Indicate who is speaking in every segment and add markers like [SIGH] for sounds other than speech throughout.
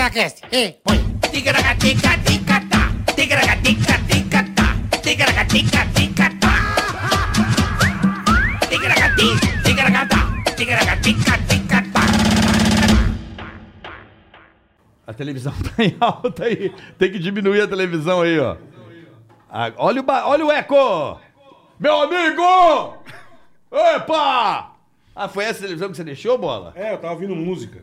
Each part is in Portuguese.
Speaker 1: Ticaracast. Ei, põe.
Speaker 2: Ticaragatica-tica-tá. Ticaragatica-tica-tá. Ticaragatica-tica-tá. Ticaragati, ticaragata. Ticaragatica-tica-tá.
Speaker 3: A televisão [LAUGHS] tá em alta aí. Tem que diminuir a televisão aí, ó. Ah, olha, o ba- olha o eco! Meu amigo! Epa! Ah, foi essa televisão que você deixou, bola?
Speaker 4: É, eu tava ouvindo música.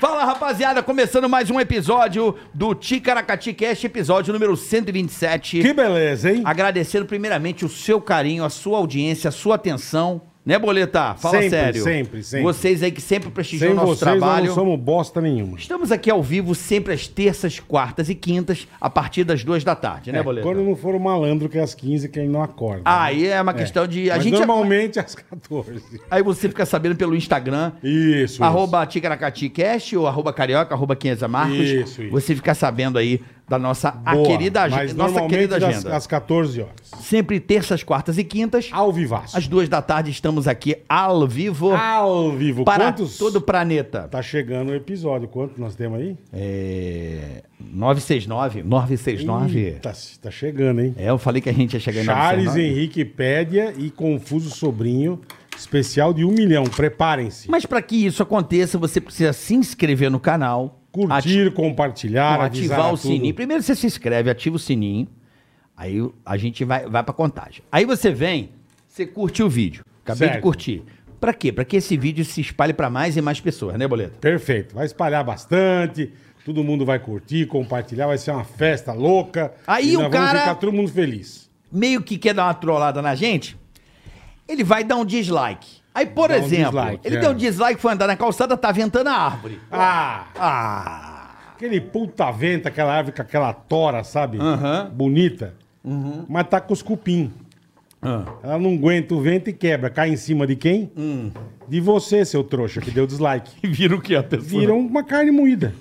Speaker 3: Fala, rapaziada! Começando mais um episódio do Ticaracati Cast, episódio número 127.
Speaker 4: Que beleza, hein?
Speaker 3: Agradecendo primeiramente o seu carinho, a sua audiência, a sua atenção. Né, Boleta? Fala
Speaker 4: Sempre,
Speaker 3: sério.
Speaker 4: sempre, sempre.
Speaker 3: Vocês aí que sempre prestigiam
Speaker 4: Sem
Speaker 3: é o nosso
Speaker 4: vocês
Speaker 3: trabalho. Né,
Speaker 4: nós não somos bosta nenhuma.
Speaker 3: Estamos aqui ao vivo sempre às terças, quartas e quintas, a partir das duas da tarde, né,
Speaker 4: É,
Speaker 3: Boleto?
Speaker 4: quando não for o malandro, que é às 15 que ele não acorda. né?
Speaker 3: Aí é uma questão de. A
Speaker 4: Mas
Speaker 3: gente
Speaker 4: normalmente é às 14.
Speaker 3: [LAUGHS] Aí você fica sabendo pelo Instagram.
Speaker 4: Isso,
Speaker 3: Arroba TicaracatiCast ou arroba Carioca, arroba 500 Marcos.
Speaker 4: Isso, isso.
Speaker 3: Você fica sabendo aí da nossa a
Speaker 4: Boa.
Speaker 3: querida, ag-
Speaker 4: Mas
Speaker 3: nossa
Speaker 4: normalmente
Speaker 3: querida
Speaker 4: das-
Speaker 3: agenda.
Speaker 4: Às 14 horas.
Speaker 3: Sempre terças, quartas e quintas,
Speaker 4: Ao vivaço.
Speaker 3: às duas da tarde, estamos aqui ao vivo
Speaker 4: Ao vivo.
Speaker 3: para
Speaker 4: Ah, Quantos...
Speaker 3: todo o planeta.
Speaker 4: Tá chegando o episódio. Quanto nós temos aí?
Speaker 3: É... 969, 969.
Speaker 4: Tá, tá chegando, hein?
Speaker 3: É, eu falei que a gente ia chegar em
Speaker 4: Charles
Speaker 3: 969.
Speaker 4: Henrique Pédia e Confuso Sobrinho. Especial de um milhão. Preparem-se.
Speaker 3: Mas para que isso aconteça, você precisa se inscrever no canal, ati-
Speaker 4: Curtir, compartilhar,
Speaker 3: não,
Speaker 4: avisar
Speaker 3: ativar o
Speaker 4: tudo.
Speaker 3: sininho. Primeiro você se inscreve, ativa o sininho, aí o- a gente vai, vai para contagem. Aí você vem, você curte o vídeo. Acabei de
Speaker 4: Certo.
Speaker 3: curtir. Para quê? Para que esse vídeo se espalhe para mais e mais pessoas, né, Boleta?
Speaker 4: Perfeito. Vai espalhar bastante. Todo mundo vai curtir, compartilhar. Vai ser uma festa louca.
Speaker 3: Aí
Speaker 4: e
Speaker 3: o
Speaker 4: nós vamos
Speaker 3: cara-
Speaker 4: ficar todo mundo feliz.
Speaker 3: Meio que quer dar uma trollada na gente, ele vai dar um dislike. Aí, por
Speaker 4: Dá um
Speaker 3: exemplo,
Speaker 4: dislike,
Speaker 3: ele
Speaker 4: é.
Speaker 3: deu um dislike, foi andar na calçada, tá ventando a árvore.
Speaker 4: Ah!
Speaker 3: Ah!
Speaker 4: Aquele puta vento, aquela árvore com aquela tora, sabe?
Speaker 3: Aham. Uhum.
Speaker 4: Bonita. Mas tá com os cupim. Ela não aguenta o vento e quebra. Cai em cima de quem?
Speaker 3: Hum.
Speaker 4: De você, seu trouxa, que deu dislike.
Speaker 3: [LAUGHS] Vira o que a pessoa?
Speaker 4: Vira uma carne moída.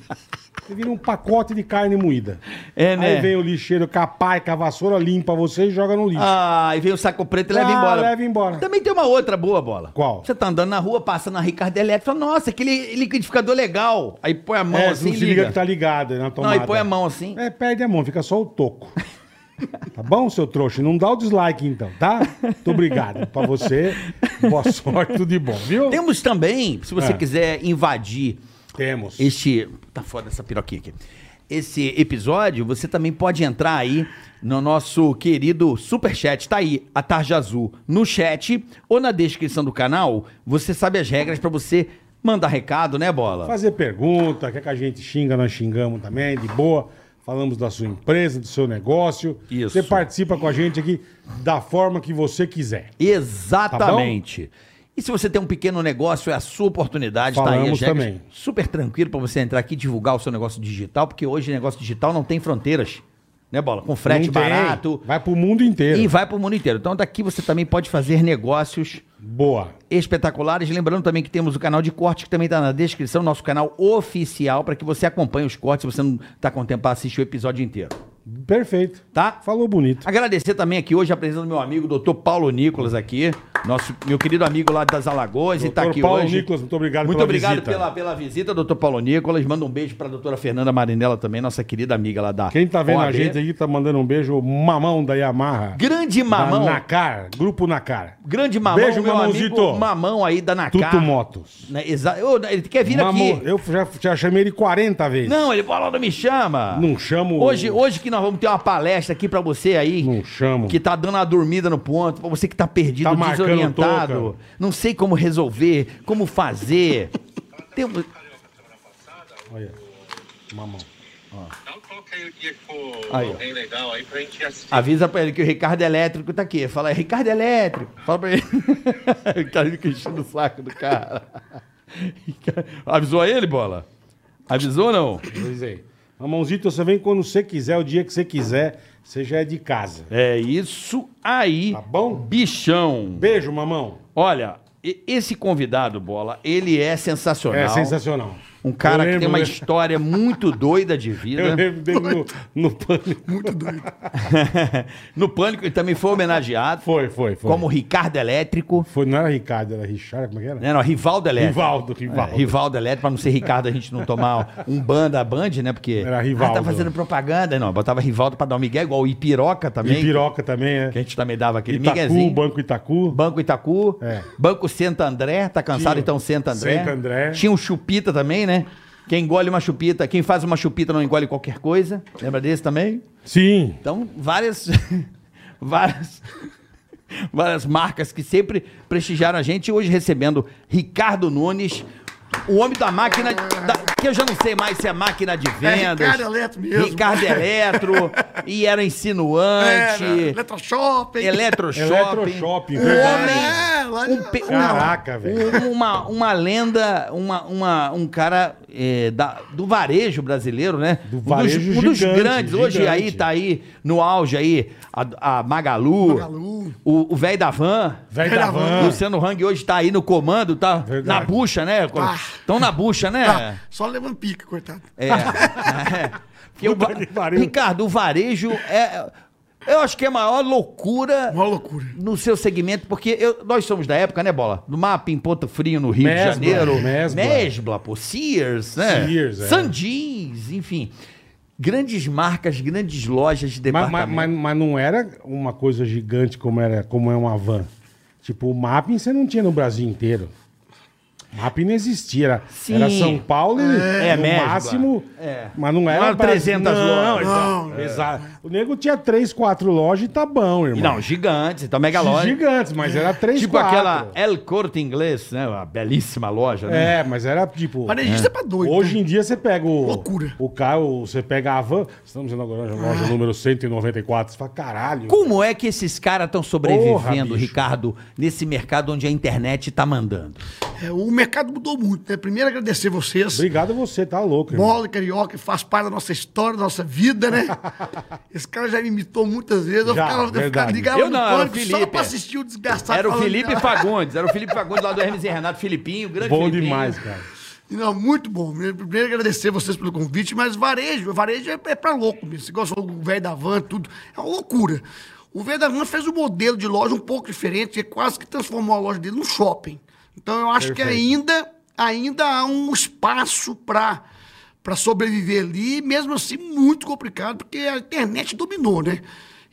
Speaker 4: Você vira um pacote de carne moída.
Speaker 3: É, né?
Speaker 4: Aí vem o lixeiro com a pá e com a vassoura, limpa você e joga no lixo.
Speaker 3: Ah, e vem o saco preto e leva
Speaker 4: Ah,
Speaker 3: embora.
Speaker 4: leva embora.
Speaker 3: Também tem uma outra boa bola.
Speaker 4: Qual?
Speaker 3: Você tá andando na rua, passa na Ricardo Elétrico, fala, nossa, aquele liquidificador legal. Aí põe a mão
Speaker 4: é,
Speaker 3: assim
Speaker 4: não
Speaker 3: e
Speaker 4: se liga. que tá ligado na
Speaker 3: Não,
Speaker 4: tomada.
Speaker 3: aí põe a mão assim.
Speaker 4: É, perde a mão, fica só o toco. Tá bom, seu trouxa? Não dá o dislike então, tá? Muito obrigado. Pra você, boa sorte, tudo de bom, viu?
Speaker 3: Temos também, se você
Speaker 4: É.
Speaker 3: quiser invadir
Speaker 4: Temos.
Speaker 3: este... Tá foda essa piroquinha aqui. Esse episódio, você também pode entrar aí no nosso querido Superchat. Tá aí, a tarja azul, no chat ou na descrição do canal. Você sabe as regras pra você mandar recado, né, Bola?
Speaker 4: Fazer pergunta, quer que a gente xinga, nós xingamos também, de boa. Falamos da sua empresa, do seu negócio.
Speaker 3: Isso.
Speaker 4: Você participa com a gente aqui da forma que você quiser.
Speaker 3: Exatamente.
Speaker 4: Tá
Speaker 3: e se você tem um pequeno negócio, é a sua oportunidade, tá aí,
Speaker 4: Falamos
Speaker 3: as regras.
Speaker 4: também.
Speaker 3: Super tranquilo para você entrar aqui e divulgar o seu negócio digital, porque hoje negócio digital não tem fronteiras, né, Bola? Com frete
Speaker 4: Não tem.
Speaker 3: barato
Speaker 4: Vai pro mundo inteiro.
Speaker 3: e vai para o mundo inteiro. Então daqui você também pode fazer negócios
Speaker 4: Boa.
Speaker 3: espetaculares. Lembrando também que temos o canal de corte, que também está na descrição, nosso canal oficial, para que você acompanhe os cortes, se você não está com tempo para assistir o episódio inteiro,
Speaker 4: Perfeito.
Speaker 3: tá?
Speaker 4: Falou bonito.
Speaker 3: Agradecer também aqui hoje a presença do meu amigo, doutor Paulo Nicolas, aqui, nosso meu querido amigo lá das Alagoas, e tá
Speaker 4: Dr.
Speaker 3: aqui
Speaker 4: Paulo
Speaker 3: hoje.
Speaker 4: Nicolas, muito obrigado
Speaker 3: muito
Speaker 4: pela
Speaker 3: obrigado
Speaker 4: visita.
Speaker 3: Pela, pela visita, doutor Paulo Nicolas. Manda um beijo pra doutora Fernanda Marinella também, nossa querida amiga lá da.
Speaker 4: Quem tá vendo a
Speaker 3: OAB.
Speaker 4: gente aí, tá mandando um beijo, mamão da Yamaha.
Speaker 3: Grande mamão.
Speaker 4: Na cara, grupo na cara.
Speaker 3: Grande mamão,
Speaker 4: Beijo,
Speaker 3: meu
Speaker 4: mamãozito.
Speaker 3: amigo. Mamão aí da Nacar.
Speaker 4: Tuto Motos.
Speaker 3: Né, exa- Ô, ele quer vir
Speaker 4: Mamão,
Speaker 3: aqui.
Speaker 4: eu já, já chamei ele 40 vezes.
Speaker 3: Não, ele falou, não me chama.
Speaker 4: Não chamo-
Speaker 3: Hoje, hoje que nós vamos ter uma palestra aqui pra você aí.
Speaker 4: Não chamo.
Speaker 3: que tá dando uma dormida no ponto, pra você que tá perdido,
Speaker 4: Tá marcando
Speaker 3: desorientado,
Speaker 4: touca.
Speaker 3: não sei como resolver, como [LAUGHS] fazer. Tem um-
Speaker 4: Olha, mamão.
Speaker 5: Dá um toque aí o dia que for
Speaker 3: Aí, ó.
Speaker 5: alguém legal aí pra gente assistir.
Speaker 3: Avisa pra ele que o Ricardo Elétrico tá aqui. Fala, Ricardo Elétrico. Fala pra ele. [LAUGHS] ele tá fica enchendo o saco do cara. [LAUGHS] Avisou ele, bola? Avisou ou não?
Speaker 4: Avisei. é. Mamãozito, você vem quando você quiser, o dia que você quiser, você já é de casa.
Speaker 3: É isso aí.
Speaker 4: Tá bom?
Speaker 3: Bichão.
Speaker 4: Beijo, mamão.
Speaker 3: Olha, e- esse convidado, bola, ele é sensacional.
Speaker 4: É sensacional.
Speaker 3: Um cara
Speaker 4: Eu
Speaker 3: que tem né?
Speaker 4: lembro,
Speaker 3: uma
Speaker 4: né?
Speaker 3: história muito doida de
Speaker 4: Eu
Speaker 3: vida.
Speaker 4: lembro dele no, no pânico.
Speaker 6: Muito doido.
Speaker 3: [LAUGHS] no Pânico, ele também foi homenageado.
Speaker 4: Foi, foi, foi.
Speaker 3: Como Ricardo Elétrico.
Speaker 4: Foi, não era Ricardo, era Richard, como é que era?
Speaker 3: Né, não, Rivaldo Elétrico.
Speaker 4: Rivaldo,
Speaker 3: É,
Speaker 4: Rivaldo.
Speaker 3: Rivaldo Elétrico, pra não ser Ricardo, a gente não tomar um ban da Band, né? Porque.
Speaker 4: Era Rivaldo.
Speaker 3: Ah, tá fazendo propaganda. Não, botava Rivaldo pra dar um migué, igual o Ipiroca também.
Speaker 4: E Piroca também, é.
Speaker 3: Que a gente também dava aquele
Speaker 4: Itacu,
Speaker 3: miguezinho.
Speaker 4: Banco Itacu.
Speaker 3: Banco Itacu.
Speaker 4: É.
Speaker 3: Banco Senta André. Tá cansado,
Speaker 4: Tinha.
Speaker 3: então Senta André.
Speaker 4: Senta André.
Speaker 3: Tinha um Chupita também, né? Quem engole uma chupita, quem faz uma chupita não engole qualquer coisa. Lembra desse também?
Speaker 4: Sim.
Speaker 3: Então, várias. [LAUGHS] várias. Várias marcas que sempre prestigiaram a gente. Hoje recebendo Ricardo Nunes, o homem da máquina. da- que eu já não sei mais se é máquina de vendas.
Speaker 6: Ricardo Eletro mesmo.
Speaker 3: Ricardo
Speaker 6: [LAUGHS]
Speaker 3: Eletro. e era insinuante.
Speaker 6: É, Eletroshopping.
Speaker 3: Eletroshopping.
Speaker 4: Eletroshopping.
Speaker 6: É, lá de-
Speaker 3: Um pe- um-
Speaker 4: Caraca, velho.
Speaker 3: um- uma, uma lenda, uma, uma, um cara eh, da- do varejo brasileiro, né?
Speaker 4: Do
Speaker 3: Um dos-
Speaker 4: varejo
Speaker 3: um dos,
Speaker 4: gigante,
Speaker 3: grandes. Hoje
Speaker 4: gigante.
Speaker 3: aí tá aí no auge aí a, a Magalu,
Speaker 6: Magalu.
Speaker 3: o o velho da van.
Speaker 4: Velho da van.
Speaker 3: Luciano Hang hoje tá aí no comando, tá
Speaker 4: Verdade.
Speaker 3: na bucha, né? Estão na bucha, né?
Speaker 6: Tá, só levando pica, coitado.
Speaker 3: É. É. Porque o va-
Speaker 4: Puta que pariu.
Speaker 3: Ricardo, o varejo é. Eu acho que é a maior loucura
Speaker 6: Uma loucura.
Speaker 3: no seu segmento, porque eu- nós somos da época, né, Bola? Do Mapa em Ponta Frio, no Rio
Speaker 4: Mesbla,
Speaker 3: de Janeiro.
Speaker 4: Mesbla.
Speaker 3: Mesbla, pô. Sears, né?
Speaker 4: Sears, é.
Speaker 3: Sandins, enfim. Grandes marcas, grandes lojas de
Speaker 4: Mas,
Speaker 3: departamento.
Speaker 4: mas, mas, mas não era uma coisa gigante como, era, como é uma van. Tipo, o mapping você não tinha no Brasil inteiro. Mapping não existia. Era,
Speaker 3: Sim.
Speaker 4: era São Paulo e
Speaker 3: É,
Speaker 4: no
Speaker 3: Mesbla.
Speaker 4: máximo.
Speaker 3: É.
Speaker 4: Mas não era.
Speaker 3: Não era
Speaker 4: Brasil-
Speaker 3: 300
Speaker 4: não,
Speaker 3: lojas.
Speaker 4: Não, exato. O nego tinha três, quatro lojas e tá bom, irmão.
Speaker 3: Não, gigantes, então mega loja.
Speaker 4: Gigantes, mas era três,
Speaker 3: Tipo
Speaker 4: quatro.
Speaker 3: aquela El Corte Inglês, né? Uma belíssima loja, né?
Speaker 4: É, mas era tipo.
Speaker 6: Varejista é pra doido.
Speaker 4: Hoje
Speaker 6: né?
Speaker 4: em dia você pega o.
Speaker 6: Loucura.
Speaker 4: O carro, você pega a van. Estamos indo agora na loja número 194. Você fala, caralho.
Speaker 3: Como é que esses caras estão sobrevivendo,
Speaker 4: bicho.
Speaker 3: Ricardo, nesse mercado onde a internet tá mandando?
Speaker 6: É, o mercado mudou muito, né? Primeiro, agradecer vocês.
Speaker 4: Obrigado a você, tá louco, irmão.
Speaker 6: Bola e Carioca faz parte da nossa história, da nossa vida, né? Esse cara já me imitou muitas vezes. Eu
Speaker 4: Já,
Speaker 6: ficava, eu ficava
Speaker 4: verdade.
Speaker 6: ligava
Speaker 3: Eu não, era o
Speaker 6: só
Speaker 3: Felipe.
Speaker 6: pra assistir o desgraçado.
Speaker 3: era o
Speaker 6: falando
Speaker 3: Felipe
Speaker 6: dela.
Speaker 3: Fagundes, era o Felipe Fagundes lá do Hermes e Renato, Filipinho, grande
Speaker 4: Bom
Speaker 3: Filipinho.
Speaker 4: demais, cara.
Speaker 6: Não, muito bom. Primeiro, agradecer vocês pelo convite, mas varejo, varejo é, é pra louco mesmo. Você gosta do velho da van, tudo. É uma loucura. O velho da van fez um modelo de loja um pouco diferente, e quase que transformou a loja dele num shopping. Então, eu acho que
Speaker 4: Perfeito.
Speaker 6: ainda, ainda há um espaço pra para sobreviver ali, mesmo assim muito complicado, porque a internet dominou, né?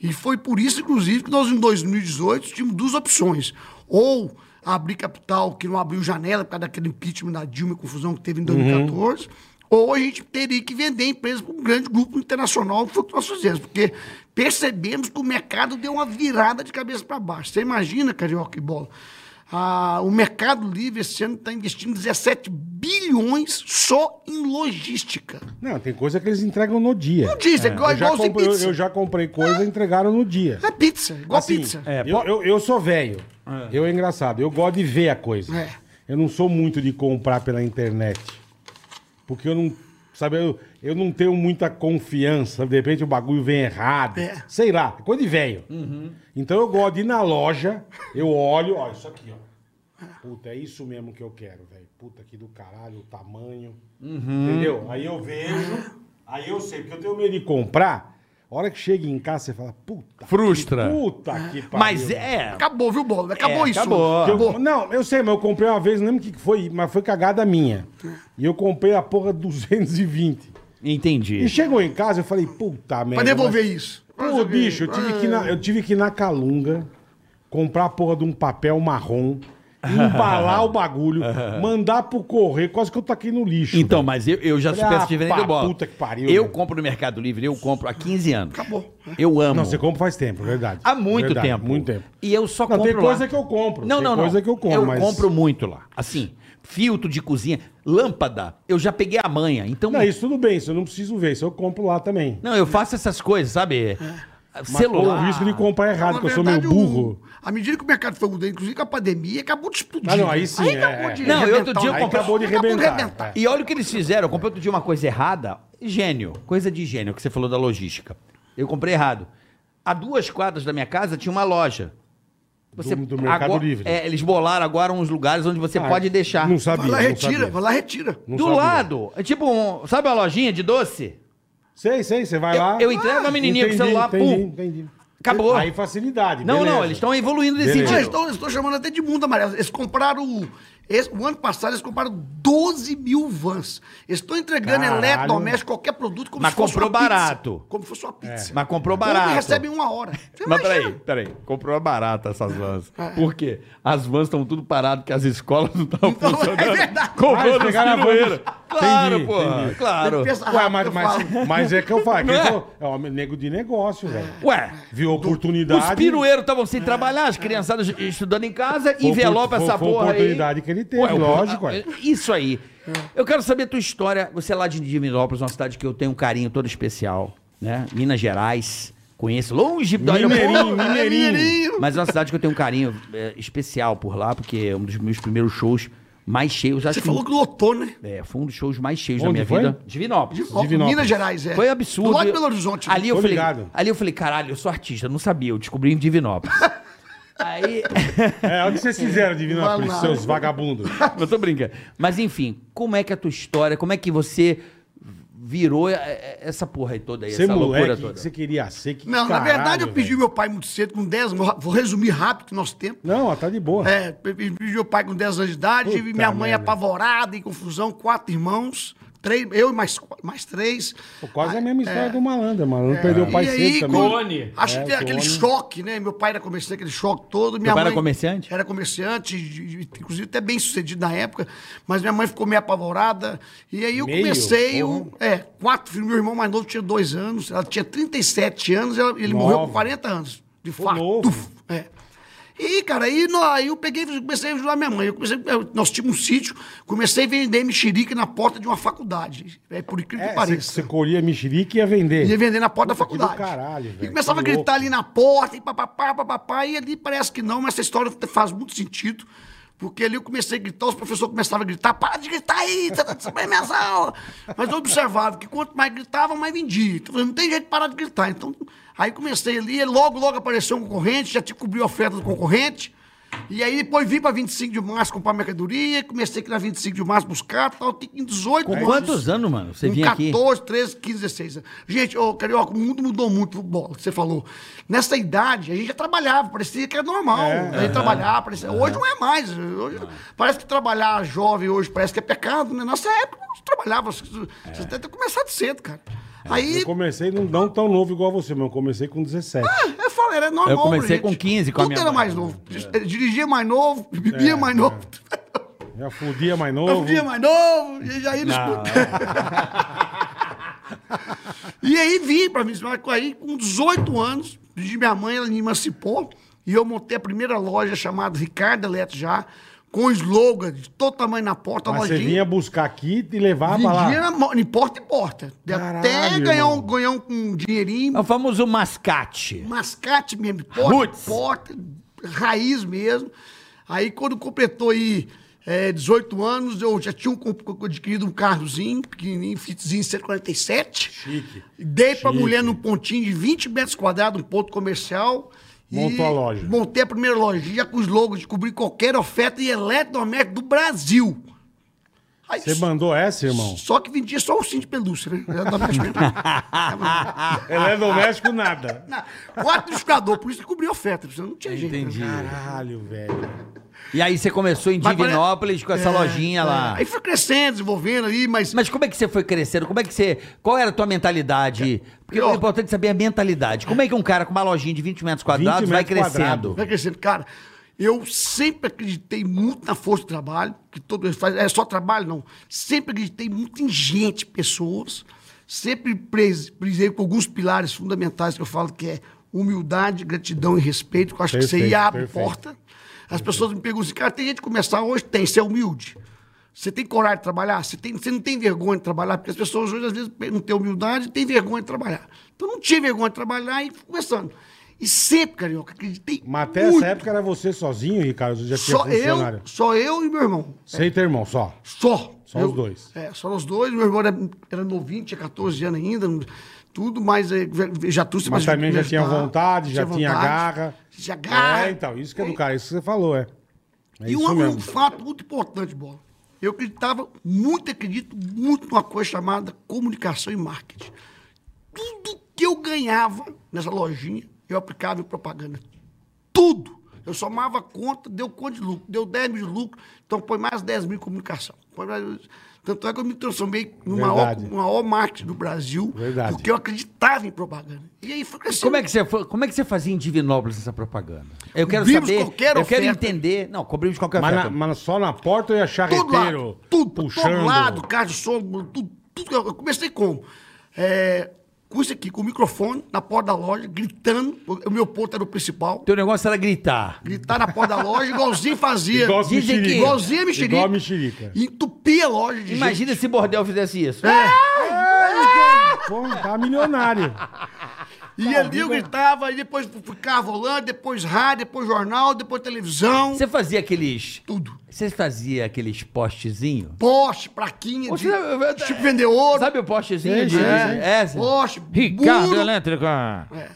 Speaker 6: E foi por isso, inclusive, que nós em 2018 tínhamos duas opções. Ou abrir capital, que não abriu janela por causa daquele impeachment da Dilma e confusão que teve em 2014, ou a gente teria que vender a empresa para um grande grupo internacional, que foi o que nós fizemos, porque percebemos que o mercado deu uma virada de cabeça para baixo. Você imagina, Carioca e Bola, ah, o Mercado Livre esse ano está investindo 17 bilhões só em logística.
Speaker 4: Não, tem coisa que eles entregam no dia.
Speaker 6: Não diz, é, igual,
Speaker 4: Eu já,
Speaker 6: igual os de
Speaker 4: comprei, eu,
Speaker 6: pizza.
Speaker 4: eu já comprei coisa e entregaram no dia.
Speaker 6: É pizza, igual
Speaker 4: Assim,
Speaker 6: pizza.
Speaker 4: é, eu, eu, eu sou velho. Eu é engraçado. Eu gosto de ver a coisa.
Speaker 6: É.
Speaker 4: Eu não sou muito de comprar pela internet. Porque eu não. Sabe, eu, eu não tenho muita confiança. De repente o bagulho vem errado.
Speaker 6: É.
Speaker 4: Sei lá, é coisa de velho. Então eu gosto de ir na loja, eu olho, ó, isso aqui, ó. Puta, é isso mesmo que eu quero, velho. Puta que do caralho, o tamanho. Entendeu? Aí eu vejo, aí eu sei, porque eu tenho medo de comprar. A hora que chega em casa, você fala, puta.
Speaker 3: Frustra.
Speaker 4: Que, puta que pariu.
Speaker 3: Mas é.
Speaker 6: Acabou, viu, Bola? Acabou
Speaker 3: É,
Speaker 6: isso.
Speaker 3: acabou.
Speaker 4: Que eu- não, eu sei, mas eu comprei uma vez, não lembro o que que foi, mas foi cagada minha.
Speaker 3: Ah.
Speaker 4: E eu comprei a porra 220. E
Speaker 3: Entendi.
Speaker 4: chegou em casa, eu falei, puta merda.
Speaker 6: Pra devolver
Speaker 4: mas-
Speaker 6: isso. É,
Speaker 4: Pô, bicho, eu tive, que ir na, eu tive que ir na Calunga, comprar a porra de um papel marrom, embalar o
Speaker 6: [LAUGHS]
Speaker 4: bagulho, mandar pro correio, quase que eu taquei no lixo.
Speaker 3: Então, mas eu, eu já
Speaker 4: Olha
Speaker 3: sou peço
Speaker 4: a
Speaker 3: de vender
Speaker 4: pá,
Speaker 3: bola.
Speaker 4: "Ah, puta que pariu,
Speaker 3: eu
Speaker 4: meu.
Speaker 3: compro no Mercado Livre, eu compro há 15 anos.
Speaker 6: Acabou.
Speaker 4: É
Speaker 3: Eu amo.
Speaker 4: Não, você compra faz tempo, é verdade.
Speaker 3: Há muito
Speaker 4: Verdade,
Speaker 3: tempo.
Speaker 4: Muito tempo.
Speaker 3: E eu só
Speaker 4: Não,
Speaker 3: compro
Speaker 4: tem
Speaker 3: lá.
Speaker 4: coisa que eu compro,
Speaker 3: Não,
Speaker 4: tem
Speaker 3: não, não.
Speaker 4: coisa que eu compro,
Speaker 3: Eu
Speaker 4: mas-
Speaker 3: compro muito lá. Assim, filtro de cozinha, lâmpada, eu já peguei a manha. Então,
Speaker 4: Não, isso tudo bem, isso eu não preciso ver, isso eu compro lá também.
Speaker 3: não, eu faço essas coisas, sabe?
Speaker 4: Mas
Speaker 3: Celular.
Speaker 4: corro o risco de comprar errado,
Speaker 6: Na
Speaker 4: porque eu sou meio
Speaker 6: É verdade, um
Speaker 4: burro.
Speaker 6: o- à medida que o mercado foi mudando, inclusive com a pandemia, acabou de explodir.
Speaker 4: Ah, não, aí sim, é.
Speaker 3: Não, eu outro dia
Speaker 6: arrebentar o
Speaker 3: eu
Speaker 6: negócio.
Speaker 3: comprei-
Speaker 4: Acabou de arrebentar. É.
Speaker 3: E olha o que eles fizeram. Eu comprei outro dia uma coisa errada. Gênio. Coisa de gênio que você falou da logística. Eu comprei errado. A duas quadras da minha casa tinha uma loja. Você,
Speaker 4: Do- do Mercado
Speaker 3: agora-
Speaker 4: Livre.
Speaker 3: é, eles bolaram agora uns lugares onde você
Speaker 4: Ah,
Speaker 3: pode deixar.
Speaker 4: Não sabia.
Speaker 6: Vai lá,
Speaker 4: não
Speaker 6: retira,
Speaker 4: sabia.
Speaker 6: vai lá, retira.
Speaker 4: Não
Speaker 3: Do
Speaker 4: sabia.
Speaker 3: lado, é tipo um. Sabe a lojinha de doce?
Speaker 4: Sei, sei, você vai
Speaker 3: Eu-
Speaker 4: lá.
Speaker 3: eu entrego a menininha com o celular, pum.
Speaker 4: entendi, Entendi.
Speaker 3: Acabou.
Speaker 4: Aí facilidade.
Speaker 3: Não,
Speaker 4: beleza.
Speaker 3: não, eles estão evoluindo nesse
Speaker 4: Beleza.
Speaker 6: Não, eles
Speaker 3: sentido.
Speaker 6: estão, chamando até de mundo amarelo. Eles compraram. o- esse- o ano passado eles compraram 12 mil vans. Eles estão entregando
Speaker 4: Caralho.
Speaker 6: eletrodoméstico, qualquer produto, como
Speaker 3: Mas
Speaker 6: se fosse
Speaker 3: comprou
Speaker 6: uma pizza.
Speaker 3: barato. É.
Speaker 6: Como se fosse uma pizza.
Speaker 3: Mas comprou
Speaker 6: Compra e
Speaker 3: barato.
Speaker 4: um-
Speaker 6: recebe em uma hora. Você
Speaker 3: Mas
Speaker 6: imagina?
Speaker 3: peraí, peraí. Comprou barata essas vans.
Speaker 4: É.
Speaker 3: Por quê? As vans estão tudo paradas porque as escolas não estão
Speaker 6: Então, é
Speaker 3: funcionando.
Speaker 6: verdade.
Speaker 4: Ah, eles
Speaker 3: Comprou nas
Speaker 4: pegaram a van.
Speaker 3: pirueiras. Claro,
Speaker 4: Entendi,
Speaker 3: pô.
Speaker 4: entendi.
Speaker 3: Claro.
Speaker 6: Ele pensa
Speaker 4: Ué,
Speaker 6: rápido,
Speaker 4: mas,
Speaker 6: eu falo.
Speaker 4: mas, mas é que eu falo. é que
Speaker 3: Não é?
Speaker 4: eu sou- é homem nego de negócio, velho.
Speaker 3: Ué,
Speaker 4: Viu a oportunidade.
Speaker 3: os pirueiros estavam sem trabalhar, as criançadas estudando em casa,
Speaker 4: Foi
Speaker 3: envelopa
Speaker 4: opor-
Speaker 3: essa
Speaker 4: foi- foi
Speaker 3: porra aí. Ah,
Speaker 4: oportunidade que ele teve,
Speaker 3: eu-
Speaker 4: lógico, ué.
Speaker 3: Isso aí. Eu quero saber a tua história. Você é lá de Divinópolis, uma cidade que eu tenho um carinho todo especial, né? Minas Gerais. Conheço longe do
Speaker 4: Mineirinho,
Speaker 3: aeroporto.
Speaker 4: mineirinho.
Speaker 3: [LAUGHS] Mas é uma cidade que eu tenho um carinho é, especial por lá, porque é um dos meus primeiros shows mais cheios. Acho
Speaker 6: Você
Speaker 3: que um
Speaker 6: falou que lotou, né?
Speaker 3: é, foi um dos shows mais cheios da
Speaker 4: Onde
Speaker 3: minha
Speaker 4: foi?
Speaker 3: vida. Divinópolis.
Speaker 6: Ó,
Speaker 4: Divinópolis.
Speaker 6: Minas Gerais, é.
Speaker 3: Foi absurdo.
Speaker 6: Lá de Belo Horizonte. né?
Speaker 3: Ali eu,
Speaker 4: Tô
Speaker 3: falei,
Speaker 4: ligado.
Speaker 3: ali eu falei, caralho, eu sou artista, não sabia, eu descobri em
Speaker 6: [LAUGHS]
Speaker 3: Divinópolis. Aí. [LAUGHS]
Speaker 4: É, onde vocês fizeram, Divinópolis,
Speaker 6: Vai lá.
Speaker 4: seus vagabundos?
Speaker 3: eu tô brincando. Mas enfim, como é que é a tua história? Como é que você virou é, é, essa porra aí toda aí,
Speaker 4: Você
Speaker 3: essa loucura
Speaker 4: moleque, o
Speaker 3: toda?
Speaker 4: que você queria ser? Que
Speaker 6: Não, na
Speaker 4: caralho,
Speaker 6: verdade eu
Speaker 4: velho.
Speaker 6: pedi meu pai muito cedo, com 10 anos. Vou resumir rápido o nosso tempo.
Speaker 4: Não, ó, tá de boa.
Speaker 6: É, pedi pedi meu pai com 10 anos de idade,
Speaker 4: Puta
Speaker 6: tive minha mãe
Speaker 4: merda.
Speaker 6: apavorada, em confusão, quatro irmãos, três, eu e mais, qu- mais três.
Speaker 4: Pô, Quase a mesma história do malandro. O malandro perdeu o pai
Speaker 6: É. e aí,
Speaker 4: cedo também.
Speaker 6: quando-
Speaker 7: Clone.
Speaker 6: Acho
Speaker 4: É,
Speaker 6: que tem aquele
Speaker 4: clone.
Speaker 6: choque, né? Meu pai era comerciante, aquele choque todo. Minha
Speaker 3: pai era
Speaker 6: mãe
Speaker 3: comerciante?
Speaker 6: Era comerciante, de- de- inclusive até bem sucedido na época, mas minha mãe ficou meio apavorada. E aí eu
Speaker 4: Meio?
Speaker 6: comecei,
Speaker 4: Porra.
Speaker 6: o, é, quatro filhos. Meu irmão mais novo tinha dois anos, ela tinha 37 anos, ela- ele
Speaker 4: Nova.
Speaker 6: morreu com 40 anos, de
Speaker 4: Pô,
Speaker 6: fato.
Speaker 4: novo.
Speaker 6: Tuf, É. E, cara, aí, nó- aí eu peguei e comecei a ajudar minha mãe. Eu comecei, eu- nós tínhamos um sítio, comecei a vender mexerica na porta de uma faculdade. É, por incrível que
Speaker 4: É, você,
Speaker 6: pareça.
Speaker 4: você colhia mexerica e ia vender.
Speaker 6: Ia vender na porta
Speaker 4: Puta, que
Speaker 6: da faculdade.
Speaker 4: do caralho, velho,
Speaker 6: e começava a
Speaker 4: que louco.
Speaker 6: gritar ali na porta, e papapá, papapá, e ali parece que não, mas essa história faz muito sentido. Porque ali eu comecei a gritar, os professores começavam a gritar, para de gritar aí, você tá descobrindo minhas aulas. Mas eu observava que quanto mais gritava, mais vendia. Então eu falei, não tem jeito de parar de gritar. Então, aí comecei ali, e logo, logo apareceu um concorrente, já te cobriu a oferta do concorrente. E aí depois vim para 25 de março comprar mercadoria, comecei aqui na 25 de março buscar, tal, que em 18
Speaker 3: Com
Speaker 6: anos-
Speaker 3: quantos anos, mano? Você
Speaker 6: com
Speaker 3: vinha aqui?
Speaker 6: 14, 13, 15, 16. Gente, ô, Carioca, o mundo mudou muito, bola, que você falou. Nessa idade, a gente já trabalhava, parecia que era normal. a gente trabalhar, parecia- hoje não é mais. Hoje, Parece que trabalhar jovem hoje parece que é pecado, né? Nossa época, nós trabalhávamos. Você deve ter começado cedo, cara. Aí,
Speaker 4: Eu comecei não, não tão novo igual você, mas eu comecei com 17.
Speaker 6: é, eu falei, era normal.
Speaker 3: Eu comecei
Speaker 6: pra gente.
Speaker 3: com 15 com a
Speaker 6: Tudo
Speaker 3: minha
Speaker 6: era
Speaker 3: mãe.
Speaker 6: mais novo. Dirigia mais novo, bebia mais novo. [LAUGHS]
Speaker 4: Já fudia mais novo.
Speaker 6: Eu via mais novo, e aí eles... [LAUGHS] e aí vim para Minas Gerais, aí com 18 anos, de minha mãe, ela me emancipou, e eu montei a primeira loja chamada Ricardo Eletro já, com slogan de todo tamanho na porta,
Speaker 4: Mas você
Speaker 6: lojinha.
Speaker 4: vinha buscar aqui e levava
Speaker 6: Vendia
Speaker 4: lá.
Speaker 6: na mo- de porta em porta. Até
Speaker 4: Caralho,
Speaker 6: ganhar um,
Speaker 4: irmão.
Speaker 6: ganhar um, um dinheirinho,
Speaker 3: É o famoso mascate.
Speaker 6: mascate mesmo, porta,
Speaker 3: Roots.
Speaker 6: porta, raiz mesmo. Aí quando completou aí é, 18 anos, eu já tinha um, comp- adquirido um carrozinho, pequenininho, Fitzinho 147.
Speaker 4: Chique.
Speaker 6: Dei pra
Speaker 4: Chique.
Speaker 6: mulher num pontinho de 20 metros quadrados, um ponto comercial. e
Speaker 4: Montou a loja.
Speaker 6: Montei a primeira lojinha com os logos de cobrir qualquer oferta em eletrodoméstico do Brasil. Aí,
Speaker 4: Você mandou essa,
Speaker 6: [LAUGHS]
Speaker 4: irmão?
Speaker 6: só que vendia só o cinto de pelúcia, né?
Speaker 4: [LAUGHS]
Speaker 6: Eletrodoméstico Ah,
Speaker 4: Eletrodoméstico é nada.
Speaker 6: Não, Quatro liquidificador, por isso que cobriu a oferta, porque não tinha jeito. né? Entendi.
Speaker 4: Caralho, velho.
Speaker 3: E aí você começou em
Speaker 6: Mas é-
Speaker 3: Divinópolis com essa lojinha lá.
Speaker 6: Aí foi crescendo, desenvolvendo aí, mas.
Speaker 3: Mas como é que você foi crescendo? Como é que você. Qual era a tua mentalidade? Porque
Speaker 6: Eu-
Speaker 3: é importante saber a mentalidade. Como é que um cara com uma lojinha de 20 metros quadrados
Speaker 4: 20
Speaker 3: vai
Speaker 4: metros
Speaker 3: crescendo?
Speaker 6: Vai crescendo. Cara, eu sempre acreditei muito na força do trabalho, que todo mundo faz. É só trabalho, não. Sempre acreditei muito em gente, pessoas. Sempre pres- prisei com alguns pilares fundamentais que eu falo que é humildade, gratidão e respeito, que eu acho que você
Speaker 4: Perfeito,
Speaker 6: abre
Speaker 4: perfeito.
Speaker 6: porta. As pessoas me perguntam assim, cara, tem gente que começar hoje? Tem, você é humilde. Você tem coragem de trabalhar? Você, tem, você não tem vergonha de trabalhar? Porque as pessoas hoje, às vezes, não têm humildade e têm vergonha de trabalhar. Então, não tinha vergonha de trabalhar e fui começando. E sempre, Carioca, acreditei
Speaker 4: Mas até
Speaker 6: muito.
Speaker 4: essa época era você sozinho, Ricardo? Você já tinha
Speaker 6: Só
Speaker 4: funcionário?
Speaker 6: eu, só eu e meu irmão.
Speaker 4: Sem teu irmão, só.
Speaker 6: Só.
Speaker 4: Só
Speaker 6: Eu-
Speaker 4: os dois.
Speaker 6: É, só os dois. Meu irmão era, era novinho, tinha 14 anos ainda. não- tudo, mas eh, já trouxe
Speaker 4: Mas também já tinha
Speaker 6: ajudar.
Speaker 4: vontade, já tinha garra.
Speaker 6: Já garra.
Speaker 4: É, então, isso que é do cara, isso que você falou, é. É
Speaker 6: Ah. e
Speaker 4: isso
Speaker 6: um, um
Speaker 4: mesmo.
Speaker 6: fato muito importante, Bola. Eu acreditava muito, acredito muito numa coisa chamada comunicação e marketing. Tudo que eu ganhava nessa lojinha, eu aplicava em propaganda. Tudo. Eu somava conta, deu quanto de lucro? Deu 10 mil de lucro, então põe mais 10 mil em comunicação. Põe mais- Tanto é que eu me transformei no maior,
Speaker 4: Verdade.
Speaker 6: no maior marketing do Brasil,
Speaker 4: Verdade.
Speaker 6: porque eu acreditava em propaganda. E aí foi crescendo.
Speaker 8: Como é, que você, foi- como é que você fazia em Divinópolis essa propaganda? Eu quero
Speaker 6: Cobrimos
Speaker 8: saber,
Speaker 6: qualquer
Speaker 8: eu quero
Speaker 6: oferta.
Speaker 8: entender. Não, cobrimos qualquer
Speaker 4: Mas, na-
Speaker 8: oferta.
Speaker 4: mas só na porta eu ia charreteiro
Speaker 6: todo lado, tudo, por
Speaker 4: puxando.
Speaker 6: todo lado, carro de som, tudo, tudo. Eu comecei como? É, com isso aqui, com o microfone na porta da loja, gritando, o meu ponto era o principal,
Speaker 8: Teu negócio era gritar.
Speaker 6: gritar na porta da loja, igualzinho fazia.
Speaker 4: Igual a
Speaker 8: Dizem que-
Speaker 4: mexerica.
Speaker 6: Igualzinho a mexerica.
Speaker 4: Igual a mexerica.
Speaker 6: Entupia a loja de
Speaker 8: Imagina
Speaker 6: gente.
Speaker 8: se Bordel fizesse isso.
Speaker 4: Pô, tá milionário.
Speaker 6: E ali eu gritava, e depois ficava volante, depois rádio, depois jornal, depois televisão,
Speaker 8: Você fazia aqueles.
Speaker 6: tudo.
Speaker 8: Você fazia aqueles postezinho?
Speaker 6: Poste, praquinha,
Speaker 8: Você-
Speaker 6: de, Chico Vendeu Ouro.
Speaker 8: é, Sabe o postezinho?
Speaker 4: Sei,
Speaker 8: de-
Speaker 4: sei,
Speaker 8: de-
Speaker 4: sei.
Speaker 8: é, sim.
Speaker 6: Poste,
Speaker 8: Ricardo
Speaker 6: muro.
Speaker 8: Elétrica.
Speaker 6: É.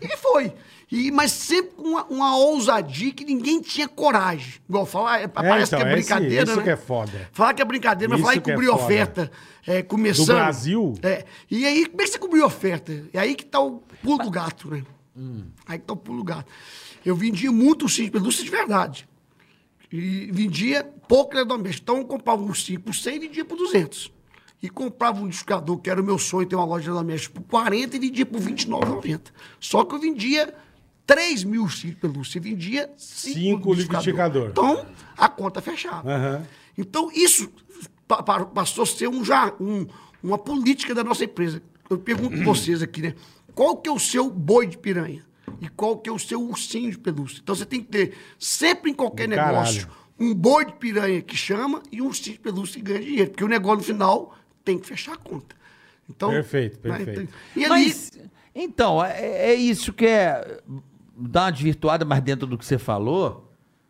Speaker 6: E foi. E, mas sempre com uma, uma ousadia que ninguém tinha coragem. Igual falar, é, parece
Speaker 4: então,
Speaker 6: que é
Speaker 4: esse-
Speaker 6: brincadeira,
Speaker 4: isso
Speaker 6: né?
Speaker 4: que é foda.
Speaker 6: Falar que é brincadeira, mas
Speaker 4: Isso
Speaker 6: falar e
Speaker 4: que é
Speaker 6: cobrir
Speaker 4: foda.
Speaker 6: oferta. É, começando.
Speaker 4: Do Brasil?
Speaker 6: É. E aí, como é que você cobriu oferta? E aí que tá o pulo do gato, né?
Speaker 4: Hum.
Speaker 6: Aí que tá o pulo do gato. Eu vendia muito ursinho de pelúcia de verdade. E vendia pouco eletrodoméstico. Então, eu comprava um ursinho por 100 e vendia por 200. E comprava um discador, que era o meu sonho, ter uma loja de eletrodoméstico, por 40 e vendia por 29,90. Só que eu vendia 3 mil ursinhos de pelúcia. E vendia 5
Speaker 4: Cinco liquidificador.
Speaker 6: Então, a conta fechava.
Speaker 4: Aham.
Speaker 6: Então, isso pa- pa- passou a ser um, já, um- uma política da nossa empresa. Eu pergunto pra vocês aqui, né? Qual que é o seu boi de piranha? E qual que é o seu ursinho de pelúcia? Então, você tem que ter, sempre em qualquer
Speaker 4: Do
Speaker 6: negócio,
Speaker 4: caralho.
Speaker 6: um boi de piranha que chama e um ursinho de pelúcia que ganha dinheiro. Porque o negócio, no final, tem que fechar a conta. Então,
Speaker 4: Perfeito,
Speaker 6: né,
Speaker 4: perfeito.
Speaker 6: então- e ali,
Speaker 8: Mas, é então, é, é isso que é. Dá uma desvirtuada, mas dentro do que você falou,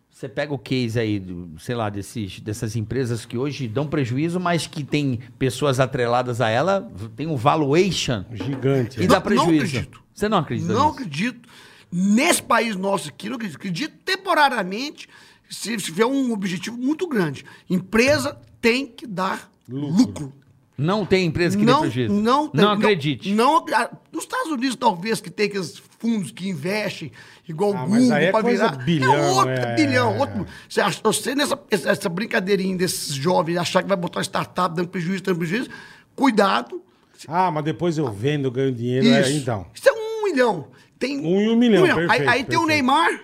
Speaker 8: você pega o case aí, do, sei lá, desses, dessas empresas que hoje dão prejuízo, mas que tem pessoas atreladas a ela, tem um valuation
Speaker 4: Gigante.
Speaker 8: e
Speaker 4: né?
Speaker 8: dá
Speaker 6: não
Speaker 8: prejuízo.
Speaker 6: acredito.
Speaker 8: Você não acredita
Speaker 6: Não
Speaker 8: nisso?
Speaker 6: acredito. Nesse país nosso aqui, não acredito. Acredito temporariamente, se se tiver um objetivo muito grande. Empresa tem que dar lucro.
Speaker 8: Não tem empresa que dê
Speaker 6: Não,
Speaker 8: prejuízo.
Speaker 6: não, tem-
Speaker 8: não acredite.
Speaker 6: Não, ah, nos Estados Unidos, talvez, que tem aqueles fundos que investem, igual
Speaker 4: Ah,
Speaker 6: o
Speaker 4: mas
Speaker 6: Google,
Speaker 4: aí é
Speaker 6: pra
Speaker 4: coisa
Speaker 6: virar. é
Speaker 4: bilhão,
Speaker 6: outro
Speaker 4: é.
Speaker 6: bilhão. Outro, você, acha- você nessa essa essa brincadeirinha desses jovens, achar que vai botar uma startup dando prejuízo, dando prejuízo, cuidado.
Speaker 4: Ah, mas depois eu vendo, ganho dinheiro. é, então.
Speaker 6: Isso é um milhão. Tem
Speaker 4: Um e um milhão,
Speaker 6: Aí-
Speaker 4: perfeito,
Speaker 6: aí tem o
Speaker 4: perfeito.
Speaker 6: Neymar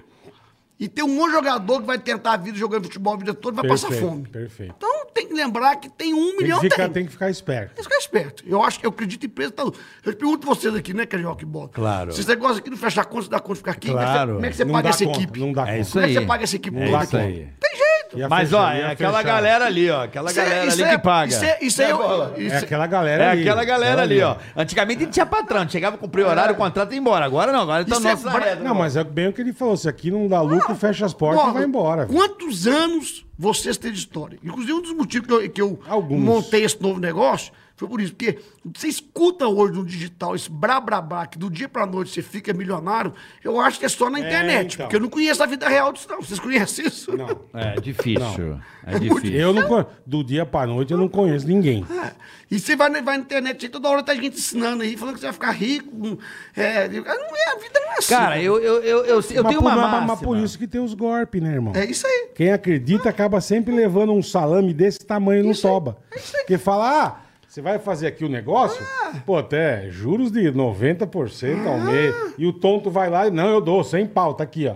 Speaker 6: e tem um monte de jogador que vai tentar a vida jogando futebol a vida toda vai passar
Speaker 4: Perfeito,
Speaker 6: fome.
Speaker 4: perfeito.
Speaker 6: Então tem que lembrar que tem um
Speaker 4: Tem
Speaker 6: milhão
Speaker 4: que, ficar,
Speaker 6: tem.
Speaker 4: tem que ficar esperto.
Speaker 6: Tem que ficar esperto. Eu acho que eu acredito em empresa tá louco. Eu te pergunto vocês aqui, né, Carioca e Bola?
Speaker 8: Claro.
Speaker 6: Se você gosta aqui de fechar conta, se dá conta de ficar aqui, como é que você-
Speaker 8: Claro.
Speaker 6: como é que você
Speaker 4: não
Speaker 6: paga
Speaker 4: dá
Speaker 6: essa
Speaker 4: conta,
Speaker 6: equipe?
Speaker 4: Não dá
Speaker 8: É
Speaker 4: conta.
Speaker 8: isso
Speaker 6: Como é que
Speaker 8: aí.
Speaker 6: você paga essa equipe
Speaker 8: É
Speaker 6: toda
Speaker 8: isso
Speaker 6: aqui?
Speaker 8: aí.
Speaker 6: Tem jeito.
Speaker 4: Ia
Speaker 8: Mas,
Speaker 4: fechar,
Speaker 8: ó,
Speaker 4: ia
Speaker 8: é aquela
Speaker 4: fechar.
Speaker 8: galera ali, ó. Aquela
Speaker 6: Isso é-
Speaker 8: galera
Speaker 6: isso
Speaker 8: ali
Speaker 6: é-
Speaker 8: que paga.
Speaker 6: Isso é, isso é, eu,
Speaker 4: É
Speaker 6: isso
Speaker 4: aquela galera
Speaker 8: É
Speaker 4: ali.
Speaker 8: aquela galera ali, ó.
Speaker 4: ó.
Speaker 8: Antigamente tinha patrão, chegava, cumpria o horário, o contrato e ia embora. Agora não, agora tá
Speaker 6: Isso é
Speaker 8: nossa
Speaker 6: bra-
Speaker 8: regra.
Speaker 4: Não, mas é bem o que ele falou. Se aqui não dá
Speaker 6: Ah,
Speaker 4: lucro, fecha as portas e
Speaker 6: Bola,
Speaker 4: vai embora. velho.
Speaker 6: Quantos anos vocês têm de história? Inclusive, um dos motivos que eu, que eu
Speaker 4: Alguns.
Speaker 6: montei esse novo negócio foi por isso. Porque você escuta hoje no digital esse brá brá brá, que do dia pra noite você fica milionário, eu acho que é só na internet.
Speaker 4: então.
Speaker 6: Porque eu não conheço a vida real disso, não. Vocês conhecem isso?
Speaker 4: Não.
Speaker 8: É difícil. É difícil.
Speaker 4: Eu não conheço. Do dia pra noite eu não conheço ninguém.
Speaker 6: É. E você vai, na- vai na internet, aí toda hora tá gente ensinando aí, falando que você vai ficar rico. hum, É, não é, a vida não é assim.
Speaker 8: Cara, eu, eu, eu, eu, eu
Speaker 4: Mas
Speaker 8: tenho
Speaker 4: por-
Speaker 8: uma
Speaker 4: mas-
Speaker 8: máxima.
Speaker 4: Mas por isso que tem os golpes, né, irmão?
Speaker 6: É isso aí.
Speaker 4: Quem acredita acaba sempre levando um salame desse tamanho no toba. Porque fala, ah, você vai fazer aqui o negócio?
Speaker 6: Ah."
Speaker 4: Pô, até juros de 90% ao mês.
Speaker 6: Ah.
Speaker 4: E o tonto vai lá e, não, eu dou, sem pau, tá aqui, ó.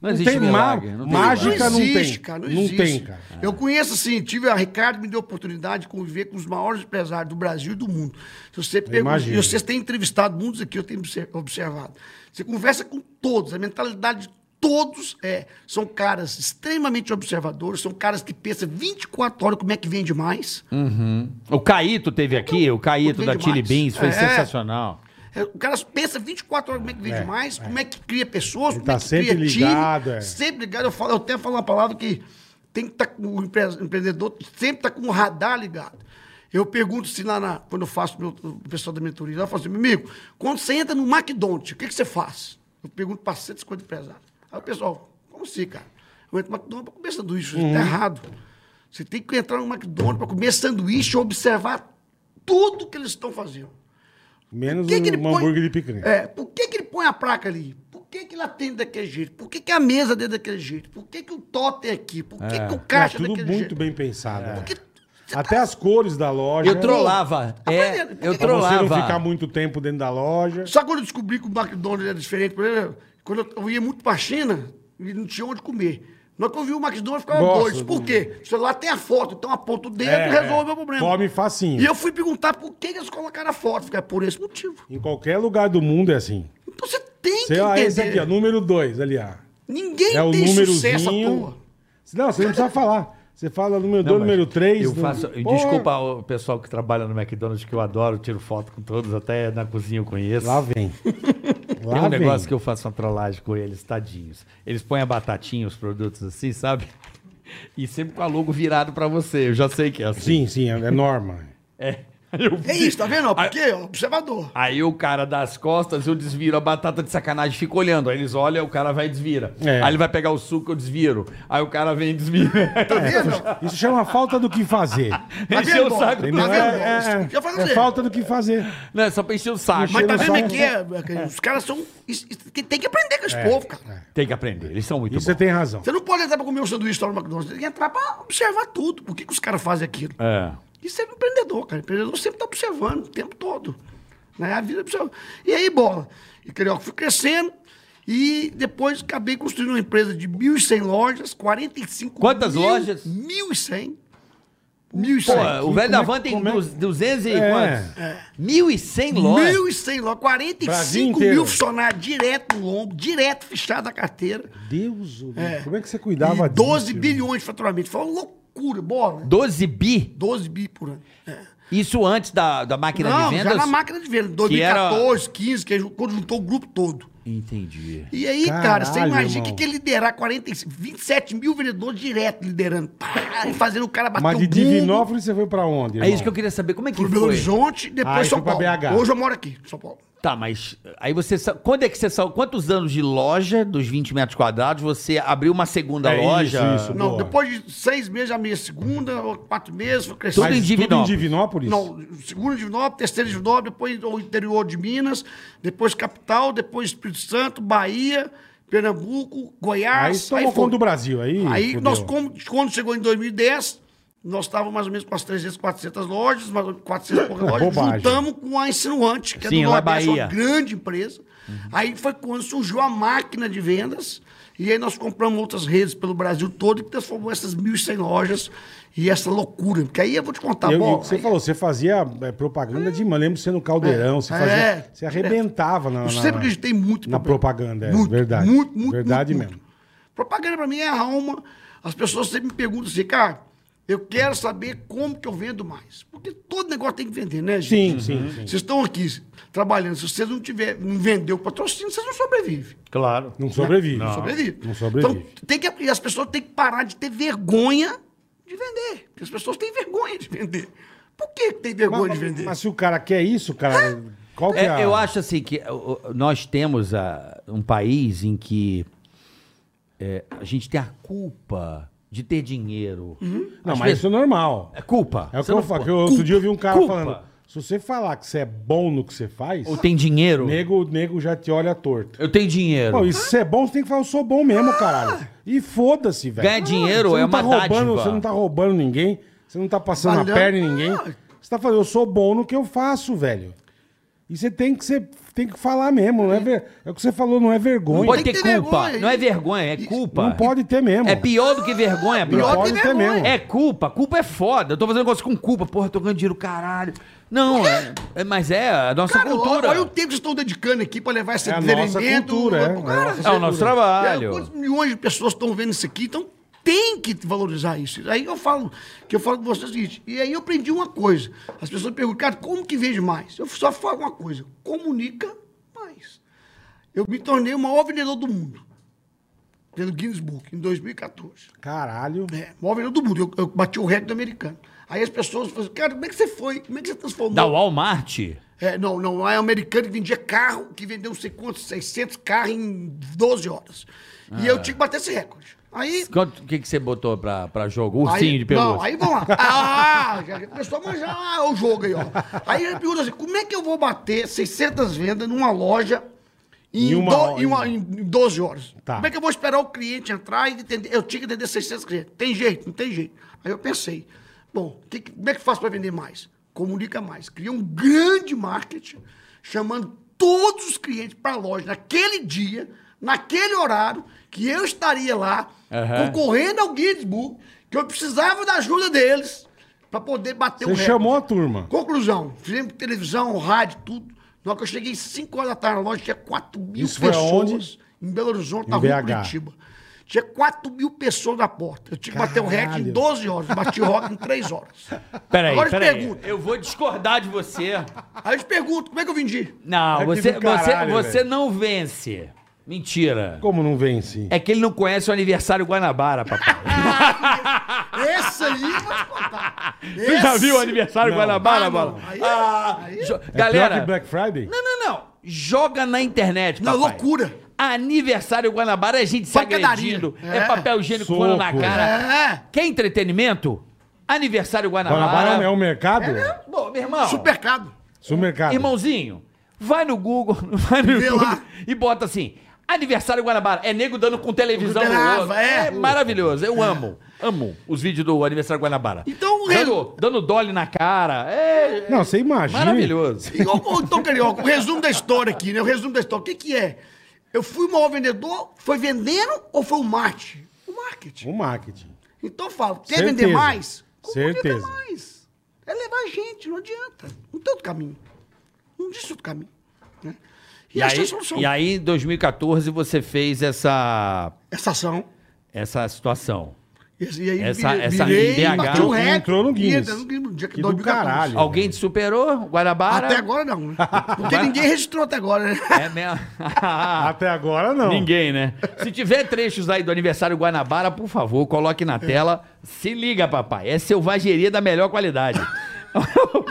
Speaker 8: Não
Speaker 4: Não
Speaker 8: existe
Speaker 4: tem
Speaker 8: milagre.
Speaker 4: ma-
Speaker 8: Não tem milagre.
Speaker 4: mágica. Dica não tem.
Speaker 6: cara.
Speaker 4: Não
Speaker 6: existe.
Speaker 4: tem, cara.
Speaker 6: Eu conheço, assim, tive a Ricardo me deu a oportunidade de conviver com os maiores empresários do Brasil e do mundo. Se você pergunta,
Speaker 4: imagino.
Speaker 6: e vocês têm entrevistado muitos aqui, eu tenho obser- observado. Você conversa com todos, a mentalidade de todos é, são caras extremamente observadores, são caras que pensam 24 horas como é que vende mais.
Speaker 8: O Caíto teve aqui, o Caíto
Speaker 6: Bem
Speaker 8: da
Speaker 6: demais.
Speaker 8: Chili Beans, foi
Speaker 6: É.
Speaker 8: sensacional.
Speaker 6: É, O cara pensa 24 horas como é que vende mais, como é que cria
Speaker 4: Ele
Speaker 6: pessoas, como
Speaker 4: tá
Speaker 6: é que
Speaker 4: sempre
Speaker 6: cria time.
Speaker 4: ligado, é.
Speaker 6: Sempre ligado. Eu, falo, eu tá até falo uma palavra que tem que estar com o empre- empreendedor, sempre está com o tá radar ligado. Eu pergunto se lá na, quando eu faço meu, o pessoal da mentoria, lá, eu falo assim, meu amigo, quando você entra no McDonald's, o que, que você faz? Eu pergunto para 150 empresários. Aí o pessoal, como assim, cara? Eu entro no McDonald's para comer sanduíche,
Speaker 4: Uhum.
Speaker 6: isso tá errado. Você tem que entrar no McDonald's para comer sanduíche e observar tudo que eles estão fazendo.
Speaker 4: Menos
Speaker 6: Por que que ele
Speaker 4: um
Speaker 6: põe-
Speaker 4: hambúrguer de picanha.
Speaker 6: É, por que, que ele põe a placa ali? Por que, que ela tem daquele jeito? Por que, que a mesa dele é daquele jeito? Por que, que o totem é aqui? Por que, que o caixa
Speaker 4: É
Speaker 6: é
Speaker 4: tudo
Speaker 6: daquele
Speaker 4: muito
Speaker 6: jeito? É.
Speaker 4: bem pensado. né?
Speaker 6: Porque
Speaker 4: Até as cores da loja.
Speaker 8: Eu trollava.
Speaker 6: Tá
Speaker 8: É,
Speaker 6: maneiro.
Speaker 8: eu
Speaker 4: Pra você não ficar
Speaker 8: trollava.
Speaker 4: muito tempo dentro da loja.
Speaker 6: Só quando eu descobri que o McDonald's era diferente, por exemplo, quando eu, eu ia muito pra China e não tinha onde comer. Na hora que eu vi o McDonald's, eu ficava
Speaker 4: Gosto
Speaker 6: doido. Por
Speaker 4: do-
Speaker 6: quê? O celular tem a foto, então aponta o dedo
Speaker 4: É,
Speaker 6: e resolve o
Speaker 4: é.
Speaker 6: meu problema.
Speaker 4: Come facinho.
Speaker 6: E eu fui perguntar por que que eles colocaram a foto. Fica por esse motivo.
Speaker 4: Em qualquer lugar do mundo é assim.
Speaker 6: Então você tem
Speaker 4: Você,
Speaker 6: que
Speaker 4: ó,
Speaker 6: entender.
Speaker 4: esse aqui, ó, número 2, ali, ó.
Speaker 6: Ninguém
Speaker 4: É o
Speaker 6: tem sucesso à
Speaker 4: númerozinho.
Speaker 6: toa.
Speaker 4: Não, você não precisa falar. Você fala número 2, número 3.
Speaker 3: Eu faço. Desculpa o pessoal que trabalha no McDonald's, que eu adoro, tiro foto com todos, até na cozinha eu conheço.
Speaker 4: Lá vem. Lá
Speaker 3: [LAUGHS] Tem um
Speaker 4: vem.
Speaker 3: negócio que eu faço uma trollagem com eles, tadinhos. Eles põem a batatinha, os produtos assim, sabe? E sempre com a logo virado pra você. Eu já sei que é assim.
Speaker 4: Sim, sim, é é norma.
Speaker 3: É. Aí eu-
Speaker 6: É isso, tá vendo?
Speaker 3: Ah,
Speaker 6: ó? Por quê? Ó, Observador.
Speaker 3: Aí o cara das costas, eu desviro a batata de sacanagem, fico olhando. Aí eles olham, o cara vai e desvira.
Speaker 4: É.
Speaker 3: Aí ele vai pegar o suco, eu desviro. Aí o cara vem e
Speaker 4: [LAUGHS]
Speaker 3: desvira.
Speaker 6: Tá vendo?
Speaker 4: Isso chama falta do que
Speaker 6: [LAUGHS]
Speaker 4: fazer.
Speaker 3: Encheu o
Speaker 6: bom?
Speaker 3: saco.
Speaker 4: Entendeu?
Speaker 6: Tá
Speaker 4: É,
Speaker 6: vendo?
Speaker 4: é,
Speaker 6: Já
Speaker 4: é
Speaker 6: falei pra você.
Speaker 4: falta do que fazer.
Speaker 6: Tá
Speaker 3: Não, é só pra encher o saco.
Speaker 6: Mas tá
Speaker 4: Cheira
Speaker 6: vendo
Speaker 4: só-
Speaker 6: aqui? é- é- Os caras são. isso- isso- Tem tem que aprender com esse povo, cara.
Speaker 3: Tem que aprender, eles são muito
Speaker 4: Isso é você
Speaker 3: bons.
Speaker 4: tem razão.
Speaker 6: Você não pode entrar pra comer um sanduíche lá no McDonald's. Você tem que entrar pra observar tudo. Por que, que os caras fazem aquilo?
Speaker 3: É.
Speaker 6: Isso é empreendedor, cara. empreendedor sempre tá observando o tempo todo. Né? A vida observa. E aí, bola. E Carioca, fui crescendo. E depois acabei construindo uma empresa de 1.100 lojas, 45
Speaker 3: Quantas
Speaker 6: mil-
Speaker 3: lojas?
Speaker 6: 1.100.
Speaker 3: Pô,
Speaker 6: 1.100.
Speaker 3: o velho
Speaker 4: como
Speaker 3: da
Speaker 4: é-
Speaker 3: van tem
Speaker 4: como é-
Speaker 3: du- 200 e
Speaker 4: É.
Speaker 3: quantos? 1.100 lojas?
Speaker 6: 1.100 lojas, 45
Speaker 4: Brasil inteiro.
Speaker 6: mil funcionários, direto no lombo, direto fechado da carteira.
Speaker 4: Deus, ô, como é que você
Speaker 6: E
Speaker 4: cuidava
Speaker 6: 12
Speaker 4: disso, né? irmão?
Speaker 6: bilhões de faturamento. Foi uma loucura, bola.
Speaker 3: 12 bi?
Speaker 6: 12 bi por ano. É.
Speaker 3: Isso antes da, da máquina
Speaker 6: Não,
Speaker 3: de vendas?
Speaker 6: já na máquina de venda, 2014, 15, que ju- quando juntou o grupo todo.
Speaker 3: Entendi.
Speaker 4: É
Speaker 6: E aí,
Speaker 4: Caralho,
Speaker 6: cara, você imagina o
Speaker 4: irmão.
Speaker 6: que, que é liderar 45, 27 mil vendedores direto liderando. Pá, e fazendo o cara bater
Speaker 4: Mas
Speaker 6: o
Speaker 4: de
Speaker 6: bumbo.
Speaker 4: Divinópolis você foi pra onde?
Speaker 3: É isso que eu queria saber. Como é que
Speaker 6: Pro Belo
Speaker 3: foi?
Speaker 6: Horizonte,
Speaker 4: Ah,
Speaker 6: depois
Speaker 4: aí
Speaker 6: São
Speaker 4: foi pra
Speaker 6: Paulo.
Speaker 4: BH.
Speaker 6: Hoje eu moro aqui, São Paulo.
Speaker 3: Tá, mas aí você. sa- Quando é que você saiu? Quantos anos de loja dos 20 metros quadrados você abriu uma segunda
Speaker 4: É isso,
Speaker 3: loja?
Speaker 4: isso.
Speaker 6: Não,
Speaker 4: Boa.
Speaker 6: depois de seis meses, a minha segunda, ou quatro meses, foi crescendo.
Speaker 3: Tudo em Divinópolis.
Speaker 4: Divinópolis?
Speaker 6: Não, segundo Divinópolis, terceiro Divinópolis, depois o interior de Minas, depois capital, depois Espírito Santo, Bahia, Pernambuco,
Speaker 4: Aí
Speaker 6: Goiás.
Speaker 4: tomou
Speaker 6: foi.
Speaker 4: conta do Brasil. Aí,
Speaker 6: Aí
Speaker 4: fudeu.
Speaker 6: nós, como- quando chegou em 2010, nós estávamos mais ou menos com as 300, 400 lojas, mais ou menos 400 e
Speaker 4: [LAUGHS]
Speaker 6: poucas lojas,
Speaker 4: Bobagem.
Speaker 6: juntamos com a Insinuante, que
Speaker 3: Sim,
Speaker 6: é do
Speaker 3: lá
Speaker 6: Nordeste,
Speaker 3: Bahia.
Speaker 6: uma grande empresa.
Speaker 4: Uhum.
Speaker 6: Aí foi quando surgiu a máquina de vendas, e aí nós compramos outras redes pelo Brasil todo, que transformou essas 1.100 lojas e essa loucura. Porque aí eu vou te contar,
Speaker 4: E eu- e
Speaker 6: Tá bom,
Speaker 4: o que você
Speaker 6: aí-
Speaker 4: falou, você fazia é, propaganda de mano. Lembro você no caldeirão, você
Speaker 6: É,
Speaker 4: fazia.
Speaker 6: é.
Speaker 4: você arrebentava na.
Speaker 6: Eu
Speaker 4: na-
Speaker 6: sempre acreditei muito em
Speaker 4: na propaganda, é, verdade.
Speaker 6: Muito, muito,
Speaker 4: Verdade
Speaker 6: muito,
Speaker 4: mesmo.
Speaker 6: muito. Propaganda pra mim é a alma. As pessoas sempre me perguntam assim, cara, eu quero saber como que eu vendo mais. Porque todo negócio tem que vender, né,
Speaker 4: Sim,
Speaker 6: gente?
Speaker 4: sim, sim.
Speaker 6: Vocês estão aqui trabalhando. Se vocês não tiver, não vender o patrocínio, vocês não sobrevivem.
Speaker 3: Claro.
Speaker 4: Ah, Não sobrevive.
Speaker 6: Não sobrevive.
Speaker 4: Não sobrevive.
Speaker 6: Então, tem que, e as pessoas têm que parar de ter vergonha de vender. Porque as pessoas têm vergonha de vender. Por que que tem vergonha
Speaker 4: mas,
Speaker 6: de vender? Ah!
Speaker 4: mas se o cara quer isso, cara, qual que é, a-
Speaker 3: É, eu acho assim que ó, ó, nós temos ah, um país em que é, a gente tem a culpa de ter dinheiro.
Speaker 4: Não,
Speaker 3: Às
Speaker 4: mas
Speaker 3: vezes-
Speaker 4: isso é normal.
Speaker 3: É culpa.
Speaker 4: É o que
Speaker 3: Você
Speaker 4: eu
Speaker 3: não-
Speaker 4: falo. que eu- outro
Speaker 3: culpa,
Speaker 4: dia eu vi um cara
Speaker 3: culpa.
Speaker 4: falando. Se você falar que você é bom no que você faz,
Speaker 3: Ou tem dinheiro.
Speaker 4: o nego, o nego já te olha torto.
Speaker 3: Eu tenho dinheiro.
Speaker 4: Pô, e se você é bom, você tem que falar, eu sou bom mesmo, caralho. E foda-se, velho.
Speaker 3: Ganhar dinheiro
Speaker 4: Você não
Speaker 3: é uma
Speaker 4: roubando,
Speaker 3: dádiva.
Speaker 4: Você não tá roubando ninguém, você não tá passando a
Speaker 6: Valeu.
Speaker 4: perna em ninguém. Você tá falando, eu sou bom no que eu faço, velho. E você tem que, ser, tem que falar mesmo, não é, ver, é o que você falou, não é vergonha.
Speaker 3: Não
Speaker 4: Não
Speaker 3: pode
Speaker 4: pode,
Speaker 6: Tem
Speaker 3: ter
Speaker 6: que
Speaker 3: culpa.
Speaker 6: ter vergonha.
Speaker 3: Não é vergonha, é culpa.
Speaker 4: ter mesmo.
Speaker 3: É pior do que vergonha,
Speaker 4: Não
Speaker 3: brother.
Speaker 6: que
Speaker 4: pode ter
Speaker 6: vergonha.
Speaker 4: mesmo.
Speaker 3: É culpa. Culpa é foda. Eu tô fazendo negócio com culpa. Porra, tô ganhando dinheiro, caralho. Não, é, é- mas é a nossa
Speaker 6: Cara,
Speaker 3: cultura.
Speaker 6: olha o tempo que vocês estão dedicando aqui para levar esse
Speaker 4: É a nossa
Speaker 6: entretenimento.
Speaker 4: cultura, é.
Speaker 6: Cara,
Speaker 4: É a nossa
Speaker 3: É o nosso trabalho.
Speaker 6: é, Quantos milhões de pessoas estão vendo isso aqui? Então tem que valorizar isso. Aí eu falo, que eu falo com você o seguinte, e aí eu aprendi uma coisa. As pessoas perguntam, cara, como que vende mais? Eu só falo uma coisa, comunica mais. Eu me tornei o maior vendedor do mundo. Pelo Guinness Book, em 2014.
Speaker 4: Caralho.
Speaker 6: né? É, o maior vendedor do mundo. Eu, eu bati o recorde do americano. Aí as pessoas falam, cara, como é que você foi? Como é que você transformou?
Speaker 3: Da Walmart?
Speaker 6: É, não, não, lá é um americano que vendia carro, que vendeu não sei quantos, 600 carros em 12 horas. E eu tinha que bater esse recorde. Aí.
Speaker 3: Quanto- O que, que você botou pra, pra jogo?
Speaker 6: aí-
Speaker 3: Ursinho de pelúcia.
Speaker 6: Não, aí vamos lá. Ah, já começou a manjar ah, o jogo aí, ó. Aí ele pergunta assim: como é que eu vou bater 600 vendas numa loja em,
Speaker 4: Em uma
Speaker 6: do-
Speaker 4: hora.
Speaker 6: em uma- em 12 horas?
Speaker 4: Tá.
Speaker 6: Como é que eu vou esperar o cliente entrar e entender? Eu tinha que entender 600 clientes. Tem jeito, não tem jeito. Aí eu pensei: bom, que que- como é que eu faço para vender mais? Comunica mais. Cria um grande marketing chamando todos os clientes para a loja naquele dia, naquele horário que eu estaria lá concorrendo ao Guinness que eu precisava da ajuda deles para poder
Speaker 4: Você
Speaker 6: bater o recorde.
Speaker 4: chamou a turma.
Speaker 6: Conclusão, fizemos televisão, rádio, tudo. Na hora que eu cheguei às 5 horas da tarde na loja, tinha 4 mil
Speaker 4: Isso foi
Speaker 6: pessoas.
Speaker 4: aonde?
Speaker 6: Em Belo Horizonte,
Speaker 4: Em
Speaker 6: na rua
Speaker 4: BH.
Speaker 6: Curitiba. Tinha 4 mil pessoas na porta. Eu tinha que bater o recorde
Speaker 4: Caralho.
Speaker 6: em 12 horas. Bati o recorde em 3 horas.
Speaker 3: Peraí,
Speaker 6: Agora eu te
Speaker 3: peraí.
Speaker 6: pergunto.
Speaker 3: Eu vou discordar de você.
Speaker 6: Aí eu te pergunto, como é que eu vendi?
Speaker 3: Não,
Speaker 4: É que
Speaker 3: você,
Speaker 4: do caralho,
Speaker 3: você, você
Speaker 4: velho.
Speaker 3: não vence. Mentira.
Speaker 4: Como não vence?
Speaker 3: É que ele não conhece o aniversário Guanabara, papai.
Speaker 6: Essa aí, eu vou
Speaker 4: [LAUGHS]
Speaker 6: te contar.
Speaker 3: Você já
Speaker 6: Essa-
Speaker 3: viu o aniversário
Speaker 4: Não.
Speaker 3: Guanabara,
Speaker 6: Ah,
Speaker 3: mano?
Speaker 6: não. Aí- aí-
Speaker 3: jo-
Speaker 4: É pior
Speaker 3: Galera,
Speaker 4: que Black Friday?
Speaker 3: não, não, não. Joga na internet,
Speaker 6: Não,
Speaker 3: papai.
Speaker 6: loucura.
Speaker 3: Aniversário Guanabara é gente se
Speaker 6: Pancadaria.
Speaker 3: agredindo. É,
Speaker 6: É.
Speaker 3: papel higiênico
Speaker 4: Soco.
Speaker 3: voando na cara.
Speaker 6: É.
Speaker 3: Quer entretenimento? Aniversário Guanabara.
Speaker 4: Guanabara é um mercado?
Speaker 3: Bom, meu irmão.
Speaker 6: É, Supercado.
Speaker 4: Supermercado.
Speaker 3: Irmãozinho, vai no Google, [LAUGHS] vai no
Speaker 6: Vê
Speaker 3: YouTube
Speaker 6: lá.
Speaker 3: e bota assim: aniversário Guanabara. É nego dando com televisão
Speaker 6: Com
Speaker 3: no outro.
Speaker 6: garrafa, é.
Speaker 3: É maravilhoso. Eu amo. Amo os vídeos do aniversário Guanabara.
Speaker 6: Então,
Speaker 3: dando, dando dolly na cara. É
Speaker 4: Não, você imagina.
Speaker 3: maravilhoso.
Speaker 6: E ô, ô, Tom Carioca, o resumo da história aqui, né? O resumo da história. O que, que é? Eu fui o maior vendedor, foi vendendo ou foi o marketing? O marketing.
Speaker 4: O marketing.
Speaker 6: Então eu falo, quer
Speaker 4: Certeza.
Speaker 6: vender mais? Comunica
Speaker 4: Certeza.
Speaker 6: mais. É levar gente, não adianta. Não tem outro caminho. Não existe outro caminho. né? E,
Speaker 3: E
Speaker 6: essa é
Speaker 3: aí,
Speaker 6: a solução.
Speaker 3: e aí, em 2014, você fez essa,
Speaker 6: Essa ação.
Speaker 3: essa situação.
Speaker 6: E e aí
Speaker 3: Essa-
Speaker 6: virei-
Speaker 3: essa
Speaker 6: virei,
Speaker 3: IBH
Speaker 6: bati um
Speaker 3: entrou-
Speaker 6: recorde.
Speaker 4: entrou no Guinness.
Speaker 6: Entrou no no dia que
Speaker 4: Que do
Speaker 6: 2014.
Speaker 4: caralho.
Speaker 3: Alguém te superou? Guanabara?
Speaker 6: Até agora não,
Speaker 3: [LAUGHS]
Speaker 6: né? Porque ninguém registrou até agora, né?
Speaker 3: É mesmo. [LAUGHS]
Speaker 4: Até agora não.
Speaker 3: Ah. Ninguém, né? Se tiver trechos aí do aniversário Guanabara, por favor, coloque na tela. Se liga, papai. É selvageria da melhor [LAUGHS] qualidade.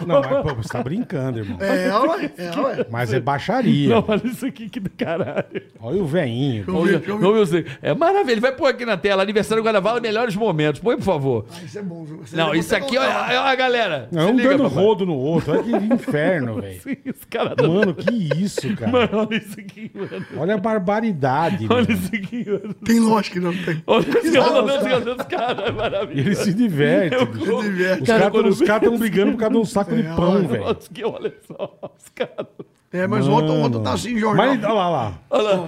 Speaker 4: Não, mas pô, você tá brincando, irmão.
Speaker 6: É, ué. É, ué.
Speaker 4: Mas é baixaria.
Speaker 3: Não, olha isso aqui que do caralho.
Speaker 4: Olha o veinho.
Speaker 6: vi,
Speaker 3: Olha,
Speaker 6: eu vi.
Speaker 3: não, eu sei. É maravilha. Ele vai pôr aqui na tela. Aniversário Guanabara, melhores momentos. Põe, por favor.
Speaker 6: Ah, Isso é bom, viu? Você
Speaker 3: Não, tá É
Speaker 6: levou
Speaker 3: isso
Speaker 6: até
Speaker 3: aqui,
Speaker 6: bom.
Speaker 3: olha, olha, galera.
Speaker 4: Não,
Speaker 3: se
Speaker 4: um
Speaker 3: liga,
Speaker 4: dando
Speaker 3: papai. [LAUGHS]
Speaker 4: rodo no outro. Olha que inferno, velho.
Speaker 3: Esse cara tá...
Speaker 4: Mano, que isso, cara.
Speaker 3: Mano, olha isso aqui, mano.
Speaker 4: Olha a barbaridade.
Speaker 3: Olha
Speaker 4: mano.
Speaker 3: isso aqui, mano.
Speaker 6: [LAUGHS] Tem lógica, não tem.
Speaker 3: Olha esse cara, olha esse cara, olha esse cara. É
Speaker 4: E
Speaker 3: maravilhoso.
Speaker 4: ele se diverte.
Speaker 6: É
Speaker 4: bicho.
Speaker 3: Eu-
Speaker 6: diverte.
Speaker 4: Os
Speaker 3: Cara,
Speaker 4: caras
Speaker 3: quando-
Speaker 4: estão brigando por causa de um saco de pão, velho.
Speaker 3: Nossa, que olha só, os caras.
Speaker 6: É, mas ontem, ontem tá assim, jornal.
Speaker 4: Mas olha lá, lá.
Speaker 3: Olha lá.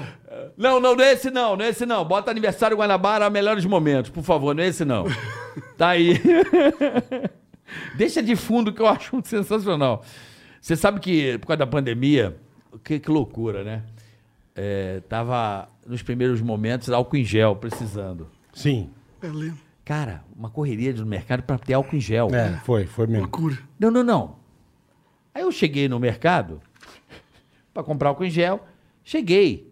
Speaker 3: Não, não, não é esse não, não é esse não. Bota aniversário Guanabara, melhores momentos, por favor, não é esse [LAUGHS] não. Tá aí. [LAUGHS] Deixa de fundo que eu acho sensacional. Você sabe que por causa da pandemia, que, que loucura, né? É, tava nos primeiros momentos álcool em gel precisando.
Speaker 4: Sim.
Speaker 6: Eu lembro.
Speaker 3: Cara, uma correria no mercado pra ter álcool em gel.
Speaker 4: É, foi, foi mesmo.
Speaker 6: Loucura.
Speaker 3: Não, não, não. Aí eu cheguei no mercado [LAUGHS] pra comprar álcool em gel. Cheguei.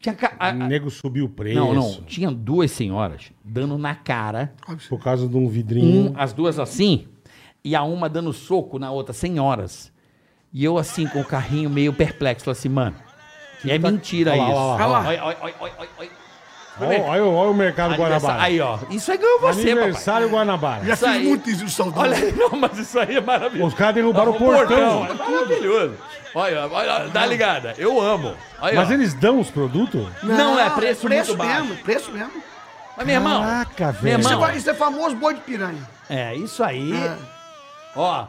Speaker 3: Tinha ca- a- a-
Speaker 4: O nego subiu o preço.
Speaker 3: Não, não. Tinha duas senhoras dando na cara.
Speaker 4: Por causa de um vidrinho.
Speaker 3: Um, as duas assim. E a uma dando soco na outra, senhoras. E eu assim, com o carrinho meio perplexo. Falei assim, mano, é mentira
Speaker 4: tá-" Olha
Speaker 3: isso.
Speaker 4: lá, olha lá,
Speaker 3: Olha, olha, olha, olha, olha, olha.
Speaker 4: Olha, olha o- olha o mercado
Speaker 3: Aniversário-
Speaker 4: Guanabara.
Speaker 3: Aí, ó. Isso aí ganhou você, papai.
Speaker 4: Aniversário Guanabara.
Speaker 6: Já
Speaker 3: Isso
Speaker 6: fiz
Speaker 3: aí.
Speaker 6: muito isso de saudade.
Speaker 3: Olha, [LAUGHS] não, mas isso aí é maravilhoso.
Speaker 4: Os caras derrubaram o portão. Ah.
Speaker 3: é maravilhoso. Olha, olha, olha, dá ligada. Eu amo. Olha,
Speaker 4: Mas
Speaker 3: ó.
Speaker 4: eles dão os produtos?
Speaker 3: Não, é preço,
Speaker 6: preço
Speaker 3: muito baixo.
Speaker 6: mesmo, preço mesmo.
Speaker 3: Mas, meu irmão...
Speaker 4: Caraca,
Speaker 3: meu
Speaker 4: velho.
Speaker 6: Isso é,
Speaker 3: irmão,
Speaker 6: fa- isso é famoso boi de piranha.
Speaker 3: é, isso aí...
Speaker 6: É.
Speaker 3: Ó, ó,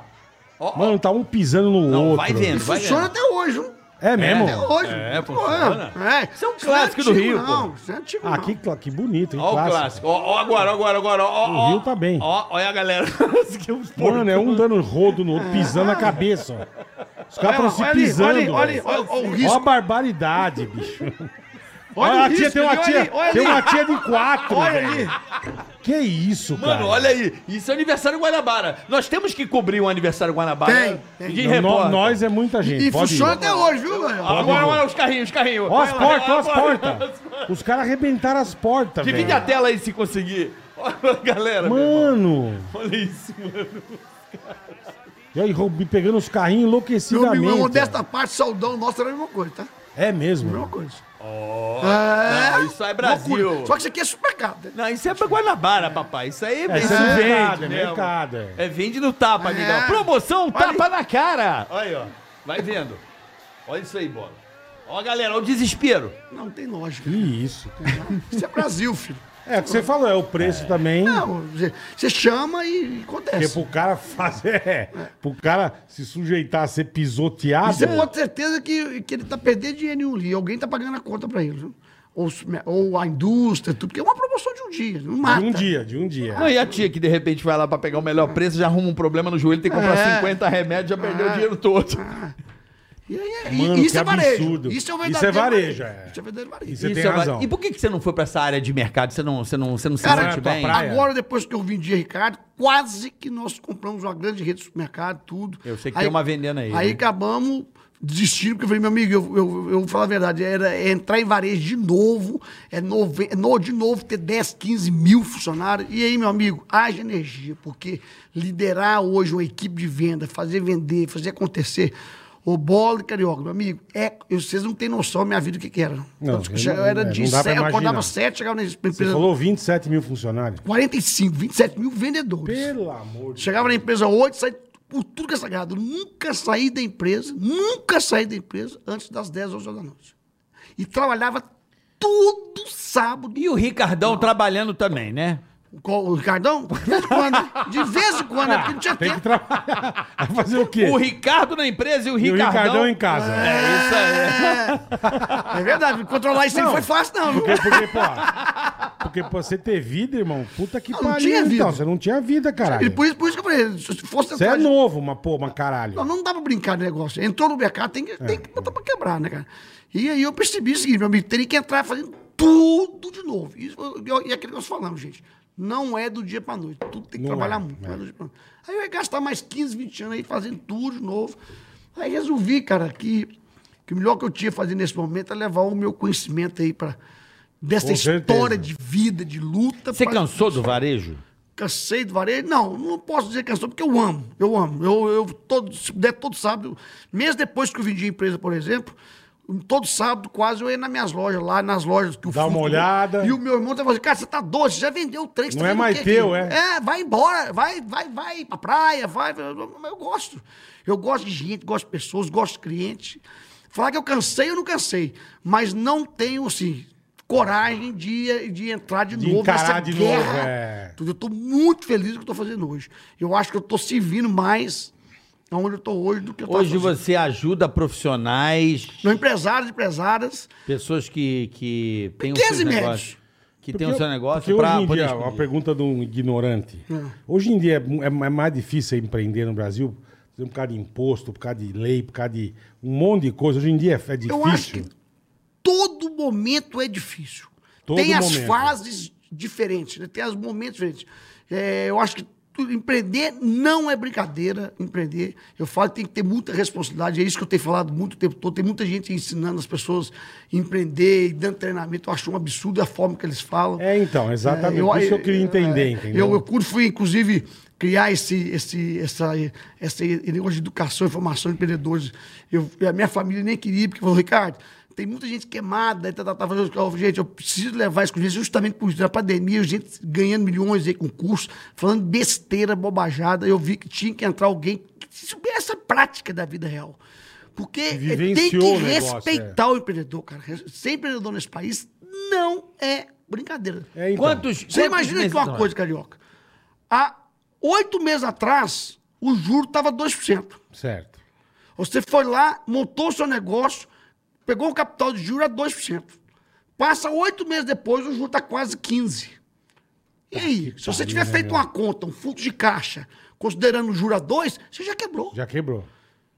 Speaker 3: ó.
Speaker 4: Ah. Mano, tá um pisando no
Speaker 3: Não,
Speaker 4: outro.
Speaker 3: vai vendo, vai
Speaker 6: Funciona
Speaker 3: vendo.
Speaker 6: até hoje, viu?
Speaker 4: É mesmo?
Speaker 6: Até hoje.
Speaker 3: É,
Speaker 6: Pô,
Speaker 3: funciona.
Speaker 6: É.
Speaker 3: Isso é um
Speaker 6: Isso
Speaker 3: clássico do
Speaker 6: antigo,
Speaker 3: Rio,
Speaker 6: Não,
Speaker 3: pô.
Speaker 6: isso é antigo,
Speaker 4: Ah,
Speaker 6: não.
Speaker 4: que, cla- que bonito, hein?
Speaker 3: Ó o clássico. Ó, ó agora, ó agora, agora. Ó,
Speaker 4: O
Speaker 3: ó,
Speaker 4: Rio tá bem.
Speaker 3: Ó, olha a galera. [LAUGHS] Que um
Speaker 4: Mano, é um dando rodo no outro, pisando na cabeça. ó. Os caras
Speaker 6: Ah. Olha,
Speaker 4: estão se
Speaker 6: olha ali,
Speaker 4: pisando.
Speaker 6: olha ali, olha ali,
Speaker 4: velho.
Speaker 6: olha- olha o
Speaker 4: Ó a
Speaker 6: risco.
Speaker 4: barbaridade, bicho. Olha,
Speaker 6: o
Speaker 4: a tia,
Speaker 6: risco,
Speaker 4: tem uma
Speaker 6: olha
Speaker 4: tia,
Speaker 6: ali, olha
Speaker 4: tem
Speaker 6: ali.
Speaker 4: uma tia de quatro,
Speaker 6: Olha
Speaker 4: velho.
Speaker 6: ali.
Speaker 4: Que isso, cara?
Speaker 3: Mano, olha aí. Isso é aniversário Guanabara. Nós temos que cobrir um aniversário Guanabara.
Speaker 6: Tem, tem.
Speaker 3: Ninguém
Speaker 4: No-
Speaker 3: reporta.
Speaker 4: nós é muita gente.
Speaker 6: E
Speaker 4: pode ir.
Speaker 6: funciona né? até hoje, viu,
Speaker 3: Agora,
Speaker 6: velho?
Speaker 4: Pode ir.
Speaker 3: olha, olha os carrinhos, os carrinhos.
Speaker 4: Ó as
Speaker 3: Vai lá,
Speaker 4: portas, ó
Speaker 3: [LAUGHS]
Speaker 4: as
Speaker 3: vai lá, vai lá.
Speaker 4: portas. Os caras arrebentaram as portas, velho.
Speaker 3: Divide a tela aí se conseguir. [LAUGHS] Olha, galera, meu irmão.
Speaker 4: Mano!
Speaker 3: Olha isso, mano.
Speaker 4: E aí, roub- pegando os carrinhos
Speaker 6: Meu
Speaker 4: enlouquecidamente.
Speaker 6: amigo, é modesta parte, saudão nosso era a mesma coisa, tá?
Speaker 4: É
Speaker 6: A mesma
Speaker 4: mesmo.
Speaker 6: coisa. é,
Speaker 3: não, isso é Brasil.
Speaker 6: loucura. Só que isso aqui é supermercado. né?
Speaker 3: Não, isso é pra Guanabara, papai. Isso aí
Speaker 4: É, isso
Speaker 3: isso
Speaker 4: é mercado,
Speaker 3: vende,
Speaker 4: é
Speaker 3: mesmo.
Speaker 4: mercado. é.
Speaker 3: É vende no tapa,
Speaker 6: É.
Speaker 3: amigão. Promoção tapa na cara. Olha
Speaker 8: Olha aí, ó.
Speaker 3: Vai vendo. Olha isso aí, bola. Ó, galera, olha o desespero.
Speaker 6: Não, tem lógica.
Speaker 4: Que isso.
Speaker 6: Isso é Brasil, filho.
Speaker 4: É o que você falou, é o preço também.
Speaker 6: Não, você- você chama e acontece.
Speaker 4: Porque é pro cara fazer. É, pro cara se sujeitar a ser pisoteado.
Speaker 6: E você pode ter certeza que, que ele está perdendo dinheiro ali. Alguém está pagando a conta para ele. viu? Ou, os- ou a indústria, tudo. Porque é uma promoção de um dia. Não mata.
Speaker 4: De um dia, de um dia.
Speaker 3: Não, e a tia que de repente vai lá pra pegar o melhor preço, já arruma um problema no joelho, tem que comprar
Speaker 6: É.
Speaker 3: 50 remédios, já perdeu o dinheiro todo.
Speaker 6: E, aí-
Speaker 4: Mano,
Speaker 6: e isso
Speaker 4: que
Speaker 6: é varejo.
Speaker 4: absurdo.
Speaker 6: Isso é o
Speaker 4: Isso é
Speaker 6: verdadeiro
Speaker 4: varejo, é.
Speaker 6: Isso é verdadeiro varejo.
Speaker 4: E você
Speaker 3: Isso
Speaker 4: tem
Speaker 3: é va-
Speaker 4: razão.
Speaker 3: E por que, que você não foi pra essa área de mercado? Você não, você não, você não se
Speaker 6: Cara,
Speaker 3: sente
Speaker 4: tua
Speaker 3: bem?
Speaker 4: praia. Ah, é.
Speaker 6: Agora, depois que eu vendi Ricardo, quase que nós compramos uma grande rede de supermercado, tudo.
Speaker 3: Eu sei que tem uma vendendo aí,
Speaker 6: Aí
Speaker 3: né?
Speaker 6: acabamos desistindo, porque eu falei, meu amigo, eu, eu, eu vou falar a verdade, era é entrar em varejo de novo, é nove, é no, de novo ter 10, 15 mil funcionários. E aí, meu amigo, haja energia, porque liderar hoje uma equipe de venda, fazer vender, fazer acontecer. O bola e carioca, meu amigo, é, eu- vocês não têm noção da minha vida o que, que era.
Speaker 4: Não,
Speaker 6: eu,
Speaker 4: eu não-
Speaker 6: era
Speaker 4: é,
Speaker 6: de
Speaker 4: não dá pra
Speaker 6: sete, eu acordava
Speaker 4: imaginar.
Speaker 6: sete, chegava na empresa.
Speaker 4: Você falou 27 mil funcionários.
Speaker 6: 45, 27 mil vendedores.
Speaker 4: Pelo amor de
Speaker 6: Chegava na empresa 8, saí por tudo que é sagrado. Nunca saí da empresa, nunca saí da empresa antes das 10, 11 horas da noite. E trabalhava todo sábado.
Speaker 3: E o Ricardão trabalhando também, né?
Speaker 6: Com o Ricardão? De vez em quando. né? De vez em quando, né? porque não tinha
Speaker 4: Ah, Tem que
Speaker 6: tempo.
Speaker 4: trabalhar. Vai fazer o quê?
Speaker 3: O Ricardo na empresa e o
Speaker 4: E o
Speaker 3: Ricardão...
Speaker 4: Ricardão em casa.
Speaker 3: É isso aí.
Speaker 6: É verdade, controlar isso aí não foi fácil, não. viu?
Speaker 4: Porque, porque, pô. Porque pra você ter vida, irmão, puta que
Speaker 6: Não, não
Speaker 4: pariu.
Speaker 6: tinha vida.
Speaker 4: Então, você não tinha vida,
Speaker 6: E
Speaker 4: caralho.
Speaker 6: por isso, por isso que eu falei, se fosse
Speaker 4: Você é
Speaker 6: atrás-
Speaker 4: novo, mas, pô, mas caralho. É.
Speaker 6: Não, não dá pra brincar de negócio. Entrou no mercado, tem que, tem que botar pra quebrar, né, cara? E aí eu percebi o seguinte, meu amigo, teria que entrar fazendo tudo de novo. Isso, eu- e é aquilo que nós falamos, gente. Não é do dia pra noite. Tudo tem que
Speaker 4: Não
Speaker 6: trabalhar
Speaker 4: é,
Speaker 6: muito. não
Speaker 4: é.
Speaker 6: é do dia pra noite. Aí eu ia gastar mais 15, 20 anos aí fazendo tudo de novo. Aí resolvi, cara, que, que o melhor que eu tinha a fazer nesse momento é levar o meu conhecimento aí pra... Dessa
Speaker 4: Com certeza.
Speaker 6: história de vida, de luta.
Speaker 3: Você
Speaker 6: pra-
Speaker 3: cansou do varejo?
Speaker 6: Cansei do varejo? Não, não posso dizer cansou, porque eu amo, eu amo. Eu, eu todo, se puder, todo sábado, mesmo depois que eu vendi a empresa, por exemplo, todo sábado quase eu ia nas minhas lojas, lá nas lojas que o
Speaker 4: Dá uma
Speaker 6: Fusco-
Speaker 4: olhada.
Speaker 6: E o meu irmão tá falando, cara, você tá doce, já vendeu três,
Speaker 4: Não
Speaker 6: tá
Speaker 4: é
Speaker 6: vendo o
Speaker 4: mais
Speaker 6: quê
Speaker 4: teu,
Speaker 6: aqui?"
Speaker 4: é?
Speaker 6: É, vai embora, vai, vai, vai pra praia, vai. vai, Eu, eu gosto. Eu gosto de gente, gosto de pessoas, gosto de cliente. Falar que eu cansei, eu não cansei. Mas não tenho, assim, coragem de, de entrar de,
Speaker 4: De
Speaker 6: novo
Speaker 4: encarar de novo, é.
Speaker 6: tudo. Então, Eu estou muito feliz com o que eu estou fazendo hoje. Eu acho que eu estou servindo mais aonde eu estou hoje do que eu tava
Speaker 3: Hoje
Speaker 6: fazendo.
Speaker 3: você ajuda profissionais,
Speaker 6: São empresários e empresárias.
Speaker 3: pessoas que, que têm o
Speaker 6: é? Pequenos
Speaker 3: seu
Speaker 6: e médios.
Speaker 3: negócio. Que têm
Speaker 4: Porque-
Speaker 3: o seu negócio
Speaker 4: porque
Speaker 3: pra
Speaker 4: hoje em
Speaker 3: poder
Speaker 4: dia, uma
Speaker 3: expandir.
Speaker 4: pergunta de um ignorante. Hoje em dia é, mu- é ma- é mais difícil você empreender no Brasil, por causa de imposto, por causa de lei, por causa de um monte de coisa. Hoje em dia é, é
Speaker 6: Eu acho
Speaker 4: difícil.
Speaker 6: que todo momento é difícil.
Speaker 4: Todo
Speaker 6: Tem as
Speaker 4: momento.
Speaker 6: fases diferentes, né? tem os momentos diferentes. É, eu acho que tu- empreender não é brincadeira, empreender. Eu falo que tem que ter muita responsabilidade, é isso que eu tenho falado muito o tempo todo. Tem muita gente ensinando as pessoas a empreender e dando treinamento. Eu acho um absurdo a forma que eles falam.
Speaker 4: É, então, exatamente. Por isso que eu queria entender,
Speaker 6: é,
Speaker 4: entendeu?
Speaker 6: Eu, eu curto, fui, inclusive, criar esse, esse, essa, essa negócio de educação e formação de empreendedores. Eu, a minha família nem queria, porque falou, Ricardo, tem muita gente queimada, tá, tá, tá, fazendo- eu falei, gente, eu preciso levar isso com gente, justamente por isso, na pandemia, gente ganhando milhões aí com curso, falando besteira, bobajada, eu vi que tinha que entrar alguém que soubesse essa prática da vida real. Porque é, tem que
Speaker 4: Vivenciou o negócio, é.
Speaker 6: respeitar o empreendedor, cara. Ser empreendedor nesse país não é brincadeira.
Speaker 4: É, então.
Speaker 3: Quantos,
Speaker 6: Você
Speaker 3: quantos
Speaker 6: imagina
Speaker 3: meses
Speaker 6: aqui uma
Speaker 3: trabalha?
Speaker 6: coisa, Carioca. Há oito meses atrás, o juro estava 2%.
Speaker 4: Certo.
Speaker 6: Você foi lá, montou o seu negócio, pegou o capital de juro a 2%. Passa oito meses depois, o juro está quase 15%. E aí, se você
Speaker 4: pariu,
Speaker 6: tiver
Speaker 4: né,
Speaker 6: feito
Speaker 4: meu?
Speaker 6: uma conta, um fluxo de caixa, considerando o juro a 2%, você já quebrou.
Speaker 4: Já quebrou.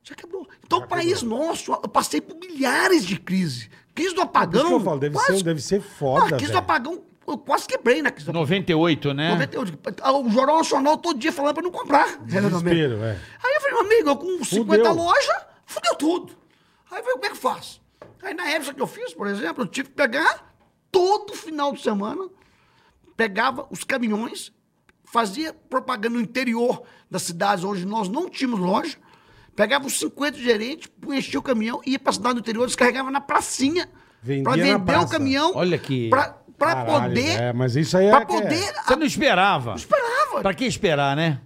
Speaker 6: Já quebrou. Então, o país nosso, eu passei por milhares de crises. Crise do
Speaker 4: Por isso
Speaker 6: apagão.
Speaker 4: que eu falo, deve, ser, deve ser
Speaker 6: Ah,
Speaker 4: foda,
Speaker 6: crise do
Speaker 4: velho.
Speaker 6: apagão, eu quase quebrei na crise do apagão.
Speaker 3: 98,
Speaker 4: É.
Speaker 3: né?
Speaker 6: 98. Ah, O Jornal Nacional todo dia falando pra não comprar.
Speaker 4: Desespero, é.
Speaker 6: Aí eu falei, meu amigo, eu com 50
Speaker 4: Fudeu.
Speaker 6: lojas, fudeu tudo. Aí eu falei, como é que eu faço? Aí na época que eu fiz, por exemplo, eu tive que pegar todo final de semana, pegava os caminhões, fazia propaganda no interior das cidades onde nós não tínhamos loja, pegava os 50 gerentes, punha- enchia o caminhão, ia para a cidade do interior, descarregava na pracinha
Speaker 4: Vendia
Speaker 6: para
Speaker 4: na
Speaker 6: vender o
Speaker 4: praça.
Speaker 6: caminhão.
Speaker 3: Olha que-
Speaker 6: Para
Speaker 4: Caralho,
Speaker 6: poder.
Speaker 4: É, mas isso aí é.
Speaker 6: Para
Speaker 4: que é-
Speaker 6: poder.
Speaker 3: Você não esperava.
Speaker 6: Esperava.
Speaker 3: Pra que esperar, né?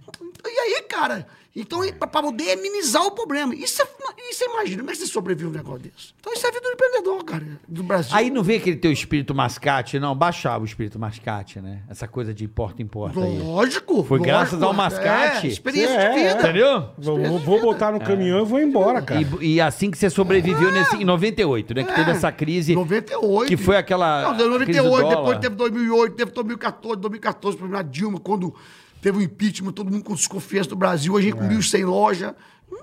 Speaker 6: E aí, cara? Então, para poder minimizar o problema. Isso é, isso é- imagina, como é que você sobrevive a um negócio desse? Então, isso é a vida do empreendedor, cara, do Brasil.
Speaker 3: Aí não vê aquele teu espírito mascate, não. Baixava o espírito mascate, né? Essa coisa de porta em porta aí.
Speaker 6: lógico.
Speaker 3: Foi
Speaker 6: lógico.
Speaker 3: graças ao
Speaker 6: É,
Speaker 3: mascate.
Speaker 6: experiência
Speaker 4: É,
Speaker 6: de vida.
Speaker 4: é.
Speaker 3: Entendeu?
Speaker 4: Vou, vou- vou botar no caminhão e vou embora, cara.
Speaker 3: É. E, e assim que você
Speaker 6: É.
Speaker 3: sobreviveu nesse, em 98, né? Que teve essa crise.
Speaker 6: 98.
Speaker 3: Que foi aquela
Speaker 6: Não, deu
Speaker 3: crise do
Speaker 6: 98,
Speaker 3: dólar.
Speaker 6: depois teve 2008, teve 2014, 2014, primeira Dilma, quando teve o impeachment, todo mundo com desconfiança do Brasil, a
Speaker 3: É.
Speaker 6: gente com 1.100 loja. Hum,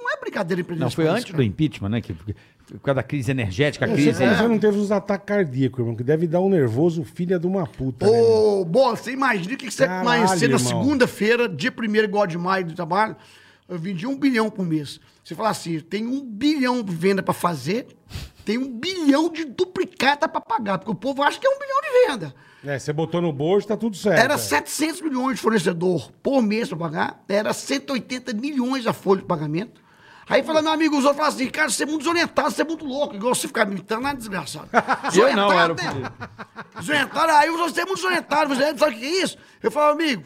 Speaker 6: não é brincadeira empreender
Speaker 3: Não,
Speaker 6: nesse
Speaker 3: foi
Speaker 6: país,
Speaker 3: antes
Speaker 6: cara.
Speaker 3: do impeachment, né? Que, que- por causa da crise energética, a
Speaker 4: É, Você
Speaker 3: crise.
Speaker 4: tá- você não teve uns ataques cardíacos, irmão, que deve dar um nervoso filha de uma puta. né, irmão?
Speaker 6: Ô, bom, você imagina o que que você
Speaker 4: Caralho,
Speaker 6: amanhecer na
Speaker 4: irmão.
Speaker 6: segunda-feira, dia 1 igual de maio do trabalho, eu vendi um bilhão por mês. Você fala assim, tem um bilhão de venda pra fazer, tem um bilhão de duplicata pra pagar, porque o povo acha que é um bilhão de venda.
Speaker 4: É, você botou no bolso, tá tudo certo.
Speaker 6: Era
Speaker 4: é.
Speaker 6: 700 milhões de fornecedor por mês pra pagar, era 180 milhões a folha de pagamento. Aí fala, meu amigo, os outros falam assim, cara, você é muito desorientado, você é muito louco, igual você ficar me imitando, é desgraçado.
Speaker 3: [LAUGHS] Eu não, era um o
Speaker 6: Desorientado, né? Desorientado, aí você é muito desorientado, você sabe o que é isso? Eu falo, amigo,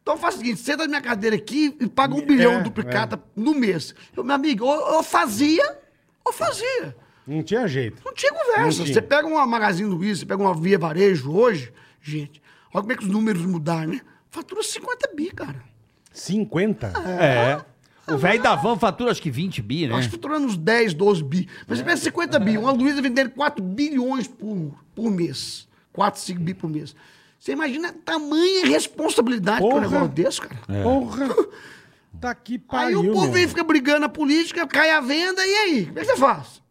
Speaker 6: então faz o seguinte, senta na minha cadeira aqui e paga um
Speaker 3: É,
Speaker 6: bilhão duplicata no mês. Eu, meu amigo, ou eu fazia, ou fazia.
Speaker 4: Não tinha jeito.
Speaker 6: Não tinha conversa.
Speaker 4: Não tinha.
Speaker 6: Você pega uma Magazine Luiza, você pega uma Via Varejo hoje, gente, olha como é que os números mudaram, né? Fatura 50 bi, cara.
Speaker 4: 50?
Speaker 3: É. O velho da van fatura acho que 20 bi, né?
Speaker 6: Acho que faturando uns 10, 12 bi. Mas você pega 50 bi, uma Luiza vendendo 4 bilhões por, por mês. 4, 5 bi por mês. Você imagina a tamanha responsabilidade que é um
Speaker 4: Porra.
Speaker 6: negócio desse, cara.
Speaker 4: Porra! Tá que
Speaker 6: Aí
Speaker 4: pariu,
Speaker 6: o povo
Speaker 4: meu.
Speaker 6: vem e fica brigando na política, cai a venda, e aí? Como é que você faz?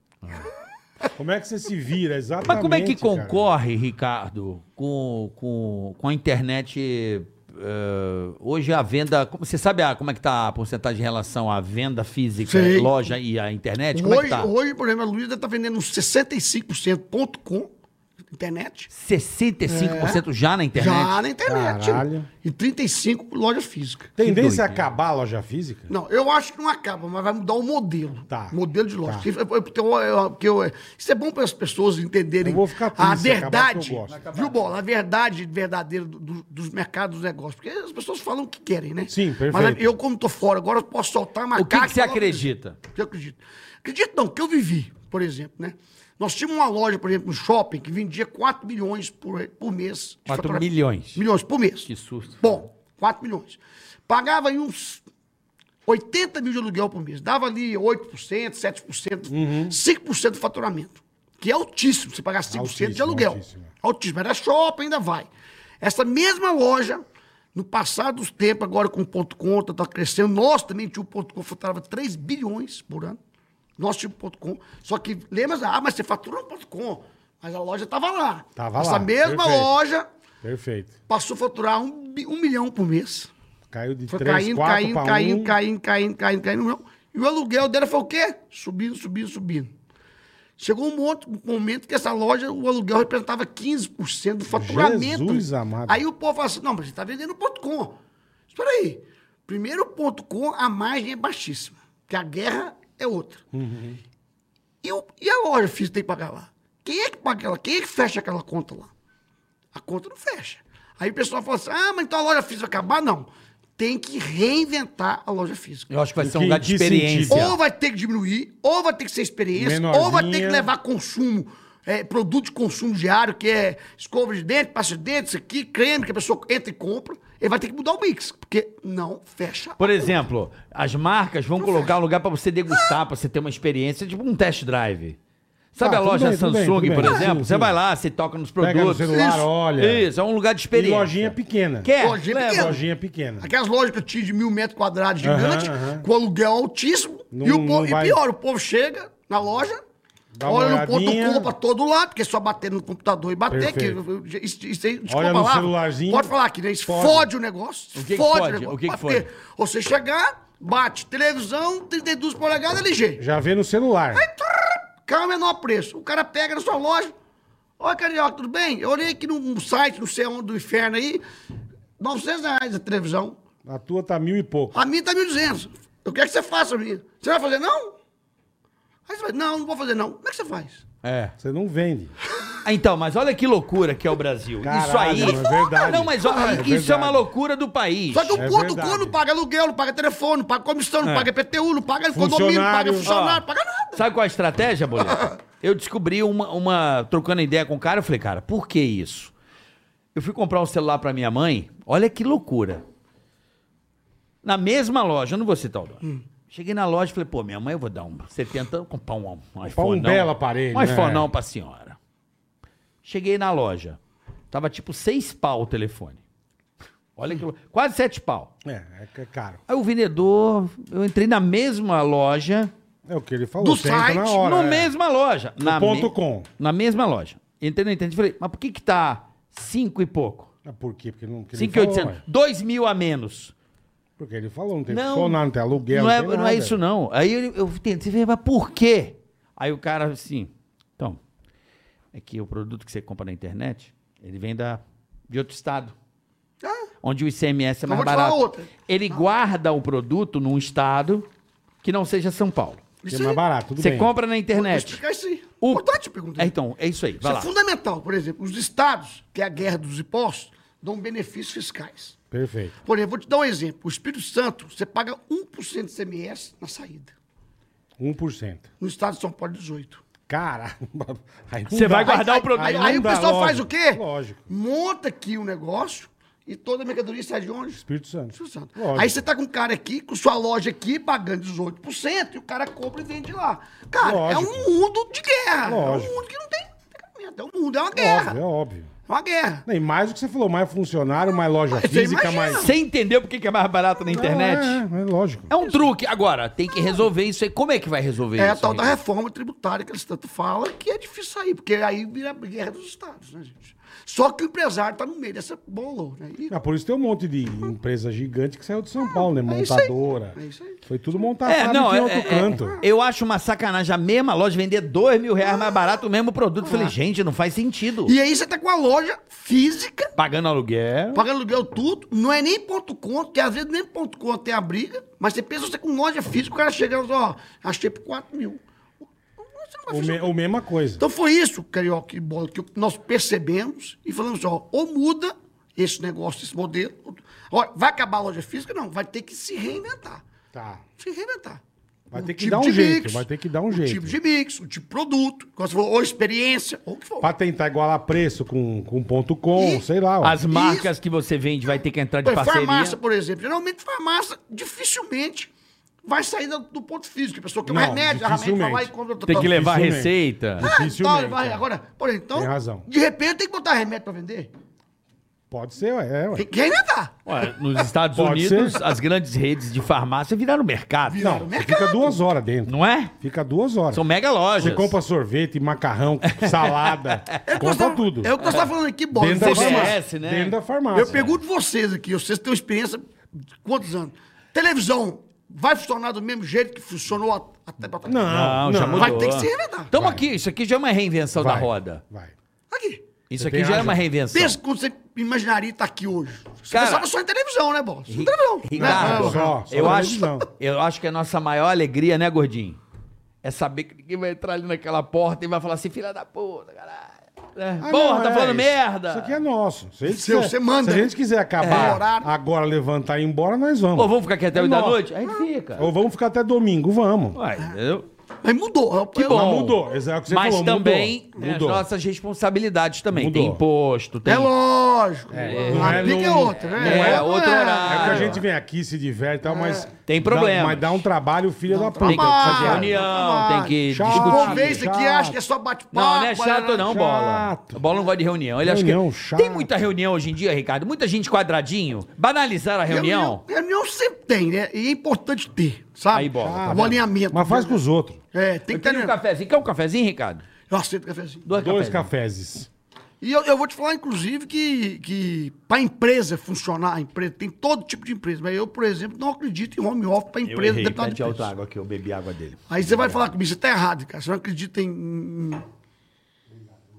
Speaker 4: Como é que você se vira, exatamente?
Speaker 3: Mas como é que
Speaker 4: cara?
Speaker 3: concorre, Ricardo, com, com, com a internet? eh, hoje a venda. como- Você sabe a- como é que tá a porcentagem em relação à venda física,
Speaker 6: Sei.
Speaker 3: loja e a internet? Como é
Speaker 6: Hoje,
Speaker 3: que tá?
Speaker 6: hoje, por exemplo, a Luiza está vendendo uns 65% ponto com, internet.
Speaker 3: 65% já na internet?
Speaker 6: Já na internet. tipo,
Speaker 4: Caralho.
Speaker 6: E 35 loja física.
Speaker 4: Tendência a acabar a loja física?
Speaker 6: Não, eu acho que não acaba, mas vai mudar o modelo.
Speaker 4: Tá.
Speaker 6: Modelo de loja.
Speaker 4: Tá.
Speaker 6: Que- eu- eu- eu- que eu- isso é bom para as pessoas entenderem
Speaker 4: Eu vou ficar
Speaker 6: a
Speaker 4: triste se acabar,
Speaker 6: verdade.
Speaker 4: porque eu gosto. Vai acabar.
Speaker 6: Viu, Bola? A verdade verdadeira do- do- dos mercados dos negócios. Porque as pessoas falam o que querem, né?
Speaker 4: Sim, perfeito.
Speaker 6: Mas eu, como tô fora agora, eu posso soltar uma
Speaker 3: O que, que você
Speaker 6: falar o quiser.
Speaker 3: acredita?
Speaker 6: Que Eu acredito. Acredito não, que eu vivi, por exemplo, né? Nós tínhamos uma loja, por exemplo, no shopping, que vendia 4 milhões por, por mês. de
Speaker 3: 4
Speaker 6: faturamento.
Speaker 3: milhões.
Speaker 6: Milhões por mês.
Speaker 3: Que susto.
Speaker 6: Bom, 4 milhões. Pagava aí uns 80 mil de aluguel por mês. Dava ali 8%, 7%,
Speaker 4: Uhum.
Speaker 6: 5% do faturamento. Que é altíssimo, você pagar 5% de
Speaker 4: Altíssimo,
Speaker 6: aluguel.
Speaker 4: altíssimo.
Speaker 6: Altíssimo. Era shopping, ainda vai. Essa mesma loja, no passado dos tempos, agora com o ponto conta, está crescendo. Nós também tínhamos o ponto com, faturava 3 bilhões por ano. Nós tínhamos o ponto com. Só que, lembra, ah, mas você fatura no ponto com. Mas a loja estava lá.
Speaker 4: Tava
Speaker 6: Essa
Speaker 4: lá,
Speaker 6: mesma
Speaker 4: perfeito.
Speaker 6: loja
Speaker 4: Perfeito.
Speaker 6: passou a faturar um, bi- um milhão por mês.
Speaker 4: Caiu de
Speaker 6: Foi
Speaker 4: 3,
Speaker 6: caindo,
Speaker 4: 4
Speaker 6: caindo,
Speaker 4: pra
Speaker 6: caindo,
Speaker 4: 1.
Speaker 6: caindo, caindo, caindo, caindo, não. E o aluguel dela foi o quê? Subindo, subindo, subindo. Chegou um monte- um momento que essa loja, o aluguel representava 15% do faturamento.
Speaker 4: Jesus amado.
Speaker 6: Aí o povo fala assim, não, mas você está vendendo ponto com. Espera aí. Primeiro ponto com, a margem é baixíssima. Porque a guerra é outra. E, o- e a loja física tem que pagar lá? Quem é que paga ela? Quem é que fecha aquela conta lá? A conta não fecha. Aí o pessoal fala assim: ah, mas então a loja física vai acabar? Não. Tem que reinventar a loja física.
Speaker 3: Eu acho que vai ser um
Speaker 4: que-
Speaker 3: lugar de
Speaker 4: que
Speaker 3: experiência.
Speaker 4: sentido?
Speaker 6: Ou vai ter que diminuir, ou vai ter que ser experiência,
Speaker 4: Menorzinha.
Speaker 6: ou vai ter que levar consumo, é, produto de consumo diário, que é escova de dente, pasta de dente, isso aqui, creme que a pessoa entra e compra. Ele vai ter que mudar o mix, porque não fecha.
Speaker 3: Por exemplo, as marcas vão colocar um lugar pra você degustar, pra você ter uma experiência, tipo um test drive. Sabe
Speaker 4: Ah,
Speaker 3: a
Speaker 4: tudo
Speaker 3: loja
Speaker 4: bem, tudo bem,
Speaker 3: Samsung,
Speaker 4: tudo
Speaker 3: por
Speaker 4: bem.
Speaker 3: exemplo?
Speaker 4: Sim,
Speaker 3: você
Speaker 4: sim.
Speaker 3: vai lá, você toca nos
Speaker 4: Pega no
Speaker 3: produtos.
Speaker 4: celular,
Speaker 3: Isso.
Speaker 4: olha.
Speaker 3: Isso, é um lugar de
Speaker 4: E
Speaker 3: experiência.
Speaker 4: lojinha pequena.
Speaker 3: Quer?
Speaker 6: Lojinha
Speaker 3: Leva.
Speaker 6: pequena.
Speaker 4: Lojinha pequena.
Speaker 6: Aquelas lojas que eu tinha de mil metros quadrados gigante,
Speaker 4: aham.
Speaker 6: com aluguel altíssimo.
Speaker 4: Não-
Speaker 6: e, o povo-
Speaker 4: não
Speaker 6: e
Speaker 4: vai-
Speaker 6: pior, o povo chega na loja,
Speaker 4: Dá uma
Speaker 6: olha no ponto
Speaker 4: olhadinha.
Speaker 6: pula pra todo lado, porque é só bater no computador e bater. Que,
Speaker 4: Perfeito.
Speaker 6: isso, isso aí, desculpa
Speaker 4: Olha
Speaker 6: a
Speaker 4: no
Speaker 6: palavra,
Speaker 4: celularzinho,
Speaker 6: Pode falar aqui, né? Isso
Speaker 4: fode.
Speaker 6: fode, o negócio.
Speaker 3: O que que fode? O que que
Speaker 6: Porque
Speaker 3: fode?
Speaker 6: você chegar, bate televisão, 32 polegadas, é LG.
Speaker 4: Já vê no celular.
Speaker 6: Cai o menor preço. O cara pega na sua loja. Oi, Carioca, tudo bem? Eu olhei aqui num site, não sei onde, do inferno aí, 900 reais a televisão.
Speaker 4: A tua tá mil e pouco.
Speaker 6: A minha tá 1.200. Eu quero que você faça a minha. Você vai fazer, não? Aí você vai, não, não vou fazer, não. Como é que você faz?
Speaker 3: É.
Speaker 4: Você não vende.
Speaker 3: Ah, Então, mas olha que loucura que é o Brasil. isso aí.
Speaker 4: Caralho, é verdade.
Speaker 3: Não, mas olha, isso
Speaker 4: É
Speaker 3: é
Speaker 4: verdade.
Speaker 3: uma loucura do país.
Speaker 6: Só que o
Speaker 4: É
Speaker 6: porto
Speaker 4: verdade. É.
Speaker 6: não paga aluguel, não paga telefone, não paga comissão, não paga IPTU, não paga condomínio, não
Speaker 4: Funcionário.
Speaker 6: paga funcionário, não paga nada.
Speaker 9: Sabe
Speaker 3: é
Speaker 9: qual a estratégia,
Speaker 4: [LAUGHS]
Speaker 9: Boleto?
Speaker 3: Eu descobri uma, uma- trocando ideia com o cara, eu falei, cara, por que isso? Eu fui comprar um celular pra minha mãe, olha que loucura. Na mesma loja, eu não vou citar o
Speaker 4: Hum.
Speaker 3: nome. Cheguei na loja e falei, pô, minha mãe, eu vou dar um 70, vou comprar um, um iPhone. não.
Speaker 4: belo aparelho,
Speaker 3: Um
Speaker 4: né?
Speaker 3: iPhone não pra senhora. Cheguei na loja, tava tipo seis pau o telefone. Olha que loucura, quase sete pau.
Speaker 4: É, é que é caro.
Speaker 3: Aí o vendedor, eu entrei na mesma loja,
Speaker 4: É o que ele falou.
Speaker 6: Do
Speaker 4: você entra
Speaker 6: site,
Speaker 4: na hora,
Speaker 3: na
Speaker 4: é.
Speaker 3: mesma loja. Na
Speaker 4: ponto com.
Speaker 3: Na mesma loja. Entrei na internet e falei, mas por que que tá cinco e pouco?
Speaker 4: Ah, Por quê? Porque não. porque ele
Speaker 3: Cinco e
Speaker 4: falou,
Speaker 3: oitocentos.
Speaker 4: ué.
Speaker 3: Dois mil a menos.
Speaker 4: Porque ele falou, não tem
Speaker 3: Não.
Speaker 4: funcionário, não tem aluguel.
Speaker 3: não, é,
Speaker 4: tem
Speaker 3: não é
Speaker 4: nada.
Speaker 3: isso não. Aí eu, eu tentei, falei, mas por quê? Aí o cara assim, então, é que o produto que você compra na internet, ele vem da, de outro estado.
Speaker 6: Ah,
Speaker 3: Onde o ICMS é
Speaker 6: Então
Speaker 3: mais
Speaker 6: vou te falar
Speaker 3: barato.
Speaker 6: outra. Tá.
Speaker 3: Ele guarda o produto num estado que não seja São Paulo.
Speaker 4: Porque é mais barato, tudo
Speaker 3: você
Speaker 4: bem.
Speaker 3: compra na
Speaker 6: Vou
Speaker 3: internet.
Speaker 6: é explicar isso aí.
Speaker 3: O-
Speaker 6: Importante perguntar.
Speaker 3: É, então, é isso aí.
Speaker 6: Isso
Speaker 3: Vai lá.
Speaker 6: é fundamental. Por exemplo, os estados, que é a guerra dos impostos, dão benefícios fiscais.
Speaker 4: Perfeito.
Speaker 6: Por exemplo, vou te dar um exemplo. O Espírito Santo, você paga 1% de CMS na saída.
Speaker 4: 1%.
Speaker 6: No estado de São Paulo, 18%.
Speaker 4: Caramba. [LAUGHS] Aí não
Speaker 3: Você vai
Speaker 4: dá. um
Speaker 3: guardar o produto.
Speaker 6: Aí,
Speaker 4: não
Speaker 6: aí o
Speaker 4: dá,
Speaker 6: pessoal
Speaker 4: lógico,
Speaker 6: faz o quê?
Speaker 4: Lógico.
Speaker 6: Monta aqui o negócio e toda a mercadoria sai de onde?
Speaker 4: Espírito Santo.
Speaker 6: Espírito Santo.
Speaker 4: Lógico.
Speaker 6: Aí você tá com um cara aqui, com sua loja aqui, pagando 18%, e o cara compra e vende lá. Cara, é
Speaker 4: Lógico.
Speaker 6: um mundo de guerra. É
Speaker 4: Lógico.
Speaker 6: um mundo que não tem pagamento. É um mundo, é uma
Speaker 4: É
Speaker 6: guerra.
Speaker 4: óbvio, é óbvio.
Speaker 6: É uma guerra.
Speaker 4: E mais o que você falou, mais funcionário, mais loja
Speaker 6: Mas você
Speaker 4: física,
Speaker 6: imagina.
Speaker 4: mais.
Speaker 3: Você entendeu por que que é mais barato na internet?
Speaker 4: Não, é, é lógico.
Speaker 3: É um truque. Agora, tem que resolver isso aí. Como é que vai resolver
Speaker 6: É a
Speaker 3: isso?
Speaker 6: tal da
Speaker 3: Henrique?
Speaker 6: reforma tributária que eles tanto falam, que é difícil sair, porque aí vira a guerra dos estados, né, gente? Só que o empresário tá no meio dessa bola, né? E
Speaker 4: Ah, por isso tem um monte de empresa gigante que saiu de São Paulo, né? Montadora.
Speaker 6: É isso aí.
Speaker 4: Foi tudo montado
Speaker 3: É, não,
Speaker 4: em
Speaker 3: é,
Speaker 4: outro
Speaker 3: é-
Speaker 4: canto.
Speaker 3: é- eu acho uma sacanagem a mesma loja vender dois mil reais mais barato o mesmo produto. Falei, gente, não faz sentido.
Speaker 6: Ah. E aí você tá com a loja física,
Speaker 3: Pagando aluguel.
Speaker 6: pagando aluguel tudo, não é nem ponto conto, que às vezes nem ponto conto tem a briga, mas você pensa você é com loja física, o cara chega e fala, assim, ó, achei por 4 mil. Você não vai
Speaker 4: O,
Speaker 6: fechar.
Speaker 4: me- o mesma coisa.
Speaker 6: Então foi isso, Carioca e Bola, que nós percebemos e falamos, assim, ó, ou muda esse negócio, esse modelo, ó, vai acabar a loja física? Não, vai ter que se reinventar.
Speaker 4: Tá.
Speaker 6: se reinventar. tipo
Speaker 4: Vai ter que dar um
Speaker 6: de
Speaker 4: jeito, vai ter que dar um
Speaker 6: o
Speaker 4: jeito.
Speaker 6: tipo de mix, o tipo de produto, como você falou, ou experiência, ou o que for.
Speaker 4: Pra tentar igualar preço com, com ponto com,
Speaker 6: E-
Speaker 4: sei lá. ó.
Speaker 3: As marcas que você vende vai ter que
Speaker 4: É,
Speaker 3: entrar de
Speaker 6: Por exemplo,
Speaker 3: parceria.
Speaker 6: É, farmácia, por exemplo. Geralmente, farmácia dificilmente vai sair do, do ponto físico. A pessoa quer um
Speaker 4: Não,
Speaker 6: remédio, a remédio vai lá e
Speaker 4: dificilmente.
Speaker 6: compra.
Speaker 9: Tem que levar a
Speaker 4: Dificilmente.
Speaker 9: receita.
Speaker 6: Ah, então,
Speaker 4: Dificilmente,
Speaker 6: vai,
Speaker 4: é.
Speaker 6: agora, por exemplo, então,
Speaker 4: Tem razão.
Speaker 6: de repente tem que botar remédio pra vender.
Speaker 4: Pode ser, ué, é, ué.
Speaker 6: Tem que reinventar.
Speaker 9: Ué, nos Estados
Speaker 4: Pode
Speaker 9: Unidos,
Speaker 4: ser.
Speaker 9: as grandes redes de farmácia viraram mercado.
Speaker 4: Não,
Speaker 6: no
Speaker 4: você
Speaker 6: mercado.
Speaker 4: fica duas horas dentro.
Speaker 9: Não é?
Speaker 4: Fica duas horas.
Speaker 9: São mega lojas.
Speaker 4: Você compra sorvete,
Speaker 3: [LAUGHS]
Speaker 4: macarrão, salada,
Speaker 6: É o que nós
Speaker 4: compra
Speaker 6: tá-
Speaker 4: tudo.
Speaker 6: É o que nós estamos falando aqui, Bola.
Speaker 4: Dentro da
Speaker 6: Vocês-
Speaker 4: farmácia.
Speaker 9: né?
Speaker 4: Dentro da farmácia.
Speaker 6: Eu pergunto vocês aqui, vocês têm experiência de quantos anos? Televisão vai funcionar do mesmo jeito que funcionou a- até pra trás?
Speaker 4: Não,
Speaker 9: Não, já mudou.
Speaker 6: Vai ter que se reinventar.
Speaker 3: Tamo aqui, isso aqui já é uma reinvenção
Speaker 4: Vai,
Speaker 3: da roda.
Speaker 4: Vai.
Speaker 6: Aqui.
Speaker 3: Isso
Speaker 4: Você
Speaker 3: aqui
Speaker 4: tem
Speaker 3: já é
Speaker 4: razão.
Speaker 3: uma reinvenção.
Speaker 6: Pensa quando você imaginaria estar aqui hoje. Você
Speaker 3: Cara-
Speaker 6: pensava só em televisão, né, Bola? Só em televisão.
Speaker 3: Ricardo,
Speaker 6: Não, não, não.
Speaker 4: só- só
Speaker 3: eu, acho,
Speaker 4: televisão.
Speaker 3: eu acho que é a nossa maior alegria, né, gordinho? É saber que ninguém vai entrar ali naquela porta e vai falar assim, filha da puta, caralho. É,
Speaker 4: Ah,
Speaker 3: Porra,
Speaker 4: não,
Speaker 3: tá
Speaker 4: é
Speaker 3: falando
Speaker 4: isso.
Speaker 3: merda.
Speaker 4: Isso aqui é nosso. Se a gente
Speaker 6: Seu,
Speaker 4: quiser-
Speaker 6: você manda.
Speaker 4: Se a gente quiser
Speaker 6: É.
Speaker 4: acabar
Speaker 6: Horário.
Speaker 4: agora, levantar e ir embora, nós vamos.
Speaker 3: Ou vamos ficar aqui até
Speaker 4: É
Speaker 3: oito da
Speaker 4: nosso.
Speaker 3: noite? Aí fica.
Speaker 4: Ou vamos ficar até domingo, vamos.
Speaker 3: Ué, entendeu?
Speaker 6: Mas mudou. Eu-
Speaker 3: Que
Speaker 6: eu-
Speaker 3: bom.
Speaker 4: Mas mudou, exato o que você
Speaker 3: Mas
Speaker 4: falou,
Speaker 3: também né,
Speaker 4: mudou.
Speaker 3: tem
Speaker 4: Mudou.
Speaker 3: as nossas responsabilidades também. Tem
Speaker 4: Mudou.
Speaker 3: imposto, tem...
Speaker 6: É lógico.
Speaker 4: não
Speaker 6: a
Speaker 4: é
Speaker 6: pica é
Speaker 4: num-
Speaker 6: outra, né?
Speaker 3: não é outro horário.
Speaker 4: É que a gente vem aqui, se diverte
Speaker 6: É.
Speaker 4: e tal, mas.
Speaker 3: Tem
Speaker 4: dá-
Speaker 3: problemas.
Speaker 4: mas dá um trabalho, filha da puta.
Speaker 3: tem que
Speaker 6: trabalho.
Speaker 3: fazer
Speaker 6: Ah,
Speaker 3: reunião, tem que
Speaker 4: Chato.
Speaker 6: Uma
Speaker 4: Chato.
Speaker 3: discutir.
Speaker 6: vez aqui acha que é só bate-papo.
Speaker 3: Não, não é chato não,
Speaker 4: chato.
Speaker 3: Bola. O Bola não gosta de reunião. Ele acha que...
Speaker 4: Reunião chata.
Speaker 3: Tem muita reunião hoje em dia, Ricardo. Muita gente quadradinho. Banalizaram a reunião.
Speaker 6: Reunião, reunião sempre tem, né? E é importante ter, sabe?
Speaker 3: Aí, Bola, tá
Speaker 6: O
Speaker 4: vendo?
Speaker 6: alinhamento.
Speaker 4: Mas faz com os outros.
Speaker 6: É, tem
Speaker 3: Eu
Speaker 6: que ter.
Speaker 3: queria um
Speaker 6: alinhamento.
Speaker 3: cafezinho. Quer um cafezinho, Ricardo?
Speaker 6: Eu aceito cafezinho.
Speaker 3: Dois,
Speaker 4: Dois
Speaker 3: cafezinhos.
Speaker 4: cafezes.
Speaker 6: E eu, eu vou te falar, inclusive, que, que para a empresa funcionar, a empresa tem todo tipo de empresa. Mas eu, por exemplo, não acredito em home office para a empresa deputado de preço.
Speaker 9: água aqui, eu bebi a água dele.
Speaker 6: Aí você vai falar comigo, você tá errado, cara. Você não acredita em, em-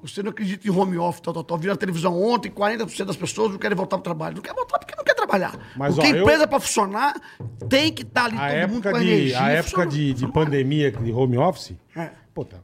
Speaker 6: Você não acredita em home office, tal, tal, tal. Viram a televisão ontem, 40% das pessoas não querem voltar para o trabalho. Não quer voltar porque não quer trabalhar.
Speaker 4: Mas,
Speaker 6: porque
Speaker 4: ó,
Speaker 6: a
Speaker 4: eu-
Speaker 6: empresa, para funcionar, tem que estar ali
Speaker 4: A
Speaker 6: todo mundo
Speaker 4: época,
Speaker 6: com
Speaker 4: de,
Speaker 6: energia.
Speaker 4: a época
Speaker 6: funcionando.
Speaker 4: de, de pandemia, de home office,
Speaker 6: É.
Speaker 4: pô, tá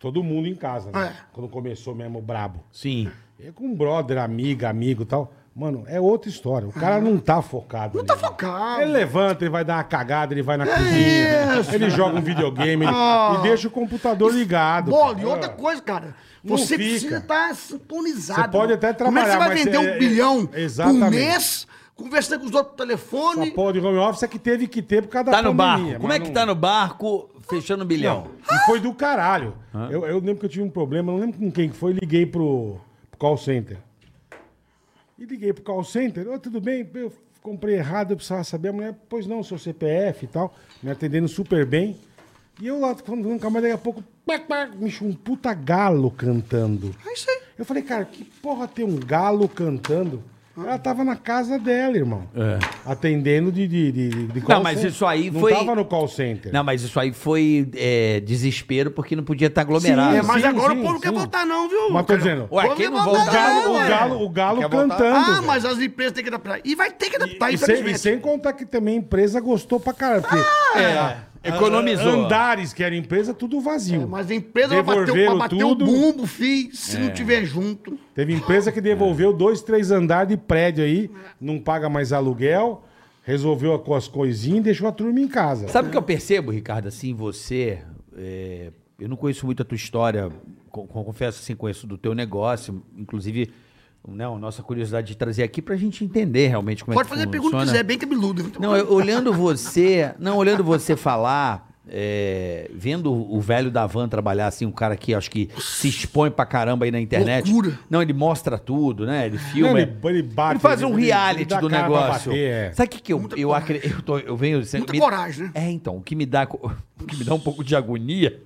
Speaker 4: todo mundo em casa, né?
Speaker 6: É.
Speaker 4: Quando começou mesmo o brabo.
Speaker 3: Sim.
Speaker 4: É com brother, amiga, amigo e tal. Mano, é outra história. O cara não tá focado.
Speaker 6: Não
Speaker 4: ali,
Speaker 6: tá
Speaker 4: né?
Speaker 6: focado.
Speaker 4: Ele levanta, ele vai dar uma cagada, ele vai na cozinha,
Speaker 6: É isso.
Speaker 4: ele joga um videogame ele-
Speaker 6: Ah.
Speaker 4: e deixa o computador ligado.
Speaker 6: Bola,
Speaker 4: cara.
Speaker 6: e outra coisa, cara.
Speaker 4: Não
Speaker 6: Você
Speaker 4: fica.
Speaker 6: precisa estar sintonizado.
Speaker 4: Você pode até
Speaker 6: Como é que
Speaker 4: trabalhar,
Speaker 6: você vai
Speaker 4: mas
Speaker 6: vender
Speaker 4: é-
Speaker 6: um
Speaker 4: é-
Speaker 6: bilhão por
Speaker 4: exatamente.
Speaker 6: mês, conversando com os outros por
Speaker 4: Essa
Speaker 6: telefone?
Speaker 4: porra de home office é que teve que ter por causa
Speaker 3: Tá
Speaker 4: da
Speaker 3: no
Speaker 4: pandemia.
Speaker 3: barco. Como é que
Speaker 4: tá
Speaker 3: tá no barco fechando um bilhão?
Speaker 4: E foi do caralho. Eu, eu lembro que eu tive um problema, não lembro com quem que foi, liguei pro, pro call center. E liguei pro call center, ô, tudo bem, eu comprei errado, eu precisava saber, a mulher, pois não, seu CPF e tal, me atendendo super bem. E eu lá, falando, nunca mais, daqui a pouco, pac, pac, me chama um puta galo cantando.
Speaker 6: É isso aí.
Speaker 4: Eu falei, cara, que porra ter um galo cantando? Ela tava na casa dela, irmão. Atendendo de, de, de, de call
Speaker 3: É. mas
Speaker 4: center.
Speaker 3: isso aí
Speaker 4: não
Speaker 3: foi-
Speaker 4: tava no call center.
Speaker 3: Não, mas isso aí foi é, desespero porque não podia estar aglomerado.
Speaker 6: É,
Speaker 4: Sim,
Speaker 6: mas
Speaker 4: sim,
Speaker 6: agora
Speaker 4: sim,
Speaker 6: o povo não quer
Speaker 4: sim.
Speaker 6: voltar, não, viu?
Speaker 4: Mas tô
Speaker 6: cara?
Speaker 4: dizendo,
Speaker 3: Ué,
Speaker 6: O povo
Speaker 3: quem
Speaker 6: quer
Speaker 3: não
Speaker 6: voltar,
Speaker 4: O galo,
Speaker 6: não,
Speaker 4: Tá, o
Speaker 6: velho.
Speaker 4: galo, o galo
Speaker 3: Quer voltar?
Speaker 4: cantando.
Speaker 6: Ah,
Speaker 4: velho.
Speaker 6: mas as empresas têm que adaptar. E vai ter que
Speaker 3: tá
Speaker 6: adaptar,
Speaker 4: E, sem, e
Speaker 6: infelizmente.
Speaker 4: sem contar que também a empresa gostou pra caralho. Porque
Speaker 3: É, economizou.
Speaker 4: andares que era empresa, tudo vazio.
Speaker 6: É, Mas a empresa vai bater,
Speaker 4: Devolveram
Speaker 6: vai bater o
Speaker 4: tudo.
Speaker 6: bumbo, fi, se
Speaker 3: É.
Speaker 6: não tiver junto.
Speaker 4: Teve empresa que devolveu dois, três andares de prédio aí, não paga mais aluguel, resolveu a- com as coisinhas e deixou a turma em casa.
Speaker 3: Sabe o que eu percebo, Ricardo? Assim, você. é, eu não conheço muito a tua história, co- co- confesso assim, conheço do teu negócio, inclusive. Né, a nossa curiosidade de trazer aqui pra gente entender realmente como
Speaker 6: Pode
Speaker 3: é que
Speaker 6: fazer a pergunta
Speaker 3: funciona.
Speaker 6: que quiser, bem cabeludo.
Speaker 3: Não, eu- olhando você, não, olhando você falar, é, vendo o velho da van trabalhar, assim, um cara que acho que se expõe pra caramba aí na internet.
Speaker 6: Loucura.
Speaker 3: Não, ele mostra tudo, né? Ele filma.
Speaker 4: Não,
Speaker 3: é-
Speaker 4: ele- ele bate,
Speaker 3: ele faz um
Speaker 4: ele- ele-
Speaker 3: reality
Speaker 4: ele dá
Speaker 3: do
Speaker 4: cara pra
Speaker 3: negócio.
Speaker 4: bater, é.
Speaker 3: Sabe o que, que eu, eu, acre- eu, tô- eu venho.
Speaker 6: Muita coragem, né?
Speaker 3: É, então, o que me dá, co- [LAUGHS] o que me dá um pouco de agonia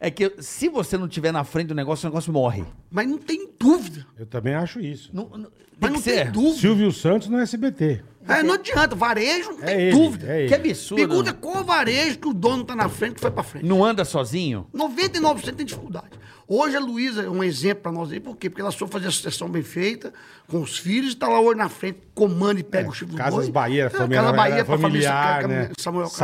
Speaker 3: é que eu- se você não tiver na frente do negócio, o negócio morre.
Speaker 6: Mas não tem dúvida.
Speaker 4: Eu também acho isso.
Speaker 3: Não, não- tem
Speaker 6: Mas
Speaker 3: que
Speaker 6: não
Speaker 3: ser.
Speaker 6: tem dúvida.
Speaker 4: Silvio Santos no SBT.
Speaker 6: É, não adianta. Varejo, não
Speaker 4: É
Speaker 6: tem
Speaker 4: ele,
Speaker 6: dúvida.
Speaker 4: é ele.
Speaker 3: Que absurdo.
Speaker 6: Pergunta qual varejo que o dono tá na frente que foi pra frente.
Speaker 3: Não anda sozinho?
Speaker 6: 99% tem dificuldade. Hoje a Luísa é um exemplo para nós aí, por quê? Porque ela soube fazer a sucessão bem feita, com os filhos, está lá hoje na frente, comanda e pega o chifre do
Speaker 4: É, Casas
Speaker 6: boi.
Speaker 4: Bahia, família-
Speaker 6: Casa Bahia,
Speaker 4: era familiar,
Speaker 6: família-
Speaker 4: né?
Speaker 6: Samuel Carlos.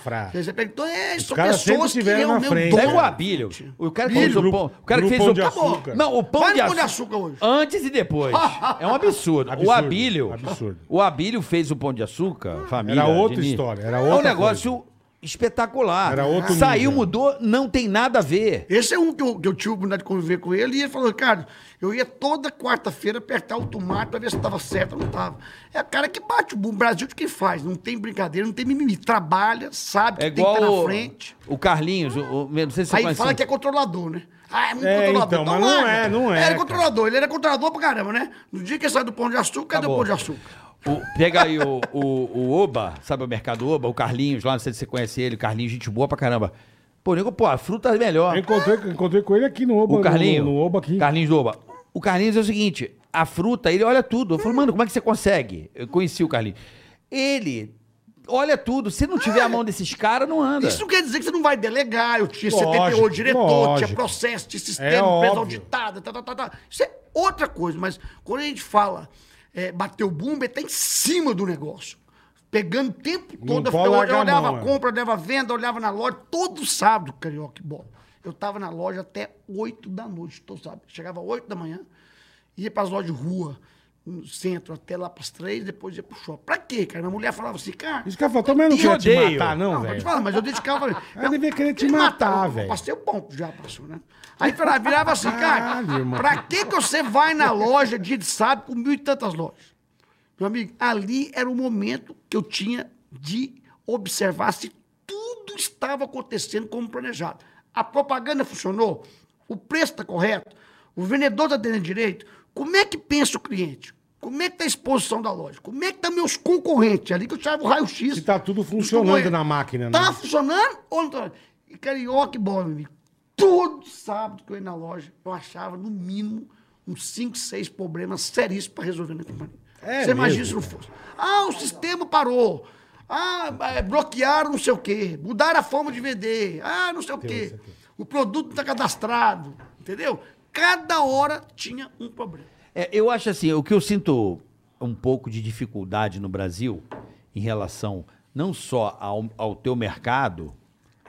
Speaker 4: Safra.
Speaker 6: Quer dizer, pega- Então, é, são
Speaker 4: caras sempre
Speaker 6: pessoas que
Speaker 4: tiveram
Speaker 6: eu,
Speaker 4: na
Speaker 6: meu
Speaker 4: frente. né?
Speaker 6: dono-
Speaker 3: Pega o um abilho. O cara que fez o
Speaker 4: Grupo-
Speaker 3: pão. O cara que
Speaker 4: É Grupo
Speaker 3: fez o
Speaker 4: Pão de
Speaker 3: Acabou.
Speaker 4: açúcar.
Speaker 3: Não, o pão
Speaker 6: Vai
Speaker 3: de,
Speaker 6: no Pão de
Speaker 3: açúcar
Speaker 6: Açúcar hoje.
Speaker 3: Antes e
Speaker 6: [LAUGHS]
Speaker 3: depois. É um absurdo.
Speaker 4: Absurdo,
Speaker 3: O Abílio.
Speaker 4: absurdo.
Speaker 3: O Abílio fez o pão de açúcar, família.
Speaker 4: Era outra
Speaker 3: Diniz.
Speaker 4: história, era
Speaker 3: É um
Speaker 4: outra
Speaker 3: negócio espetacular.
Speaker 4: Era outro
Speaker 3: Saiu,
Speaker 4: nível.
Speaker 3: mudou, não tem nada a ver.
Speaker 6: Esse é um que eu, que eu tive a oportunidade de conviver com ele, e ele falou, cara, eu ia toda quarta-feira apertar o tomate para ver se estava certo ou não estava. É o cara que bate o bumbum, Brasil de quem faz, não tem brincadeira, não tem mimimi, trabalha, sabe que
Speaker 3: É
Speaker 6: tem
Speaker 3: igual
Speaker 6: que estar
Speaker 3: o-
Speaker 6: na frente.
Speaker 3: o Carlinhos, o, o- não sei se você
Speaker 6: Aí
Speaker 3: conhece.
Speaker 6: fala que é controlador, né? Ah, é muito
Speaker 4: É,
Speaker 6: controlador.
Speaker 4: então, mas não
Speaker 6: larga.
Speaker 4: é, não é,
Speaker 6: Ele
Speaker 4: cara.
Speaker 6: era controlador, ele era controlador pra caramba, né? No dia que ele saiu do Pão de Açúcar, cadê o Pão de Açúcar?
Speaker 3: O- pega aí o, o, o Oba, sabe o mercado Oba? O Carlinhos lá, não sei se você conhece ele. O Carlinhos, gente boa pra caramba. Pô, nego, pô, a fruta é melhor.
Speaker 4: Eu encontrei, encontrei com ele aqui no Oba.
Speaker 3: O Carlinho.
Speaker 4: No, no Oba aqui.
Speaker 3: Carlinhos do Oba. O Carlinhos é o seguinte: a fruta, ele olha tudo. Eu falo, mano, como é que você consegue? Eu conheci o Carlinhos. Ele olha tudo. Se não tiver a mão desses caras, não anda.
Speaker 6: Isso não quer dizer que você não vai delegar. Eu tinha
Speaker 4: Lógico,
Speaker 6: 78 diretor,
Speaker 4: lógico.
Speaker 6: tinha processo, tinha sistema,
Speaker 4: É
Speaker 6: empresa
Speaker 4: óbvio.
Speaker 6: auditada, tá, tá, tá, tá. Isso é outra coisa, mas quando a gente fala é, bater o boom, é tá em cima do negócio. Pegando o tempo
Speaker 4: Não
Speaker 6: todo, eu,
Speaker 4: pode
Speaker 6: eu
Speaker 4: largar a
Speaker 6: olhava
Speaker 4: mão,
Speaker 6: a
Speaker 4: é.
Speaker 6: compra, olhava a venda, olhava na loja, todo sábado, Carioca e Bola. Eu tava na loja até 8 da noite, todo sábado. Chegava 8 da manhã, ia para as lojas de rua, no centro, até lá para as 3, depois ia pro shopping. Pra quê, cara? Minha mulher falava assim, cara...
Speaker 4: Isso que ela falou, também não
Speaker 3: Te
Speaker 4: queria te
Speaker 3: odeio.
Speaker 4: matar, não,
Speaker 6: Não, vou te
Speaker 4: velho.
Speaker 6: falar, mas eu dedicava.
Speaker 4: Ela devia querer te
Speaker 6: Ele
Speaker 4: matar,
Speaker 6: matava,
Speaker 4: velho.
Speaker 6: Passei o ponto, já passou, né? Aí falava- virava assim, cara,
Speaker 4: Caralho, irmão.
Speaker 6: pra que, que você vai na loja dia de sábado com mil e tantas lojas? Meu amigo, ali era o momento que eu tinha de observar se tudo estava acontecendo como planejado. A propaganda funcionou, o preço está correto, o vendedor está tendo direito. Como é que pensa o cliente? Como é que está a exposição da loja? Como é que estão meus concorrentes? É Ali que eu tirava o raio-x.
Speaker 4: Se tá tudo
Speaker 6: dos
Speaker 4: funcionando
Speaker 6: concorrentes.
Speaker 4: na máquina, né?
Speaker 6: Tá funcionando ou não tá? E carioca e bola, meu amigo. Todo sábado que eu ia na loja, eu achava, no mínimo, uns 5, 6 problemas seríssimos para resolver na companhia.
Speaker 4: É
Speaker 6: Você imagina
Speaker 4: mesmo,
Speaker 6: se não fosse. Ah, o sistema parou. Ah, é, bloquearam não sei o quê.
Speaker 4: um
Speaker 6: Mudaram a forma de vender. Ah, não sei o quê. O produto não está tá cadastrado. Entendeu? cada hora tinha um problema.
Speaker 3: É, eu acho assim, o que eu sinto um pouco de dificuldade no Brasil em relação não só ao, ao teu mercado,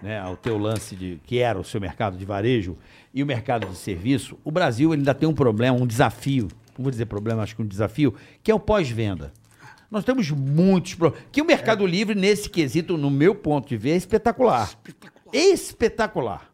Speaker 3: né, ao teu lance de que era o seu mercado de varejo e o mercado de serviço, o Brasil ele ainda tem um problema, um desafio, não vou dizer problema, acho que um desafio, que é o pós-venda. Nós temos muitos problemas. Que o Mercado Livre, nesse quesito, no meu ponto de ver, é espetacular. Espetacular.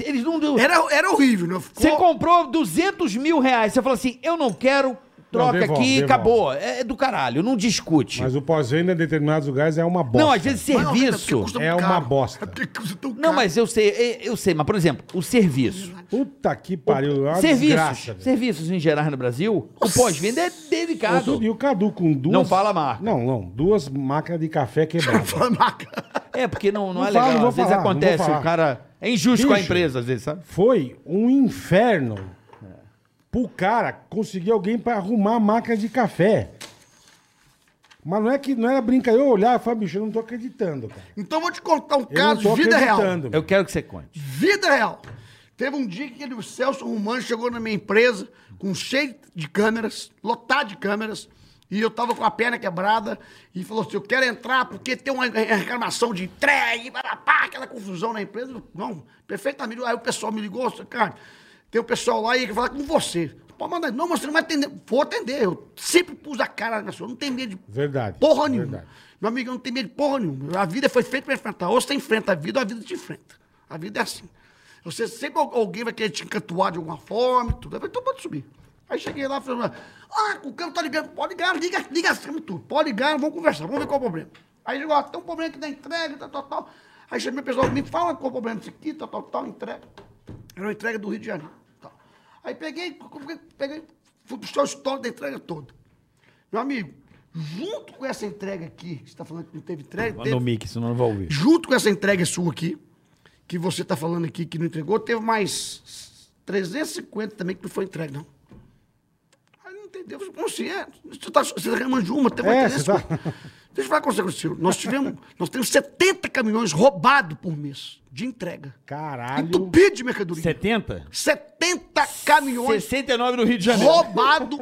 Speaker 3: Eles não deu-
Speaker 6: Era, era horrível, não ficou?
Speaker 3: você comprou 200 mil reais. Você fala assim, eu não quero, troca
Speaker 4: devolve,
Speaker 3: aqui,
Speaker 4: devolve.
Speaker 3: acabou. É, é do caralho, não discute.
Speaker 4: Mas o pós-venda em determinados lugares é uma bosta.
Speaker 3: não, às vezes
Speaker 6: Mas não, é porque
Speaker 3: serviço...
Speaker 6: custa
Speaker 4: É
Speaker 6: muito
Speaker 4: uma
Speaker 6: caro.
Speaker 4: bosta.
Speaker 6: É porque custa tão
Speaker 3: Não,
Speaker 6: caro. [LAUGHS]
Speaker 3: mas eu sei, é, eu sei. Mas, por exemplo, o serviço.
Speaker 4: Puta que pariu. É uma
Speaker 3: serviços,
Speaker 4: desgraça. velho.
Speaker 3: serviços em geral no Brasil, o pós-venda é delicado.
Speaker 4: Outro dia o Cadu com duas...
Speaker 3: Não fala a marca.
Speaker 4: Não, não. Duas máquinas de café quebradas.
Speaker 3: É, porque não, não,
Speaker 4: Não
Speaker 3: é
Speaker 4: fala,
Speaker 3: legal.
Speaker 4: não vou
Speaker 3: às vezes
Speaker 4: falar, não vou
Speaker 3: acontece,
Speaker 4: falar.
Speaker 3: o cara... É injusto com a
Speaker 4: Bicho.
Speaker 3: empresa, às vezes, sabe?
Speaker 4: Foi um inferno pro cara conseguir alguém pra arrumar a máquina de café. Mas não é que não era brincadeira. Eu olhar e falar, bicho, eu não tô acreditando, cara.
Speaker 6: Então eu vou te contar um
Speaker 4: Eu não
Speaker 6: caso de
Speaker 4: tô
Speaker 6: vida real.
Speaker 4: acreditando,
Speaker 3: Eu quero que você conte.
Speaker 6: Vida real. Teve um dia que ele, o Celso Romano chegou na minha empresa com cheio de câmeras, lotado de câmeras, e eu tava com a perna quebrada e falou assim: Eu quero entrar porque tem uma reclamação de entregue, papapá, aquela confusão na empresa. Eu, Não, perfeitamente. Aí o pessoal me ligou, assim, cara, tem o pessoal lá e quer falar com você. Pô, mas não, mas você não vai atender. Vou atender. Eu sempre pus a cara na pessoa, não tem medo de
Speaker 4: Verdade.
Speaker 6: porra nenhuma.
Speaker 4: verdade.
Speaker 6: Meu amigão, não tem medo de porra nenhuma. A vida foi feita para enfrentar. Ou você enfrenta a vida, ou a vida te enfrenta. A vida é assim. Você sempre al- alguém vai querer te encantuar de alguma forma e tudo. Eu falei, então pode subir. Aí cheguei lá e falei, ah, o cara tá ligando, pode ligar, liga, liga acima de tudo. Pode ligar, vamos conversar, vamos ver qual é o problema. Aí chegou, ah, tem um problema aqui na entrega, tal, tal, tal. Aí chamei o pessoal, me fala qual é o problema disso aqui, tal, tal, tal, entrega. Era uma entrega do Rio de Janeiro. tal. Aí peguei, peguei, fui puxar o histórico da entrega toda. Meu amigo, junto com essa entrega aqui, que você está falando que não teve entrega, teve-
Speaker 3: No mic, senão eu não vai ouvir.
Speaker 6: junto com essa entrega sua aqui, que você está falando aqui que não entregou, teve mais 350 também que não foi entregue, não. Aí não entendeu. Eu falei, como assim é? Você está você tá reclamando de uma, teve
Speaker 4: É,
Speaker 6: mais
Speaker 4: você
Speaker 6: 350. [LAUGHS] Deixa eu falar com você, Cristiano. Nós tivemos, nós temos 70 caminhões roubados por mês de entrega.
Speaker 4: Caralho.
Speaker 6: Entupido de mercadoria.
Speaker 3: 70?
Speaker 6: 70 caminhões
Speaker 3: 69 no Rio de Janeiro.
Speaker 6: roubado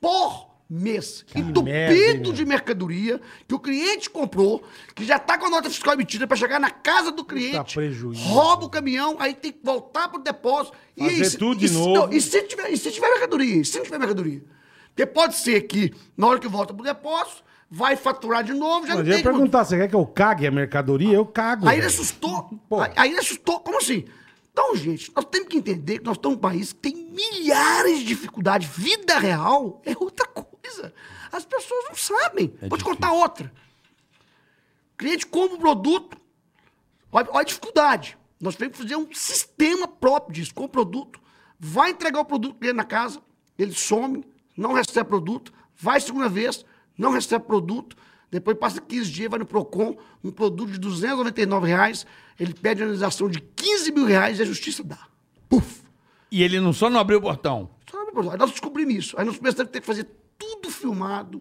Speaker 6: por mês. Entupido
Speaker 4: merda, hein, meu?
Speaker 6: de mercadoria que o cliente comprou, que já está com a nota fiscal emitida para chegar na casa do cliente,
Speaker 4: prejuízo.
Speaker 6: rouba o caminhão, aí tem que voltar pro depósito.
Speaker 4: Fazer
Speaker 6: aí, se-
Speaker 4: tudo de
Speaker 6: se-
Speaker 4: novo.
Speaker 6: não, e, se tiver, e se tiver mercadoria? E se não tiver mercadoria? Porque pode ser que, na hora que volta pro depósito, vai faturar de novo, já
Speaker 4: Mas
Speaker 6: não,
Speaker 4: eu
Speaker 6: tem
Speaker 4: ia
Speaker 6: como-
Speaker 4: perguntar, você quer que eu cague a mercadoria? Eu cago.
Speaker 6: Aí ele
Speaker 4: velho.
Speaker 6: assustou.
Speaker 4: Pô.
Speaker 6: Aí- Aí ele assustou. Como assim? Então, gente, nós temos que entender que nós estamos num país que tem milhares de dificuldades. Vida real é outra coisa. As pessoas não sabem.
Speaker 4: É
Speaker 6: Vou te contar outra. O cliente compra um produto, olha, olha a dificuldade. Nós temos que fazer um sistema próprio disso, com o produto. Vai entregar o produto dele na casa, ele some, não recebe produto, vai segunda vez, não recebe produto, depois passa 15 dias, vai no PROCON, um produto de R$ 299 reais, ele pede analisação de 15 mil reais e a justiça dá. Puf!
Speaker 3: E ele não só não abriu o portão.
Speaker 6: Só não é produto. Aí nós descobrimos isso. Aí nós começamos a ter que fazer tudo filmado,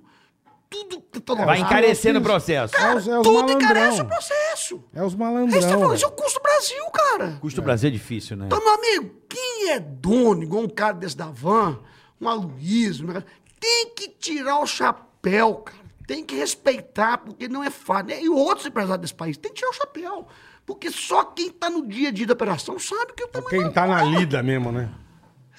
Speaker 6: tudo catalogado.
Speaker 3: Vai encarecendo o
Speaker 4: fiz.
Speaker 3: processo.
Speaker 4: É os, é os
Speaker 6: Tudo encarece o
Speaker 4: malandrão.
Speaker 6: processo.
Speaker 4: É os
Speaker 6: Aí você tá
Speaker 4: malandrão.
Speaker 6: falando, isso é
Speaker 4: velho.
Speaker 6: o custo do Brasil, cara.
Speaker 3: Custo do Brasil é difícil, né?
Speaker 6: Então, meu amigo, quem é dono, igual um cara desse da van, um Aloysio, um negócio, tem que tirar o chapéu, cara. Tem que respeitar, porque não é fácil. né? E outros empresários desse país tem que tirar o chapéu. Porque só quem tá no dia a dia da operação sabe que o tamanho
Speaker 4: Quem
Speaker 6: da
Speaker 4: tá na
Speaker 6: bola.
Speaker 4: lida mesmo, né?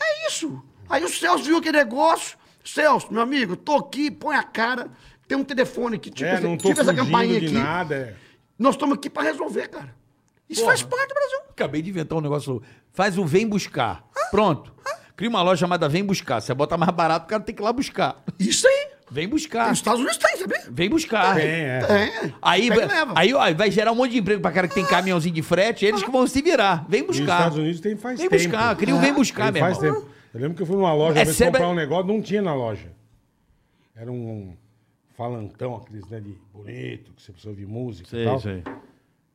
Speaker 6: É isso. Aí o Celso viu aquele negócio. Celso, meu amigo, tô aqui, põe a cara. Tem um telefone aqui, tipo,
Speaker 4: é,
Speaker 3: assim,
Speaker 6: essa-
Speaker 4: não tô
Speaker 6: tipo essa campainha
Speaker 4: fugindo de
Speaker 6: aqui.
Speaker 4: nada. é.
Speaker 6: Nós estamos aqui pra resolver, cara. Isso faz parte do Brasil.
Speaker 3: Acabei de inventar um negócio louco. Faz o Vem Buscar. Pronto. Cria uma loja chamada Vem Buscar. Você bota mais barato, o cara tem que ir lá buscar.
Speaker 6: Isso aí.
Speaker 3: Vem
Speaker 6: Nos
Speaker 4: Tá.
Speaker 3: buscar.
Speaker 6: Estados Unidos tem, sabia?
Speaker 3: Vem buscar.
Speaker 4: Tem, é.
Speaker 6: Tem.
Speaker 3: Aí,
Speaker 6: Pega
Speaker 3: vai-
Speaker 6: e leva.
Speaker 3: aí, ó, vai gerar um monte de emprego pra cara que tem caminhãozinho de frete, eles que vão se virar. Vem
Speaker 4: Nos
Speaker 3: buscar.
Speaker 4: Estados Unidos tem faz
Speaker 3: Vem
Speaker 4: tempo.
Speaker 3: buscar, cria um Vem
Speaker 4: Tem
Speaker 3: buscar, meu
Speaker 4: faz
Speaker 3: irmão.
Speaker 4: tempo. Eu lembro que eu fui numa loja,
Speaker 3: É
Speaker 4: uma vez
Speaker 3: sempre-
Speaker 4: comprar um negócio, não tinha na loja. Era um falantão, aqueles, né, de bonito, que você precisa ouvir música e tal.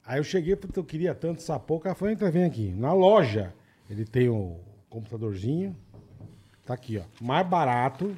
Speaker 4: Aí eu cheguei, porque eu queria tanto essa pouca. Ela falou, entra, vem aqui. Na loja, ele tem o computadorzinho. Tá aqui, ó. Mais barato.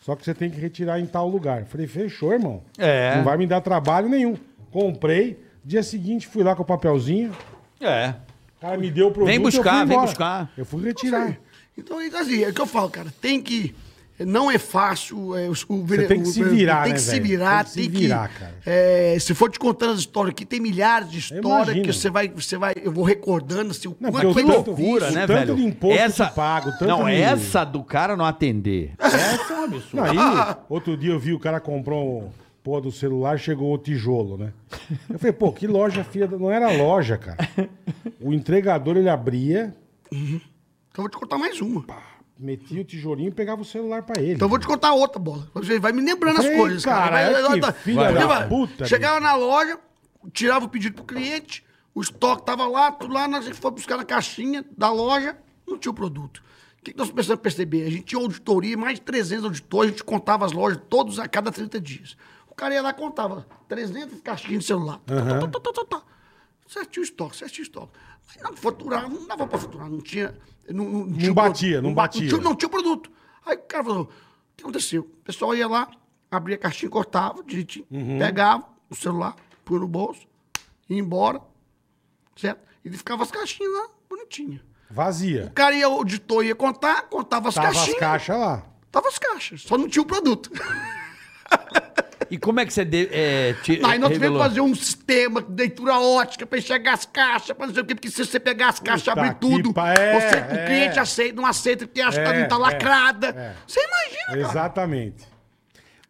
Speaker 4: Só que você tem que retirar em tal lugar. Eu falei, fechou, irmão.
Speaker 3: É.
Speaker 4: Não vai me dar trabalho nenhum. Comprei. Dia seguinte, fui lá com o papelzinho.
Speaker 3: É.
Speaker 4: O cara me deu o produto.
Speaker 3: Vem
Speaker 4: eu fui
Speaker 3: buscar, vem
Speaker 4: embora.
Speaker 3: buscar.
Speaker 4: Eu fui retirar.
Speaker 6: Então, é assim, é o que eu falo, cara. Tem que. Não é fácil. É, o, o, vere-
Speaker 4: tem que
Speaker 6: o-
Speaker 4: se virar,
Speaker 6: Tem
Speaker 4: né,
Speaker 6: que se
Speaker 4: velho? Tem
Speaker 6: virar,
Speaker 4: que
Speaker 6: tem
Speaker 4: se
Speaker 6: que.
Speaker 4: virar, cara.
Speaker 6: é, se for te contando as histórias aqui, tem milhares de histórias
Speaker 4: imagino.
Speaker 6: que você vai, você vai. Eu vou recordando, assim, o
Speaker 4: Não,
Speaker 6: quanto
Speaker 4: porque
Speaker 6: que
Speaker 4: eu
Speaker 6: eu
Speaker 4: tanto-
Speaker 6: fiz.
Speaker 4: o
Speaker 8: né,
Speaker 4: tanto
Speaker 8: velho?
Speaker 4: de imposto
Speaker 8: essa...
Speaker 4: que pago, tanto
Speaker 8: Não,
Speaker 4: de-
Speaker 8: essa do cara não atender. Essa é um absurdo.
Speaker 4: Não, aí,
Speaker 3: [LAUGHS]
Speaker 4: outro dia eu vi o cara comprou um pô do celular, chegou o tijolo, né? Eu falei, pô, que loja filha da... Não era loja,
Speaker 3: [LAUGHS]
Speaker 4: cara. O entregador, ele abria,
Speaker 6: Então, eu vou te contar mais uma.
Speaker 4: metia o tijolinho e pegava o celular pra ele.
Speaker 6: Então eu vou te contar outra bola. Você vai me lembrando as
Speaker 4: Ei,
Speaker 6: coisas, cara.
Speaker 4: cara,
Speaker 6: Vai-
Speaker 4: é que
Speaker 6: vai-
Speaker 4: filha
Speaker 6: vai-
Speaker 4: da
Speaker 6: vai-
Speaker 4: puta,
Speaker 6: Chegava na loja, tirava o pedido pro cliente, o estoque tava lá, tudo lá, nós foi buscar na caixinha da loja, não tinha o produto. O que que nós precisamos perceber? A gente tinha auditoria, mais de 300 auditores, a gente contava as lojas todos a cada 30 dias. O cara ia lá e contava 300 caixinhas de celular. Tá, tá, tá, tá, tá, tá. Certinho o estoque, certinho o estoque. Mas não faturava, não dava pra faturar, não tinha... Não, não, não tinha o
Speaker 4: batia,
Speaker 6: produto,
Speaker 4: não
Speaker 6: ba-
Speaker 4: batia.
Speaker 6: tinha- não tinha produto. Aí o cara falou: o que aconteceu? O pessoal ia lá, abria a caixinha, cortava direitinho,
Speaker 4: Uhum.
Speaker 6: pegava o celular, põe no bolso, ia embora, certo? E ficava as caixinhas lá, bonitinha.
Speaker 4: Vazia.
Speaker 6: O cara ia, o auditor ia contar, contava as
Speaker 4: Tava as
Speaker 6: caixinhas.
Speaker 4: caixas lá.
Speaker 6: Tava as caixas, só não
Speaker 4: [LAUGHS]
Speaker 6: tinha o produto.
Speaker 3: E como é que você de, é, te-
Speaker 6: Aí nós tivemos
Speaker 3: revelou?
Speaker 6: que fazer um sistema de leitura ótica pra enxergar as caixas, pra não sei o quê, porque se você pegar as caixas e
Speaker 4: Puta
Speaker 6: abrir
Speaker 4: que
Speaker 6: tudo,
Speaker 4: pa- é,
Speaker 6: você-
Speaker 4: é.
Speaker 6: o cliente aceita, não aceita porque acha que
Speaker 4: É,
Speaker 6: tá, tá
Speaker 4: é,
Speaker 6: lacrada.
Speaker 4: é.
Speaker 6: Você imagina, cara.
Speaker 4: Exatamente.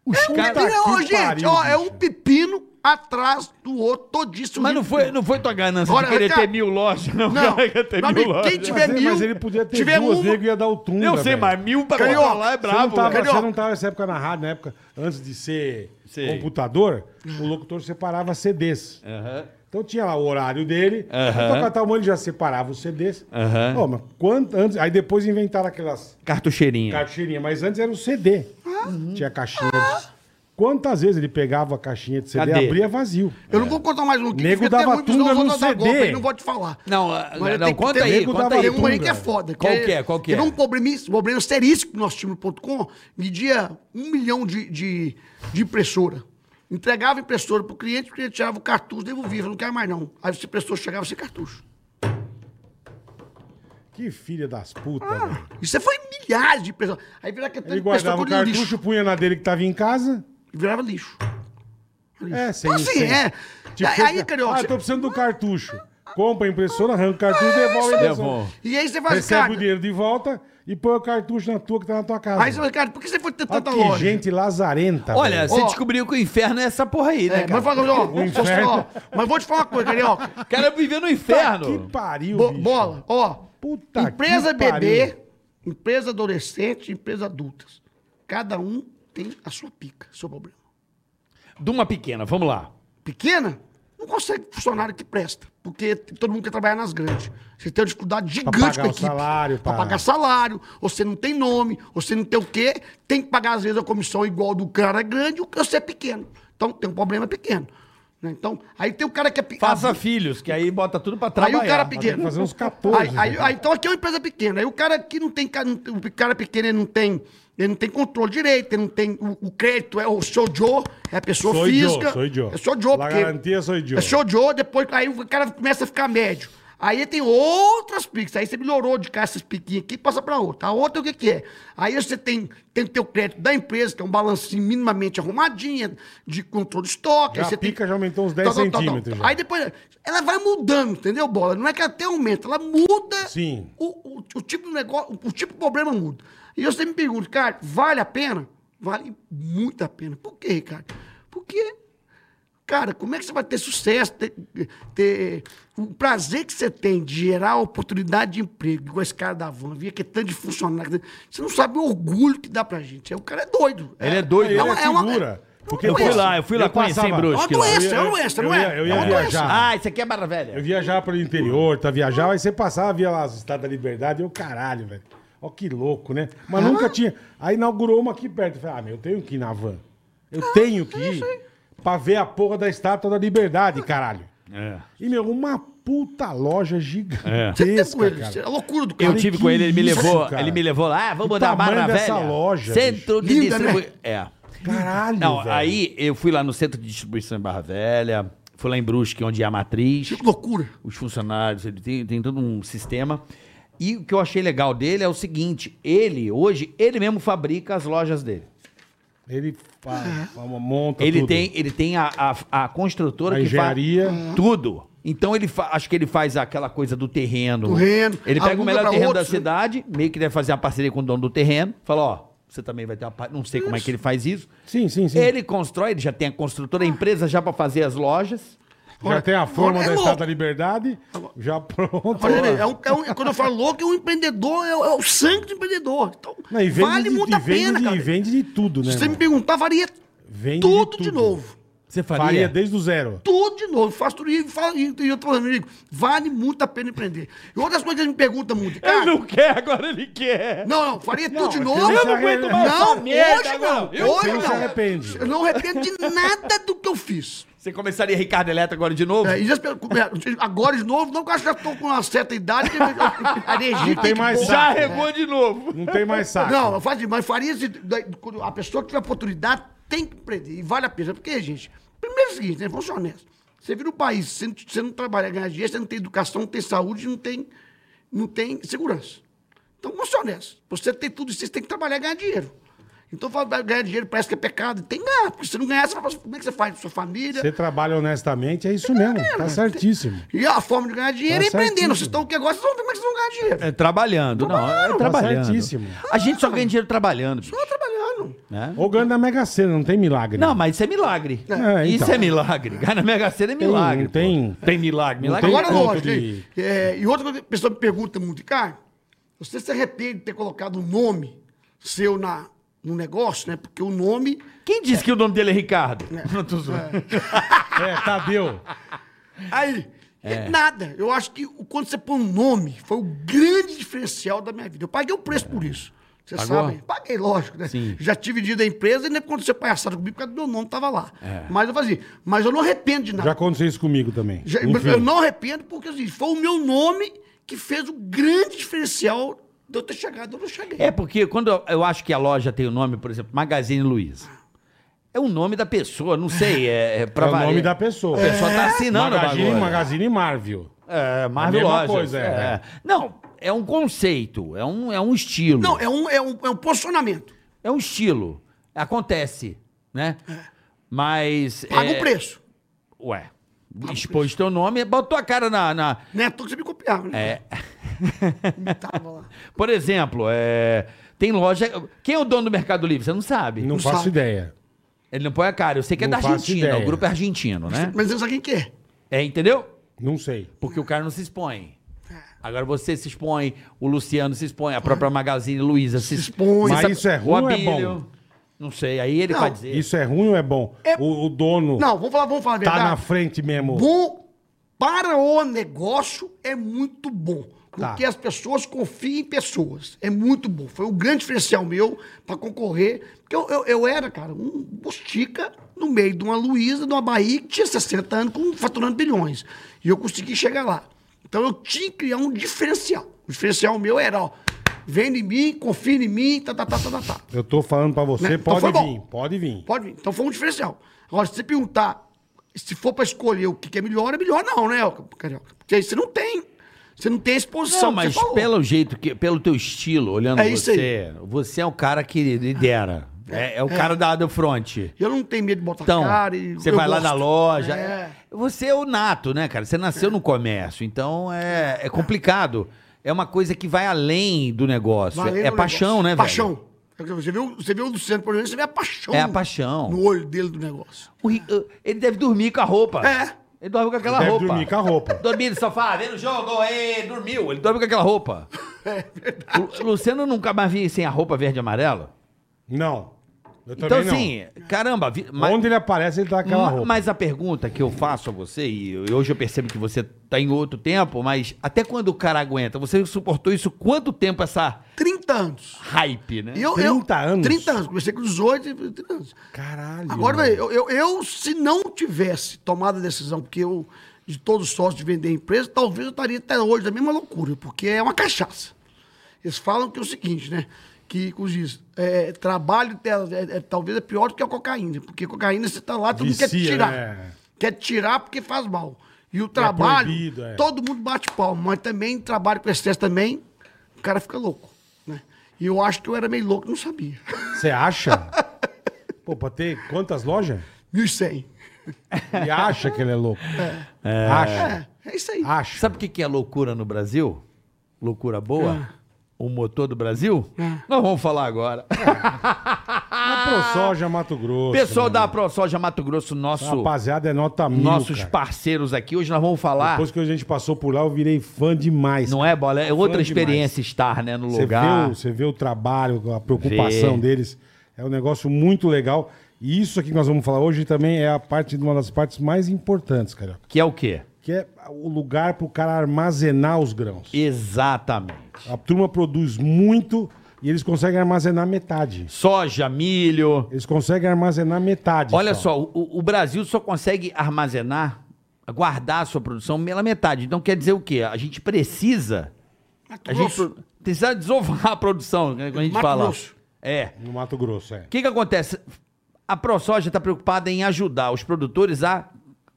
Speaker 6: um É
Speaker 3: Os caras-
Speaker 4: Puta
Speaker 6: Não,
Speaker 4: que
Speaker 6: ó, gente,
Speaker 4: pariu,
Speaker 6: ó, é
Speaker 4: bicho.
Speaker 6: um pepino atrás do outro todíssimo.
Speaker 3: Mas não foi, não foi tua ganância
Speaker 6: Agora,
Speaker 3: de querer
Speaker 6: cara-
Speaker 3: ter mil lojas, não.
Speaker 6: Não,
Speaker 3: cara, quer ter
Speaker 6: mas
Speaker 3: mil
Speaker 6: quem
Speaker 3: lojas.
Speaker 6: tiver
Speaker 4: mas, é-
Speaker 6: mil,
Speaker 4: mas ele podia ter
Speaker 6: tiver
Speaker 4: duas,
Speaker 6: uma-
Speaker 4: nego ia dar o tumba,
Speaker 3: Eu sei,
Speaker 4: velho.
Speaker 3: mas mil pra
Speaker 6: Carioca,
Speaker 3: botar lá é
Speaker 4: Você não,
Speaker 3: bravo.
Speaker 4: tava,
Speaker 3: velho.
Speaker 4: você
Speaker 6: Carioca.
Speaker 4: não tava nessa época na rádio, na época, antes de ser
Speaker 3: Sei.
Speaker 4: computador, o locutor separava CDs.
Speaker 3: Aham.
Speaker 4: Então tinha lá o horário dele,
Speaker 3: Aham.
Speaker 4: então pra tal ele já separava os CDs.
Speaker 3: Aham.
Speaker 4: Ó, mas quanto antes, aí depois inventaram
Speaker 6: um
Speaker 4: aquelas
Speaker 3: Cartucheirinha.
Speaker 4: caixinhas, mas antes era o CD. Tinha caixinha. de- Quantas vezes ele pegava a caixinha de CD e
Speaker 3: Cadê?
Speaker 4: abria vazio?
Speaker 6: Eu não vou contar mais um aqui.
Speaker 4: Nego
Speaker 6: porque tem
Speaker 4: dava
Speaker 6: muitos, senão
Speaker 4: tunga
Speaker 6: eu vou
Speaker 4: no
Speaker 6: dar- dar
Speaker 4: CD.
Speaker 6: golpe, aí não vou te falar.
Speaker 3: Não, ah,
Speaker 6: Mas eu
Speaker 3: não,
Speaker 6: tenho que
Speaker 3: conta
Speaker 6: ter-
Speaker 3: aí,
Speaker 4: nego
Speaker 3: conta
Speaker 4: dava
Speaker 3: aí.
Speaker 6: Tem um aí
Speaker 4: tunga.
Speaker 6: que é foda.
Speaker 3: Qual que é, qual que é?
Speaker 6: Teve um problema, um problema seríssimo que nós tínhamos no .com, media um milhão de, de, de impressora. Entregava a impressora pro cliente, o cliente tirava o cartucho, devolvia, falava, não quero mais não. Aí esse impressor chegava sem cartucho.
Speaker 4: Que filha das putas,
Speaker 6: Ah,
Speaker 4: velho.
Speaker 6: Isso foi milhares de impressoras. Aí virava aquele
Speaker 4: Ah. Ele
Speaker 6: tanto de impressora
Speaker 4: guardava o
Speaker 6: que eu li
Speaker 4: cartucho, punha na dele que tava em casa.
Speaker 6: virava lixo.
Speaker 4: É, sem
Speaker 6: Então, assim,
Speaker 4: sem-
Speaker 6: é.
Speaker 4: Tipo,
Speaker 6: aí, aí,
Speaker 4: ah,
Speaker 6: Carioca,
Speaker 4: tô precisando do cartucho. Compra a impressora, arranca o cartucho, devolve a impressora.
Speaker 3: Devolve.
Speaker 6: e aí você faz,
Speaker 4: Recebe
Speaker 6: cara...
Speaker 4: o dinheiro de volta e põe o cartucho na tua que tá na tua casa.
Speaker 6: Aí você fala, cara, por que você foi ter
Speaker 4: Olha
Speaker 6: tanta
Speaker 4: que
Speaker 6: loja?
Speaker 4: gente lazarenta.
Speaker 3: Olha,
Speaker 4: velho.
Speaker 3: você
Speaker 6: Ó.
Speaker 3: descobriu que o inferno é essa porra aí, né?
Speaker 6: É, mas,
Speaker 3: cara?
Speaker 6: fala, ó,
Speaker 4: [LAUGHS] O inferno.
Speaker 6: ó, mas vou te falar uma coisa, Carioca.
Speaker 4: [LAUGHS]
Speaker 3: O cara viver
Speaker 6: tá
Speaker 3: no
Speaker 4: que
Speaker 3: inferno.
Speaker 4: pariu,
Speaker 6: Bo-
Speaker 4: bicho.
Speaker 6: bola, ó.
Speaker 4: Puta
Speaker 6: empresa
Speaker 4: que pariu.
Speaker 6: bebê, empresa adolescente, empresa adultas. Cada um tem a sua pica, seu problema.
Speaker 3: De uma pequena, vamos lá.
Speaker 6: Pequena, não consegue funcionário que presta. Porque t- todo mundo quer trabalhar nas grandes. Você tem uma dificuldade
Speaker 4: pagar
Speaker 6: gigante com a
Speaker 4: o
Speaker 6: equipe.
Speaker 4: salário, tá.
Speaker 6: pra
Speaker 4: pra-
Speaker 6: pagar salário, ou você não tem nome, ou você não tem o quê. Tem que pagar, às vezes, a comissão igual do cara grande e o cara você é pequeno. Então tem um problema pequeno. né? Então, aí tem o cara que é pe-
Speaker 3: Faça filhos, que aí bota tudo pra
Speaker 6: Aí
Speaker 3: trabalhar.
Speaker 6: o cara
Speaker 4: Tem que
Speaker 6: pequeno.
Speaker 4: fazer uns 14.
Speaker 6: Aí- aí-
Speaker 4: velho.
Speaker 6: aí, então aqui é uma empresa pequena. Aí o cara que não tem. ca- não tem- O cara pequeno ele não tem. Ele não tem controle direito, ele não tem. O, o crédito é o seu Joe, é a pessoa
Speaker 4: Sou Joe,
Speaker 6: física.
Speaker 4: sou Joe.
Speaker 6: É seu Joe,
Speaker 4: La
Speaker 6: porque.
Speaker 4: garantia, sou Joe.
Speaker 6: É seu Joe, depois. Aí o cara começa a ficar médio. Aí tem outras piques. Aí você melhorou de cá essas piquinhas aqui passa pra outra. A outra o que, que é? Aí você tem, tem que ter o crédito da empresa, que é um balancinho minimamente arrumadinho, de controle de estoque.
Speaker 4: Já
Speaker 6: aí você tem- Então,
Speaker 4: pica, já aumentou uns 10 centímetros já.
Speaker 6: Aí depois, ela vai mudando, entendeu, Bola? Não é que até aumenta, ela muda.
Speaker 4: Sim.
Speaker 6: O, o, o tipo do negócio, o, o tipo do problema muda. E você me pergunta, cara, vale a pena? Vale muito a pena. Por quê, cara? Porque, cara, como é que você vai ter sucesso, ter, ter- o prazer que você tem de gerar oportunidade de emprego, igual esse cara da van, via que é tanto de funcionário. Você não sabe o orgulho que dá pra gente. O cara é doido.
Speaker 3: Ele é doido.
Speaker 4: Ele é,
Speaker 3: Não,
Speaker 6: uma-
Speaker 4: figura.
Speaker 6: Eu
Speaker 3: fui
Speaker 4: passava-
Speaker 3: lá, eu fui lá conhecer em
Speaker 4: passava-
Speaker 6: É
Speaker 3: Brusque.
Speaker 6: uma doença, é uma doença, não
Speaker 4: Eu
Speaker 6: é?
Speaker 4: ia- eu ia
Speaker 6: é uma doença.
Speaker 4: viajar.
Speaker 3: Ah, isso aqui é barra
Speaker 4: Eu
Speaker 3: velha.
Speaker 4: viajava pelo interior, tá viajava, aí você passava, via lá as Estados da Liberdade, eu, caralho, velho. Ó que louco, né? Mas nunca tinha. Aí inaugurou uma aqui perto. Eu falei, ah, meu, eu tenho que ir na van. Eu
Speaker 6: Ah,
Speaker 4: tenho que ir pra ver a porra da Estátua da Liberdade, caralho.
Speaker 3: É.
Speaker 4: E, meu, uma puta loja
Speaker 6: Você tem com
Speaker 4: gigantesca,
Speaker 6: ele,
Speaker 4: cara.
Speaker 6: é a loucura do cara.
Speaker 3: Eu tive com ele, ele me
Speaker 4: isso,
Speaker 3: levou,
Speaker 4: cara?
Speaker 3: ele me levou lá, ah,
Speaker 4: O
Speaker 3: vamos botar a
Speaker 4: tamanho
Speaker 3: barra
Speaker 4: dessa
Speaker 3: velha.
Speaker 4: loja,
Speaker 3: Centro de
Speaker 6: Linda, né?
Speaker 3: distribuição. É.
Speaker 4: Caralho,
Speaker 3: Não,
Speaker 4: velho.
Speaker 3: aí eu fui lá no centro de distribuição em Barra Velha,
Speaker 6: Tipo
Speaker 3: fui lá em Brusque, onde é a matriz.
Speaker 6: Que loucura.
Speaker 3: os funcionários, ele tem, tem todo um sistema. E o que eu achei legal dele é o seguinte: ele, hoje, ele mesmo fabrica as lojas dele.
Speaker 4: Ele
Speaker 6: É.
Speaker 4: faz, uma monta
Speaker 3: Ele
Speaker 4: tudo.
Speaker 3: tem, ele tem a, a, a construtora
Speaker 4: A
Speaker 3: que
Speaker 4: engenharia.
Speaker 6: Uhum.
Speaker 3: faz tudo. Então ele fa- acho que ele faz aquela coisa do terreno.
Speaker 6: Terreno,
Speaker 3: Ele pega
Speaker 6: aluga
Speaker 3: o melhor
Speaker 6: pra
Speaker 3: terreno
Speaker 6: outros,
Speaker 3: da
Speaker 6: né?
Speaker 3: cidade, meio que deve fazer uma parceria com o dono do terreno. Fala, ó, você também vai ter uma parte. Não sei como é que ele faz isso.
Speaker 4: Sim, sim, sim.
Speaker 3: Ele constrói, ele já tem a construtora, a empresa já pra fazer as lojas.
Speaker 4: Já tem a forma
Speaker 6: Agora é
Speaker 4: da
Speaker 6: louco.
Speaker 4: Estátua da Liberdade, já pronto.
Speaker 6: Mas, Nenê, é um- é um- quando eu falo louco, é um empreendedor, é, o- é o sangue do empreendedor. Então,
Speaker 4: Não, e vende de,
Speaker 6: vale muito a
Speaker 4: e vende
Speaker 6: pena,
Speaker 4: de,
Speaker 6: cara.
Speaker 4: E vende de tudo, né?
Speaker 6: Se você me
Speaker 4: mano?
Speaker 6: perguntar, varia
Speaker 4: Vende
Speaker 6: tudo de, novo.
Speaker 10: Você faria?
Speaker 4: Faria desde o zero.
Speaker 6: Tudo de novo. Faço tudo e falo, e eu tô falando, amigo, vale muito a pena empreender. E outras coisas que eles me perguntam muito, cara, não...
Speaker 10: quer, agora ele quer.
Speaker 6: não, faria tudo de
Speaker 4: é que
Speaker 6: novo.
Speaker 4: eu não aguento mais
Speaker 6: Não,
Speaker 10: essa merda
Speaker 6: hoje
Speaker 10: agora.
Speaker 6: não.
Speaker 10: Eu-
Speaker 6: hoje
Speaker 4: Você não
Speaker 6: não.
Speaker 4: se arrepende.
Speaker 6: Eu não arrependo de nada do que eu fiz.
Speaker 10: Você começaria Ricardo Eletro agora de novo?
Speaker 6: É, e as pe- é, agora de novo, não, que eu acho que já estou com uma certa idade. que a energia
Speaker 4: Não [LAUGHS] tem
Speaker 6: que
Speaker 4: mais
Speaker 6: pôr.
Speaker 4: saco.
Speaker 10: regou de novo.
Speaker 4: Não tem mais saco.
Speaker 6: Não, não faz demais. Faria isso. daí, quando A pessoa que tiver oportunidade tem que prender. E vale a pena. Porque, gente, primeiro é o seguinte, né? Vamos ser honestos. Você vira um país, você não, você não trabalha, ganha dinheiro, você não tem educação, não tem saúde, não tem, não tem segurança. Então, vamos ser honestos. Você tem tudo isso, você tem que trabalhar e ganhar dinheiro. Então, fala, ganhar dinheiro parece que é pecado. Tem que ganhar, porque se não ganhar, você fala, como é que você faz com sua família?
Speaker 4: Você trabalha honestamente, é isso mesmo. Tá certíssimo.
Speaker 6: E a forma de ganhar dinheiro
Speaker 4: Tá
Speaker 6: é empreendendo.
Speaker 4: certinho.
Speaker 6: Vocês estão aqui agora, vocês vão ver como é que vocês vão ganhar dinheiro.
Speaker 3: É, trabalhando, não. É trabalhando.
Speaker 4: tá certíssimo.
Speaker 3: A gente só ganha dinheiro trabalhando. bicho,
Speaker 6: Estão trabalhando.
Speaker 3: Né?
Speaker 4: Ou ganha na Mega Sena, não tem milagre.
Speaker 3: Não, mas isso é milagre.
Speaker 4: É, então.
Speaker 3: Isso é milagre. Ganhar na Mega Sena é milagre.
Speaker 4: não tem-
Speaker 3: pô. tem milagre.
Speaker 4: não
Speaker 3: Milagre
Speaker 4: tem
Speaker 6: Agora
Speaker 4: conta
Speaker 6: lógico.
Speaker 4: de-
Speaker 6: hein? É, e outra coisa que a pessoa me pergunta muito, cara, você se arrepende de ter colocado um nome seu na, no negócio, né? Porque o nome.
Speaker 3: Quem disse que o nome dele é Ricardo? Não tô zoando.
Speaker 4: É, Tadeu.
Speaker 6: Aí. é Nada. Eu acho que o- quando você põe um nome, foi o grande diferencial da minha vida. Eu paguei o preço por isso. Vocês
Speaker 3: Pagou?
Speaker 6: sabem? Paguei, lógico, né? Já tive dinheiro da empresa né? e nem aconteceu é palhaçada comigo, porque meu nome estava lá. Mas eu fazia. Mas eu não arrependo de nada.
Speaker 4: É. Já aconteceu isso comigo também. Um É
Speaker 6: Já- mas
Speaker 4: Enfim.
Speaker 6: eu não arrependo, porque assim, foi o meu nome que fez o grande diferencial de eu ter chegado onde eu cheguei.
Speaker 3: É porque quando eu- eu acho que a loja tem o nome, por exemplo, Magazine Luiza. É o nome da pessoa, não sei. É, é pra
Speaker 4: É o
Speaker 3: varia.
Speaker 4: nome da pessoa. É.
Speaker 3: A pessoa tá assinando o
Speaker 4: Magazine,
Speaker 3: bagulho.
Speaker 4: Magazine Marvel.
Speaker 3: É, Marvel
Speaker 4: A mesma
Speaker 3: Lojas.
Speaker 4: coisa, é.
Speaker 3: é. Não, é um conceito, é um, é um estilo.
Speaker 6: Não, é um, é, um, é um posicionamento.
Speaker 3: É um estilo. Acontece, né? Mas.
Speaker 6: Paga
Speaker 3: é,
Speaker 6: o preço.
Speaker 3: Ué. Expôs teu nome, botou a cara na. na-
Speaker 6: Não é à toa que você me copiava, né?
Speaker 3: é.
Speaker 6: [LAUGHS] Imitava lá.
Speaker 3: Por exemplo, é, tem loja. Quem é o dono do Mercado Livre? Você não sabe.
Speaker 4: Não faço
Speaker 6: sabe.
Speaker 4: ideia.
Speaker 3: Ele não põe a cara. Eu sei que é
Speaker 4: Não
Speaker 3: da
Speaker 4: faço
Speaker 3: Argentina.
Speaker 4: ideia.
Speaker 3: O grupo é argentino, né?
Speaker 6: Mas eu não sabe quem que é.
Speaker 3: É, entendeu?
Speaker 4: Não sei.
Speaker 3: Porque o cara não se expõe.
Speaker 6: É.
Speaker 3: Agora você se expõe, o Luciano se expõe, a própria Magazine Luiza se,
Speaker 6: expõe.
Speaker 3: Você
Speaker 4: Mas
Speaker 3: sabe-
Speaker 4: isso é
Speaker 3: o
Speaker 4: ruim ou é
Speaker 3: Abílio,
Speaker 4: bom?
Speaker 3: Não sei, aí ele
Speaker 6: Não,
Speaker 3: vai dizer.
Speaker 4: Isso é ruim ou é bom?
Speaker 6: É-
Speaker 4: O, o dono
Speaker 6: Não, vamos falar, vamos falar a
Speaker 4: tá
Speaker 6: verdade.
Speaker 4: na frente mesmo.
Speaker 6: Bom para o negócio é muito bom. Porque
Speaker 4: Tá.
Speaker 6: as pessoas confiam em pessoas. É muito bom. Foi um grande diferencial meu para concorrer. Porque eu, eu, eu era, cara, um bustica no meio de uma Luísa, de uma Bahia, que tinha 60 anos, com, faturando bilhões. E eu consegui chegar lá. Então eu tinha que criar um diferencial. O diferencial meu era, ó, vem em mim, confia em mim, tá, tá, tá, tá, tá, tá.
Speaker 4: Eu tô falando pra você,
Speaker 6: Né? Então
Speaker 4: pode
Speaker 6: foi bom.
Speaker 4: vir, pode vir.
Speaker 6: Pode vir. Então foi um diferencial. Agora, se você perguntar, se for pra escolher o que que é melhor, é melhor não, né, Carioca? Porque aí você não tem. Você não tem a exposição.
Speaker 3: Não,
Speaker 6: que
Speaker 3: mas
Speaker 6: você falou.
Speaker 3: pelo jeito, que, pelo teu estilo, olhando
Speaker 6: É isso
Speaker 3: você, você é o cara que lidera. É, é o cara da, do front.
Speaker 6: Eu não tenho medo de botar
Speaker 3: Então,
Speaker 6: É cara e.
Speaker 3: você
Speaker 6: eu
Speaker 3: vai lá
Speaker 6: gosto.
Speaker 3: na loja.
Speaker 6: É.
Speaker 3: é- Você é o nato, né, cara? Você nasceu no comércio, então é, é complicado. É uma coisa que vai além do negócio.
Speaker 6: Vai além
Speaker 3: é
Speaker 6: do
Speaker 3: paixão,
Speaker 6: negócio.
Speaker 3: né, velho?
Speaker 6: Paixão. Você vê, o- você vê o Luciano, por exemplo, você vê a paixão.
Speaker 3: É a paixão.
Speaker 6: No olho dele do negócio.
Speaker 3: O Ri- uh, Ele deve dormir com a roupa.
Speaker 6: É.
Speaker 3: Ele dorme com aquela
Speaker 4: Deve
Speaker 3: roupa.
Speaker 4: dormir com a roupa.
Speaker 3: Dormir no sofá, vendo o jogo, ê, dormiu. Ele dorme com aquela
Speaker 6: [LAUGHS]
Speaker 3: roupa.
Speaker 6: É
Speaker 3: O Luciano nunca mais vi sem a roupa verde e amarela.
Speaker 4: Não. Eu
Speaker 3: Então,
Speaker 4: também não.
Speaker 3: assim, caramba, vi- mas,
Speaker 4: Onde ele aparece, ele tá com aquela
Speaker 6: Hum,
Speaker 3: ma-
Speaker 4: roupa.
Speaker 3: mas a pergunta que eu faço a você, e eu- hoje eu percebo que você tá em outro tempo, mas até quando o cara aguenta? Você suportou isso quanto tempo, essa
Speaker 6: 30 anos.
Speaker 3: hype, né?
Speaker 6: E eu,
Speaker 4: 30
Speaker 6: eu,
Speaker 4: anos?
Speaker 6: 30 anos. Comecei com 18 e 30 anos.
Speaker 4: Caralho.
Speaker 6: Agora,
Speaker 4: mano.
Speaker 6: velho, eu, eu, eu, se não tivesse tomado a decisão, porque eu, de todos os sócios, de vender a empresa, talvez eu estaria até hoje da mesma loucura, porque é uma cachaça. Eles falam que é o seguinte, né? Que, como diz, é, trabalho é, é- é- talvez é pior do que a cocaína, porque cocaína você está lá, todo mundo quer te
Speaker 4: Vicia,
Speaker 6: tirar.
Speaker 4: né?
Speaker 6: Quer te tirar porque faz mal. E o trabalho,
Speaker 4: proibido, é.
Speaker 6: todo mundo bate palma, mas também trabalho com excesso também o cara fica louco. Né? E eu acho que eu era meio louco, não sabia. [LAUGHS]
Speaker 4: Você acha? [LAUGHS] Pô, pra ter quantas lojas?
Speaker 6: 1.100.
Speaker 4: E acha que ele é louco. Acha.
Speaker 6: É, é isso aí.
Speaker 4: Acha.
Speaker 3: Sabe o que que é loucura no Brasil? Loucura
Speaker 6: Ah.
Speaker 3: boa? O motor do Brasil?
Speaker 6: É.
Speaker 3: Nós vamos falar agora. [LAUGHS]
Speaker 4: É ProSoja Mato Grosso.
Speaker 3: Ah! Pessoal
Speaker 4: meu
Speaker 3: da
Speaker 4: irmão.
Speaker 3: ProSoja Mato Grosso, nosso,
Speaker 4: Rapaziada, é nota mil,
Speaker 3: nossos Ah!
Speaker 4: cara.
Speaker 3: parceiros aqui. Hoje nós vamos falar.
Speaker 4: Depois que a gente passou por lá, eu virei fã demais.
Speaker 3: Não é, Bola? É outra
Speaker 4: Fã
Speaker 3: experiência estar, né, no
Speaker 4: Você
Speaker 3: lugar.
Speaker 4: vê, o, você vê o trabalho, a preocupação
Speaker 3: Vê.
Speaker 4: deles. É um negócio muito legal. E isso aqui que nós vamos falar hoje também é a parte, uma das partes mais importantes, cara.
Speaker 3: Que é o quê?
Speaker 4: Que é o lugar pro cara armazenar os grãos.
Speaker 3: Exatamente.
Speaker 4: A turma produz muito e eles conseguem armazenar metade.
Speaker 3: Soja, milho.
Speaker 4: Eles conseguem armazenar metade.
Speaker 3: Olha só, o, o Brasil só consegue armazenar, guardar a sua produção pela metade. Então quer dizer o quê? A gente precisa.
Speaker 6: Mato
Speaker 3: A gente
Speaker 6: Grosso.
Speaker 3: pro- precisa desovar a produção, né, quando a gente
Speaker 6: Mato
Speaker 3: fala.
Speaker 6: Grosso.
Speaker 3: É.
Speaker 4: No Mato Grosso, é.
Speaker 3: O que, que acontece? A ProSoja está preocupada em ajudar os produtores a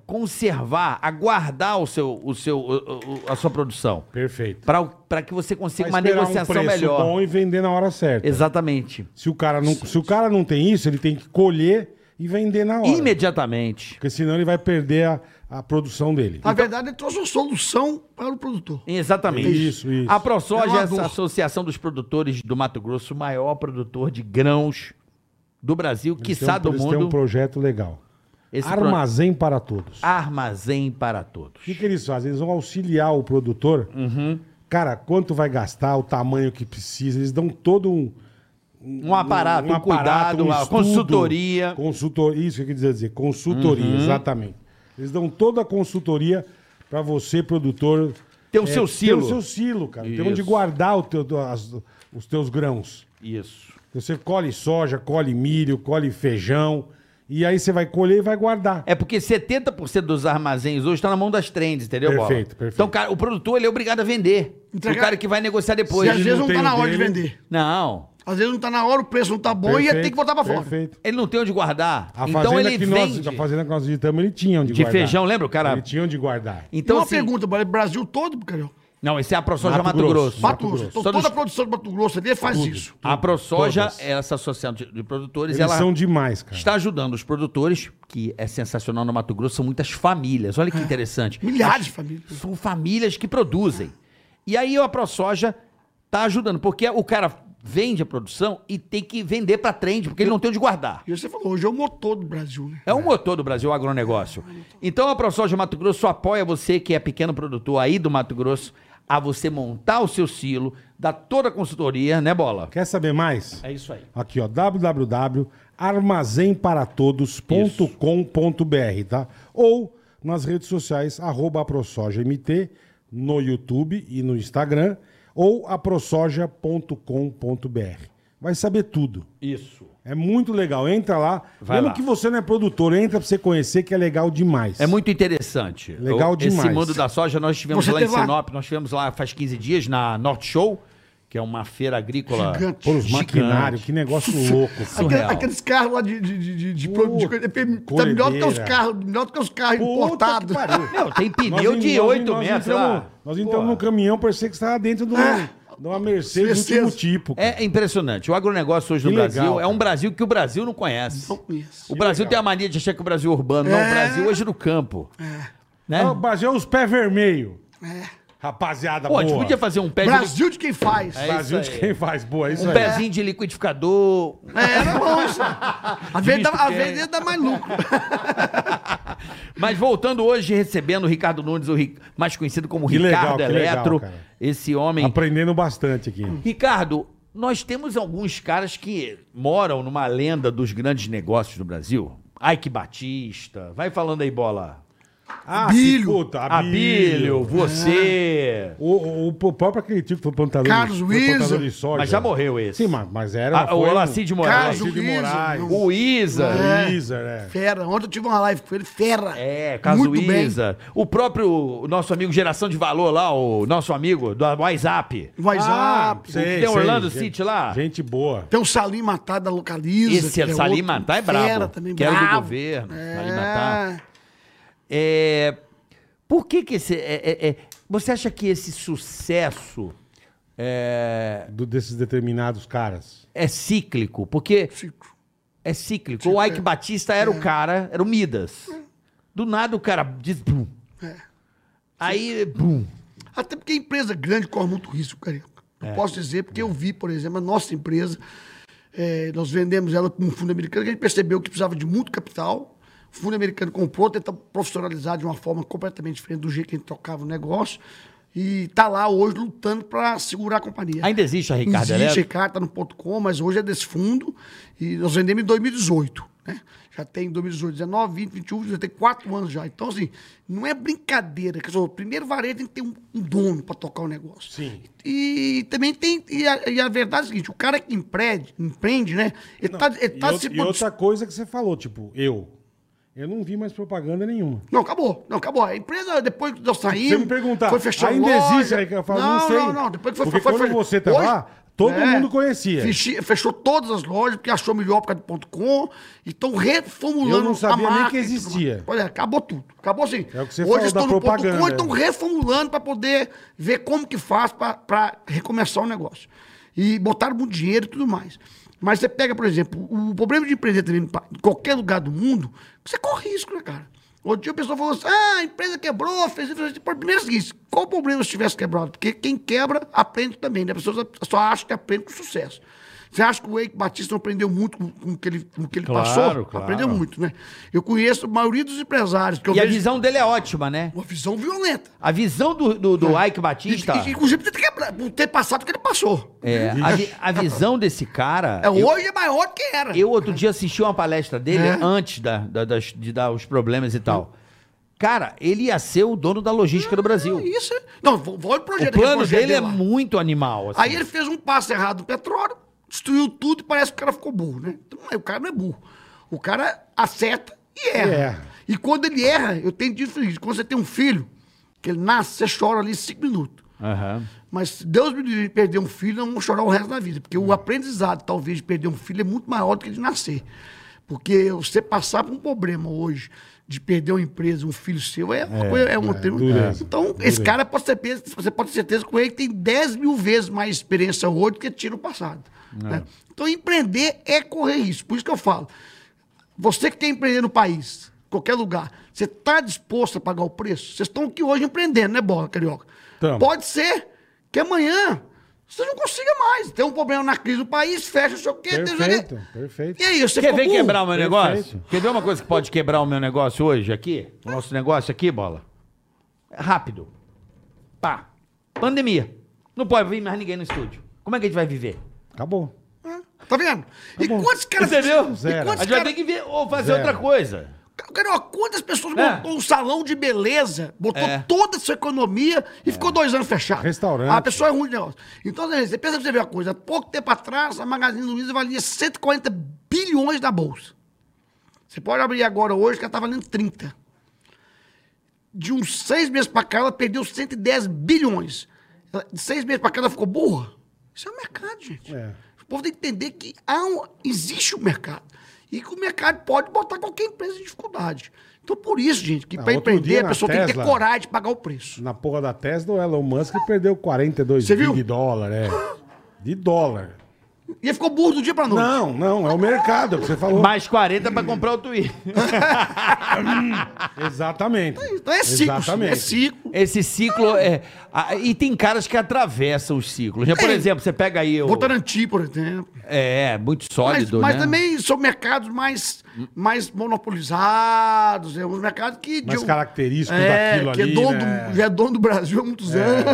Speaker 3: conservar, a guardar o seu, o seu, o- o- a sua produção.
Speaker 4: Perfeito.
Speaker 3: Para que você consiga uma
Speaker 4: esperar um
Speaker 3: negociação melhor.
Speaker 4: bom e vender na hora certa.
Speaker 3: Exatamente.
Speaker 4: Se o, cara não, se o cara não tem isso, ele tem que colher e vender na hora.
Speaker 3: Imediatamente.
Speaker 4: Porque senão ele vai perder a, a produção dele.
Speaker 3: Tá
Speaker 6: Na verdade, ele trouxe uma solução para o produtor.
Speaker 3: Exatamente.
Speaker 4: Isso, isso.
Speaker 3: A
Speaker 6: É
Speaker 3: ProSoja
Speaker 6: uma
Speaker 3: é essa
Speaker 6: dor.
Speaker 3: associação dos produtores do Mato Grosso, o maior produtor de grãos do Brasil, quiçá
Speaker 4: Então,
Speaker 3: do
Speaker 4: eles têm um
Speaker 3: mundo.
Speaker 4: projeto legal.
Speaker 3: Esse pro-
Speaker 4: Armazém para todos.
Speaker 3: Armazém para todos.
Speaker 4: O que, que eles fazem? Eles vão auxiliar o produtor.
Speaker 3: Uhum.
Speaker 4: Cara, quanto vai gastar, o tamanho que precisa. Eles dão todo um.
Speaker 3: Um aparato, um, cuidado, uma
Speaker 4: estudo.
Speaker 3: consultoria. Uhum.
Speaker 4: Consultor, isso que eu quis dizer, consultoria, exatamente. Eles dão toda a consultoria para você, produtor.
Speaker 3: Ter o seu silo.
Speaker 4: Ter o seu silo, cara. Ter onde
Speaker 3: Isso.
Speaker 4: guardar o teu- as- os teus grãos.
Speaker 3: Isso.
Speaker 4: Você colhe soja, colhe milho, colhe feijão. E aí você vai colher e vai guardar.
Speaker 3: É porque 70% dos armazéns hoje estão na mão das trends, entendeu, Bola?
Speaker 4: Perfeito, perfeito.
Speaker 3: Então, cara, o produtor ele é obrigado a vender.
Speaker 6: Entregar-
Speaker 3: O cara que vai negociar depois.
Speaker 6: e às
Speaker 4: ele
Speaker 6: vezes
Speaker 4: não
Speaker 6: não está
Speaker 4: tem
Speaker 6: na
Speaker 4: o
Speaker 6: hora de
Speaker 4: dele.
Speaker 6: vender.
Speaker 3: Não.
Speaker 6: Às vezes não está na hora, o preço não está
Speaker 3: É
Speaker 6: bom e ele tem que botar para fora.
Speaker 4: Perfeito.
Speaker 3: Ele não tem onde guardar.
Speaker 4: A fazenda, é
Speaker 3: então ele
Speaker 4: que
Speaker 3: vende.
Speaker 4: nós, a fazenda que nós visitamos, ele tinha onde
Speaker 3: De
Speaker 4: guardar.
Speaker 3: feijão, lembra o cara-
Speaker 4: Ele tinha onde guardar.
Speaker 6: Então,
Speaker 3: Então,
Speaker 6: uma
Speaker 3: assim,
Speaker 6: pergunta, Bola, Brasil todo, Carioca?
Speaker 3: Não, esse é a ProSoja
Speaker 4: Mato
Speaker 3: Mato,
Speaker 4: Grosso.
Speaker 3: Grosso.
Speaker 6: Mato
Speaker 4: Mato
Speaker 6: Grosso. Então,
Speaker 3: Só
Speaker 6: toda
Speaker 3: dos-
Speaker 6: a produção do Mato Grosso ali faz isso.
Speaker 3: A ProSoja, é
Speaker 4: Todas.
Speaker 3: essa associação de de produtores,
Speaker 4: Eles
Speaker 3: ela
Speaker 4: são demais, cara.
Speaker 3: está ajudando os produtores, que é sensacional no Mato Grosso, são muitas famílias. Olha que interessante.
Speaker 6: Ah. Milhares de famílias.
Speaker 3: São famílias que produzem. E aí a ProSoja está ajudando, porque o cara vende a produção e tem que vender para trend, porque ele não tem onde guardar.
Speaker 6: E você falou, hoje é o motor do Brasil, né?
Speaker 3: É o motor do Brasil, o agronegócio. Então a ProSoja Mato Grosso apoia você que é pequeno produtor aí do Mato Grosso a você montar o seu silo, dar toda a consultoria, né, Bola?
Speaker 4: Quer saber mais?
Speaker 3: É isso aí.
Speaker 4: Aqui, ó, www.armazenparatodos.com.br, tá? Ou nas redes sociais, arroba ProSojaMT, no YouTube e no Instagram, ou aprosoja.com.br. Vai saber tudo.
Speaker 3: Isso.
Speaker 4: É muito legal. Entra lá.
Speaker 3: Vai
Speaker 4: Mesmo
Speaker 3: lá.
Speaker 4: que você não é produtor, entra pra você conhecer que é legal demais.
Speaker 3: É muito interessante.
Speaker 4: Legal
Speaker 3: Eu- Esse
Speaker 4: demais.
Speaker 3: mundo da soja, nós estivemos
Speaker 6: Você
Speaker 3: lá em
Speaker 6: teve lá?
Speaker 3: Sinop, nós estivemos lá faz 15 dias na North Show, que é uma feira agrícola.
Speaker 6: Gigante.
Speaker 4: Pô, os
Speaker 3: Gigante.
Speaker 4: maquinários,
Speaker 3: [LAUGHS]
Speaker 4: que negócio louco. cara.
Speaker 6: Aquele-
Speaker 3: surreal.
Speaker 6: aqueles carros lá de. de, de, de, de,
Speaker 4: Puta,
Speaker 6: de coisa- é pe- tá melhor do que os
Speaker 4: colhedeira.
Speaker 6: carros, melhor do que os carros
Speaker 4: Puta que
Speaker 6: importados.
Speaker 4: pariu.
Speaker 3: Não, tem
Speaker 4: Nós
Speaker 3: pneu
Speaker 4: en-
Speaker 3: de
Speaker 4: nós en-
Speaker 3: 8
Speaker 4: nós
Speaker 3: metros. sei
Speaker 4: entramos-
Speaker 3: lá.
Speaker 4: Nós entramos num
Speaker 3: Porra.
Speaker 4: caminhão, parecia que você estava dentro de, um,
Speaker 6: É.
Speaker 4: de uma Mercedes do
Speaker 6: Mercedes.
Speaker 4: último tipo. cara.
Speaker 3: É impressionante. O agronegócio hoje
Speaker 4: Que
Speaker 3: no Brasil
Speaker 4: legal,
Speaker 3: é
Speaker 4: cara.
Speaker 3: um Brasil que o Brasil não conhece.
Speaker 6: [LAUGHS] Não conheço.
Speaker 3: O Brasil tem a mania de achar que o Brasil é urbano. Não, o
Speaker 6: É.
Speaker 3: Brasil hoje no campo. Né?
Speaker 4: Ah, O Brasil é os pés vermelhos.
Speaker 6: É.
Speaker 4: Rapaziada,
Speaker 3: Pô, a gente
Speaker 4: boa.
Speaker 3: podia fazer um pé de, li-
Speaker 6: Brasil de quem faz. É,
Speaker 4: Brasil
Speaker 3: isso
Speaker 4: de
Speaker 3: aí.
Speaker 4: quem faz, boa, é isso
Speaker 3: um
Speaker 4: aí.
Speaker 3: pezinho de liquidificador. [LAUGHS]
Speaker 6: era bom isso. Às vezes dá, às vezes dá é mais lucro.
Speaker 3: Mas voltando hoje, recebendo o Ricardo Nunes, o Ri- mais conhecido como
Speaker 4: Que legal,
Speaker 3: Ricardo
Speaker 4: que legal,
Speaker 3: Eletro.
Speaker 4: cara.
Speaker 3: esse homem.
Speaker 4: Aprendendo bastante aqui.
Speaker 3: Ricardo, nós temos alguns caras que moram numa lenda dos grandes negócios do Brasil. Ike Batista, vai falando aí, bola.
Speaker 4: Ah,
Speaker 6: Abílio.
Speaker 4: que puta,
Speaker 3: Abílio, você.
Speaker 4: O, o, o próprio aquele tipo foi plantador,
Speaker 6: Carlos
Speaker 4: foi plantador
Speaker 6: Wilson.
Speaker 4: de soja.
Speaker 3: Mas
Speaker 6: é.
Speaker 3: já morreu esse.
Speaker 4: Sim, mas, mas era...
Speaker 3: Ah, o
Speaker 4: foi um-
Speaker 3: Olacir de Moraes.
Speaker 6: Carlos
Speaker 4: Cid Moraes.
Speaker 6: Wilson.
Speaker 3: O Isa.
Speaker 6: É.
Speaker 4: Wizard, é.
Speaker 6: Fera. Ontem eu tive uma live com ele. Fera.
Speaker 3: É, caso
Speaker 6: Muito bem.
Speaker 3: Isa. O próprio o nosso amigo Geração de Valor lá, o nosso amigo do WhatsApp.
Speaker 4: Ah,
Speaker 6: WhatsApp.
Speaker 4: sei,
Speaker 3: tem Orlando
Speaker 4: gente-
Speaker 3: City lá?
Speaker 4: Gente boa.
Speaker 6: Tem o Salim Matar da Localiza.
Speaker 3: Esse
Speaker 6: que
Speaker 3: é Salim
Speaker 6: outro
Speaker 3: Matar é brabo,
Speaker 6: Fera também,
Speaker 3: que era do
Speaker 6: brabo.
Speaker 3: governo,
Speaker 6: É.
Speaker 3: Salim Matar. É, por que que esse... é- é- é- você acha que esse sucesso é,
Speaker 4: do- desses determinados caras.
Speaker 3: é cíclico, porque
Speaker 6: Ciclo.
Speaker 3: é cíclico.
Speaker 6: Tipo,
Speaker 3: o Ike Batista era
Speaker 6: É.
Speaker 3: o cara, era o Midas. Do nada o cara diz. Bum. Aí, bum.
Speaker 6: é. Até porque empresa grande corre muito risco, Carioca.
Speaker 3: É.
Speaker 6: Eu posso dizer, porque eu vi, por exemplo, a nossa empresa, eh, nós vendemos ela para um fundo americano, que a gente percebeu que precisava de muito capital. O fundo americano comprou, tentou profissionalizar de uma forma completamente diferente do jeito que a gente tocava o negócio. E está lá hoje lutando para segurar a companhia.
Speaker 3: Ainda existe a Ricardo
Speaker 6: Existe,
Speaker 3: Eletro?
Speaker 6: Ricardo está no ponto .com, mas hoje é desse fundo. E nós vendemos em 2018, né? Já tem 2018, 19, 20, 21, já tem quatro anos já. Então, assim, não é brincadeira. Quer dizer, o primeiro varejo tem que ter um, um dono para tocar o negócio.
Speaker 4: Sim.
Speaker 6: E também tem... E a, e a verdade é a seguinte, o cara que empreende, empreende né? Ele está
Speaker 4: E,
Speaker 6: tá
Speaker 4: out-
Speaker 6: se...
Speaker 4: e outra coisa que você falou, tipo, eu. Eu não vi mais propaganda nenhuma.
Speaker 6: Não, acabou. Não, acabou. A empresa, depois que nós saímos...
Speaker 4: Você me perguntar,
Speaker 6: Foi fechar
Speaker 4: ainda
Speaker 6: loja.
Speaker 4: existe? Aí que eu falo, não sei.
Speaker 6: Não, não, Depois que foi,
Speaker 4: Porque
Speaker 6: foi, foi
Speaker 4: quando você estava lá, todo mundo conhecia.
Speaker 6: Fechou, fechou todas as lojas, porque achou melhor por causa do ponto .com. Então, reformulando
Speaker 4: Eu não sabia
Speaker 6: a
Speaker 4: nem
Speaker 6: marca
Speaker 4: que
Speaker 6: e tudo
Speaker 4: existia.
Speaker 6: mais. Olha, é, acabou tudo. Acabou assim.
Speaker 4: É o que você
Speaker 6: Hoje
Speaker 4: falou da
Speaker 6: estou no ponto .com,
Speaker 4: propaganda.
Speaker 6: então reformulando para poder ver como que faz para recomeçar o negócio. E botaram muito dinheiro e tudo mais. Mas você pega, por exemplo, o problema de empreender também pa- em qualquer lugar do mundo, você corre risco, né, cara? Outro dia a pessoa falou assim, ah, a empresa quebrou, fez isso, fez isso. Pô, Primeiro é o seguinte, qual o problema se tivesse quebrado? Porque quem quebra, aprende também, né? A pessoa só- só acha que aprende com sucesso. Você acha que o Eike Batista não aprendeu muito com com o que ele, com o que ele
Speaker 3: Claro,
Speaker 6: passou?
Speaker 3: claro.
Speaker 6: Aprendeu muito, né? Eu conheço a maioria dos empresários que eu
Speaker 3: E a
Speaker 6: vejo
Speaker 3: visão dele é ótima, né?
Speaker 6: uma visão violenta.
Speaker 3: A visão do, do, do Ike
Speaker 6: E,
Speaker 3: Batista.
Speaker 6: É. e- inclusive, por ter, quebrado- por ter passado o que ele passou.
Speaker 3: É, a, vi- a visão desse cara.
Speaker 6: É, hoje é maior do que era.
Speaker 3: Eu outro dia assisti uma palestra dele
Speaker 6: É.
Speaker 3: antes da, da- das- de dar os problemas e tal. Cara, ele ia ser o dono da logística do
Speaker 6: Não,
Speaker 3: Brasil.
Speaker 6: Isso é... Não, vo- olha o
Speaker 3: O
Speaker 6: projeto. aquele
Speaker 3: plano
Speaker 6: projeto
Speaker 3: dele é
Speaker 6: lá.
Speaker 3: muito animal. assim.
Speaker 6: Aí ele fez um passo errado no petróleo, destruiu tudo e parece que o cara ficou burro, né? Então, não é, o cara não é burro. O cara acerta e erra.
Speaker 4: E
Speaker 3: É.
Speaker 4: erra.
Speaker 6: E quando ele erra, eu tenho dito isso, quando você tem um filho, que ele nasce, você chora ali cinco minutos.
Speaker 3: Aham.
Speaker 6: Mas se Deus me livre de perder um filho, eu não vou chorar o resto da vida. Porque o aprendizado, talvez, de perder um filho é muito maior do que de nascer. Porque você passar por um problema hoje de perder uma empresa, um filho seu, é uma coisa. É uma, tem-
Speaker 4: dureza,
Speaker 6: então, esse cara pode ter certeza, você pode ter certeza que ele tem 10 mil vezes mais experiência hoje do que tinha no passado. né? Então, empreender é correr risco. Por isso que eu falo. Você que quer empreender no país, qualquer lugar, você está disposto a pagar o preço? Vocês estão aqui hoje empreendendo, né, Bola Carioca?
Speaker 4: Tamo.
Speaker 6: Pode ser que amanhã você não consiga mais. Tem um problema na crise do país, fecha, não sei o quê. tem não sei o quê.
Speaker 4: Perfeito, perfeito.
Speaker 6: E aí, você
Speaker 3: Quer
Speaker 6: ficou
Speaker 3: ver
Speaker 6: burro?
Speaker 3: quebrar o meu
Speaker 4: Perfeito.
Speaker 3: negócio? Quer ver uma coisa que pode quebrar o meu negócio hoje aqui? O nosso negócio aqui, bola? É Rápido. Pá. Pandemia. Não pode vir mais ninguém no estúdio. Como é que a gente vai viver?
Speaker 4: Acabou.
Speaker 6: Tá vendo? e
Speaker 4: bom.
Speaker 6: quantos caras...
Speaker 3: Entendeu?
Speaker 6: E
Speaker 4: Zero.
Speaker 3: A
Speaker 6: quantos
Speaker 3: gente vai
Speaker 6: caras...
Speaker 3: ter que ver ou fazer
Speaker 4: Zero.
Speaker 3: outra coisa.
Speaker 6: Carioca, quantas pessoas
Speaker 3: É.
Speaker 6: montou um salão de beleza, botou
Speaker 3: É.
Speaker 6: toda a sua economia e ficou dois anos fechado?
Speaker 4: Restaurante.
Speaker 6: A pessoa é ruim de negócio. Então, assim, você pensa pra você ver uma coisa. Há pouco tempo atrás, a Magazine Luiza valia 140 bilhões da bolsa. Você pode abrir agora hoje que ela tá valendo 30. De uns seis meses pra cá, ela perdeu 110 bilhões. Ela- De seis meses pra cá, ela ficou burra. Isso é o mercado, gente.
Speaker 4: É.
Speaker 6: O povo tem que entender que há um- existe um mercado. E que o mercado pode botar qualquer empresa em dificuldade. Então, por isso, gente, que
Speaker 4: Ah,
Speaker 6: para
Speaker 4: outro
Speaker 6: empreender,
Speaker 4: dia
Speaker 6: a
Speaker 4: na
Speaker 6: pessoa tem que ter
Speaker 4: Tesla-
Speaker 6: coragem de pagar o preço.
Speaker 4: Na porra da Tesla, o Elon Musk perdeu 42
Speaker 6: Você viu?
Speaker 4: de dólar, é. De dólar.
Speaker 6: E ele ficou burro do dia pra noite.
Speaker 4: Não, não, é o mercado, é o que você falou.
Speaker 3: Mais 40 pra comprar o Twitter.
Speaker 4: Exatamente.
Speaker 6: Então é ciclo, sim,
Speaker 4: Exatamente.
Speaker 6: é ciclo.
Speaker 3: Esse ciclo é. a- e tem caras que atravessam os ciclos. né? Por
Speaker 6: É.
Speaker 3: exemplo, você pega aí o.
Speaker 6: Votarantim, por exemplo.
Speaker 3: É, muito
Speaker 6: Mas,
Speaker 3: sólido,
Speaker 6: mas
Speaker 3: né?
Speaker 6: também são mercados mais, mais monopolizados. É um mercado que... de
Speaker 4: Mais
Speaker 6: um-
Speaker 4: característico
Speaker 6: é,
Speaker 4: daquilo
Speaker 6: que
Speaker 4: ali,
Speaker 6: é dono
Speaker 4: né? É.
Speaker 6: do, já é dono do Brasil há muitos anos.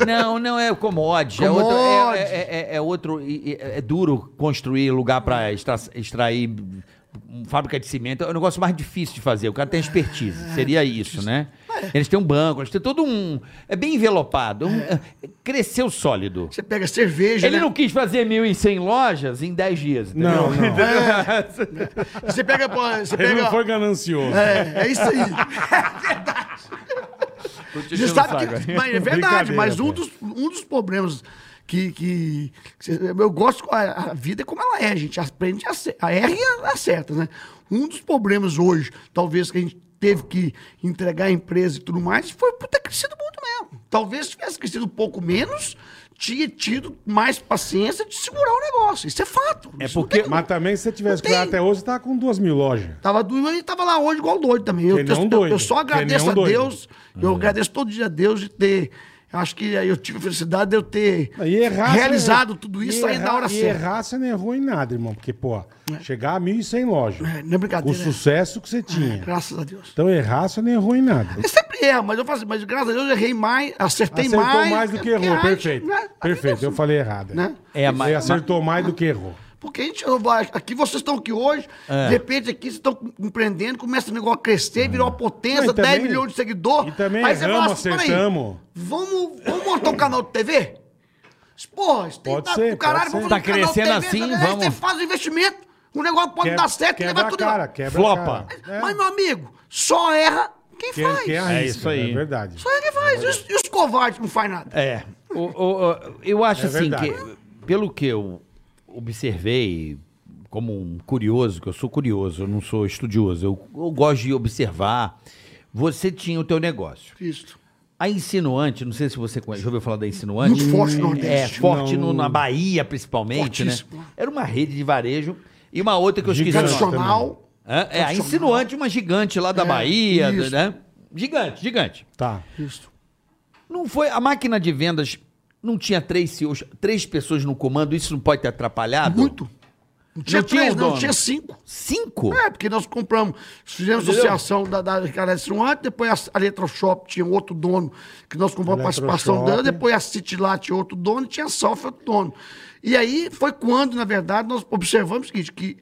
Speaker 6: [LAUGHS]
Speaker 3: Não, não é commodity. É outro, é,
Speaker 6: Commodity.
Speaker 3: é- é- é outro e- e- é duro construir lugar pra extra- extrair hum, fábrica de cimento. É um negócio mais difícil de fazer. O cara tem
Speaker 6: É,
Speaker 3: expertise. Seria isso, né? Eles têm um banco, eles têm todo um. É bem envelopado. um- cresceu sólido.
Speaker 6: Você pega cerveja,
Speaker 3: Ele
Speaker 6: É. né?
Speaker 3: não quis fazer 1.100 lojas em 10 dias. entendeu? [LAUGHS]
Speaker 4: Não, não. Ele
Speaker 6: É. Você pega... pô, Você pega...
Speaker 4: não foi ganancioso.
Speaker 6: né? É, é isso aí. Você sabe que, mas é verdade,
Speaker 4: Brincadeira,
Speaker 6: mas um
Speaker 4: pô.
Speaker 6: dos, um dos problemas que, que, que cê- eu gosto, a, a vida é como ela é, a gente aprende, a, ace- a erra e a- acerta, né? Um dos problemas hoje, talvez, que a gente teve que entregar a empresa e tudo mais, foi por ter crescido muito mesmo. Talvez se tivesse crescido um pouco menos, tinha tido mais paciência de segurar o negócio. Isso é fato.
Speaker 8: É
Speaker 6: Isso não
Speaker 8: porque-
Speaker 6: tem como.
Speaker 4: Mas também, se você tivesse
Speaker 6: Não tem-
Speaker 4: criado até hoje, você tava com duas mil lojas.
Speaker 6: Tava doido e tava lá hoje igual doido também. Eu,
Speaker 4: Que não
Speaker 6: eu-
Speaker 4: doido.
Speaker 6: eu só
Speaker 4: Que
Speaker 6: agradeço
Speaker 4: não
Speaker 6: a
Speaker 4: doido. É.
Speaker 6: Deus. Eu agradeço todo dia a Deus de ter. Acho que eu tive a felicidade de eu ter
Speaker 4: E errar,
Speaker 6: realizado
Speaker 4: você-
Speaker 6: tudo isso
Speaker 4: e
Speaker 6: saindo da hora
Speaker 4: errar- e
Speaker 6: certa.
Speaker 4: errar, você não errou em nada, irmão. Porque, pô, chegar a 1.100 lojas.
Speaker 6: É, não é
Speaker 4: o
Speaker 6: brincadeira. É,
Speaker 4: sucesso que você tinha.
Speaker 6: Graças a Deus.
Speaker 4: Então, errar, você não errou em nada.
Speaker 6: Eu sempre erro, mas eu faço, mas graças a Deus eu errei mais, acertei
Speaker 4: acertou
Speaker 6: mais.
Speaker 4: mais, do que errou,
Speaker 6: acho,
Speaker 4: perfeito.
Speaker 6: né? A vida
Speaker 4: Perfeito,
Speaker 6: é
Speaker 4: eu
Speaker 6: assim,
Speaker 4: falei errado.
Speaker 6: Né?
Speaker 3: É,
Speaker 4: Você
Speaker 3: mas, mas,
Speaker 4: acertou mais do que errou.
Speaker 6: Porque a gente, eu vou- aqui vocês estão aqui hoje,
Speaker 4: É.
Speaker 6: de repente aqui vocês estão empreendendo, começa o negócio a crescer, virou uma potência,
Speaker 4: Não, e também-
Speaker 6: 10 milhões de seguidores.
Speaker 4: e também erramos, acertamos.
Speaker 6: assim, vamos, vamos montar um canal de TV? Porra, isso tem
Speaker 4: Pode
Speaker 6: dado
Speaker 4: ser,
Speaker 6: pro caralho,
Speaker 4: pode ser.
Speaker 6: vamos um
Speaker 3: Tá crescendo assim,
Speaker 6: né? Aí
Speaker 3: vamos.
Speaker 6: Você faz o investimento, o negócio pode
Speaker 4: Quebra-
Speaker 6: dar certo,
Speaker 4: quebra
Speaker 6: levar
Speaker 4: a
Speaker 6: tudo.
Speaker 4: cara, quebra
Speaker 3: Flopa.
Speaker 4: a cara. É.
Speaker 6: Mas, meu amigo, só erra quem,
Speaker 4: Quem,
Speaker 6: faz.
Speaker 4: quem arrisca,
Speaker 3: É isso aí.
Speaker 4: É verdade.
Speaker 6: Só erra quem faz. E os, e os covardes que não faz nada?
Speaker 3: É. O, o- o- eu acho
Speaker 4: É
Speaker 3: assim
Speaker 4: verdade.
Speaker 3: que, pelo que eu observei, como um curioso, que eu sou curioso, eu não sou estudioso, eu, eu gosto de observar. Você tinha o teu negócio.
Speaker 4: É.
Speaker 6: Isso.
Speaker 3: A Insinuante, não sei se você conhece, já ouviu falar da Insinuante?
Speaker 6: Muito forte no
Speaker 3: É,
Speaker 6: Nordeste.
Speaker 3: forte no- na Bahia, principalmente,
Speaker 6: Fortíssimo.
Speaker 3: né? Era uma rede de varejo e uma outra que eu
Speaker 4: é
Speaker 3: esqueci. o nome.
Speaker 6: Tradicional.
Speaker 3: Hã? É, a
Speaker 6: Tradicional. É,
Speaker 3: Insinuante, uma gigante lá da Bahia,
Speaker 6: isso.
Speaker 3: né? Gigante, gigante.
Speaker 4: Tá.
Speaker 6: Isso.
Speaker 3: Não foi. A máquina de vendas não tinha três CEOs, três pessoas no comando, isso não pode ter atrapalhado?
Speaker 6: Muito. Não tinha
Speaker 3: Não tinha
Speaker 6: três,
Speaker 3: um
Speaker 6: não,
Speaker 3: dono.
Speaker 6: tinha cinco.
Speaker 3: Cinco?
Speaker 6: É, porque nós compramos, fizemos associação da, da Ricardo Insinuante, depois a, a Eletroshop tinha um outro dono, que nós compramos a participação
Speaker 4: Eletroshop.
Speaker 6: dela, depois a City lá tinha outro dono, tinha a Salfa outro dono. E aí foi quando, na verdade, nós observamos o seguinte, que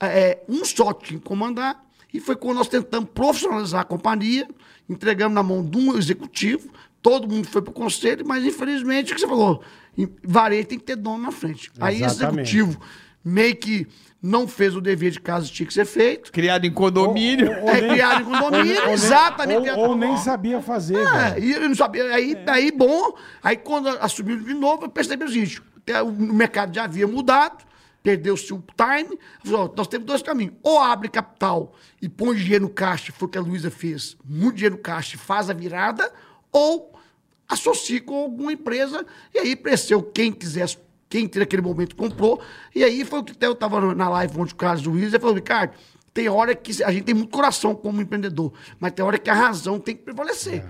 Speaker 6: é, um só tinha que comandar, e foi quando nós tentamos profissionalizar a companhia, entregamos na mão de um executivo, todo mundo foi para o conselho, mas infelizmente, o que você falou, em- varejo tem que ter dono na frente. Aí Aí
Speaker 4: Exatamente.
Speaker 6: executivo meio que não fez o dever de casa que tinha que ser feito,
Speaker 3: Criado em condomínio.
Speaker 6: [LAUGHS] é criado em condomínio, exatamente.
Speaker 4: Ou, ou nem sabia fazer,
Speaker 6: É,
Speaker 4: velho.
Speaker 6: e eu não sabia. Aí, daí, bom. Aí, quando assumiu de novo, eu percebi o seguinte: até o mercado já havia mudado, perdeu-se o time. Eu falei, ó, nós temos dois caminhos. Ou abre capital e põe dinheiro no caixa, foi o que a Luísa fez, muito dinheiro no caixa e faz a virada, ou associa com alguma empresa e aí cresceu quem quisesse. Quem naquele momento comprou. E aí foi o que até eu estava na live onde o Carlos Luiz ele falou, Ricardo, tem hora que a gente tem muito coração como empreendedor, mas tem hora que a razão tem que prevalecer.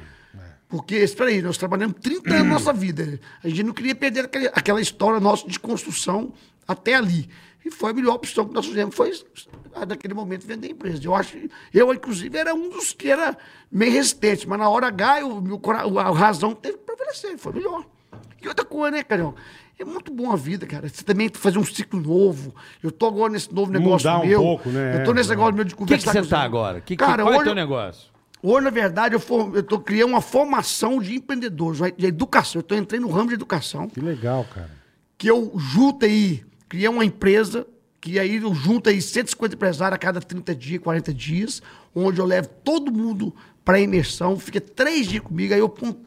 Speaker 6: Porque, espera aí, nós trabalhamos 30 anos da nossa vida. A gente não queria perder aquele- aquela história nossa de construção até ali. E foi a melhor opção que nós fizemos, foi ah, naquele momento vender a empresa. Eu acho, que- eu inclusive era um dos que era meio resistente, mas na hora H eu, meu, cora- a razão teve que prevalecer, foi melhor. E outra coisa, né, Carol? É muito bom a vida, cara. Você também fazer um ciclo novo. Eu tô agora nesse novo negócio
Speaker 4: Mudar um
Speaker 6: meu.
Speaker 4: pouco, né?
Speaker 6: Eu tô nesse
Speaker 4: É,
Speaker 6: negócio meu de
Speaker 3: O que, que
Speaker 6: conversar
Speaker 3: você
Speaker 6: com os
Speaker 3: tá
Speaker 6: amigos.
Speaker 3: agora? Que, que-
Speaker 6: Cara,
Speaker 3: qual é o
Speaker 6: hoje-
Speaker 3: teu negócio?
Speaker 6: Hoje, na verdade, eu, for, eu tô criando uma formação de empreendedores, vai, de educação. Eu tô entrei no ramo de educação,
Speaker 4: Que legal, cara.
Speaker 6: que eu junto aí, criei uma empresa, que aí eu junto aí 150 empresários a cada 30 dias, 40 dias, onde eu levo todo mundo para imersão, fica três dias comigo, aí eu ponto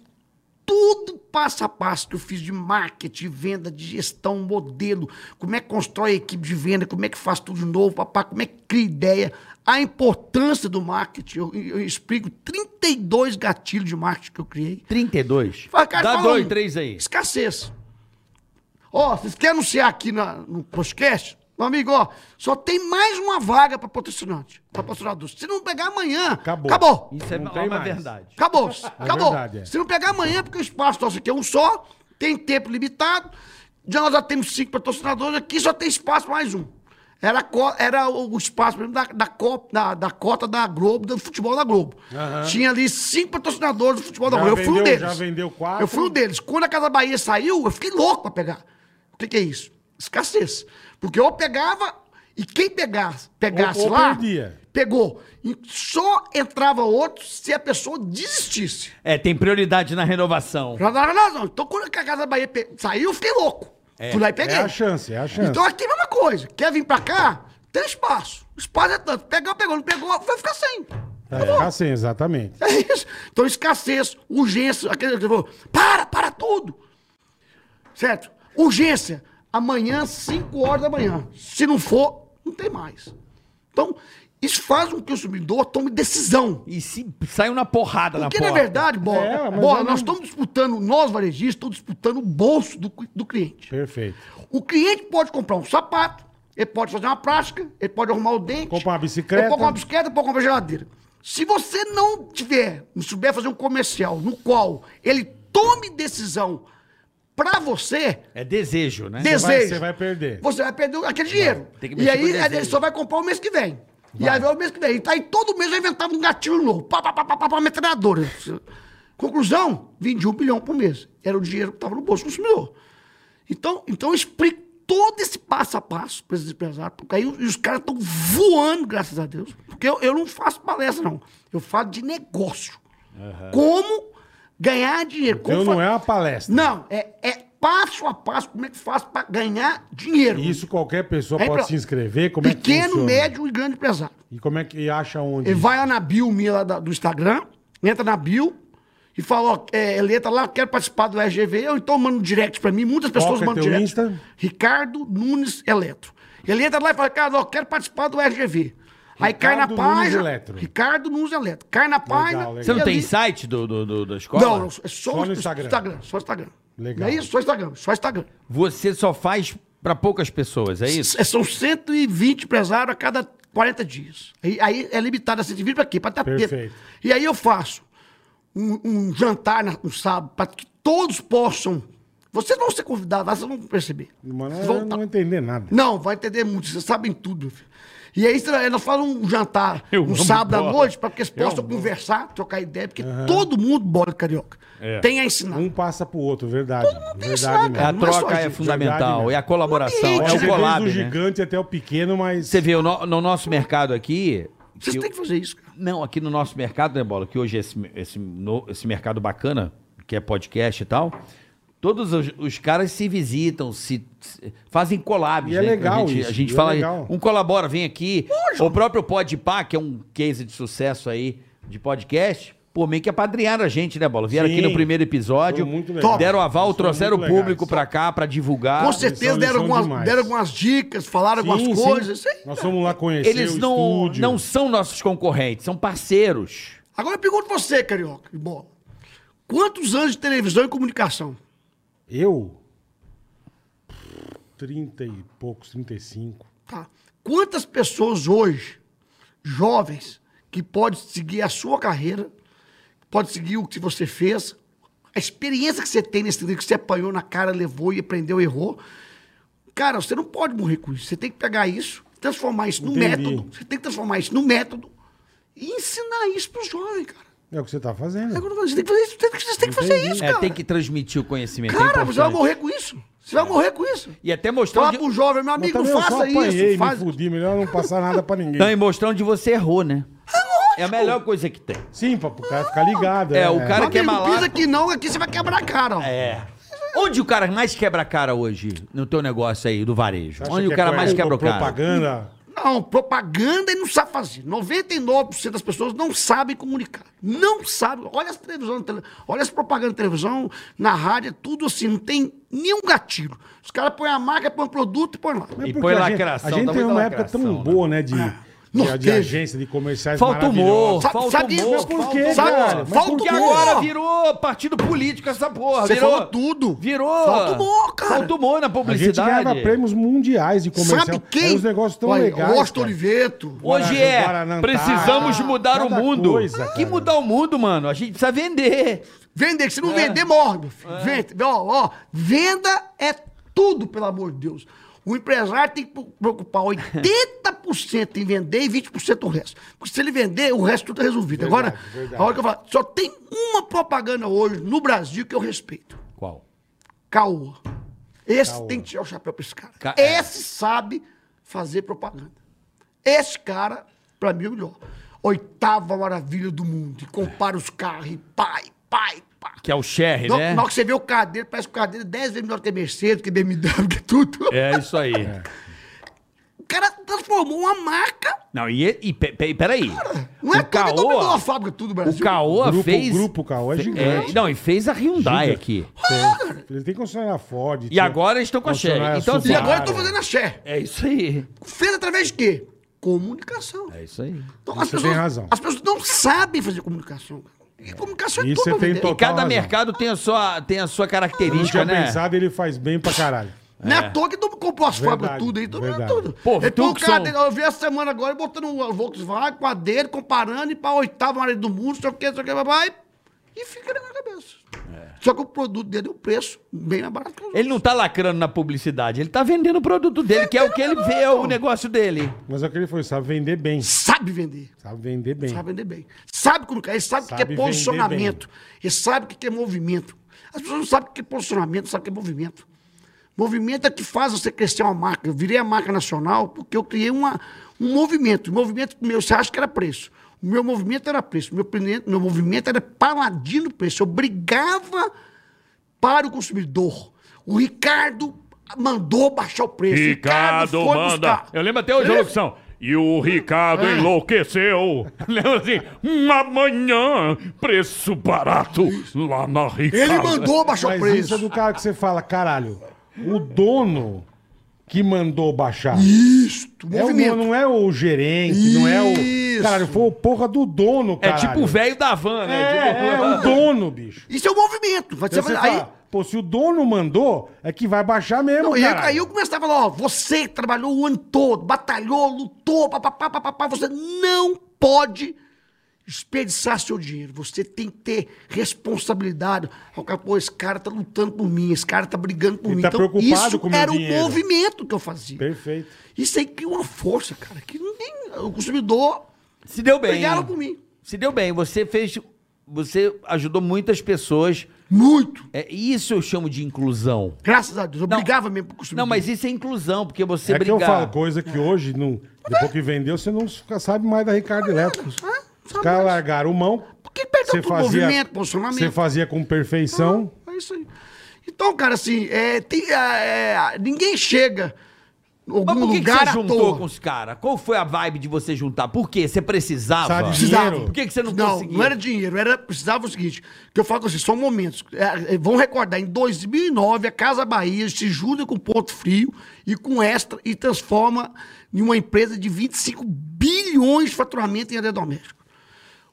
Speaker 6: tudo passo a passo que eu fiz de marketing, venda, de gestão, modelo, como é que constrói a equipe de venda, como é que faz tudo de novo, papá, como é que cria ideia, a importância do marketing. Eu, eu explico 32 gatilhos de marketing que eu criei.
Speaker 3: 32.
Speaker 6: Fala, cara,
Speaker 3: Dá
Speaker 6: fala
Speaker 3: dois,
Speaker 6: um.
Speaker 3: três aí.
Speaker 6: Escassez. Ó, vocês querem anunciar aqui na- no podcast? Meu amigo, ó, só tem mais uma vaga para patrocinante, para patrocinador. Se não pegar amanhã,
Speaker 4: Acabou.
Speaker 6: acabou.
Speaker 3: Isso é
Speaker 4: Não
Speaker 3: uma
Speaker 4: tem
Speaker 3: uma
Speaker 4: mais.
Speaker 3: verdade.
Speaker 6: Acabou. [LAUGHS] acabou.
Speaker 4: verdade, é.
Speaker 6: Se não pegar amanhã, porque o espaço nosso aqui é um só, tem tempo limitado. Já nós já temos cinco patrocinadores aqui, só tem espaço para mais um. Era, a co- era o o espaço mesmo da, da, co- da- da cota da Globo, do futebol da Globo.
Speaker 4: Aham.
Speaker 6: Tinha ali cinco patrocinadores do futebol da
Speaker 4: Já
Speaker 6: Globo. eu fui um
Speaker 4: vendeu-
Speaker 6: deles.
Speaker 4: já vendeu quatro.
Speaker 6: Eu fui um deles. Quando a Casa Bahia saiu, eu fiquei louco para pegar. O que, que é isso? Escassez. Porque eu pegava e quem pegasse, pegasse
Speaker 4: Ou- ou
Speaker 6: lá,
Speaker 4: perdia.
Speaker 6: pegou. E só entrava outro se a pessoa desistisse.
Speaker 3: É, tem prioridade na renovação.
Speaker 6: Já dava razão. Então, quando a Casa Bahia pe- saiu, eu fiquei louco. Fui lá e peguei.
Speaker 4: É a chance, é a chance.
Speaker 6: Então aqui é a mesma coisa. Quer vir pra cá? Tem espaço. O espaço é tanto. Pegou, pegou. Não pegou, vai ficar sem. Tá
Speaker 4: é, assim, exatamente.
Speaker 6: É isso. Então, escassez, urgência. Aquele que falou, para, para tudo. Certo? Urgência. Amanhã, 5 horas da manhã. Se não for, não tem mais. Então, Isso faz com que o subidor tome decisão.
Speaker 3: E se saiu na porrada
Speaker 6: Porque,
Speaker 3: na
Speaker 6: na
Speaker 3: porta.
Speaker 6: verdade, Bola,
Speaker 4: É, mas
Speaker 6: Bola,
Speaker 4: eu não-
Speaker 6: nós estamos disputando, nós varejistas, estamos disputando o bolso do, do cliente.
Speaker 4: Perfeito.
Speaker 6: O cliente pode comprar um sapato, ele pode fazer uma prática, ele pode arrumar o dente.
Speaker 4: Comprar uma bicicleta.
Speaker 6: Ele pode comprar uma bicicleta, pode comprar uma geladeira. Se você não tiver, não souber fazer um comercial no qual ele tome decisão pra você,
Speaker 3: É desejo, né?
Speaker 6: desejo.
Speaker 4: vai- você vai perder.
Speaker 6: Você vai perder aquele dinheiro.
Speaker 3: Tem que
Speaker 6: e
Speaker 3: mexer com o
Speaker 6: aí
Speaker 3: desejo.
Speaker 6: ele só vai comprar o mês que vem. E aí vai o mês que vem. E tá aí todo mês eu inventava um gatilho novo. Pá, pá, pá, pá, pá, pá metralhadora. Conclusão, vendi um bilhão por mês. Era o dinheiro que estava no bolso do consumidor. Então, então eu explico todo esse passo a passo para esses empresários, porque aí os, e os caras estão voando, graças a Deus. Porque eu, eu não faço palestra, não. Eu falo de negócio. Como ganhar dinheiro.
Speaker 4: Então
Speaker 6: como
Speaker 4: não
Speaker 6: fa-
Speaker 4: é uma palestra.
Speaker 6: não, é, é passo a passo como é que faz para ganhar dinheiro.
Speaker 4: Isso qualquer pessoa
Speaker 6: É
Speaker 4: pode
Speaker 6: pra-
Speaker 4: se inscrever. Como é que
Speaker 6: Pequeno,
Speaker 4: funciona?
Speaker 6: médio e grande empresário.
Speaker 4: E como é que e acha onde?
Speaker 6: Ele vai lá na bio minha lá da- do Instagram, entra na bio e fala, ó, é, ele entra lá, quero participar do RGV, ou então manda um direct pra mim, muitas pessoas
Speaker 4: que é
Speaker 6: mandam
Speaker 4: teu
Speaker 6: direct.
Speaker 4: Insta?
Speaker 6: Ricardo Nunes Eletro. Ele entra lá e fala, cara, ó, quero participar do RGV. Aí cai na
Speaker 4: Ricardo Nunes
Speaker 6: página.
Speaker 4: Eletro.
Speaker 6: Ricardo Nunes Eletro. Cai na página.
Speaker 4: legal.
Speaker 3: Você não
Speaker 6: e
Speaker 3: tem
Speaker 6: ali-
Speaker 3: site do, do, do- da escola?
Speaker 6: Não, não, é só,
Speaker 4: Só
Speaker 6: o
Speaker 4: no
Speaker 6: Instagram.
Speaker 4: Instagram.
Speaker 6: Instagram. Só Instagram.
Speaker 4: Legal.
Speaker 6: Não é isso? Só Instagram. Só Instagram.
Speaker 3: Você só faz pra poucas pessoas, é isso?
Speaker 6: S- São 120 empresários a cada 40 dias. Aí, aí é limitado a 120 para quê? Para tapete.
Speaker 4: Perfeito.
Speaker 6: E aí eu faço um, um jantar na- no sábado para que todos possam. Vocês vão ser convidados, lá, vocês vão perceber.
Speaker 4: Mano,
Speaker 6: Vocês
Speaker 4: eu
Speaker 6: vão tá-
Speaker 4: não entender nada.
Speaker 6: não, vai entender muito, vocês sabem tudo. meu filho. E aí sei lá, elas fazem um jantar
Speaker 3: Eu
Speaker 6: um
Speaker 3: amo
Speaker 6: sábado
Speaker 3: bola.
Speaker 6: à noite para que eles possam conversar, trocar ideia, porque todo mundo bola carioca. Tem a ensinar.
Speaker 4: Um passa pro outro, verdade.
Speaker 6: tem isso lá,
Speaker 4: verdade
Speaker 6: cara.
Speaker 3: A
Speaker 6: Não é só
Speaker 3: troca é,
Speaker 6: isso.
Speaker 3: fundamental,
Speaker 4: Verdade mesmo.
Speaker 3: é a colaboração,
Speaker 6: né? Não
Speaker 3: é
Speaker 6: tem,
Speaker 4: Você
Speaker 3: o
Speaker 4: vê
Speaker 3: collab,
Speaker 4: do
Speaker 3: né?
Speaker 4: gigante até o pequeno, mas.
Speaker 3: Você vê, no, no nosso mercado aqui...
Speaker 6: Vocês
Speaker 3: que
Speaker 6: têm que fazer isso, cara.
Speaker 3: Não, aqui no nosso mercado, né, Bola? Que hoje é esse, esse, no- esse mercado bacana, que é podcast e tal, todos os, os caras se visitam, se, se- fazem collabs.
Speaker 4: E é
Speaker 3: né, que
Speaker 4: legal
Speaker 3: A gente,
Speaker 4: isso,
Speaker 3: a gente
Speaker 4: e é
Speaker 3: fala,
Speaker 4: legal.
Speaker 3: um colabora, vem aqui. O próprio Podpah, que é um case de sucesso aí de podcast, pô, meio que apadrinharam a gente, né, Bola? Vieram
Speaker 4: Sim.
Speaker 3: aqui no primeiro episódio,
Speaker 4: Foi muito legal.
Speaker 3: deram aval,
Speaker 4: Eles foram
Speaker 3: trouxeram o
Speaker 4: muito legais.
Speaker 3: público pra cá pra divulgar.
Speaker 6: Com
Speaker 4: lição,
Speaker 6: certeza
Speaker 4: lição
Speaker 6: deram algumas,
Speaker 4: demais.
Speaker 6: deram algumas dicas, falaram
Speaker 4: Sim,
Speaker 6: algumas
Speaker 4: sim.
Speaker 6: coisas. Isso aí.
Speaker 4: Nós fomos lá conhecer
Speaker 3: Eles
Speaker 4: o
Speaker 3: não,
Speaker 4: estúdio.
Speaker 3: não são nossos concorrentes, são parceiros.
Speaker 6: Agora eu pergunto você, Carioca, e bola. Quantos anos de televisão e comunicação?
Speaker 4: Eu? 30 e poucos, 35.
Speaker 6: Tá? Quantas pessoas hoje, jovens, que podem seguir a sua carreira, pode seguir o que você fez, a experiência que você tem nesse livro, que você apanhou na cara, levou e aprendeu, errou. Cara, você não pode morrer com isso. Você tem que pegar isso, transformar isso num
Speaker 4: Entendi.
Speaker 6: método. Você tem que transformar isso num método e ensinar isso pro jovem, cara.
Speaker 4: É o que você tá
Speaker 6: É
Speaker 4: fazendo.
Speaker 6: quando Você tem que fazer isso, você tem que- você tem que fazer isso,
Speaker 3: É,
Speaker 6: cara.
Speaker 3: tem que transmitir o conhecimento. é
Speaker 6: Cara, você vai
Speaker 3: importante.
Speaker 6: morrer com isso. Você
Speaker 4: É.
Speaker 6: vai morrer com isso.
Speaker 3: E até
Speaker 6: Falar
Speaker 3: mostrar onde...
Speaker 6: pro jovem, meu amigo, não
Speaker 4: também eu só
Speaker 6: faça
Speaker 4: apanhei,
Speaker 6: isso. Faz...
Speaker 4: me fudi, melhor não passar nada pra ninguém.
Speaker 3: Não, e mostrar onde você errou, né? É a melhor coisa que tem.
Speaker 4: Sim, pra, pro cara ficar ligado.
Speaker 3: É, o cara
Speaker 6: Meu
Speaker 3: que é
Speaker 6: amigo,
Speaker 3: malaco.
Speaker 6: pisa aqui não, aqui você vai quebrar a cara. Ó.
Speaker 3: É. Onde o cara mais quebra a cara hoje no teu negócio aí do varejo?
Speaker 4: Acha
Speaker 3: Onde
Speaker 4: que
Speaker 3: o cara
Speaker 4: é
Speaker 3: mais
Speaker 4: pro-
Speaker 3: quebra o cara?
Speaker 4: Propaganda.
Speaker 6: Não, propaganda ele não sabe fazer. 99% das pessoas não sabem comunicar. Não sabem. Olha as televisões, tele- olha as propagandas de televisão, na rádio, é tudo assim, não tem nenhum gatilho. Os caras põem a marca, põem o produto e põem lá.
Speaker 4: Mas
Speaker 3: E
Speaker 4: porque
Speaker 3: põe
Speaker 4: a
Speaker 3: lacração,
Speaker 4: Gente,
Speaker 3: dá
Speaker 4: a gente teve
Speaker 3: muita
Speaker 4: uma época
Speaker 3: lacração,
Speaker 4: tão
Speaker 3: né?
Speaker 4: boa, né, de, de, de
Speaker 6: nortejo.
Speaker 4: agência, de comerciais
Speaker 3: Falta humor,
Speaker 4: maravilhosos.
Speaker 6: Sabe-
Speaker 3: falta
Speaker 6: sabe-
Speaker 3: humor.
Speaker 6: mas por
Speaker 3: falta
Speaker 4: quê,
Speaker 3: humor.
Speaker 4: cara? Mas
Speaker 6: por
Speaker 3: Porque
Speaker 6: quê?
Speaker 3: agora virou partido político essa porra.
Speaker 6: Você
Speaker 3: virou,
Speaker 6: falou tudo.
Speaker 3: Virou.
Speaker 6: Falta humor, cara.
Speaker 3: Falta humor na
Speaker 4: A gente
Speaker 3: publicidade.
Speaker 4: ganhava prêmios mundiais de comercial.
Speaker 6: Sabe quem?
Speaker 4: Eram uns negócios tão
Speaker 6: Olha,
Speaker 4: legais.
Speaker 6: Osto
Speaker 4: cara.
Speaker 6: Oliveto.
Speaker 3: Hoje
Speaker 4: Guaraná-
Speaker 3: é,
Speaker 4: Guaraná
Speaker 3: precisamos
Speaker 4: Antártica,
Speaker 3: mudar o
Speaker 4: cada
Speaker 3: mundo.
Speaker 4: coisa,
Speaker 3: que
Speaker 4: cara.
Speaker 3: mudar o mundo, mano? A gente precisa vender.
Speaker 6: Vender, que se não vender, morre. meu filho. Vende, ó, ó, venda é tudo, pelo amor de Deus. O empresário tem que pro- preocupar 80% em vender e 20% o resto. Porque se ele vender, o resto tudo é resolvido.
Speaker 4: Verdade,
Speaker 6: Agora,
Speaker 4: verdade.
Speaker 6: a hora que eu falo, só tem uma propaganda hoje no Brasil que eu respeito.
Speaker 3: Qual?
Speaker 6: Caoa. Esse tem que tirar o chapéu pra esse cara.
Speaker 3: Ca- é.
Speaker 6: Esse sabe fazer propaganda. Esse cara, pra mim, é o melhor. Oitava maravilha do mundo. E compara os carros e pai, pai, pá.
Speaker 3: Que é o Cher,
Speaker 6: Na-
Speaker 3: né?
Speaker 6: Na hora que você vê o carro dele, parece que o carro dele é 10 vezes melhor que a Mercedes, que a BMW, [LAUGHS] que tudo.
Speaker 3: É isso aí.
Speaker 6: O cara transformou uma marca.
Speaker 3: Não, e, e pe- pe- peraí.
Speaker 6: Não é
Speaker 3: o
Speaker 6: cara que dominou a
Speaker 3: Caoa,
Speaker 6: fábrica tudo,
Speaker 3: o
Speaker 6: Brasil.
Speaker 3: Caoa
Speaker 4: Grupo-
Speaker 3: fez.
Speaker 4: Grupo Caoa é
Speaker 3: fe-
Speaker 4: gigante.
Speaker 3: não, e fez a Hyundai
Speaker 4: Giga.
Speaker 3: aqui.
Speaker 4: Ele tem concessionária Ford.
Speaker 3: E agora eles estão com a Cher.
Speaker 4: Concessionária
Speaker 3: Então, assim,
Speaker 6: E
Speaker 4: Subaru.
Speaker 6: agora eu tô fazendo a Cher.
Speaker 3: É isso aí.
Speaker 6: Fez através de quê? comunicação.
Speaker 3: É isso aí.
Speaker 6: Então,
Speaker 4: Isso
Speaker 6: as
Speaker 4: tem
Speaker 6: pessoas,
Speaker 4: razão.
Speaker 6: As pessoas não sabem fazer comunicação. E comunicação é
Speaker 4: Isso
Speaker 6: tudo.
Speaker 4: você tem
Speaker 6: né?
Speaker 4: total
Speaker 3: Cada
Speaker 4: razão.
Speaker 3: mercado tem a sua, tem a sua
Speaker 4: Não
Speaker 3: característica,
Speaker 4: tinha
Speaker 3: né?
Speaker 4: pensado, ele faz bem pra caralho.
Speaker 6: Não é à toa que todo mundo comprou as
Speaker 4: Verdade,
Speaker 6: fábricas tudo aí, todo mundo
Speaker 4: verdade.
Speaker 6: tudo.
Speaker 3: Pô,
Speaker 6: então, o
Speaker 3: Tucson.
Speaker 6: cara, eu vi essa semana agora botando o Volkswagen, quadrilha, comparando e pra oitava área do mundo, não sei o que, não sei o que, vai. E fica na minha cabeça. Só que o produto dele, o preço, bem mais barato que os
Speaker 3: Ele não tá lacrando na publicidade, ele tá vendendo o produto dele, que é o que ele vê, é
Speaker 4: Então.
Speaker 3: o negócio dele.
Speaker 4: Mas é o que ele foi, sabe vender bem.
Speaker 6: Sabe vender.
Speaker 4: Sabe vender bem.
Speaker 6: Sabe vender bem. Sabe colocar, ele sabe o que
Speaker 4: Sabe
Speaker 6: é posicionamento. Ele sabe o que é movimento. As pessoas não sabem o que é posicionamento, não sabem o que é movimento. Movimento é que faz você crescer uma marca. Eu virei a marca nacional porque eu criei uma, um movimento. O movimento meu, você acha que era preço. O meu movimento era preço. O meu, prene- meu movimento era paladino preço. Eu brigava para o consumidor. O Ricardo mandou baixar o preço. O
Speaker 11: Ricardo
Speaker 6: foi
Speaker 11: manda.
Speaker 6: buscar. É.
Speaker 11: Eu lembro até hoje a
Speaker 6: Beleza?
Speaker 11: locução. E o Ricardo enlouqueceu. [LAUGHS] Lembra assim? "Hum, Amanhã, preço barato lá na Ricardo.
Speaker 6: Ele mandou baixar o
Speaker 4: Mas
Speaker 6: preço.
Speaker 4: isso é do cara que você fala, caralho, o dono que mandou baixar.
Speaker 6: Isto,
Speaker 4: É o,
Speaker 6: movimento.
Speaker 4: não é o gerente, não é o.
Speaker 6: Isso.
Speaker 4: Caralho, foi o porra do dono,
Speaker 3: É
Speaker 4: cara.
Speaker 3: tipo o velho da van, né?
Speaker 4: É,
Speaker 3: Tipo-
Speaker 4: é o dono, bicho.
Speaker 6: Isso é o movimento. Vai
Speaker 4: Então
Speaker 6: ser-
Speaker 4: você
Speaker 6: aí,
Speaker 4: fala, pô, se o dono mandou, é que vai baixar mesmo.
Speaker 6: não, e
Speaker 4: caralho.
Speaker 6: aí eu começava a falar, ó, você que trabalhou o ano todo, batalhou, lutou, papapá, papapá, você não pode desperdiçar seu dinheiro. Você tem que ter responsabilidade. Ó, cara, Pô, esse cara tá lutando por mim, esse cara tá brigando por
Speaker 4: Ele
Speaker 6: mim.
Speaker 4: tá preocupado
Speaker 6: isso
Speaker 4: com o meu
Speaker 6: era o
Speaker 4: dinheiro.
Speaker 6: movimento que eu fazia.
Speaker 4: Perfeito.
Speaker 6: Isso aí criou uma força, cara, que ninguém, o consumidor
Speaker 3: Se deu bem.
Speaker 6: é. brigaram por mim.
Speaker 3: Se deu bem. Você fez. Você ajudou muitas pessoas.
Speaker 6: Muito.
Speaker 3: É, isso eu chamo de inclusão.
Speaker 6: Graças a Deus. Eu
Speaker 3: Não.
Speaker 6: brigava mesmo pro consumidor.
Speaker 3: Não, mas isso é inclusão, porque você
Speaker 4: é
Speaker 3: brigar.
Speaker 4: que eu falo coisa que hoje, não, depois que vendeu, você não fica- sabe mais da Ricardo Elétrico.
Speaker 6: Hã?
Speaker 4: Os caras largaram mão.
Speaker 6: Porque perdeu
Speaker 4: Você
Speaker 6: todo
Speaker 4: fazia,
Speaker 6: o é um movimento, posicionamento.
Speaker 4: Você fazia com perfeição.
Speaker 6: É isso aí. Então, cara, assim, é, tem, é, é, ninguém chega em algum
Speaker 3: Mas por que, que
Speaker 6: lugar
Speaker 3: você
Speaker 6: à
Speaker 3: juntou
Speaker 6: toa.
Speaker 3: com os caras? Qual foi a vibe de você juntar? Por quê? Você precisava?
Speaker 4: Sabe,
Speaker 6: Precisava.
Speaker 4: dinheiro.
Speaker 3: Por que, que você não,
Speaker 6: não,
Speaker 3: conseguiu?
Speaker 6: não era dinheiro, era, precisava o seguinte, que eu falo com vocês, são momentos. É, é, vão recordar, em 2009, a Casa Bahia se junta com Porto Frio e com Extra e transforma em uma empresa de 25 bilhões de faturamento em eletrodoméstico.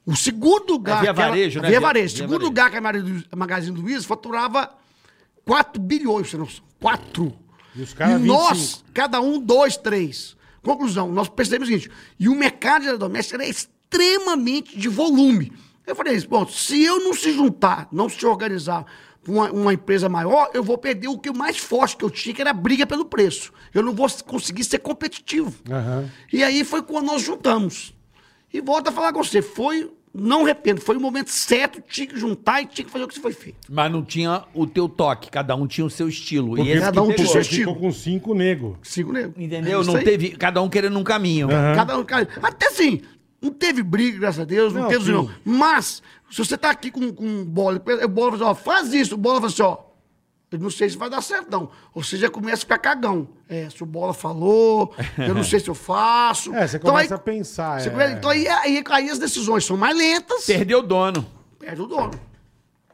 Speaker 6: O segundo lugar...
Speaker 3: É via
Speaker 6: que era-
Speaker 3: varejo, né?
Speaker 6: Via
Speaker 3: Via-
Speaker 6: varejo. O
Speaker 3: via
Speaker 6: segundo
Speaker 3: varejo.
Speaker 6: lugar que a Mari- a Magazine Luiza faturava 4 bilhões, você não sabe. 4.
Speaker 4: E os caras
Speaker 6: E
Speaker 4: 25.
Speaker 6: nós, cada um, dois, três. Conclusão, nós percebemos o seguinte, e o mercado de eletrodoméstico era extremamente de volume. Eu falei isso, bom, se eu não se juntar, não se organizar pra uma, uma empresa maior, eu vou perder o que o mais forte que eu tinha, que era a briga pelo preço. Eu não vou conseguir ser competitivo.
Speaker 4: Aham.
Speaker 6: E aí foi quando nós juntamos. E volto a falar com você, foi, não arrependo, foi o momento certo, tinha que juntar e tinha que fazer o que foi feito.
Speaker 3: Mas não tinha o teu toque, cada um tinha o seu estilo.
Speaker 4: Porque
Speaker 3: e esse
Speaker 6: cada um
Speaker 3: que
Speaker 6: tinha
Speaker 3: pegou,
Speaker 6: seu
Speaker 4: Você
Speaker 6: estilo.
Speaker 4: ficou com cinco nego.
Speaker 6: Sigo nego.
Speaker 3: Entendeu?
Speaker 6: É isso
Speaker 3: não
Speaker 6: aí.
Speaker 3: teve. Cada um querendo um caminho.
Speaker 6: Cada um, cada- até assim, não teve briga, graças a Deus, não,
Speaker 4: Não,
Speaker 6: teve
Speaker 4: sim.
Speaker 6: não. Mas, se você tá aqui com, com um bola, o bola fala assim, ó, faz isso, o bola fala assim, ó. Eu não sei se vai dar certo, não. Ou você já começa a ficar cagão. É, se o Bola falou, eu não sei se eu faço.
Speaker 4: [LAUGHS] É, você começa a pensar,
Speaker 6: Então você
Speaker 4: é.
Speaker 6: começa- então aí, aí, aí as decisões são mais lentas,
Speaker 3: Perdeu o dono,
Speaker 6: perde o dono.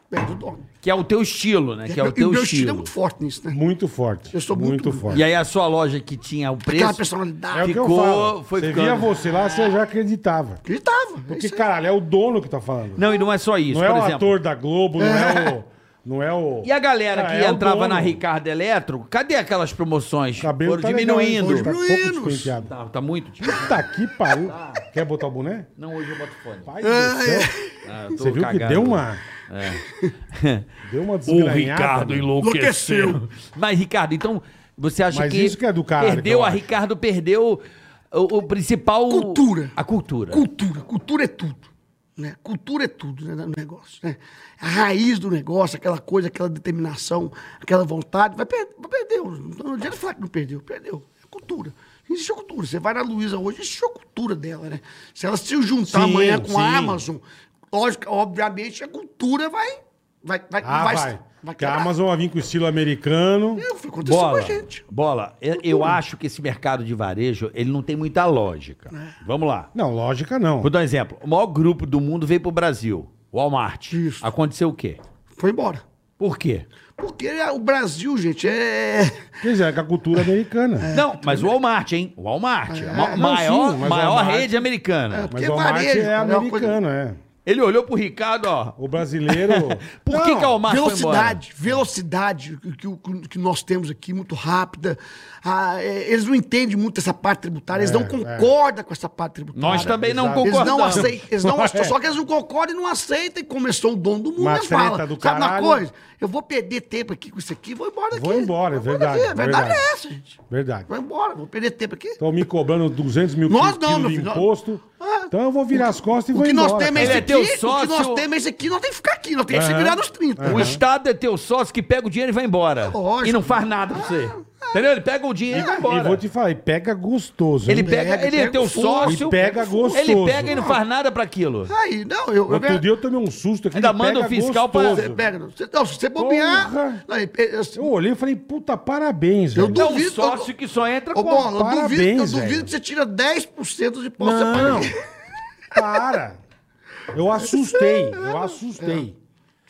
Speaker 6: Perde o dono.
Speaker 3: que é o teu estilo, né? Que é
Speaker 6: E
Speaker 3: o
Speaker 6: meu-
Speaker 3: teu
Speaker 6: e meu estilo é
Speaker 3: estilo.
Speaker 6: muito forte nisso, né?
Speaker 4: Muito forte.
Speaker 6: Eu sou muito-
Speaker 4: forte.
Speaker 3: E aí a sua loja que tinha o
Speaker 6: Aquela
Speaker 3: preço.
Speaker 6: personalidade.
Speaker 4: é o que eu
Speaker 3: ficou-
Speaker 4: falo.
Speaker 3: foi
Speaker 4: você
Speaker 3: ficando.
Speaker 4: via você lá, você já acreditava.
Speaker 6: Acreditava. é
Speaker 4: Porque,
Speaker 6: isso aí.
Speaker 4: caralho, é o dono que tá falando.
Speaker 3: Não, e não é só isso,
Speaker 4: não é
Speaker 3: por
Speaker 4: o
Speaker 3: exemplo.
Speaker 4: ator da Globo, não é o. Não é o...
Speaker 3: E a galera
Speaker 4: Cara,
Speaker 3: que
Speaker 4: é o
Speaker 3: entrava
Speaker 4: dono.
Speaker 3: na Ricardo Eletro, cadê aquelas promoções?
Speaker 4: Cabelo
Speaker 3: Foram
Speaker 4: tá legal, hein?
Speaker 3: diminuindo.
Speaker 4: Hoje tá pouco
Speaker 6: Diminuindo.
Speaker 4: despenteado.
Speaker 3: tá, tá muito. tipo,
Speaker 4: Puta que pariu. Quer botar o boné?
Speaker 3: Não, hoje eu boto fone.
Speaker 4: Pai do céu.
Speaker 3: Ah, eu tô
Speaker 4: Você viu que
Speaker 3: cagado. É.
Speaker 4: deu uma. [LAUGHS] Deu uma
Speaker 11: O
Speaker 4: desgranhada.
Speaker 11: Ricardo
Speaker 6: né?
Speaker 4: meu.
Speaker 11: enlouqueceu.
Speaker 3: Mas, Ricardo, então, você acha
Speaker 4: Mas
Speaker 3: que.
Speaker 4: isso que é do caralho, que
Speaker 3: Perdeu,
Speaker 4: eu
Speaker 3: a
Speaker 4: acho.
Speaker 3: Ricardo perdeu o, o principal.
Speaker 6: Cultura.
Speaker 3: A cultura.
Speaker 6: Cultura, cultura é tudo. Né? Cultura é tudo né, no negócio. Né? A raiz do negócio, aquela coisa, aquela determinação, aquela vontade, vai per vai perder. Não adianta falar que não perdeu, perdeu. É cultura. Existe a cultura. Você vai na Luísa hoje, existe a cultura dela, né? Se ela se juntar
Speaker 4: Sim,
Speaker 6: amanhã com
Speaker 4: sim.
Speaker 6: a Amazon, lógico, obviamente a cultura vai. Vai, vai,
Speaker 4: Ah, vai. vai. que a
Speaker 6: quebrar.
Speaker 4: Amazon vai vir com o estilo americano.
Speaker 6: É, foi o que aconteceu com
Speaker 3: Bola,
Speaker 6: a gente.
Speaker 3: bola. Eu, eu acho que esse mercado de varejo, ele não tem muita lógica. Vamos lá.
Speaker 4: Não, lógica não.
Speaker 3: Vou dar um exemplo. O maior grupo do mundo veio pro Brasil. Walmart.
Speaker 6: Isso.
Speaker 3: Aconteceu o quê?
Speaker 6: Foi embora.
Speaker 3: Por quê?
Speaker 6: Porque é- o Brasil, gente, é.
Speaker 4: Quer dizer, é com a cultura americana.
Speaker 3: não, mas o Walmart, hein? O Walmart. Ma-
Speaker 4: não,
Speaker 3: maior
Speaker 4: sim, mas
Speaker 3: maior
Speaker 4: Walmart-
Speaker 3: rede americana.
Speaker 4: Mas
Speaker 6: porque
Speaker 4: o Walmart
Speaker 6: varejo,
Speaker 4: é
Speaker 6: é uma
Speaker 4: americano, é.
Speaker 3: Ele olhou pro Ricardo, ó.
Speaker 4: O
Speaker 6: [LAUGHS]
Speaker 4: brasileiro...
Speaker 3: Por que,
Speaker 6: é
Speaker 3: que o Walmart foi embora?
Speaker 6: velocidade, velocidade que, o- que, nós temos aqui, muito rápida. Ah, é, eles não entendem muito essa parte tributária, eles não concordam com essa parte tributária.
Speaker 3: Nós também não
Speaker 4: exato.
Speaker 6: Eles
Speaker 3: concordamos.
Speaker 6: não aceitam, eles não aceitam, só que eles não concordam e não aceitam, e começou o dono do mundo,
Speaker 4: Uma
Speaker 6: eles
Speaker 4: treta
Speaker 6: falam.
Speaker 4: do
Speaker 6: Sabe uma
Speaker 4: caralho.
Speaker 6: coisa? Eu vou perder tempo aqui com isso aqui, vou embora daqui.
Speaker 4: Vou embora, é verdade,
Speaker 6: daqui. A verdade,
Speaker 4: verdade. Então,
Speaker 6: é essa, gente.
Speaker 4: Verdade.
Speaker 6: Vou embora, vou perder tempo aqui.
Speaker 4: Estão me cobrando 200 mil
Speaker 6: Nós
Speaker 4: qui-
Speaker 6: não, meu
Speaker 4: quilos de
Speaker 6: filho.
Speaker 4: imposto.
Speaker 6: Ah,
Speaker 4: Então eu vou virar as costas e
Speaker 6: O
Speaker 4: vou
Speaker 6: que
Speaker 4: embora.
Speaker 6: nós temos é
Speaker 3: Ele
Speaker 6: esse
Speaker 3: é
Speaker 6: aqui,
Speaker 3: teu
Speaker 6: o que nós
Speaker 3: sócio.
Speaker 6: temos é esse aqui, nós temos que ficar aqui, nós temos que se virar nos 30.
Speaker 3: O Estado é teu sócio que pega o dinheiro e vai embora.
Speaker 6: É Lógico.
Speaker 3: E não faz nada pra você. Entendeu? Ele pega o dinheiro e vai
Speaker 4: E
Speaker 3: embora.
Speaker 4: vou te falar, e pega gostoso.
Speaker 3: Ele
Speaker 4: hein?
Speaker 3: pega,
Speaker 6: Pega,
Speaker 3: ele é
Speaker 6: pega
Speaker 3: teu
Speaker 6: o fundo.
Speaker 3: sócio.
Speaker 4: E pega gostoso.
Speaker 3: Ele pega e não faz nada pra aquilo.
Speaker 6: tá Aí, não, eu...
Speaker 4: Outro
Speaker 6: eu-
Speaker 4: dia eu tomei um susto aqui.
Speaker 3: Ainda
Speaker 4: ele
Speaker 3: manda
Speaker 4: pega
Speaker 3: o fiscal pra-
Speaker 6: Você
Speaker 4: gostoso.
Speaker 6: pega, você- não, se você bobear.
Speaker 4: Porra.
Speaker 6: Não, é, assim, eu, eu,
Speaker 4: Eu olhei e falei, puta, parabéns,
Speaker 6: Eu
Speaker 4: velho.
Speaker 6: dou-
Speaker 3: É um
Speaker 6: duvido-
Speaker 3: sócio que só entra
Speaker 6: Ô,
Speaker 3: com.
Speaker 6: Bola, eu
Speaker 4: Parabéns,
Speaker 6: duvido, eu
Speaker 4: velho.
Speaker 6: duvido que você tira 10% de imposto.
Speaker 4: Não,
Speaker 6: você paga.
Speaker 4: não. Para. Eu assustei, eu
Speaker 6: É.
Speaker 4: assustei.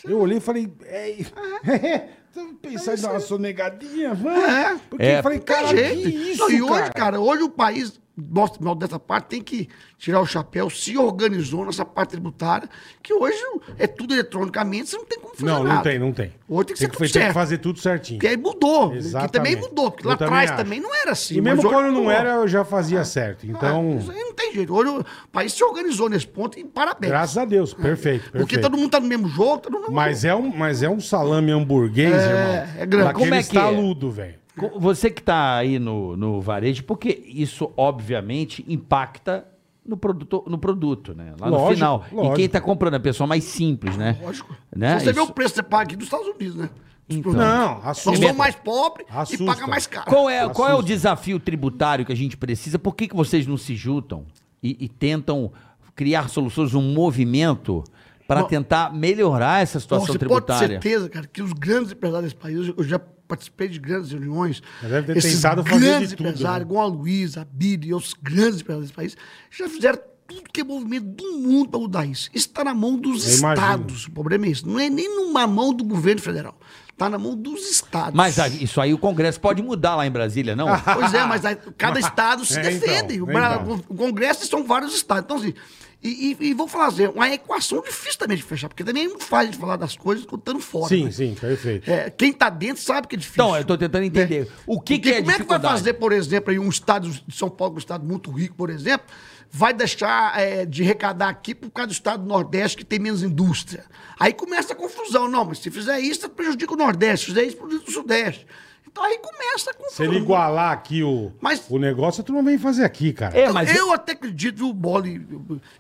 Speaker 4: Eu olhei e falei, ei,
Speaker 6: É.
Speaker 4: [LAUGHS] tô pensando em dar uma sonegadinha, mano. Porque
Speaker 3: É,
Speaker 4: eu falei,
Speaker 6: Não tem
Speaker 4: cara,
Speaker 6: jeito.
Speaker 4: que isso,
Speaker 6: Não, e hoje, cara?
Speaker 4: cara?
Speaker 6: hoje o país, nossa, mal dessa parte, tem que tirar o chapéu, se organizou nessa parte tributária, que hoje é tudo eletronicamente, você não tem como fazer
Speaker 4: Não,
Speaker 6: nada.
Speaker 4: não tem, não tem.
Speaker 6: Hoje tem é que ser
Speaker 4: foi-
Speaker 6: tudo
Speaker 4: tem que
Speaker 6: certo.
Speaker 4: fazer tudo certinho.
Speaker 6: Porque é aí mudou.
Speaker 4: Exatamente.
Speaker 6: Que também mudou, porque
Speaker 4: Eu
Speaker 6: lá
Speaker 4: também
Speaker 6: atrás
Speaker 4: acho.
Speaker 6: também não era assim.
Speaker 4: E mesmo
Speaker 6: mas hoje
Speaker 4: quando não
Speaker 6: mudou.
Speaker 4: era, eu já fazia certo. Então,
Speaker 6: ah, Isso aí não tem jeito. Hoje o país se organizou nesse ponto e parabéns.
Speaker 4: graças a Deus, perfeito, perfeito.
Speaker 6: porque todo mundo tá no mesmo jogo, todo mundo...
Speaker 4: Mas é um, mas é um salame hamburguês, irmão.
Speaker 6: é grande.
Speaker 4: Daquele
Speaker 3: Como é que é?
Speaker 4: estaludo, velho.
Speaker 3: Co- Você que tá aí no, no varejo, porque isso, obviamente, impacta no produto, no produto né? Lá
Speaker 4: Lógico,
Speaker 3: no final. E quem
Speaker 4: lógico.
Speaker 3: tá comprando é a pessoa mais simples, né?
Speaker 6: Lógico.
Speaker 3: Né?
Speaker 6: Se você vê
Speaker 3: Isso.
Speaker 6: o preço que você paga aqui dos Estados Unidos, né? Os
Speaker 3: Então.
Speaker 6: produtos.
Speaker 4: Não,
Speaker 6: Nós
Speaker 4: assusta.
Speaker 6: somos mais pobres
Speaker 4: Assusta.
Speaker 6: e paga mais caro.
Speaker 3: Qual é, qual é o
Speaker 4: Assusta.
Speaker 3: desafio tributário que a gente precisa? Por que, que vocês não se juntam e, e tentam criar soluções, um movimento para tentar melhorar essa
Speaker 6: Bom,
Speaker 3: situação
Speaker 6: você pode ter
Speaker 3: tributária?
Speaker 6: certeza, cara, que os grandes empresários desse país, eu já participei de grandes reuniões.
Speaker 4: Mas deve ter
Speaker 6: esses
Speaker 4: tentado fazer de
Speaker 6: grandes
Speaker 4: tudo,
Speaker 6: empresários,
Speaker 4: né?
Speaker 6: como a Luísa, a Bid e outros grandes empresários desse país, já fizeram tudo que é movimento do mundo para mudar isso. Isso está na mão dos
Speaker 4: Eu imagino.
Speaker 6: estados. O problema é isso. Não é nem numa mão do governo federal. Está na mão dos estados.
Speaker 3: Mas ah, isso aí o Congresso pode mudar lá em Brasília, não?
Speaker 6: Pois [LAUGHS] é, mas aí
Speaker 4: [LAUGHS]
Speaker 6: cada estado se
Speaker 4: É,
Speaker 6: defende.
Speaker 4: então,
Speaker 6: o, Bra-
Speaker 4: então.
Speaker 6: o Congresso são vários estados. Então, assim, e, e, e vou falar assim, uma equação difícil também de fechar, porque também não faz de falar das coisas contando fora.
Speaker 4: Sim,
Speaker 6: né?
Speaker 4: sim, perfeito.
Speaker 6: É, quem está dentro sabe que é difícil.
Speaker 3: Então, eu estou tentando entender. O que, que é
Speaker 6: Porque como é que vai
Speaker 3: dificuldade?
Speaker 6: fazer, por exemplo, aí um estado de São Paulo, que é um estado muito rico, por exemplo, vai deixar é, de arrecadar aqui por causa do estado do Nordeste que tem menos indústria. Aí começa a confusão. Não, mas se fizer isso, prejudica o Nordeste. Se fizer isso, prejudica o Sudeste. Então aí começa a confusão.
Speaker 4: Se ele igualar aqui o,
Speaker 6: Mas-
Speaker 4: o negócio, tu não vem fazer aqui, cara.
Speaker 3: É,
Speaker 6: Então,
Speaker 3: mas
Speaker 6: eu até acredito, viu, Boli?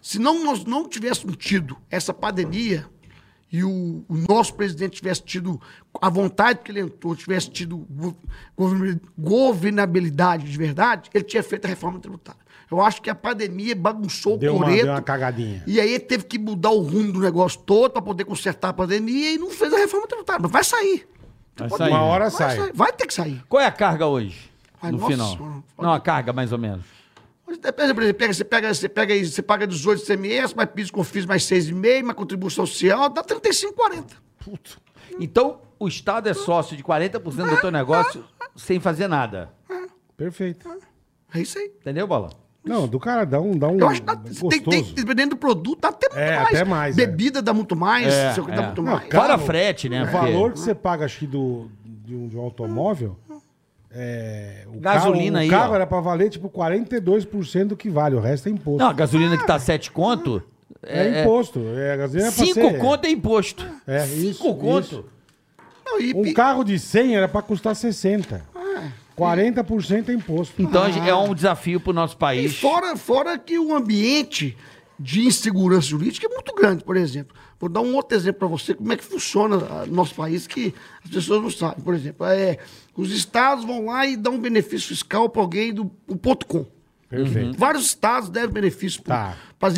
Speaker 6: Se não, nós não tivéssemos tido essa pandemia e o, o nosso presidente tivesse tido a vontade que ele entrou, tivesse tido go- govern- governabilidade de verdade, ele tinha feito a reforma tributária. Eu acho que a pandemia bagunçou
Speaker 4: Deu
Speaker 6: o
Speaker 4: uma-
Speaker 6: coreto.
Speaker 4: deu uma cagadinha.
Speaker 6: E aí ele teve que mudar o rumo do negócio todo para poder consertar a pandemia e não fez a reforma tributária. Mas vai sair.
Speaker 3: Vai
Speaker 6: Pode-
Speaker 3: sair.
Speaker 4: Uma hora
Speaker 6: vai
Speaker 4: sai.
Speaker 6: sair. Vai ter que sair.
Speaker 3: Qual é a carga hoje?
Speaker 6: Ai,
Speaker 3: no
Speaker 6: nossa
Speaker 3: final.
Speaker 6: senhora.
Speaker 3: Não, a carga, mais ou menos.
Speaker 6: Mas depende, por exemplo, pega- Você pega, você pega, aí, você paga 18 CMS, mais PIS, COFINS, mais 6,5, mais contribuição social, dá 35, 40.
Speaker 3: Então, o Estado é sócio de 40% do teu negócio sem fazer nada.
Speaker 4: Perfeito.
Speaker 6: É isso aí.
Speaker 3: Entendeu, Bola?
Speaker 4: Não, do cara dá um. Dá um
Speaker 6: Eu acho que dá,
Speaker 4: gostoso.
Speaker 6: tem, tem, dependendo do produto, dá até muito
Speaker 4: É,
Speaker 6: mais.
Speaker 4: até mais, é.
Speaker 6: Bebida dá muito mais,
Speaker 3: É,
Speaker 6: sei o que dá
Speaker 3: é.
Speaker 6: muito
Speaker 3: Não,
Speaker 6: mais.
Speaker 4: cara,
Speaker 3: Fora
Speaker 4: o-
Speaker 3: frete, né?
Speaker 4: O
Speaker 3: porque-
Speaker 4: valor que você paga, acho que, do, de, um, de um automóvel. É, o
Speaker 3: Gasolina
Speaker 4: carro,
Speaker 3: aí,
Speaker 4: O carro
Speaker 3: ó.
Speaker 4: era pra valer tipo 42% do que vale, o resto é imposto.
Speaker 3: Não, a gasolina que tá 7 conto.
Speaker 4: é,
Speaker 3: É,
Speaker 4: imposto. É, a gasolina é pra
Speaker 3: 5
Speaker 4: ser-
Speaker 3: conto é imposto.
Speaker 4: É,
Speaker 3: 5
Speaker 4: isso,
Speaker 3: conto.
Speaker 4: isso.
Speaker 6: Não, e-
Speaker 4: Um
Speaker 6: e-
Speaker 4: carro de 100 era pra custar 60.
Speaker 6: Ah.
Speaker 4: 40% é imposto.
Speaker 3: Então é um desafio pro nosso
Speaker 6: E
Speaker 4: É
Speaker 3: país.
Speaker 6: fora, fora que o ambiente de insegurança jurídica é muito grande, por exemplo. Vou dar um outro exemplo para você, como é que funciona ah, nosso país, que as pessoas não sabem. Por exemplo, é, os estados vão lá e dão um benefício fiscal para alguém do o ponto .com.
Speaker 4: Perfeito.
Speaker 6: Hum? Vários estados deram benefício
Speaker 4: Tá.
Speaker 6: para as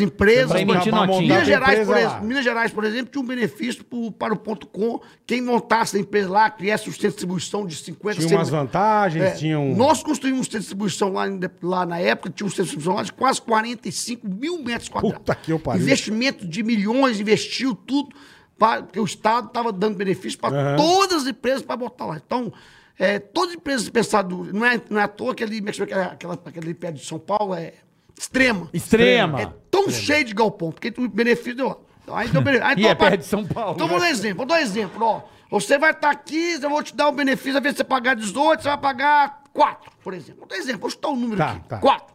Speaker 3: Uhum.
Speaker 6: empresas.
Speaker 3: Pra
Speaker 6: pra-
Speaker 3: emitir
Speaker 4: Pra montar
Speaker 3: notinha.
Speaker 6: Minas
Speaker 4: a
Speaker 6: Gerais,
Speaker 4: empresa
Speaker 6: por
Speaker 4: lá.
Speaker 6: exemplo, Minas Gerais, por exemplo, tinha um benefício pro- para o ponto .com. Quem montasse a empresa lá, criasse um centro de distribuição de 50...
Speaker 4: Tinha umas
Speaker 6: 100
Speaker 4: vantagens,
Speaker 6: é,
Speaker 4: tinha um.
Speaker 6: Nós construímos um centro de distribuição lá, em- lá na época, tinha um centro de distribuição lá de quase 45 mil metros quadrados.
Speaker 4: Puta que eu pariu.
Speaker 6: Investimento de milhões, investiu tudo. pa- pa- porque o Estado estava dando benefício para todas as empresas para botar lá. Então, é, todas as empresas pensaram, do- não é, não é à toa que ali, como é que chama aquela, aquela, aquele pé de São Paulo é extrema.
Speaker 3: Extrema.
Speaker 6: É tão cheio de galpão, porque o benefício deu lá. Então, aí deu benefício. Aí,
Speaker 3: [LAUGHS] E
Speaker 6: então,
Speaker 3: é
Speaker 6: pra-
Speaker 3: perto de São Paulo, né?
Speaker 6: Então, vou dar exemplo, vou dar exemplo, ó. Você vai estar aqui, eu vou te dar um benefício, às vezes você pagar 18, você vai pagar 4, por exemplo. Vou dar exemplo, vou chutar um número
Speaker 4: Tá,
Speaker 6: aqui.
Speaker 4: tá.
Speaker 6: 4.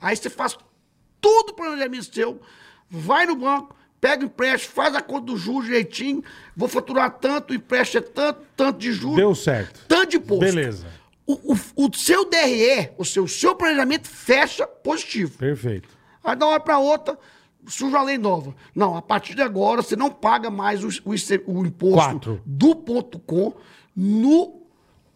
Speaker 6: Aí você faz todo o planejamento seu, vai no banco, pega o empréstimo, faz a conta do juros direitinho, vou faturar tanto, o empréstimo é tanto, tanto de juros.
Speaker 4: Deu certo.
Speaker 6: Tanto de imposto.
Speaker 4: Beleza.
Speaker 6: O, o- o seu DRE, o seu, seu planejamento fecha positivo.
Speaker 4: Perfeito.
Speaker 6: Aí de uma hora para outra, surge uma lei nova. Não, a partir de agora você não paga mais o, o IC o imposto
Speaker 4: Quatro.
Speaker 6: do ponto com no,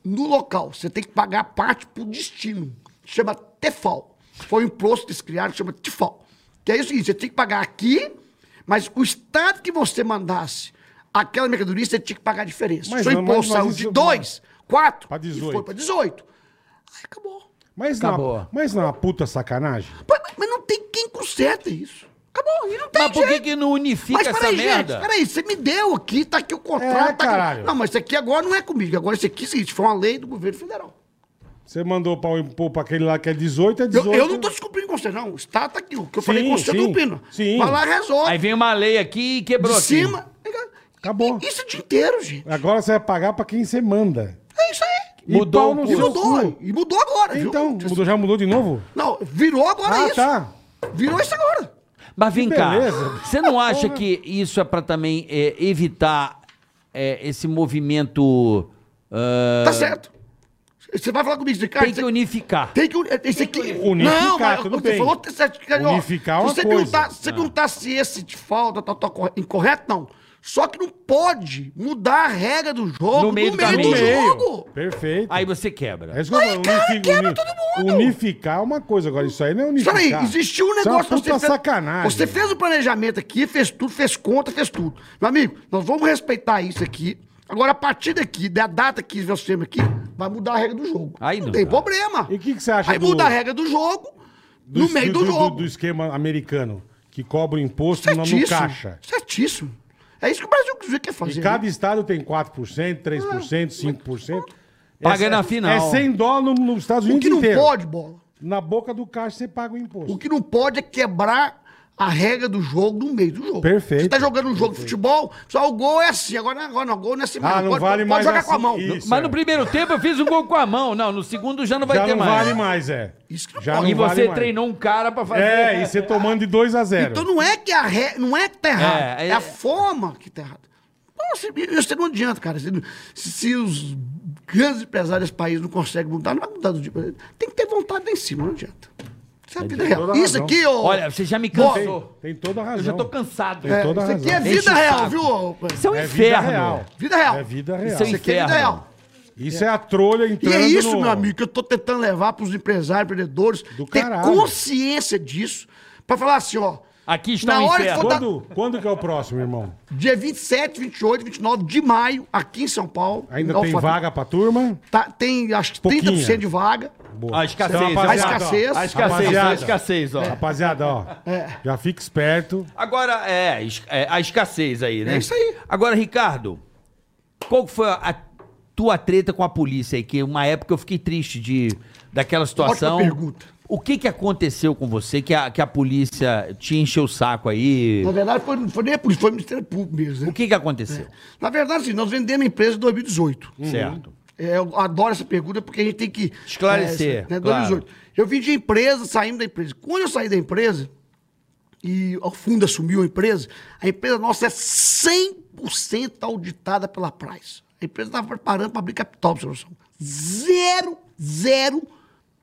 Speaker 6: no local. Você tem que pagar a parte por destino. Chama Tefal. Foi o imposto que eles criaram, chama Tefal. Que é o seguinte, você tem que pagar aqui, mas o estado que você mandasse aquela mercadoria, você tinha que pagar a diferença.
Speaker 4: Mas
Speaker 6: Seu
Speaker 4: não, mas-
Speaker 6: imposto
Speaker 4: mas
Speaker 6: saiu
Speaker 4: isso-
Speaker 6: de 2, 4,
Speaker 4: Pra
Speaker 6: e
Speaker 4: 18.
Speaker 6: foi para 18. Aí acabou.
Speaker 4: Mas na,
Speaker 3: Acabou.
Speaker 4: mas na puta sacanagem.
Speaker 6: Mas, mas não tem quem conserta isso. Acabou, e não tem
Speaker 3: Mas por que,
Speaker 6: jeito.
Speaker 3: que não unifica
Speaker 6: Mas
Speaker 3: essa
Speaker 6: peraí, gente,
Speaker 3: merda?
Speaker 6: peraí, você me deu aqui, tá aqui o contrato.
Speaker 4: É,
Speaker 6: tá aqui-
Speaker 4: caralho.
Speaker 6: Não, mas isso aqui agora não é comigo. Agora isso aqui é o seguinte, foi uma lei do governo federal.
Speaker 4: Você mandou pra, pô, pra aquele lá que é 18, é
Speaker 6: Eu,
Speaker 4: 18.
Speaker 6: eu não tô descumprindo com você, não. O Estado tá aqui. O que eu
Speaker 4: Sim,
Speaker 6: falei com você, eu tô
Speaker 4: sim,
Speaker 6: cumprindo.
Speaker 4: sim.
Speaker 6: Vai lá, resolve.
Speaker 3: Aí vem uma lei aqui e quebrou
Speaker 6: de
Speaker 3: aqui.
Speaker 6: cima.
Speaker 4: Acabou.
Speaker 6: Isso o dia inteiro, gente.
Speaker 4: Agora você vai pagar pra quem você manda.
Speaker 6: É isso aí.
Speaker 4: E
Speaker 3: Mudou
Speaker 4: pau
Speaker 3: o
Speaker 4: no
Speaker 6: E
Speaker 4: seu
Speaker 6: mudou.
Speaker 4: cu.
Speaker 6: E mudou agora, viu?
Speaker 4: Então, mudou, já mudou de novo?
Speaker 6: Não, virou agora
Speaker 4: ah,
Speaker 6: isso.
Speaker 4: tá.
Speaker 6: Virou isso agora.
Speaker 3: Mas vem cá,
Speaker 4: beleza.
Speaker 3: você não acha
Speaker 4: Porra.
Speaker 3: que isso é pra também é, evitar é, esse movimento... ah,
Speaker 6: Tá certo. Você vai falar comigo de cara?
Speaker 3: Tem que unificar.
Speaker 6: Tem que unir. Esse aqui.
Speaker 4: unificar,
Speaker 6: não, mas
Speaker 4: tudo
Speaker 6: você
Speaker 4: bem.
Speaker 6: falou que você- que- ó,
Speaker 4: Unificar é uma
Speaker 6: se você
Speaker 4: coisa.
Speaker 6: Perguntar, se você perguntar se esse de falta tá, tá corre- incorreto, não. Só que não pode mudar a regra do jogo
Speaker 3: No meio do
Speaker 4: No
Speaker 3: caminho.
Speaker 6: jogo.
Speaker 4: Perfeito.
Speaker 3: Aí você quebra.
Speaker 4: É isso que eu falo,
Speaker 6: cara,
Speaker 4: unifi-
Speaker 6: quebra
Speaker 4: uni-
Speaker 6: todo mundo.
Speaker 4: Unificar é uma coisa, agora isso aí não é unificar.
Speaker 6: Peraí, existiu um
Speaker 4: Isso
Speaker 6: negócio.
Speaker 4: é uma puta
Speaker 6: você fez-
Speaker 4: sacanagem.
Speaker 6: Você fez o planejamento aqui, fez tudo, fez conta, fez tudo. Meu amigo, nós vamos respeitar isso aqui. Agora, a partir daqui, da data que nós temos aqui, vai mudar a regra do jogo.
Speaker 3: Aí não
Speaker 6: tem
Speaker 3: dá.
Speaker 6: problema.
Speaker 4: E o que que você acha
Speaker 6: Aí
Speaker 4: do-
Speaker 6: muda a regra do jogo no
Speaker 4: es-
Speaker 6: meio do, jogo.
Speaker 4: Do esquema americano, que cobra o imposto no,
Speaker 6: Certíssimo.
Speaker 4: no caixa.
Speaker 6: Certíssimo. É isso que o Brasil quer
Speaker 4: E
Speaker 6: fazer. né?
Speaker 4: cada estado tem 4%,
Speaker 6: Ah,
Speaker 4: 3%, 5%.
Speaker 3: Paga
Speaker 4: É-
Speaker 3: na final.
Speaker 4: É 100 dólares nos Estados
Speaker 6: O
Speaker 4: Unidos
Speaker 6: que não
Speaker 4: inteiro.
Speaker 6: pode, bola.
Speaker 4: Na boca do caixa você paga o imposto.
Speaker 6: O que não pode é quebrar a regra do jogo no meio do jogo.
Speaker 4: Perfeito.
Speaker 6: Você tá jogando um jogo de futebol, só o gol é assim. Agora não, agora não, o gol não é assim.
Speaker 4: Ah, não vale
Speaker 6: pode, pode
Speaker 4: mais
Speaker 6: jogar com a
Speaker 4: assim,
Speaker 6: mão.
Speaker 4: isso.
Speaker 3: Mas
Speaker 4: é.
Speaker 3: no primeiro tempo eu fiz um gol com a mão. Não, no segundo já não vai
Speaker 4: Já
Speaker 3: ter
Speaker 4: não
Speaker 3: mais.
Speaker 4: vale mais, é.
Speaker 6: Isso que não
Speaker 4: Já
Speaker 6: pode.
Speaker 3: E
Speaker 4: não vale
Speaker 3: você
Speaker 4: mais.
Speaker 3: treinou um cara pra fazer.
Speaker 4: É, e você tomando de 2 a 0.
Speaker 6: Então não é que a re... não é que tá errado,
Speaker 3: É,
Speaker 6: é,
Speaker 3: é-
Speaker 6: a forma que tá errada. Pô, você- Isso não adianta, cara. Se, se os grandes empresários desse país não conseguem mudar, não vai mudar do dia. pra- Tem que ter vontade lá em cima, não adianta. Isso é a vida real.
Speaker 4: toda
Speaker 6: Isso
Speaker 4: razão.
Speaker 6: aqui, ô.
Speaker 3: Olha, você já me
Speaker 6: Bola,
Speaker 3: cansou.
Speaker 4: Tem toda a
Speaker 3: Eu
Speaker 4: razão.
Speaker 3: já tô cansado.
Speaker 4: Tem toda a
Speaker 6: Isso
Speaker 4: razão.
Speaker 6: aqui é
Speaker 3: Enche
Speaker 6: vida
Speaker 3: o
Speaker 6: real,
Speaker 3: saco.
Speaker 6: viu? ô?
Speaker 3: Isso é um
Speaker 4: É vida
Speaker 3: inferno.
Speaker 4: real.
Speaker 6: Vida real.
Speaker 4: É vida real.
Speaker 3: Isso é
Speaker 6: Isso aqui é vida
Speaker 3: inferno.
Speaker 6: real.
Speaker 4: Isso é a trolha
Speaker 6: E
Speaker 4: entrando
Speaker 6: é isso,
Speaker 4: no-
Speaker 6: meu amigo, que eu tô tentando levar pros empresários, empreendedores,
Speaker 4: Do
Speaker 6: ter
Speaker 4: caralho.
Speaker 6: consciência disso, pra falar assim, ó,
Speaker 3: Aqui está
Speaker 6: Na
Speaker 3: um
Speaker 6: hora que
Speaker 3: inferno.
Speaker 6: for dar-
Speaker 4: Quando, quando que é o próximo, irmão?
Speaker 6: dia 27, 28, 29 de maio, aqui em São Paulo.
Speaker 4: Ainda
Speaker 6: não
Speaker 4: tem
Speaker 6: falta-
Speaker 4: vaga pra turma?
Speaker 6: Tá, tem, acho que
Speaker 4: Pouquinha.
Speaker 6: 30% de vaga.
Speaker 4: Boa.
Speaker 3: A Ah, escassez, é. Ah,
Speaker 4: Então, rapaziada,
Speaker 6: a escassez.
Speaker 4: ó,
Speaker 6: A
Speaker 3: escassez,
Speaker 4: rapaziada,
Speaker 3: a escassez, ó.
Speaker 4: Rapaziada, ó.
Speaker 6: É.
Speaker 4: Já fica esperto.
Speaker 3: Agora, é, es- é, a escassez aí, né?
Speaker 6: É isso aí.
Speaker 3: Agora, Ricardo, qual que foi a tua treta com a polícia aí? Que uma época eu fiquei triste de, daquela situação.
Speaker 6: Ótima pergunta.
Speaker 3: O que que aconteceu com você que a, que a polícia te encheu o saco aí?
Speaker 6: Na verdade, foi, não foi nem a polícia, foi o Ministério Público mesmo.
Speaker 3: O
Speaker 6: Né?
Speaker 3: que que aconteceu?
Speaker 6: Na verdade, assim, nós vendemos a empresa em 2018.
Speaker 3: Certo.
Speaker 6: É, eu adoro essa pergunta porque a gente tem que.
Speaker 3: Esclarecer,
Speaker 6: né,
Speaker 3: claro.
Speaker 6: 2018. Eu vim de empresa, saímos da empresa. Quando eu saí da empresa e o fundo assumiu a empresa, a empresa nossa é 100% auditada pela Price. A empresa estava preparando para abrir capital, pra você ter noção. Zero, zero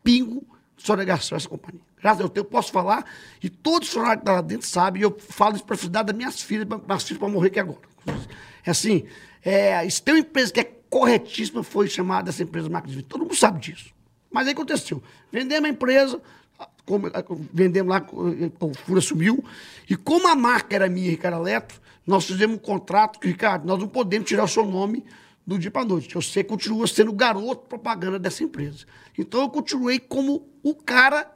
Speaker 6: pingo de sonegação essa companhia. Graças a Deus, eu posso falar e todos os funcionários que estão lá dentro sabem, e eu falo isso para a felicidade das minhas filhas, pra- minhas filhas para morrer aqui agora. É assim, é, se tem uma empresa que é corretíssima, foi chamada essa empresa Marcos Vitor. Todo mundo sabe disso. Mas aí aconteceu. Vendemos a empresa, como- eh, vendemos lá, eh, o Fura sumiu. E como a marca era minha, Ricardo Eletro, nós fizemos um contrato que, Ricardo, nós não podemos tirar o seu nome do dia para noite. Você continua sendo o garoto propaganda dessa empresa. Então eu continuei como o cara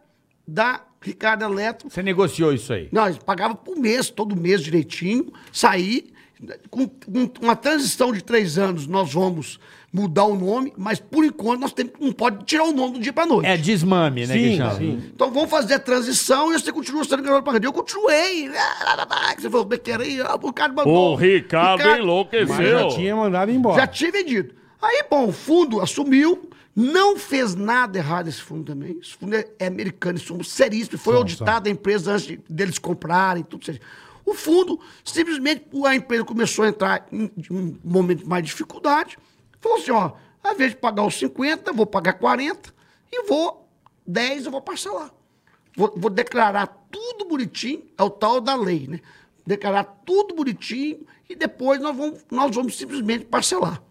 Speaker 6: da Ricardo Eletro
Speaker 3: Você negociou isso aí?
Speaker 6: não, eles pagavam por mês, todo mês direitinho, saí. com, com uma transição de três anos, nós vamos mudar o nome, mas por enquanto nós temos, não pode tirar o nome do dia para noite.
Speaker 3: É desmame, né, que
Speaker 4: Sim,
Speaker 3: chama?
Speaker 4: sim.
Speaker 6: Então vamos fazer a transição e você continua sendo garoto pra Eu continuei. Ah, lá, lá, lá, que Você falou, besteira aí, ah, o cara mandou.
Speaker 11: O Ricardo
Speaker 4: Mas
Speaker 11: enlouqueceu.
Speaker 4: já tinha mandado embora.
Speaker 6: Já tinha vendido. Aí, bom, o fundo assumiu, não fez nada errado esse fundo também. Esse fundo é, é americano, isso é seríssimo. Foi auditado a empresa antes de- deles comprarem, tudo seríssimo. O fundo, simplesmente, a empresa começou a entrar em um momento de mais dificuldade. Falou assim, ó, ao invés de pagar os 50, vou pagar 40 e vou 10 eu vou parcelar. Vou, vou declarar tudo bonitinho, é o tal da lei, né? Declarar tudo bonitinho e depois nós vamos, nós vamos simplesmente parcelar.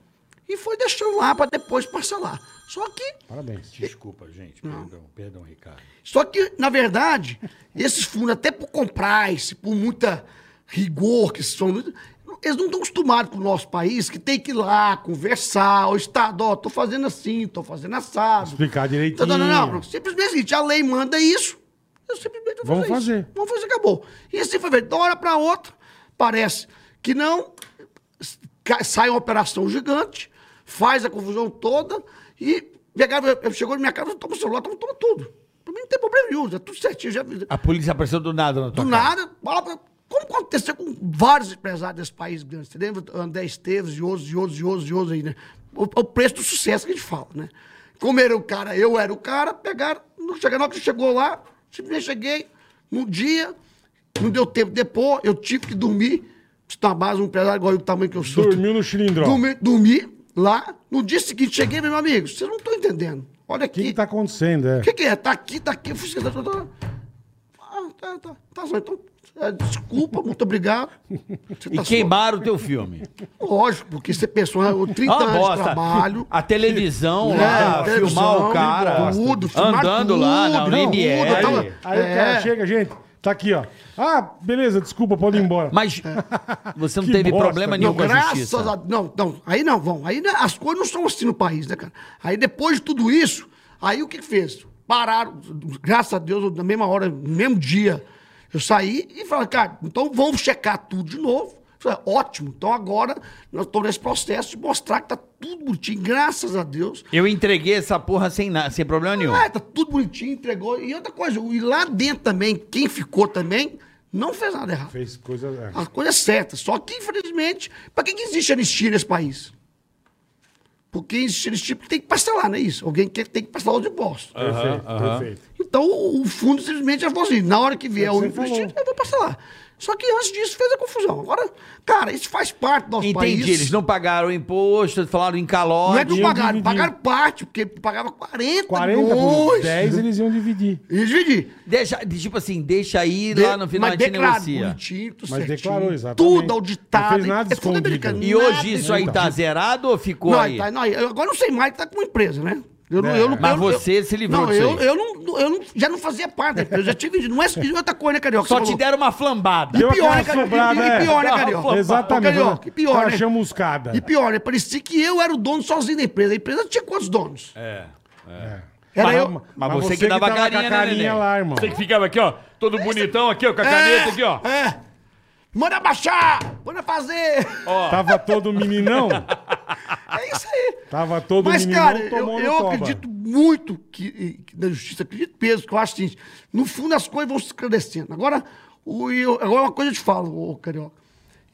Speaker 6: E foi deixando lá para depois parcelar. Só que,
Speaker 4: Parabéns.
Speaker 12: Desculpa, gente. Perdão, perdão, Ricardo.
Speaker 6: só que na verdade, esses fundos, até por compliance, por muita rigor que são. Eles não estão acostumados com o nosso país, que tem que ir lá conversar, o Estado, ó, tô fazendo assim, tô fazendo assado. Então,
Speaker 4: Explicar direitinho.
Speaker 6: Não, não, não, não. Simplesmente é o seguinte, a lei manda isso, eu simplesmente vou
Speaker 4: Vamos
Speaker 6: fazer isso.
Speaker 4: fazer.
Speaker 6: Vamos fazer, acabou. E assim foi feito. De uma hora para outra, parece que não, ca- sai uma operação gigante, faz a confusão toda e pegava, eu- chegou na minha casa, toma o celular, toma, toma tudo. Pra mim não tem problema nenhum, é tudo certinho. Já,
Speaker 3: A polícia apareceu do nada na
Speaker 6: do
Speaker 3: tua casa.
Speaker 6: nada, fala pra- como aconteceu com vários empresários desse país grande, você lembra? André Esteves e outros, e outros, e outros, e outros aí, né? O, o preço do sucesso que a gente fala, né? Como era o cara, eu era o cara, pegaram, não chegaram, na hora que chegou lá, simplesmente cheguei, no dia, não deu tempo, depois eu tive que dormir, na base, um empresário igual o tamanho que eu sou.
Speaker 4: Dormiu no cilindro. O
Speaker 6: Dormi, dormi lá, no dia seguinte cheguei, meu amigo, vocês não estão entendendo, olha
Speaker 4: que,
Speaker 6: aqui.
Speaker 4: que tá acontecendo? É.
Speaker 6: O que, que é? Tá aqui, tá aqui. eu fiz- tá- tá- tá. Ah, tá, tá. Tá só. Então, é, desculpa,
Speaker 3: [LAUGHS]
Speaker 6: muito obrigado. Você
Speaker 3: E
Speaker 6: tá
Speaker 3: queimaram o teu filme.
Speaker 6: só- Lógico, porque você pensou, ah, eu 30
Speaker 3: Ah,
Speaker 6: anos de
Speaker 3: bosta.
Speaker 6: trabalho.
Speaker 3: A televisão
Speaker 6: né,
Speaker 3: lá,
Speaker 6: televisão,
Speaker 3: filmar o cara.
Speaker 6: tudo, filmar
Speaker 3: andando lá na
Speaker 6: tudo, não, tudo, eu
Speaker 3: Unibier.
Speaker 6: tava-
Speaker 4: Aí o cara
Speaker 6: É.
Speaker 4: chega, gente, tá aqui, ó. Ah, beleza, desculpa, pode ir embora.
Speaker 3: Mas você não
Speaker 6: É.
Speaker 4: Que
Speaker 3: teve
Speaker 4: bosta.
Speaker 3: problema nenhum
Speaker 6: Não,
Speaker 3: com a
Speaker 6: graças
Speaker 3: justiça.
Speaker 6: a Não, não, aí não, vão. Aí né, as coisas não são assim no país, né, cara? Aí depois de tudo isso, aí o que que fez? Pararam, graças a Deus, na mesma hora, no mesmo dia, eu saí e falei, cara, então vamos checar tudo de novo. Eu Falei, ótimo, então agora nós estamos nesse processo de mostrar que tá tudo bonitinho, graças a Deus.
Speaker 3: Eu entreguei essa porra sem, na- sem problema nenhum.
Speaker 6: Ah, tá tudo bonitinho, entregou. E outra coisa, e lá dentro também, quem ficou também, não fez nada errado.
Speaker 4: Fez coisa. é.
Speaker 6: As coisas certas. Só que, infelizmente, para que, que existe anistia nesse país? Porque existe anistia porque tem que parcelar, não é isso? Alguém que tem que parcelar os impostos.
Speaker 4: Perfeito, perfeito.
Speaker 6: Então, o o fundo simplesmente já falou assim: na hora que vier
Speaker 4: Foi o
Speaker 6: o
Speaker 4: que você
Speaker 6: anistia,
Speaker 4: falou.
Speaker 6: eu vou parcelar. Só que antes disso fez a confusão. Agora, cara, isso faz parte do nosso
Speaker 3: Entendi,
Speaker 6: país.
Speaker 3: eles não pagaram o imposto, falaram em calor.
Speaker 6: Não é que não
Speaker 4: Dividiu,
Speaker 6: pagaram,
Speaker 4: dividiu.
Speaker 6: pagaram parte, porque pagava 40,
Speaker 4: 40 por
Speaker 6: milhões.
Speaker 4: 10 eles iam dividir.
Speaker 6: E dividir.
Speaker 3: Deixa, tipo assim, deixa aí lá no final a
Speaker 6: mas
Speaker 3: gente
Speaker 6: declarou
Speaker 3: negocia.
Speaker 6: bonitinho, tudo
Speaker 4: Mas
Speaker 6: certinho,
Speaker 4: declarou, exatamente.
Speaker 6: Tudo auditado.
Speaker 4: Não fez nada
Speaker 6: é tudo
Speaker 4: escondido.
Speaker 6: americano,
Speaker 3: E
Speaker 6: nada
Speaker 3: hoje isso aí
Speaker 6: escondido.
Speaker 3: tá zerado ou ficou
Speaker 6: Não,
Speaker 3: aí?
Speaker 6: tá- não, eu agora não sei mais que tá com empresa, né? Eu, não-
Speaker 4: É.
Speaker 6: eu não-
Speaker 3: Mas
Speaker 6: eu-
Speaker 3: você
Speaker 6: eu-
Speaker 3: se livrou
Speaker 6: não,
Speaker 3: disso
Speaker 6: eu,
Speaker 3: aí.
Speaker 6: eu não, eu não- já não fazia parte da empresa, eu já tinha vendido. Não é e outra coisa, né, Carioca?
Speaker 3: Só
Speaker 6: Você
Speaker 3: te
Speaker 6: falou.
Speaker 3: deram uma flambada.
Speaker 4: Deu
Speaker 6: E pior,
Speaker 4: aquela
Speaker 6: né, cara?
Speaker 4: sobrada,
Speaker 6: E- e- e
Speaker 4: é.
Speaker 6: pior, né, Carioca?
Speaker 4: Exatamente.
Speaker 6: Ô, Carioca, e pior,
Speaker 4: Aquela
Speaker 6: né?
Speaker 4: chamuscada.
Speaker 6: E pior, né? Parecia que eu era o dono sozinho da empresa. A empresa tinha quantos donos? É. Era
Speaker 4: Mas-
Speaker 6: eu.
Speaker 4: mas,
Speaker 3: mas
Speaker 4: você,
Speaker 3: você que
Speaker 4: que
Speaker 3: dava
Speaker 4: tava
Speaker 3: carinha,
Speaker 4: com
Speaker 3: né,
Speaker 4: a carinha
Speaker 3: neném?
Speaker 4: lá, irmão.
Speaker 11: Você que ficava aqui, ó, todo bonitão aqui, ó, com a caneta aqui, ó.
Speaker 6: É. Manda baixar! Manda fazer!
Speaker 4: Tava todo [LAUGHS] meninão.
Speaker 6: É isso aí.
Speaker 4: Tava todo
Speaker 6: Mas,
Speaker 4: meninão
Speaker 6: cara, eu,
Speaker 4: tomando
Speaker 6: eu
Speaker 4: toba.
Speaker 6: acredito muito que, que na justiça, acredito peso, que eu acho assim, no fundo as coisas vão se esclarecendo. Agora, o, eu, agora uma coisa eu te falo, ô, Carioca,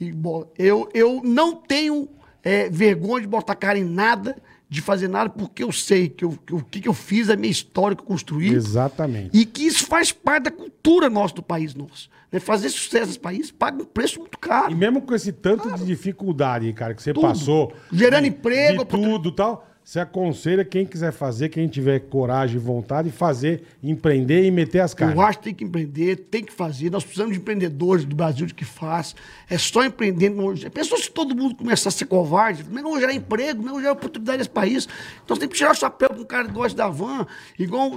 Speaker 6: e bola, eu, eu não tenho é, vergonha de botar cara em nada, de fazer nada, porque eu sei que eu- que eu- o que, que eu fiz, a minha história que eu construí.
Speaker 4: Exatamente.
Speaker 6: E que isso faz parte da cultura nossa, do país nosso. né? Fazer sucesso nesse país paga um preço muito
Speaker 4: E
Speaker 6: caro.
Speaker 4: mesmo com esse tanto de dificuldade, cara, que você
Speaker 6: Tudo.
Speaker 4: passou.
Speaker 6: Gerando emprego,
Speaker 4: de tudo e tal. Você aconselha quem quiser fazer, quem tiver coragem e vontade, fazer, empreender e meter as caras.
Speaker 6: Eu acho que tem que empreender, tem que fazer. Nós precisamos de empreendedores do Brasil de que faz. É só empreendendo. não- Pensou É se todo mundo começar a ser covarde? Como é que vão gerar emprego? Como é que vão gerar oportunidade nesse país? Então tem que tirar o chapéu com um cara igual esse da van. Igual.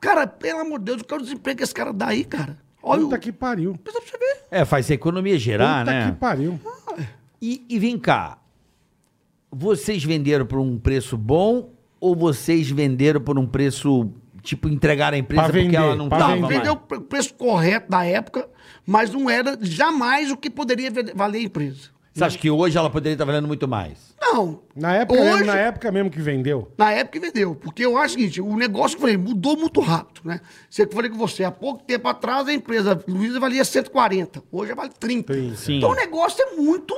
Speaker 6: Cara, pelo amor de Deus, o que é o desemprego que esse cara dá aí, cara? Olha o.
Speaker 4: Puta que pariu.
Speaker 6: Pensa pra você ver.
Speaker 3: É, faz a economia gerar,
Speaker 4: Puta
Speaker 3: né?
Speaker 4: que pariu.
Speaker 3: E, e vem cá, vocês venderam por um preço bom ou vocês venderam por um preço, tipo, entregar a empresa
Speaker 4: Pra
Speaker 3: porque
Speaker 4: vender,
Speaker 3: ela não
Speaker 4: pra
Speaker 3: tava
Speaker 4: vender.
Speaker 3: mais?
Speaker 6: Vendeu o preço correto da época, mas não era jamais o que poderia valer a empresa.
Speaker 3: Você acha que hoje ela poderia estar valendo muito mais?
Speaker 6: Não.
Speaker 4: Na época,
Speaker 6: Hoje-
Speaker 4: mesmo, na época mesmo que vendeu.
Speaker 6: Na época que vendeu. Porque eu acho o seguinte, o negócio, eu falei, mudou muito rápido, né? Se eu falei com você, há pouco tempo atrás a empresa Luiza valia 140, hoje vale 30.
Speaker 4: 30. Sim.
Speaker 6: Então o negócio é muito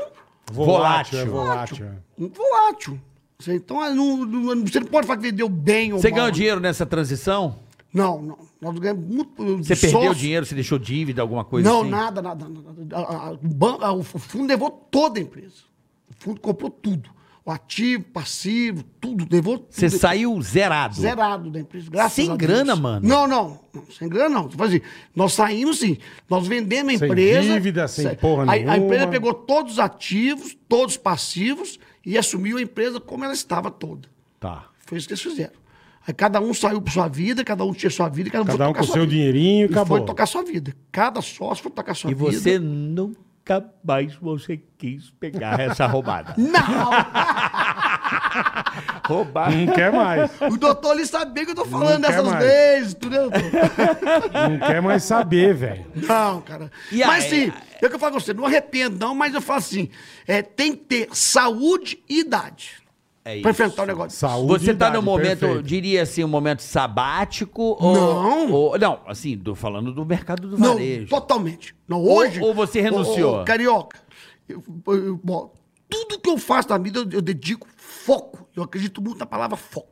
Speaker 4: Volátil.
Speaker 3: Volátil.
Speaker 4: É volátil. é.
Speaker 6: volátil. Você- Então não- não- você não pode falar que vendeu bem ou
Speaker 3: Você
Speaker 6: mal.
Speaker 3: ganhou dinheiro nessa transição?
Speaker 6: Não, não. Nós ganhamos muito.
Speaker 3: Você
Speaker 6: de
Speaker 3: perdeu
Speaker 6: sócio.
Speaker 3: dinheiro? Você deixou dívida, alguma coisa
Speaker 6: Não,
Speaker 3: assim?
Speaker 6: nada, nada. nada. A- a- a- o, ban- a- o fundo levou toda a empresa. O fundo comprou tudo. O ativo, passivo, tudo. Levou tudo.
Speaker 3: Você saiu zerado.
Speaker 6: Zerado da empresa, graças
Speaker 3: Sem
Speaker 6: a Deus.
Speaker 3: grana, mano?
Speaker 6: Não, não. não, Sem grana, não. Tipo assim, nós saímos, sim. Nós vendemos a
Speaker 4: Sem
Speaker 6: empresa.
Speaker 4: dívida, sem
Speaker 6: sa-
Speaker 4: porra
Speaker 6: a, A empresa
Speaker 4: nenhuma.
Speaker 6: pegou todos os ativos, todos os passivos e assumiu a empresa como ela estava toda.
Speaker 3: Tá.
Speaker 6: Foi isso que eles fizeram. Aí cada um saiu para sua vida, cada um tinha sua vida, cada um
Speaker 4: Cada um
Speaker 6: tocar
Speaker 4: com
Speaker 6: sua
Speaker 4: seu
Speaker 6: vida.
Speaker 4: dinheirinho e
Speaker 6: E foi
Speaker 4: acabou.
Speaker 6: tocar sua vida. Cada sócio foi tocar sua
Speaker 3: E
Speaker 6: vida.
Speaker 3: você nunca mais você quis pegar essa
Speaker 4: [LAUGHS]
Speaker 3: roubada.
Speaker 6: Não!
Speaker 3: Roubar.
Speaker 4: Não quer mais.
Speaker 6: o doutor ali sabia que eu tô
Speaker 4: Não
Speaker 6: falando
Speaker 4: quer
Speaker 6: dessas
Speaker 4: mais.
Speaker 6: vezes, entendeu? doutor?
Speaker 4: Não quer mais saber, velho.
Speaker 6: Não, cara.
Speaker 3: E aí-
Speaker 6: mas sim, é o que eu falo com você, não arrependo não, mas eu falo assim, é, tem que ter saúde e idade
Speaker 3: É
Speaker 6: pra enfrentar o negócio.
Speaker 4: Saúde.
Speaker 3: Você tá
Speaker 4: idade,
Speaker 3: num momento,
Speaker 4: perfeito.
Speaker 3: diria assim, um momento sabático? Ou,
Speaker 6: Não.
Speaker 3: ou- não, assim, tô falando do mercado do
Speaker 6: Não,
Speaker 3: varejo.
Speaker 6: totalmente. Não, hoje...
Speaker 3: ou você renunciou?
Speaker 6: Ô, ô, carioca, eu- eu- bom, tudo que eu faço na vida, eu, eu dedico foco. Eu acredito muito na palavra foco.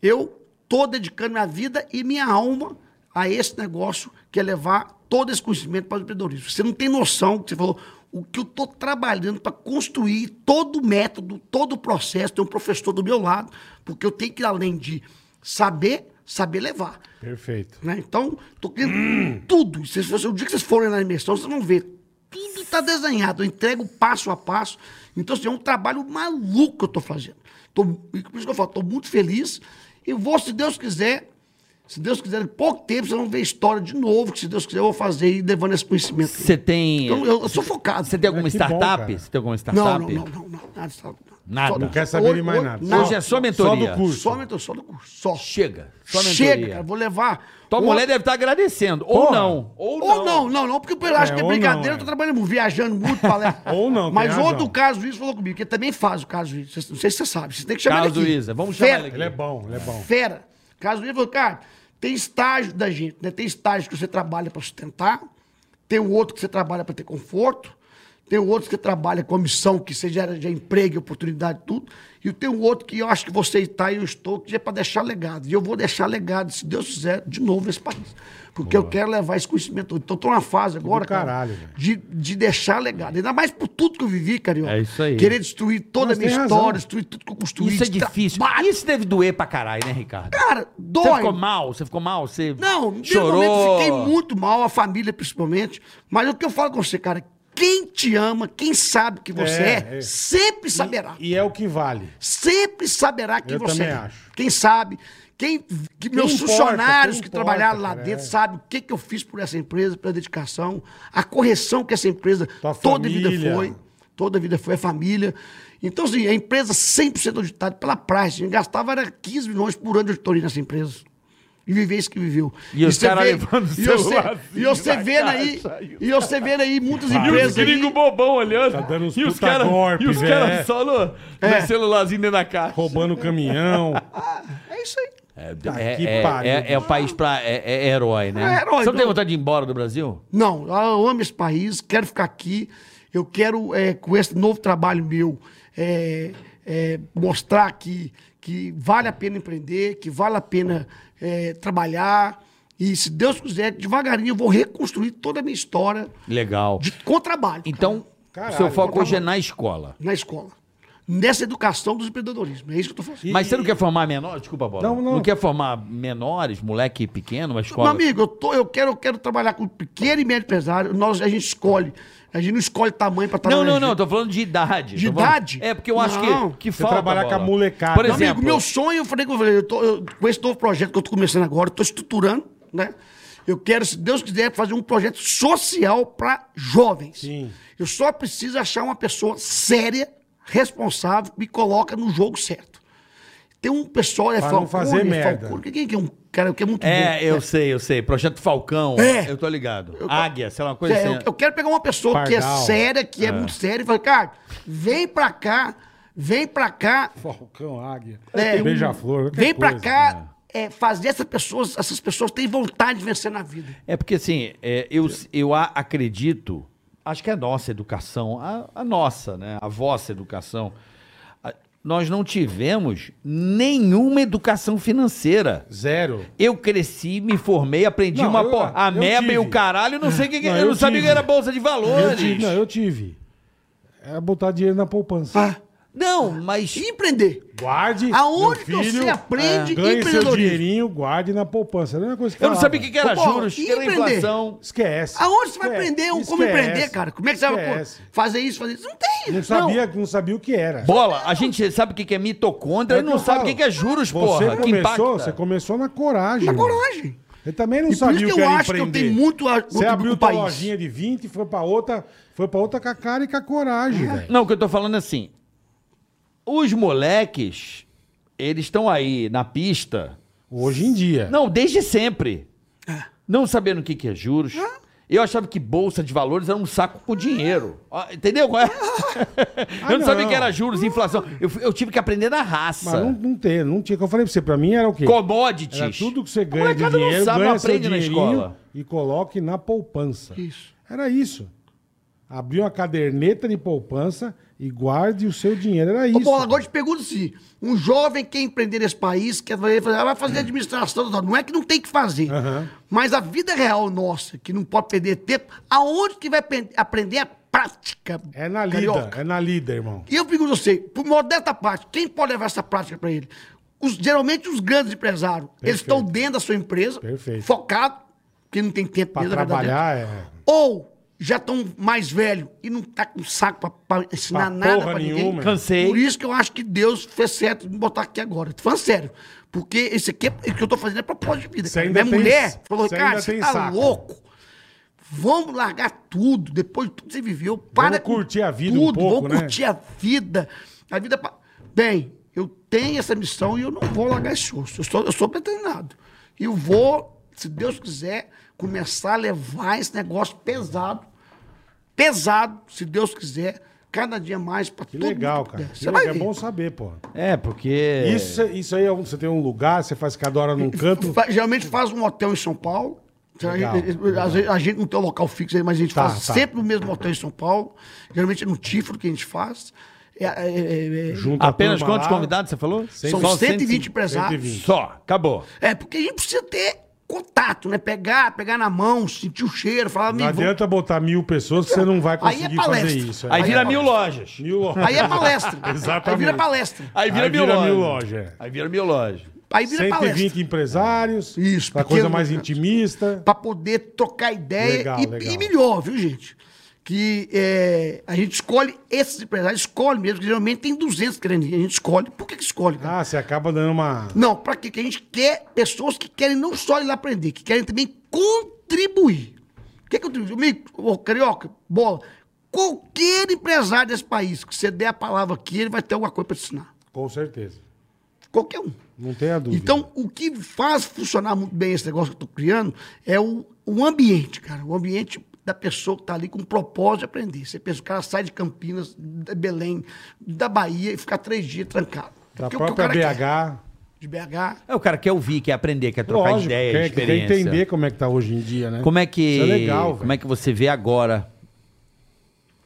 Speaker 6: Eu tô dedicando minha vida e minha alma a esse negócio que é levar todo esse conhecimento para o empreendedorismo. Você não tem noção, que você falou, o que eu tô trabalhando para construir todo o método, todo o processo, tem um professor do meu lado, porque eu tenho que, além de saber, saber levar
Speaker 4: Perfeito.
Speaker 6: né? Então, tô querendo tudo. Se vocês- o dia que vocês forem na imersão, vocês vão ver. Tudo está desenhado. Eu entrego passo a passo. Então, assim, é um trabalho maluco que eu estou fazendo. Tô, e por isso que eu falo, estou muito feliz. E vou, se Deus quiser, se Deus quiser, em pouco tempo, vocês vão ver a história de novo, que se Deus quiser, eu vou fazer e levando esse conhecimento.
Speaker 3: Você tem.
Speaker 6: Então, eu, É eu sou focado.
Speaker 3: Você tem alguma
Speaker 4: que bom,
Speaker 3: startup?
Speaker 4: cara.
Speaker 3: Você tem alguma
Speaker 6: não,
Speaker 3: startup?
Speaker 6: não, não, não, não. Nada. só-
Speaker 3: Nada.
Speaker 6: só-
Speaker 3: Não
Speaker 4: quer saber de mais
Speaker 6: hoje-
Speaker 4: nada.
Speaker 6: não,
Speaker 3: Hoje é só mentoria.
Speaker 4: Só do curso.
Speaker 6: Só mentor, só do curso. Só.
Speaker 3: Chega. Só mentoria.
Speaker 6: Chega, cara. Vou levar.
Speaker 3: Tua
Speaker 6: Uma-
Speaker 3: mulher deve estar agradecendo. Ou
Speaker 4: Porra.
Speaker 3: não. Ou não.
Speaker 6: Ou não, não, não, porque eu acho
Speaker 4: É,
Speaker 6: que é
Speaker 4: ou
Speaker 6: brincadeira,
Speaker 4: não,
Speaker 6: eu tô
Speaker 4: é.
Speaker 6: trabalhando muito, viajando
Speaker 4: [LAUGHS]
Speaker 6: muito, palestra.
Speaker 4: Ou não, tem
Speaker 6: Mas
Speaker 4: razão.
Speaker 6: outro caso juiz falou comigo, que ele também faz o caso juiz. Não sei se você sabe, você tem que chamar
Speaker 3: Carlos
Speaker 6: ele aqui.
Speaker 3: Luiza, vamos
Speaker 6: Fera,
Speaker 3: chamar ele
Speaker 4: Ele é bom, ele é bom.
Speaker 6: Fera. Caso juiz falou, cara, tem estágio da gente, né? Tem estágio que você trabalha pra sustentar, tem o outro que você trabalha pra ter conforto, tem o outro que trabalha com a missão que você gera de emprego, oportunidade, tudo. E tem o outro que eu acho que você está e eu estou, que é pra deixar legado. E eu vou deixar legado, se Deus quiser, de novo nesse país. Porque eu quero levar esse conhecimento. todo. Então, estou numa fase agora, cara,
Speaker 4: caralho, velho.
Speaker 6: de, de deixar legado. Ainda mais por tudo que eu vivi, Carioca.
Speaker 3: É isso aí.
Speaker 6: Querer destruir toda
Speaker 4: Mas
Speaker 6: a minha
Speaker 4: tem
Speaker 6: história,
Speaker 4: razão.
Speaker 6: destruir tudo que eu construí.
Speaker 3: Isso é
Speaker 6: de tra-
Speaker 3: difícil. Isso deve doer pra caralho, né, Ricardo?
Speaker 6: tá Cara,
Speaker 3: Você
Speaker 6: dói.
Speaker 3: ficou mal? Você ficou mal? Você
Speaker 6: Não,
Speaker 3: chorou?
Speaker 6: chorou. fiquei muito mal, a família principalmente. Mas o que eu falo com você, cara, quem te ama, quem sabe que você
Speaker 4: É,
Speaker 6: é,
Speaker 4: é.
Speaker 6: sempre saberá.
Speaker 4: E é o que vale.
Speaker 6: Sempre saberá quem
Speaker 4: Eu
Speaker 6: você
Speaker 4: também
Speaker 6: é.
Speaker 4: acho.
Speaker 6: Quem sabe, quem, que meus
Speaker 4: importa,
Speaker 6: funcionários
Speaker 4: quem
Speaker 6: que
Speaker 4: importa,
Speaker 6: trabalharam lá
Speaker 4: cara,
Speaker 6: dentro
Speaker 4: é.
Speaker 6: sabem o que, que eu fiz por essa empresa, pela dedicação, a correção que essa empresa
Speaker 4: Tua
Speaker 6: toda a
Speaker 4: família.
Speaker 6: vida foi. Toda a vida foi a família. Então, assim, a empresa 100% auditada pela Price. A gente gastava era 15 milhões por ano de auditoria nessa empresa. E viver isso que viveu.
Speaker 3: E os
Speaker 6: você
Speaker 3: cara
Speaker 6: vê-
Speaker 3: levando assim, o
Speaker 6: e você,
Speaker 3: celular
Speaker 6: e você
Speaker 3: na
Speaker 6: vendo aí, e você vendo aí muitas
Speaker 11: E os
Speaker 6: empresas aí,
Speaker 11: gringos bobão olhando.
Speaker 4: Tá dando uns
Speaker 11: e os
Speaker 4: puta
Speaker 11: caras
Speaker 4: golpes,
Speaker 11: os
Speaker 4: é.
Speaker 11: caras só no,
Speaker 6: É.
Speaker 11: no celularzinho dentro da caixa.
Speaker 4: Roubando
Speaker 6: [LAUGHS]
Speaker 4: caminhão.
Speaker 6: É isso aí.
Speaker 3: É,
Speaker 4: que
Speaker 3: é,
Speaker 4: pariu.
Speaker 3: é- é o país pra. É, é herói, né?
Speaker 6: É herói,
Speaker 3: Você não tem
Speaker 6: não.
Speaker 3: vontade de ir embora do Brasil?
Speaker 6: Não, eu amo esse país, quero ficar aqui. Eu quero, eh, com esse novo trabalho meu, eh, eh, mostrar que, que vale a pena empreender, que vale a pena eh, trabalhar. E, se Deus quiser, devagarinho eu vou reconstruir toda a minha história
Speaker 3: Legal.
Speaker 6: de, com trabalho.
Speaker 3: Então,
Speaker 4: Caralho,
Speaker 3: seu foco
Speaker 4: vou
Speaker 3: hoje é na escola.
Speaker 6: Na escola. Nessa educação dos empreendedorismo. É isso que eu estou fazendo.
Speaker 3: Mas você não quer formar menores? Desculpa, Bola.
Speaker 4: Não, não.
Speaker 3: quer formar menores, moleque pequeno, uma
Speaker 6: Meu
Speaker 3: escola?
Speaker 6: amigo, eu, tô, eu, quero, eu quero trabalhar com pequeno e médio empresário. Nós, a gente escolhe. A gente não escolhe tamanho para
Speaker 3: Não,
Speaker 6: trabalhar.
Speaker 3: não, não, tô falando de idade.
Speaker 6: De
Speaker 3: Tô falando-
Speaker 6: idade?
Speaker 3: É, porque eu acho
Speaker 6: Não.
Speaker 3: que, que
Speaker 4: Você
Speaker 3: falta.
Speaker 4: trabalhar
Speaker 3: Bola.
Speaker 4: com a molecada.
Speaker 3: Por
Speaker 4: Meu
Speaker 6: Meu
Speaker 3: exemplo,
Speaker 6: amigo, meu sonho, eu falei com você, eu tô, eu- com esse novo projeto que eu estou começando agora, estou estruturando, né? Eu quero, se Deus quiser, fazer um projeto social para jovens.
Speaker 4: Sim.
Speaker 6: Eu só preciso achar uma pessoa séria, responsável, que me coloca no jogo certo. Tem um pessoal, é
Speaker 4: Pra não
Speaker 6: Falcone,
Speaker 4: fazer merda.
Speaker 6: Falcone. Quem que é um cara que é muito bom?
Speaker 3: É, eu sei, eu sei. Projeto Falcão.
Speaker 6: É.
Speaker 3: Eu tô ligado. Águia, sei lá, uma coisa
Speaker 6: É,
Speaker 3: assim.
Speaker 6: eu, eu quero pegar uma pessoa que é
Speaker 4: Pardal.
Speaker 6: séria, que é, muito séria, e falar, cara, vem pra cá, vem pra cá,
Speaker 4: Falcão, águia.
Speaker 6: É,
Speaker 4: Beija-flor. qualquer
Speaker 6: vem pra
Speaker 4: coisa, né?
Speaker 6: cá é, fazer essas pessoas, essas pessoas terem vontade de vencer na vida.
Speaker 3: É porque assim, é, eu, eu a- acredito, acho que é a nossa educação, a, a nossa, né? A vossa educação. a- nós não tivemos nenhuma educação financeira.
Speaker 4: Zero.
Speaker 3: Eu cresci, me formei, aprendi
Speaker 4: Não,
Speaker 3: uma
Speaker 4: eu-
Speaker 3: porra. A
Speaker 4: eu
Speaker 3: MEB e o
Speaker 4: tive. É.
Speaker 3: caralho, eu não sei o que, que-
Speaker 4: Não,
Speaker 3: eu
Speaker 4: eu
Speaker 3: não sabia
Speaker 4: tive.
Speaker 3: que era bolsa de
Speaker 4: Eu
Speaker 3: valores.
Speaker 4: tive, não, eu tive. Era botar dinheiro na poupança.
Speaker 6: Ah,
Speaker 3: Não, mas
Speaker 6: e empreender.
Speaker 4: Guarde.
Speaker 6: Aonde
Speaker 4: meu
Speaker 6: que
Speaker 4: filho, é,
Speaker 6: você aprende
Speaker 4: Ganhe seu
Speaker 6: empreendedorismo?
Speaker 4: dinheirinho, guarde na poupança. É a mesma coisa que
Speaker 3: eu não
Speaker 4: falava.
Speaker 3: sabia o que, que era
Speaker 6: Ô, Paulo,
Speaker 3: juros,
Speaker 6: e
Speaker 3: que era
Speaker 6: empreender?
Speaker 3: inflação.
Speaker 4: Esquece.
Speaker 6: Aonde você vai
Speaker 4: Esquece.
Speaker 6: aprender o- como
Speaker 4: Esquece.
Speaker 6: empreender, cara? Como é que você vai
Speaker 4: Esquece.
Speaker 6: pô, fazer isso, fazer isso? Não tem.
Speaker 4: Não sabia, não sabia o que era.
Speaker 3: Bola, a gente sabe o que que é mitocôndria
Speaker 4: É
Speaker 3: e
Speaker 4: o
Speaker 3: não
Speaker 4: que eu
Speaker 3: sabe o
Speaker 4: falo.
Speaker 3: que que é juros,
Speaker 4: Você
Speaker 3: porra. que
Speaker 4: começou,
Speaker 3: impacta.
Speaker 4: você começou na coragem.
Speaker 6: Na
Speaker 4: mano.
Speaker 6: coragem.
Speaker 4: Ele também não
Speaker 6: tá E por isso
Speaker 4: sabia o
Speaker 6: que
Speaker 4: que
Speaker 6: eu
Speaker 4: era
Speaker 6: acho que eu
Speaker 4: empreender.
Speaker 6: tenho muito a
Speaker 4: Você abriu
Speaker 6: o
Speaker 4: tua
Speaker 6: país.
Speaker 4: lojinha de 20 foi pra outra, foi pra outra com a cara e com a coragem, velho.
Speaker 3: Não, o que eu tô falando é assim. Os moleques, eles estão aí na pista.
Speaker 4: Hoje em dia.
Speaker 3: Não, desde sempre. Não sabendo o que, que é juros. Eu achava que bolsa de valores era um saco com dinheiro. Ó, Entendeu? qual é?
Speaker 4: [LAUGHS]
Speaker 3: eu não,
Speaker 4: Ah, não.
Speaker 3: sabia que era juros, inflação. Eu, fui- eu tive que aprender na
Speaker 4: Mas
Speaker 3: raça.
Speaker 4: não, não tem, não tinha. que Eu falei pra você, pra mim era o quê?
Speaker 3: Commodities.
Speaker 4: Era tudo que você
Speaker 3: A
Speaker 4: ganha de
Speaker 3: molecada
Speaker 4: dinheiro,
Speaker 3: não sabe,
Speaker 4: ganha
Speaker 3: não
Speaker 4: seu
Speaker 3: aprende na
Speaker 4: dinheirinho
Speaker 3: escola.
Speaker 4: e coloque na poupança.
Speaker 6: Isso.
Speaker 4: Era isso. Abriu uma caderneta de poupança e guarde o seu dinheiro. Era é isso.
Speaker 6: Ô, Bola, agora eu te pergunto se um jovem quer empreender nesse país, quer fazer, ela vai
Speaker 4: Uhum.
Speaker 6: fazer administração, não é que não tem que fazer,
Speaker 4: Aham.
Speaker 6: mas a vida real nossa, que não pode perder tempo, aonde que vai pe- aprender a prática?
Speaker 4: É na lida,
Speaker 6: carioca?
Speaker 4: é na lida, irmão.
Speaker 6: E eu pergunto a você, por modesta parte, quem pode levar essa prática para ele? Os- geralmente os grandes empresários, eles estão dentro da sua empresa,
Speaker 4: Perfeito.
Speaker 6: focado, porque não tem tempo
Speaker 4: Pra
Speaker 6: mesmo, é verdade.
Speaker 4: trabalhar é
Speaker 6: Ou já estão mais velhos e não tá com saco para ensinar
Speaker 4: Pra
Speaker 6: nada
Speaker 4: porra
Speaker 6: para ninguém.
Speaker 4: nenhuma.
Speaker 3: Cansei.
Speaker 6: Por isso que eu acho que Deus fez certo de me botar aqui agora. Tô falando sério. Porque esse aqui, é, o que eu tô fazendo é propósito de vida.
Speaker 4: Você
Speaker 6: cara.
Speaker 4: ainda
Speaker 6: Minha
Speaker 4: tem-
Speaker 6: mulher falou,
Speaker 4: você
Speaker 6: cara,
Speaker 4: ainda
Speaker 6: você
Speaker 4: tem
Speaker 6: tá
Speaker 4: saco."
Speaker 6: louco. Vamos largar tudo, depois de tudo que você viveu. Para
Speaker 4: Vamos
Speaker 6: com
Speaker 4: curtir a vida um
Speaker 6: tudo,
Speaker 4: pouco,
Speaker 6: Vamos
Speaker 4: né?
Speaker 6: curtir a vida. A vida... pa- Bem, eu tenho essa missão e eu não vou largar esse osso. Eu sou, eu sou determinado. E eu vou, se Deus quiser, começar a levar esse negócio pesado pesado, se Deus quiser, cada dia mais pra
Speaker 4: que
Speaker 6: todo
Speaker 4: legal,
Speaker 6: mundo que
Speaker 4: cara.
Speaker 6: puder.
Speaker 4: Que
Speaker 6: Você
Speaker 4: legal,
Speaker 6: vai
Speaker 4: é
Speaker 6: ver.
Speaker 4: bom saber, pô.
Speaker 3: É, porque.
Speaker 4: Isso, isso aí é um- você tem um lugar, você faz cada hora
Speaker 6: [LAUGHS]
Speaker 4: num canto.
Speaker 6: Fa- Geralmente faz um hotel em São Paulo. tá?
Speaker 4: Legal,
Speaker 6: Às vezes a gente não tem um local fixo aí, mas a gente
Speaker 4: Tá,
Speaker 6: faz
Speaker 4: tá.
Speaker 6: sempre no mesmo hotel em São Paulo. Geralmente é no Tifro que a gente faz. É, é, é, é,
Speaker 4: Junto
Speaker 3: Apenas quantos convidados você falou?
Speaker 6: são
Speaker 3: Só
Speaker 6: 120
Speaker 3: 120.
Speaker 6: empresários.
Speaker 4: 120.
Speaker 3: Só, acabou.
Speaker 6: É, porque a gente precisa ter contato, né? Pegar, pegar na mão, sentir o cheiro, falar...
Speaker 4: Não
Speaker 6: "Me vou-"
Speaker 4: adianta botar mil pessoas que você não vai
Speaker 6: Aí é
Speaker 4: conseguir
Speaker 6: palestra.
Speaker 4: fazer isso. é.
Speaker 3: Aí vira
Speaker 6: é
Speaker 3: mil lojas.
Speaker 4: Mil lojas.
Speaker 6: Aí é palestra.
Speaker 4: [LAUGHS]
Speaker 6: Aí
Speaker 4: Exatamente.
Speaker 6: vira palestra.
Speaker 3: Aí vira,
Speaker 4: Aí
Speaker 3: mil,
Speaker 4: vira
Speaker 3: loja.
Speaker 4: mil loja, é.
Speaker 3: Aí vira mil loja.
Speaker 6: Aí vira
Speaker 4: 120
Speaker 6: palestra. É.
Speaker 4: empresários.
Speaker 6: Isso,
Speaker 4: Uma coisa
Speaker 6: pequeno-
Speaker 4: mais intimista.
Speaker 6: para poder trocar ideia
Speaker 4: Legal,
Speaker 6: e,
Speaker 4: legal.
Speaker 6: e melhor, viu, gente? Que é, a gente escolhe esses empresários, escolhe mesmo, que geralmente tem 200 grandes, a gente escolhe. Por que, que escolhe, cara?
Speaker 4: Ah, você acaba dando uma.
Speaker 6: Não, para quê? Que a gente quer pessoas que querem não só ir lá aprender, que querem também contribuir. O que é contribuir? Amigo, ô, carioca, bola, qualquer empresário desse país que você der a palavra aqui, ele vai ter alguma coisa para ensinar.
Speaker 4: Com certeza.
Speaker 6: Qualquer um.
Speaker 4: Não tenha dúvida.
Speaker 6: Então, o que faz funcionar muito bem esse negócio que eu tô criando é o, o ambiente, cara. O ambiente da pessoa que tá ali com o propósito de aprender. Você pensa, o cara sai de Campinas, de Belém, da Bahia e fica três dias trancado.
Speaker 4: da
Speaker 6: Porque o que o
Speaker 4: própria
Speaker 6: cara quer
Speaker 4: BH.
Speaker 6: de BH.
Speaker 3: É, o cara quer ouvir, quer aprender, quer trocar
Speaker 4: Lógico,
Speaker 3: ideia,
Speaker 4: quer, quer
Speaker 3: experiência.
Speaker 4: entender como é que tá hoje em dia, né?
Speaker 3: Como é que
Speaker 4: Isso é legal,
Speaker 3: como é que você vê agora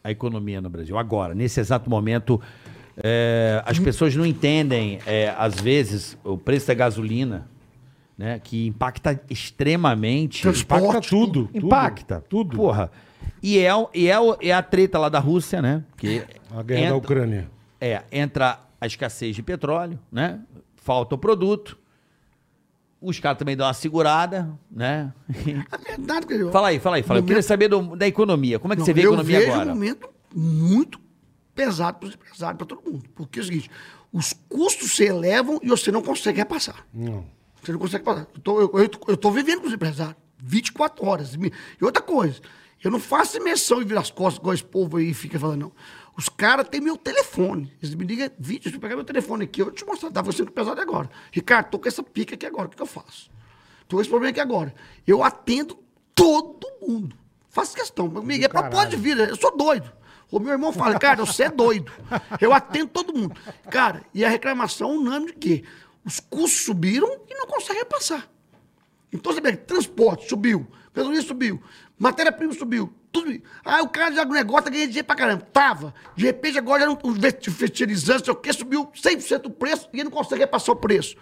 Speaker 3: a economia no Brasil? Agora, nesse exato momento, é, as pessoas não entendem é, às vezes o preço da gasolina, né, que impacta extremamente.
Speaker 4: Impacta
Speaker 6: Esporte,
Speaker 4: tudo. tudo,
Speaker 3: Impacta.
Speaker 4: Tudo.
Speaker 3: Porra. E é, o- e é, o- é a treta lá da Rússia, né? Que
Speaker 4: A guerra da
Speaker 3: entra-
Speaker 4: Ucrânia.
Speaker 3: é, entra a escassez de petróleo, né? Falta o produto. Os caras também dão uma segurada, né? [LAUGHS]
Speaker 6: A é verdade, cara, eu-
Speaker 3: fala aí, fala aí, fala. aí. Eu queria saber do- da economia. Como é que
Speaker 6: Não,
Speaker 3: você vê a
Speaker 6: eu
Speaker 3: economia
Speaker 6: vejo
Speaker 3: agora?
Speaker 6: um momento muito pesado para os empresários, para todo mundo. Porque é o seguinte, os custos se elevam e você não consegue repassar.
Speaker 4: Não.
Speaker 6: Você não consegue parar. Eu tô, eu, eu, tô- eu tô vivendo com os empresários 24 horas. E outra coisa, Eu não faço imersão e viro as costas igual esse povo aí fica falando, não. Os caras têm meu telefone. Eles me ligam vídeo, se eu pegar meu telefone aqui, eu te mostrar. Tá você pesado agora. Ricardo, tô com essa pica aqui agora. O que, que eu faço? Tô com Então, esse problema aqui agora. Eu atendo todo mundo. Faço questão. Meu amigo, é propósito de vida. Eu sou doido. O meu irmão fala, cara, você é doido. Eu atendo todo mundo. Cara, e a reclamação unânime de que os custos subiram e não conseguem passar. Então você pega, transporte subiu, gasolina subiu, matéria-prima subiu, tudo. isso. Ah, o cara de agronegócio tá ganhando dinheiro pra caramba. Tava. De repente agora já não, os vesti- fertilizantes, não sei o quê, subiu 100% o preço e ele não consegue repassar o preço.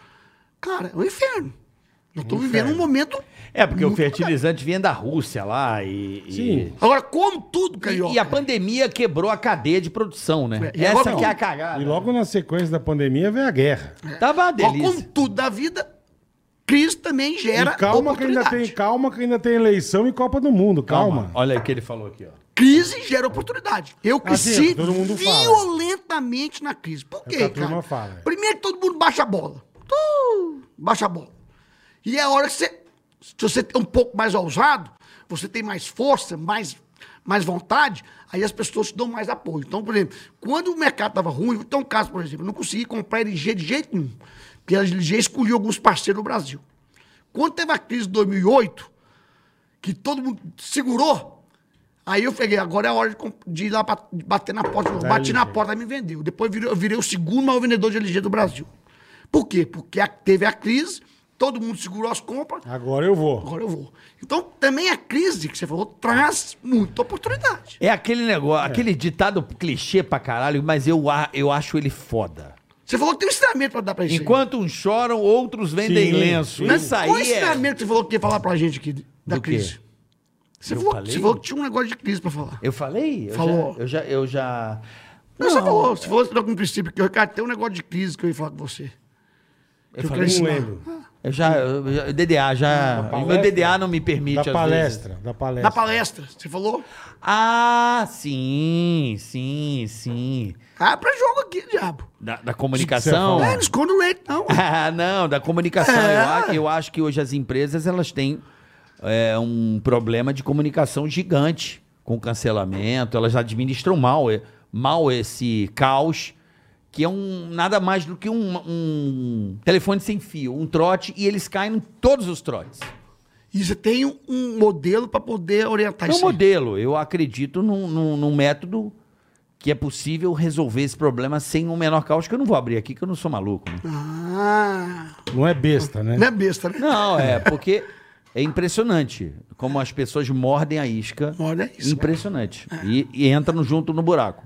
Speaker 6: Cara, é um inferno. Nós estamos vivendo um momento.
Speaker 3: É, porque o
Speaker 6: muito
Speaker 3: fertilizante vinha da Rússia lá e. e-
Speaker 4: Sim.
Speaker 6: complicado. Agora, como tudo,
Speaker 3: E,
Speaker 6: Carioca.
Speaker 3: e a pandemia quebrou a cadeia de produção, né?
Speaker 6: É, e
Speaker 3: Essa
Speaker 6: agora-
Speaker 3: aqui é a
Speaker 4: E
Speaker 3: cagada.
Speaker 4: logo na sequência da pandemia veio a guerra.
Speaker 6: é
Speaker 3: Tava uma
Speaker 6: Ó, como
Speaker 3: delícia.
Speaker 6: tudo da vida, crise também gera
Speaker 4: E calma que ainda
Speaker 6: oportunidade.
Speaker 4: tem, calma que ainda tem eleição e Copa do Mundo, calma.
Speaker 3: Olha aí o que ele falou aqui, ó.
Speaker 6: Crise gera oportunidade. Eu
Speaker 4: sim, é
Speaker 6: cresci
Speaker 4: o que todo mundo fala. É
Speaker 6: violentamente na crise. Por quê,
Speaker 4: que a
Speaker 6: cara?
Speaker 4: turma fala.
Speaker 6: Primeiro todo mundo baixa a bola. Tu, baixa a bola. E é a hora que você, se você é um pouco mais ousado, você tem mais força, mais, mais vontade, aí as pessoas te dão mais apoio. Então, por exemplo, quando o mercado estava ruim, vou ter um caso, por exemplo, eu não consegui comprar LG de jeito nenhum, porque a LG escolheu alguns parceiros no Brasil. Quando teve a crise de 2008, que todo mundo segurou. Aí eu peguei, agora é a hora de, comp- de ir lá bat- de bater na porta. de
Speaker 3: Tá
Speaker 6: novo. Bati na porta, aí me vendeu. Depois virou- eu virei o segundo maior vendedor de LG do Brasil. Por quê? Porque a- teve a crise, todo mundo segurou as compras,
Speaker 4: Agora eu vou.
Speaker 6: agora eu vou. Então, também a crise que você falou traz muita oportunidade.
Speaker 3: É aquele negócio, aquele ditado clichê pra caralho, mas eu, a- eu acho ele foda.
Speaker 6: Você falou que tem um ensinamento pra dar pra gente. Né?
Speaker 3: Enquanto uns choram, outros vendem
Speaker 4: Sim,
Speaker 3: lenço.
Speaker 4: sim.
Speaker 3: Isso aí
Speaker 6: Qual o
Speaker 3: é...
Speaker 6: ensinamento que você falou que ia falar pra gente aqui
Speaker 3: Do
Speaker 6: da
Speaker 3: quê?
Speaker 6: crise? Você
Speaker 3: Eu
Speaker 6: falou,
Speaker 3: falei?
Speaker 6: você falou que tinha um negócio de crise pra falar.
Speaker 3: Eu falei? Eu
Speaker 6: Falou.
Speaker 3: Já, eu já... Eu já...
Speaker 6: Não, você falou, você falou logo no princípio que eu Ricardo, tem um negócio de crise que eu ia falar com você.
Speaker 3: Eu falei,
Speaker 6: Que quero
Speaker 4: Não
Speaker 6: ensinar.
Speaker 4: lembro.
Speaker 3: Eu já, eu já- DDA, já.
Speaker 4: Ah, palestra?
Speaker 3: meu DDA não me permite.
Speaker 4: Da
Speaker 3: às vezes.
Speaker 4: palestra, da palestra.
Speaker 6: Na palestra, você falou?
Speaker 3: Ah, sim, sim, sim.
Speaker 6: Ah, pra jogo aqui, diabo.
Speaker 3: Da, da comunicação.
Speaker 6: É, não esconde o leite,
Speaker 3: [LAUGHS]
Speaker 6: não.
Speaker 3: Ah, não, da comunicação. Eu a-
Speaker 6: É.
Speaker 3: Eu, acho que hoje as empresas elas têm é, um problema de comunicação gigante com cancelamento. Elas administram mal, é- mal esse caos, que é um nada mais do que um, um telefone sem fio, um trote, e eles caem em todos os trotes.
Speaker 6: E você tem um- um modelo pra poder orientar
Speaker 3: É um
Speaker 6: isso. aí.
Speaker 3: modelo. Eu acredito num, num- num método que é possível resolver esse problema sem o menor caos, que eu não vou abrir aqui, que eu não sou maluco. né?
Speaker 6: Ah,
Speaker 4: Não é besta, né?
Speaker 6: não é besta, né?
Speaker 3: Não, é porque é impressionante como as pessoas mordem a isca. É.
Speaker 6: Olha isso.
Speaker 3: Impressionante. E, e entram junto no buraco.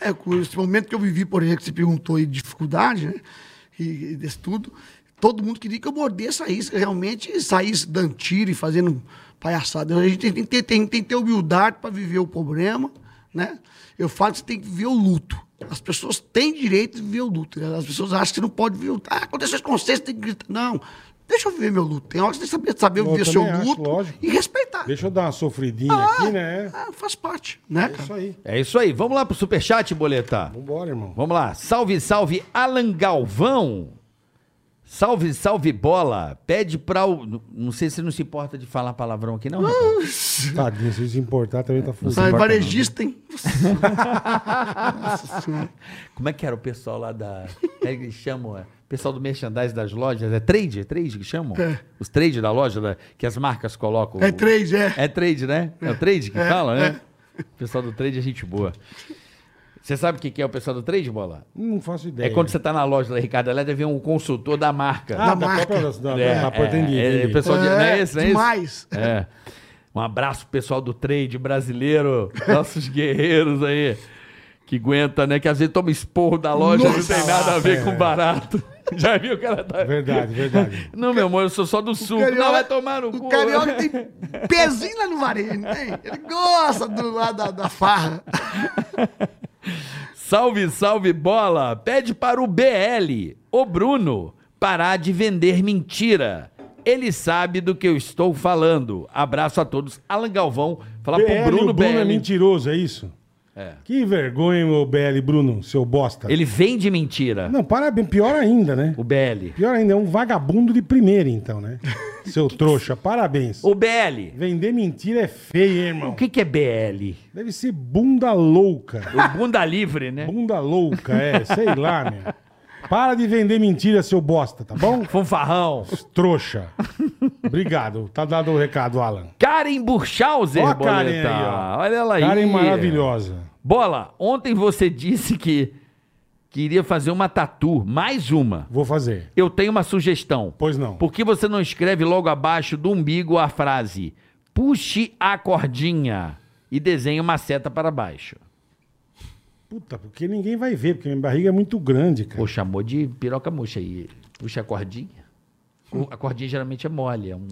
Speaker 6: É, com esse momento que eu vivi, por exemplo, que você perguntou aí de dificuldade, né? E, e desse tudo, todo mundo queria que eu mordesse a isca, realmente saísse dando tiro e fazendo palhaçada. A gente tem, que ter- tem- tem que ter humildade para viver o problema, né? Eu falo que você tem que viver o luto. As pessoas têm direito de viver o luto. né? As pessoas acham que você não pode viver o luto. Ah, aconteceu isso com você, você tem que gritar. Não, deixa eu viver meu luto. Tem horas que você tem que saber,
Speaker 4: Eu
Speaker 6: saber viver seu
Speaker 4: também acho,
Speaker 6: luto
Speaker 4: lógico.
Speaker 6: e respeitar.
Speaker 4: Deixa eu dar uma sofridinha aqui, né?
Speaker 6: Ah, faz parte, né, cara?
Speaker 4: Isso aí.
Speaker 3: É isso aí. Vamos lá pro superchat, boleta.
Speaker 4: Vambora, irmão.
Speaker 3: Vamos lá. Salve, salve, Alan Galvão. Salve, salve, bola. Pede pra. o- Não sei se não se importa de falar palavrão aqui, não. rapaz.
Speaker 4: Tadinho, se isso importar também tá
Speaker 6: Ah,
Speaker 4: funcionando.
Speaker 6: varejista, hein? Nossa Senhora.
Speaker 3: Como é que era o pessoal lá da. Como é que eles chamam? é? O pessoal do merchandising das lojas? É trade? É trade que chamam?
Speaker 6: É.
Speaker 3: Os trade da loja da- que as marcas colocam.
Speaker 6: É três, é.
Speaker 3: É trade, né? É o trade que fala, né? O pessoal do trade é gente boa. Você sabe o que que é o pessoal do trade, Bola?
Speaker 4: Não faço
Speaker 3: É
Speaker 4: ideia.
Speaker 3: quando você tá na loja da Ricardo Elétrica e vem um consultor da marca.
Speaker 4: Ah,
Speaker 6: Da
Speaker 4: da
Speaker 6: marca.
Speaker 4: própria... Da, da,
Speaker 3: É,
Speaker 4: da porta
Speaker 3: é,
Speaker 4: entendi,
Speaker 3: é,
Speaker 4: entendi.
Speaker 3: o pessoal de- não é
Speaker 6: É,
Speaker 3: esse, não é esse?
Speaker 6: demais.
Speaker 3: É. Um abraço pro pessoal do trade brasileiro, nossos guerreiros aí, que aguenta, né? Que às vezes toma esporro da loja, não
Speaker 6: Nossa.
Speaker 3: tem nada a ver
Speaker 4: É.
Speaker 3: com barato. [LAUGHS] Já viu o cara tá...
Speaker 4: Verdade,
Speaker 3: [LAUGHS]
Speaker 4: verdade.
Speaker 3: Não, meu amor, eu sou só do sul.
Speaker 6: Carioca-
Speaker 3: Não, vai tomar no cu.
Speaker 6: O carioca tem pezinho lá no varejo, não tem? Ele gosta do lado da, da farra.
Speaker 3: Salve, salve, bola! Pede para o BL, o Bruno, parar de vender mentira. Ele sabe do que eu estou falando. Abraço a todos. Alan Galvão, falar
Speaker 4: BL,
Speaker 3: pro Bruno,
Speaker 4: o Bruno é
Speaker 3: BL.
Speaker 4: mentiroso, é isso? É. Que vergonha, meu BL, Bruno, seu bosta.
Speaker 3: Ele vende mentira.
Speaker 4: Não, parabéns, pior ainda, né?
Speaker 3: O BL. [LAUGHS]
Speaker 4: Pior ainda, é um vagabundo de primeira, então, né? Seu trouxa, parabéns.
Speaker 3: O BL.
Speaker 4: Vender mentira é feio, hein, irmão?
Speaker 3: O que, que é BL?
Speaker 4: Deve ser bunda louca.
Speaker 3: O bunda livre, né?
Speaker 4: Bunda louca, é, sei lá, meu. Para de vender mentira, seu bosta, tá bom?
Speaker 3: Fanfarrão.
Speaker 4: Trouxa. Obrigado. Tá dado o recado, Alan.
Speaker 3: Karen Burchauser,
Speaker 4: Ó a
Speaker 3: Olha
Speaker 4: Karen aí,
Speaker 3: Boleta.
Speaker 4: ó.
Speaker 3: Olha ela aí.
Speaker 4: Karen maravilhosa.
Speaker 3: Bola, ontem você disse que queria fazer uma tatu, mais uma.
Speaker 4: Vou fazer.
Speaker 3: Eu tenho uma sugestão.
Speaker 4: Pois não.
Speaker 3: Por que você não escreve logo abaixo do umbigo a frase puxe a cordinha e desenha uma seta para baixo?
Speaker 4: Puta, porque ninguém vai ver, porque minha barriga é muito grande, cara.
Speaker 3: Pô, chamou de piroca murcha aí. Puxa a cordinha. O- A cordinha geralmente é mole. é um-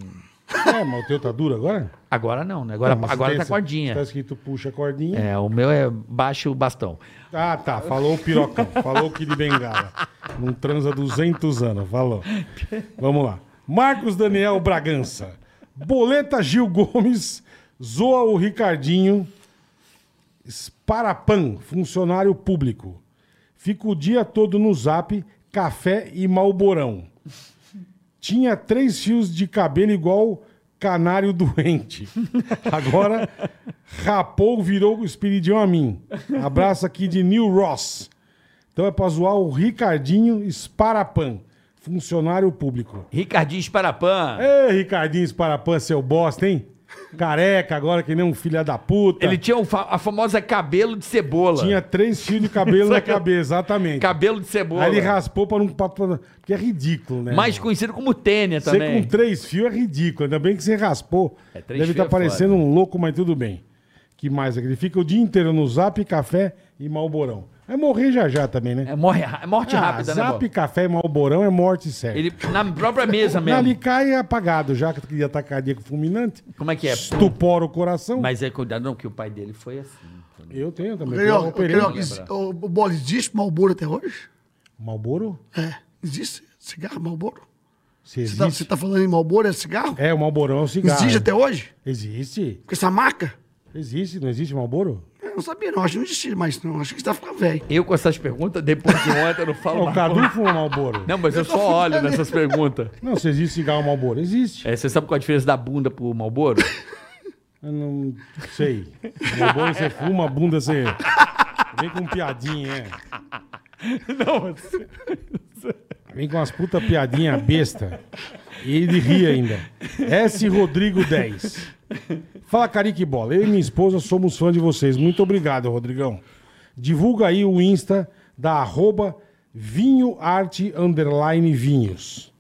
Speaker 4: É, mas o teu tá duro agora?
Speaker 3: Agora não, né? Agora,
Speaker 4: Não, mas
Speaker 3: agora
Speaker 4: tem
Speaker 3: tá
Speaker 4: essa-
Speaker 3: cordinha.
Speaker 4: Tá escrito puxa a cordinha.
Speaker 3: É, o meu é baixo o bastão.
Speaker 4: Ah, tá. Falou o pirocão. falou o Kid Bengala. Não transa 200 anos. Falou. Vamos lá. Marcos Daniel Bragança. Boleta Gil Gomes. Zoa o Ricardinho. Sparapan, funcionário público. Fico o dia todo no zap, café e malborão. Tinha três fios de cabelo igual canário doente. Agora, rapou, virou o espiridão a mim. Abraço aqui de Neil Ross. Então é pra zoar o Ricardinho Sparapan, funcionário público.
Speaker 3: Ricardinho Esparapan.
Speaker 4: Ei, Ricardinho Sparapan, seu bosta, hein? Careca agora, que nem um filho da puta.
Speaker 3: Ele tinha o fa- a famosa cabelo de cebola.
Speaker 4: Tinha três fios de cabelo na cabeça, exatamente.
Speaker 3: cabelo de cebola.
Speaker 4: Aí ele raspou para um papo. Que é ridículo, né?
Speaker 3: Mais
Speaker 4: irmão?
Speaker 3: conhecido como tênia
Speaker 4: Você
Speaker 3: também.
Speaker 4: com três fios é ridículo. Ainda bem que você raspou.
Speaker 3: É, três
Speaker 4: Deve
Speaker 3: fios
Speaker 4: estar
Speaker 3: é
Speaker 4: parecendo um louco, mas tudo bem. Que mais? é que Ele fica o dia inteiro no zap, café e malborão. É morrer já já também, né?
Speaker 3: É, morre, é morte rápida, né?
Speaker 4: zap,
Speaker 3: Bola?
Speaker 4: café e malborão é morte certa.
Speaker 3: Ele na própria mesa
Speaker 4: [LAUGHS] Na
Speaker 3: mesmo.
Speaker 4: Ali cai é apagado, já que queria atacar cardíaco fulminante.
Speaker 3: Como é que é?
Speaker 4: Estupora o coração.
Speaker 3: Mas é cuidado não, que o pai dele foi assim.
Speaker 4: Eu tenho também. Eu,
Speaker 6: Carioca,
Speaker 4: operei.
Speaker 6: Carioca, exi- o o Bola, existe Malboro até hoje?
Speaker 4: Malboro?
Speaker 6: É. Existe cigarro Malboro?
Speaker 4: Você
Speaker 6: Você tá,
Speaker 4: existe?
Speaker 6: você tá falando em Malboro, é cigarro?
Speaker 4: É, o Malborão é o cigarro.
Speaker 6: Existe até hoje?
Speaker 4: Existe.
Speaker 6: Com essa marca?
Speaker 4: Existe, não existe Malboro?
Speaker 6: Eu não sabia, não. Acho que não existia mais, não. Acho que você tá ficando velho.
Speaker 3: Eu com essas perguntas, depois de ontem, eu não falo
Speaker 4: O
Speaker 3: mais.
Speaker 4: Cadu fuma Malboro.
Speaker 3: Não, mas eu só olho nessas perguntas.
Speaker 4: Não, se existe cigarro Malboro, existe.
Speaker 3: É, você sabe qual a diferença da bunda pro Malboro?
Speaker 4: Eu não sei. Malboro você fuma, bunda você. Vem com piadinha, é. Não, Vem com umas puta piadinha besta. E ele ri ainda. S. Rodrigo 10. Fala, Carique Bola. Eu e minha esposa somos fã de vocês. Muito obrigado, Rodrigão. Divulga aí o Insta da arroba vinhoarte underline vinhos.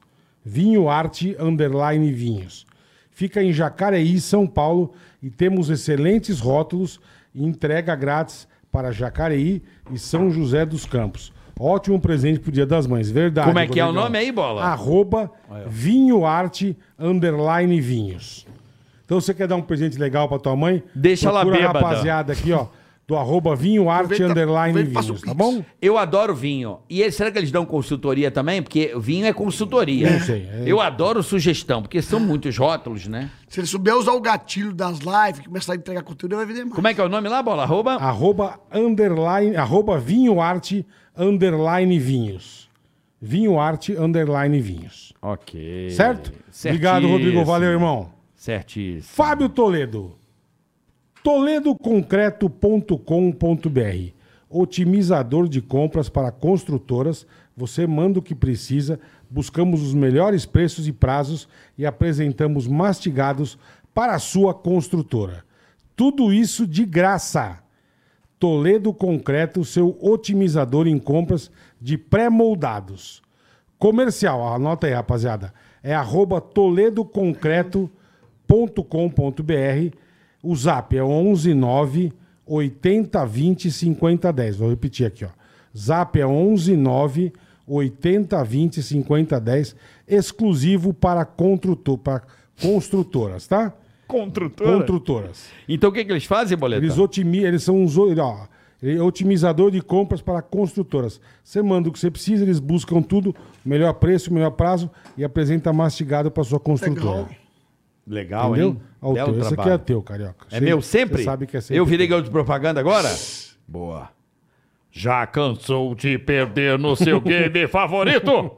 Speaker 4: Vinhoarte underline vinhos. Fica em Jacareí, São Paulo e temos excelentes rótulos e entrega grátis para Jacareí e São José dos Campos. Ótimo presente pro Dia das Mães, verdade.
Speaker 3: Como é que é o
Speaker 4: Rodrigão.
Speaker 3: nome aí, Bola?
Speaker 4: Arroba vinhoarte underline vinhos. Então você quer dar um presente legal pra tua mãe?
Speaker 3: Deixa ela
Speaker 4: Procura a
Speaker 3: bêbada.
Speaker 4: rapaziada aqui, ó, do arroba vinhoarte
Speaker 6: Aproveita-
Speaker 4: underline
Speaker 6: aproveita e passa
Speaker 4: vinhos,
Speaker 6: o
Speaker 4: tá
Speaker 6: Pix.
Speaker 4: bom?
Speaker 3: Eu adoro vinho. E eles, será que eles dão consultoria também? Porque vinho é consultoria.
Speaker 4: Não sei, é.
Speaker 3: Eu adoro sugestão, porque são muitos rótulos, né?
Speaker 6: Se ele souber usar o gatilho das lives, começar a entregar conteúdo, ele vai vender mais.
Speaker 3: Como é que é o nome lá, Bola? Arroba?
Speaker 4: Arroba underline, arroba vinhoarte underline vinhos. Vinhoarte underline vinhos.
Speaker 3: Ok.
Speaker 4: Certo?
Speaker 3: Certíssimo.
Speaker 4: Obrigado, Rodrigo. Valeu, irmão.
Speaker 3: Certíssimo.
Speaker 4: Fábio Toledo. Toledoconcreto.com.br Otimizador de compras para construtoras. Você manda o que precisa. Buscamos os melhores preços e prazos e apresentamos mastigados para a sua construtora. Tudo isso de graça. Toledo Concreto, seu otimizador em compras de pré-moldados. Comercial, anota aí, rapaziada. É arroba toledoconcreto.com.br. O zap é 119 8020 5010. Vou repetir aqui, ó. Zap é 119 8020 5010. Exclusivo para, construtor, para construtoras, tá?
Speaker 3: Construtora.
Speaker 4: Construtoras.
Speaker 3: Então o que, que eles fazem, Boleta?
Speaker 4: Eles, otimi, eles são uns. o- Ó, ele é otimizador de compras para construtoras. Você manda o que você precisa, eles buscam tudo, melhor preço, melhor prazo e apresenta mastigado para sua construtora.
Speaker 6: Legal.
Speaker 3: Legal,
Speaker 4: Entendeu?
Speaker 3: hein?
Speaker 4: Ó, o
Speaker 3: Belo
Speaker 4: teu, esse aqui
Speaker 3: trabalho.
Speaker 4: é teu, carioca.
Speaker 3: É meu sempre?
Speaker 4: Você sabe que é sempre.
Speaker 3: Eu virei garoto de propaganda agora?
Speaker 11: Boa. Já
Speaker 4: [LAUGHS]
Speaker 11: cansou de perder no seu game favorito?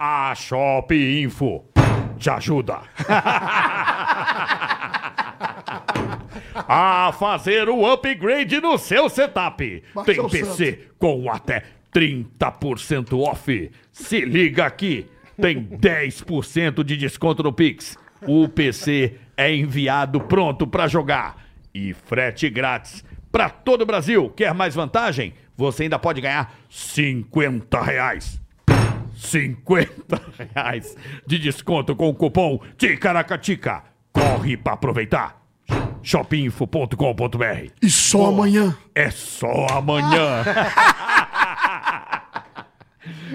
Speaker 11: A Shop Info te ajuda a fazer o upgrade no seu setup.
Speaker 6: Baixou
Speaker 11: Tem
Speaker 6: o
Speaker 11: PC com até 30% off. Se liga aqui, tem 10% de desconto no Pix. O PC é enviado pronto para jogar e frete grátis para todo o Brasil. Quer mais vantagem? Você ainda pode ganhar 50 reais. 50 reais de desconto com o cupom TICARACATICA. Corre pra aproveitar. shopinfo.com.br
Speaker 6: E só amanhã.
Speaker 11: É só amanhã.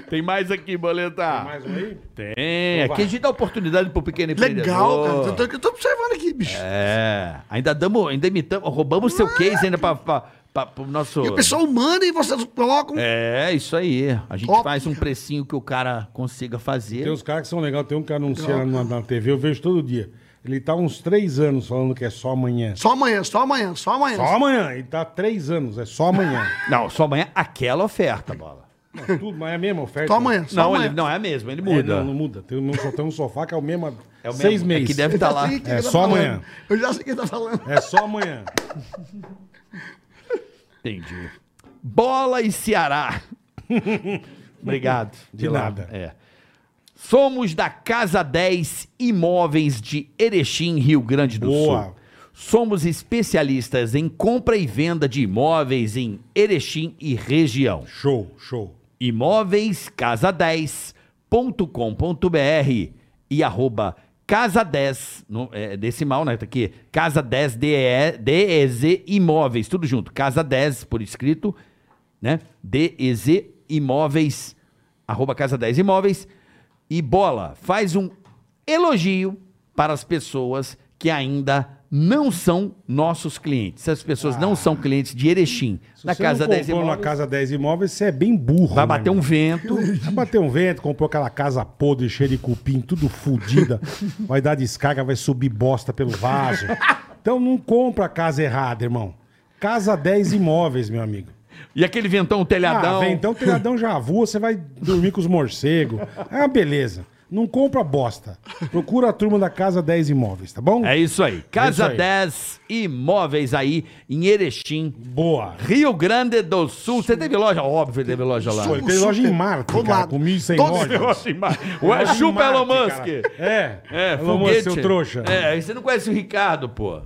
Speaker 11: Tem mais aqui, boleta.
Speaker 4: Mais um aí?
Speaker 11: Tem.
Speaker 3: Aqui a gente dá oportunidade pro pequeno empreendedor.
Speaker 6: Legal, cara. tá Eu tô, eu tô observando aqui, bicho.
Speaker 3: É. Ainda damos, ainda imitamos, roubamos seu case ainda pra, pra, pra- pro nosso.
Speaker 6: E o pessoal manda e vocês colocam.
Speaker 3: É, isso aí. A gente
Speaker 6: Top.
Speaker 3: faz um precinho que o cara consiga fazer.
Speaker 4: Tem uns caras que são legais. Tem um que anuncia na, na TV, eu vejo todo dia. Ele tá uns três anos falando que é só amanhã.
Speaker 6: Só amanhã, só amanhã, só amanhã.
Speaker 4: Só amanhã. Ele tá há três anos, é só amanhã.
Speaker 3: Não, só amanhã aquela oferta, bola.
Speaker 4: Mas Tudo, mas é a mesma oferta.
Speaker 6: Só amanhã, só
Speaker 3: Não,
Speaker 6: amanhã.
Speaker 3: ele não é mesmo, ele
Speaker 4: É,
Speaker 3: muda.
Speaker 4: não, não muda. Tem um, tem um sofá que é o mesmo há
Speaker 3: É o mesmo,
Speaker 4: seis
Speaker 3: é
Speaker 4: meses.
Speaker 3: que deve estar [LAUGHS] lá.
Speaker 6: sei quem
Speaker 4: É
Speaker 6: tá
Speaker 4: só
Speaker 6: falando.
Speaker 4: amanhã.
Speaker 6: Eu já sei quem tá falando.
Speaker 4: É só amanhã.
Speaker 3: Entendi. Bola e
Speaker 4: [LAUGHS]
Speaker 3: Ceará. Obrigado.
Speaker 4: De nada.
Speaker 3: É. Somos da Casa 10 Imóveis de Erechim, Rio Grande do
Speaker 4: Boa.
Speaker 3: Sul. Somos especialistas em compra e venda de imóveis em Erechim e região.
Speaker 4: Show, show.
Speaker 3: imóveiscasa10.com.br e arroba casa10, no- é decimal, né? Tá aqui, casa10 DE DEZ imóveis, tudo junto, casa10 por escrito, né? DEZ imóveis, arroba casa10 imóveis e bola, faz um elogio para as pessoas que ainda não são nossos clientes. Se as pessoas não são clientes de Erechim,
Speaker 4: Ah. Se
Speaker 3: da
Speaker 4: você não
Speaker 3: Casa 10
Speaker 4: comprou
Speaker 3: Imóveis,
Speaker 4: na Casa 10 Imóveis, você é bem burro.
Speaker 3: vai
Speaker 4: né,
Speaker 3: bater um
Speaker 4: meu?
Speaker 3: vento.
Speaker 4: Vai bater um vento, comprou aquela casa podre, cheia de cupim, tudo
Speaker 3: [LAUGHS]
Speaker 4: fodida. Vai dar descarga, vai subir bosta pelo vaso. Então não compra a casa errada, irmão. Casa 10 Imóveis, meu amigo.
Speaker 3: E aquele ventão, telhadão.
Speaker 4: Ah, vem, então o telhadão já voa, você vai dormir com os morcegos. Ah, beleza. Não compra bosta. Procura a turma da Casa 10 Imóveis, tá bom?
Speaker 3: É isso aí. Casa
Speaker 4: isso aí.
Speaker 3: 10 Imóveis aí em Erechim,
Speaker 4: Boa.
Speaker 3: Rio Grande do Sul. Você teve loja? Óbvio, teve loja lá.
Speaker 4: Pô, ele tem loja em Marte,
Speaker 6: Todo
Speaker 4: cara,
Speaker 6: lado.
Speaker 4: com 1.100
Speaker 6: Todo
Speaker 4: lojas.
Speaker 3: O é
Speaker 4: Loja em
Speaker 3: chupa
Speaker 4: Marte,
Speaker 3: Elon Musk.
Speaker 4: cara. É,
Speaker 3: É,
Speaker 4: Elon Musk,
Speaker 3: foguete.
Speaker 4: seu trouxa.
Speaker 3: É, aí você não conhece o Ricardo, pô.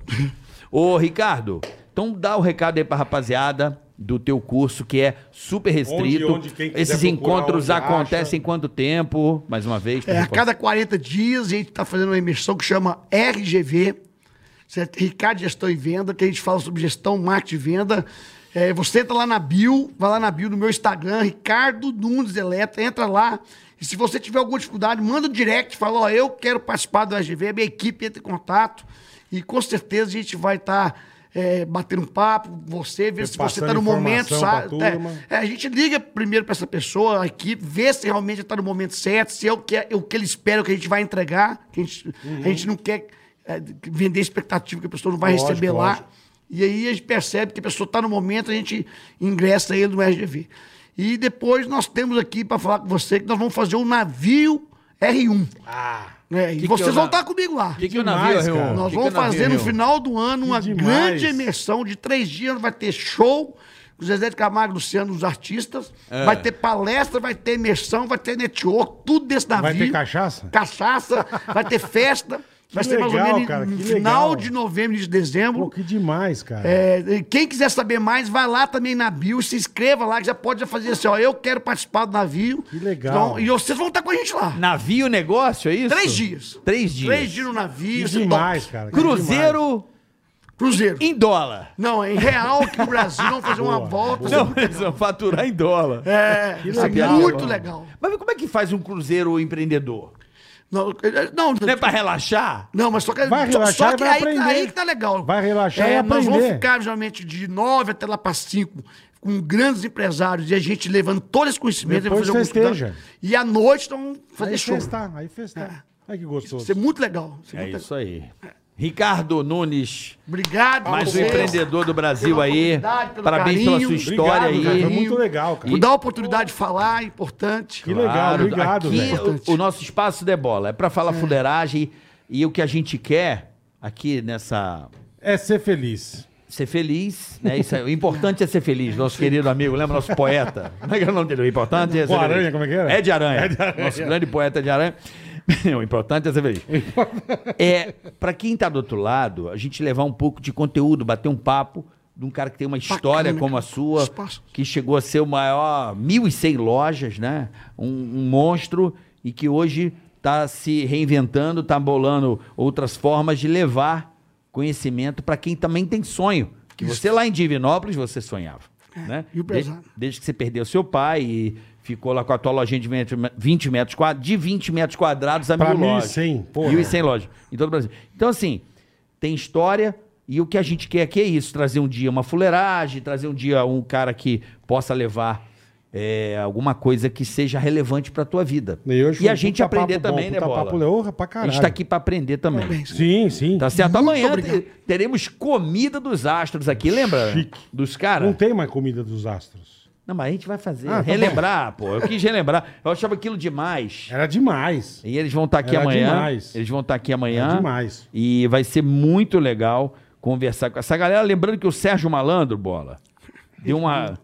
Speaker 3: Ô, Ricardo, então dá o recado aí pra rapaziada do teu curso, que é super restrito.
Speaker 4: onde, quem quiser
Speaker 3: Esses
Speaker 4: procurar,
Speaker 3: encontros
Speaker 4: onde
Speaker 3: acontecem quanto tempo? Mais uma vez. pra
Speaker 6: É, a
Speaker 3: reforçar.
Speaker 6: cada 40 dias a gente está fazendo uma imersão que chama RGV, certo? Ricardo Gestão e Venda, que a gente fala sobre gestão, marketing e venda. É, você entra lá na bio, vai lá na bio no meu Instagram, Ricardo Nunes Eletra, entra lá. E se você tiver alguma dificuldade, manda um direct, fala, ó, eu quero participar do RGV, a minha equipe entra em contato. E com certeza a gente vai estar batendo um papo, você, ver se você
Speaker 4: Passando
Speaker 6: está no momento,
Speaker 4: informação pra
Speaker 6: sabe?
Speaker 4: turma.
Speaker 6: É, é, a gente liga primeiro pra essa pessoa aqui, vê se realmente está no momento certo, se é o que, é o que ele espera, o que a gente vai entregar. que a, gente,
Speaker 3: Uhum.
Speaker 6: a gente não quer é, vender expectativa que a pessoa não vai
Speaker 4: Lógico,
Speaker 6: receber lá.
Speaker 4: lógico.
Speaker 6: E aí a gente percebe que a pessoa está no momento, a gente ingressa ele no RGV. E depois nós temos aqui para falar com você que nós vamos fazer o navio R1. né? E
Speaker 3: que
Speaker 6: vocês
Speaker 3: é o
Speaker 6: vão
Speaker 3: na-
Speaker 6: estar comigo lá.
Speaker 3: Que que o
Speaker 4: Demais,
Speaker 3: navio,
Speaker 4: cara.
Speaker 3: Reon?
Speaker 6: Nós
Speaker 3: Que que
Speaker 6: vamos
Speaker 3: o navio,
Speaker 6: fazer no
Speaker 3: Reon?
Speaker 6: final do ano uma
Speaker 4: demais.
Speaker 6: grande imersão de três dias. Vai ter show com Zezé de Camargo e Luciano, os artistas.
Speaker 3: É.
Speaker 6: Vai ter palestra, vai ter imersão, vai ter network, tudo desse navio.
Speaker 4: Vai ter cachaça?
Speaker 6: Tá Cachaça, vai
Speaker 4: [LAUGHS]
Speaker 6: ter festa. vai ser mais
Speaker 4: legal,
Speaker 6: ou menos
Speaker 4: cara,
Speaker 6: no
Speaker 4: que
Speaker 6: final
Speaker 4: legal.
Speaker 6: de novembro, início de dezembro.
Speaker 4: Pô, que demais, cara.
Speaker 6: É, e quem quiser saber mais, vai lá também na bio, se inscreva lá, que já pode já fazer assim, ó, eu quero participar do navio. Que
Speaker 4: legal.
Speaker 6: e vocês vão estar com a gente lá.
Speaker 3: Navio negócio, é isso?
Speaker 6: Três dias.
Speaker 3: Três dias.
Speaker 6: Três dias no
Speaker 4: que
Speaker 6: navio.
Speaker 4: demais,
Speaker 6: top.
Speaker 4: cara. que demais.
Speaker 3: Cruzeiro
Speaker 6: Cruzeiro.
Speaker 3: em dólar.
Speaker 6: Não, é em real aqui no Brasil, vamos fazer uma
Speaker 4: Boa,
Speaker 6: volta.
Speaker 3: Não, eles vão faturar em dólar.
Speaker 6: É, isso é
Speaker 3: legal.
Speaker 6: muito legal.
Speaker 3: Mas como é que faz um cruzeiro empreendedor?
Speaker 6: Não, eh, não,
Speaker 3: Não é pra relaxar?
Speaker 6: não, mas só que,
Speaker 4: Vai
Speaker 6: só, só
Speaker 4: relaxar e
Speaker 6: que
Speaker 4: vai
Speaker 6: aí,
Speaker 4: aprender.
Speaker 6: aí que tá legal. É,
Speaker 4: Vai relaxar e
Speaker 6: Nós vamos
Speaker 4: aprender.
Speaker 6: ficar geralmente de nove até lá para cinco com grandes empresários e a gente levando todo esse conhecimento.
Speaker 4: Depois
Speaker 6: vamos alguns
Speaker 4: festeja.
Speaker 6: estudantes. E à noite então, nós vamos fazer
Speaker 4: Aí
Speaker 6: show.
Speaker 4: festar, aí festar. Ai, que gostoso.
Speaker 6: Isso é muito legal. Isso é muito legal.
Speaker 3: aí. Ricardo Nunes,
Speaker 6: Obrigado,
Speaker 3: mais um
Speaker 6: vocês.
Speaker 3: empreendedor do Brasil aí.
Speaker 6: oportunidade, pelo
Speaker 3: Parabéns pela
Speaker 6: carinho.
Speaker 3: sua história
Speaker 4: Obrigado,
Speaker 3: aí.
Speaker 4: cara. Foi muito legal, cara.
Speaker 6: Por dar a oportunidade de falar, é importante.
Speaker 4: Que legal,
Speaker 3: Claro,
Speaker 4: obrigado,
Speaker 3: aqui
Speaker 4: velho.
Speaker 3: o, o nosso espaço de bola é pra falar fuleiragem e o que a gente quer aqui nessa
Speaker 4: É ser feliz.
Speaker 3: ser feliz, né? Isso é- o importante é ser feliz, nosso querido amigo, lembra nosso poeta? Como é que era o nome dele? O
Speaker 11: [LAUGHS]
Speaker 3: importante é ser
Speaker 4: O Aranha,
Speaker 3: feliz.
Speaker 4: como é que era?
Speaker 3: É de aranha. Nosso grande poeta é de aranha. [LAUGHS] o importante é ser feliz. é, para quem tá do outro lado, a gente levar um pouco de conteúdo, bater um papo de um cara que tem uma história
Speaker 6: Bacana,
Speaker 3: como a
Speaker 6: cara.
Speaker 3: sua,
Speaker 6: Espaço.
Speaker 3: que chegou a ser o maior 1.100 lojas, né? Um, um monstro e que hoje está se reinventando, está bolando outras formas de levar conhecimento para quem também tem sonho. Que você lá em Divinópolis você sonhava, né?
Speaker 6: É, e o
Speaker 3: De-
Speaker 6: pesado.
Speaker 3: desde que você perdeu seu pai e ficou lá com a tua lojinha de 20 me- 20 metros quadrados, de 20 metros quadrados a
Speaker 4: Pra
Speaker 3: É mil lojas.
Speaker 4: 1.100, porra.
Speaker 3: 1.100 lojas em todo o Brasil. Então, assim, tem história e o que a gente quer aqui é isso, trazer um dia uma fuleiragem, trazer um dia um cara que possa levar é, alguma coisa que seja relevante pra tua vida.
Speaker 4: E hoje foi
Speaker 3: a
Speaker 4: um
Speaker 3: gente
Speaker 4: puta
Speaker 3: aprender
Speaker 4: papo bom,
Speaker 3: também, né,
Speaker 4: puta papo
Speaker 3: Bola?
Speaker 4: leorra pra
Speaker 3: a gente
Speaker 4: caralho.
Speaker 3: tá aqui pra aprender também.
Speaker 6: Parabéns.
Speaker 4: Sim, sim.
Speaker 3: Tá certo?
Speaker 6: Muito
Speaker 3: Amanhã
Speaker 6: obrigado.
Speaker 3: te- teremos comida dos astros aqui, lembra?
Speaker 4: Chique.
Speaker 3: Dos caras.
Speaker 4: Não tem mais comida dos astros.
Speaker 3: Não, mas a gente vai fazer.
Speaker 4: Ah, tá
Speaker 3: relembrar, pô. Eu quis relembrar. Eu achava aquilo demais.
Speaker 4: Era demais.
Speaker 3: E eles vão estar aqui
Speaker 4: Era
Speaker 3: amanhã.
Speaker 4: demais.
Speaker 3: Eles vão estar aqui amanhã.
Speaker 4: Era demais.
Speaker 3: E vai ser muito legal conversar com essa galera. Lembrando que o Sérgio Malandro, bola, deu uma.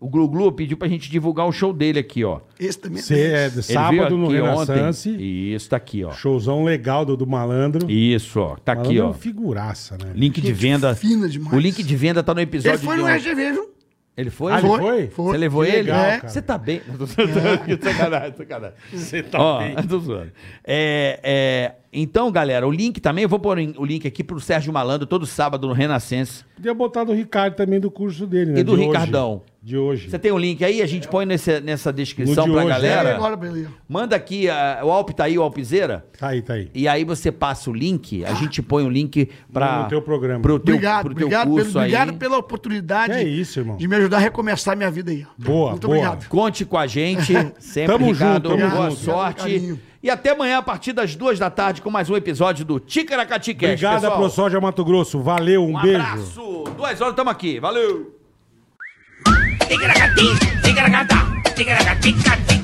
Speaker 3: O Glu Glu pediu pra gente divulgar o show dele aqui, ó.
Speaker 6: Esse também.
Speaker 4: Cê- é,
Speaker 3: Ele
Speaker 4: sábado
Speaker 3: veio
Speaker 4: no
Speaker 3: aqui ontem.
Speaker 4: Renaissance.
Speaker 3: Isso, tá aqui, ó.
Speaker 4: Showzão legal do, do Malandro.
Speaker 3: Isso, ó. Tá
Speaker 4: Malandro
Speaker 3: aqui,
Speaker 4: é um
Speaker 3: ó.
Speaker 4: figuraça, né?
Speaker 3: Link de venda.
Speaker 6: fina demais.
Speaker 3: O link de venda tá no
Speaker 6: Ele
Speaker 3: episódio.
Speaker 6: foi
Speaker 3: de
Speaker 6: no
Speaker 3: ontem.
Speaker 6: RGV, viu?
Speaker 3: Ele foi?
Speaker 4: Ah, ele
Speaker 6: Foi,
Speaker 4: foi?
Speaker 6: foi. É.
Speaker 3: Você levou
Speaker 4: Que
Speaker 3: ele?
Speaker 4: legal,
Speaker 3: É.
Speaker 4: cara.
Speaker 3: Você tá bem. Não, tô zoando. sacanagem, sacanagem. Você tá bem. [LAUGHS] Tô zoando. É, é, então, galera, o link também, eu vou pôr o link aqui pro Sérgio Malandro todo sábado no Renascença.
Speaker 4: Podia botar do Ricardo também do curso dele, né?
Speaker 3: E do
Speaker 4: De hoje.
Speaker 3: Ricardão.
Speaker 4: De hoje.
Speaker 3: Você tem o link aí? A gente põe nesse- nessa descrição
Speaker 4: No de
Speaker 3: pra
Speaker 4: hoje, né?
Speaker 6: Pega
Speaker 3: galera.
Speaker 6: agora pra ele. ó.
Speaker 3: Manda aqui ah, o Alp tá aí, o Alpizeira.
Speaker 4: Tá aí, tá aí.
Speaker 3: E aí você passa o link, a gente põe o link para
Speaker 4: No teu programa.
Speaker 3: Pro teu,
Speaker 6: Obrigado,
Speaker 3: pro teu
Speaker 6: obrigado,
Speaker 3: curso
Speaker 6: pelo, obrigado
Speaker 3: aí.
Speaker 6: pela oportunidade
Speaker 4: Que é isso, irmão.
Speaker 6: de me ajudar a recomeçar minha vida aí. ó.
Speaker 4: Boa,
Speaker 6: Muito
Speaker 4: boa.
Speaker 6: obrigado.
Speaker 3: Conte com a
Speaker 6: [LAUGHS]
Speaker 3: gente. Sempre,
Speaker 4: Tamo
Speaker 3: Ricardo.
Speaker 4: junto, tamo
Speaker 3: boa
Speaker 4: junto.
Speaker 3: sorte.
Speaker 6: Carinho.
Speaker 3: E até amanhã, a partir das duas da tarde, com mais um episódio do Ticaracatiquete.
Speaker 4: Obrigado,
Speaker 3: pessoal.
Speaker 4: ProSoja Mato Grosso. Valeu, um,
Speaker 3: Um
Speaker 4: beijo.
Speaker 3: abraço. Duas horas, tamo aqui. Valeu.
Speaker 2: Ticaracati, ticaracatá, ticaracati, cati,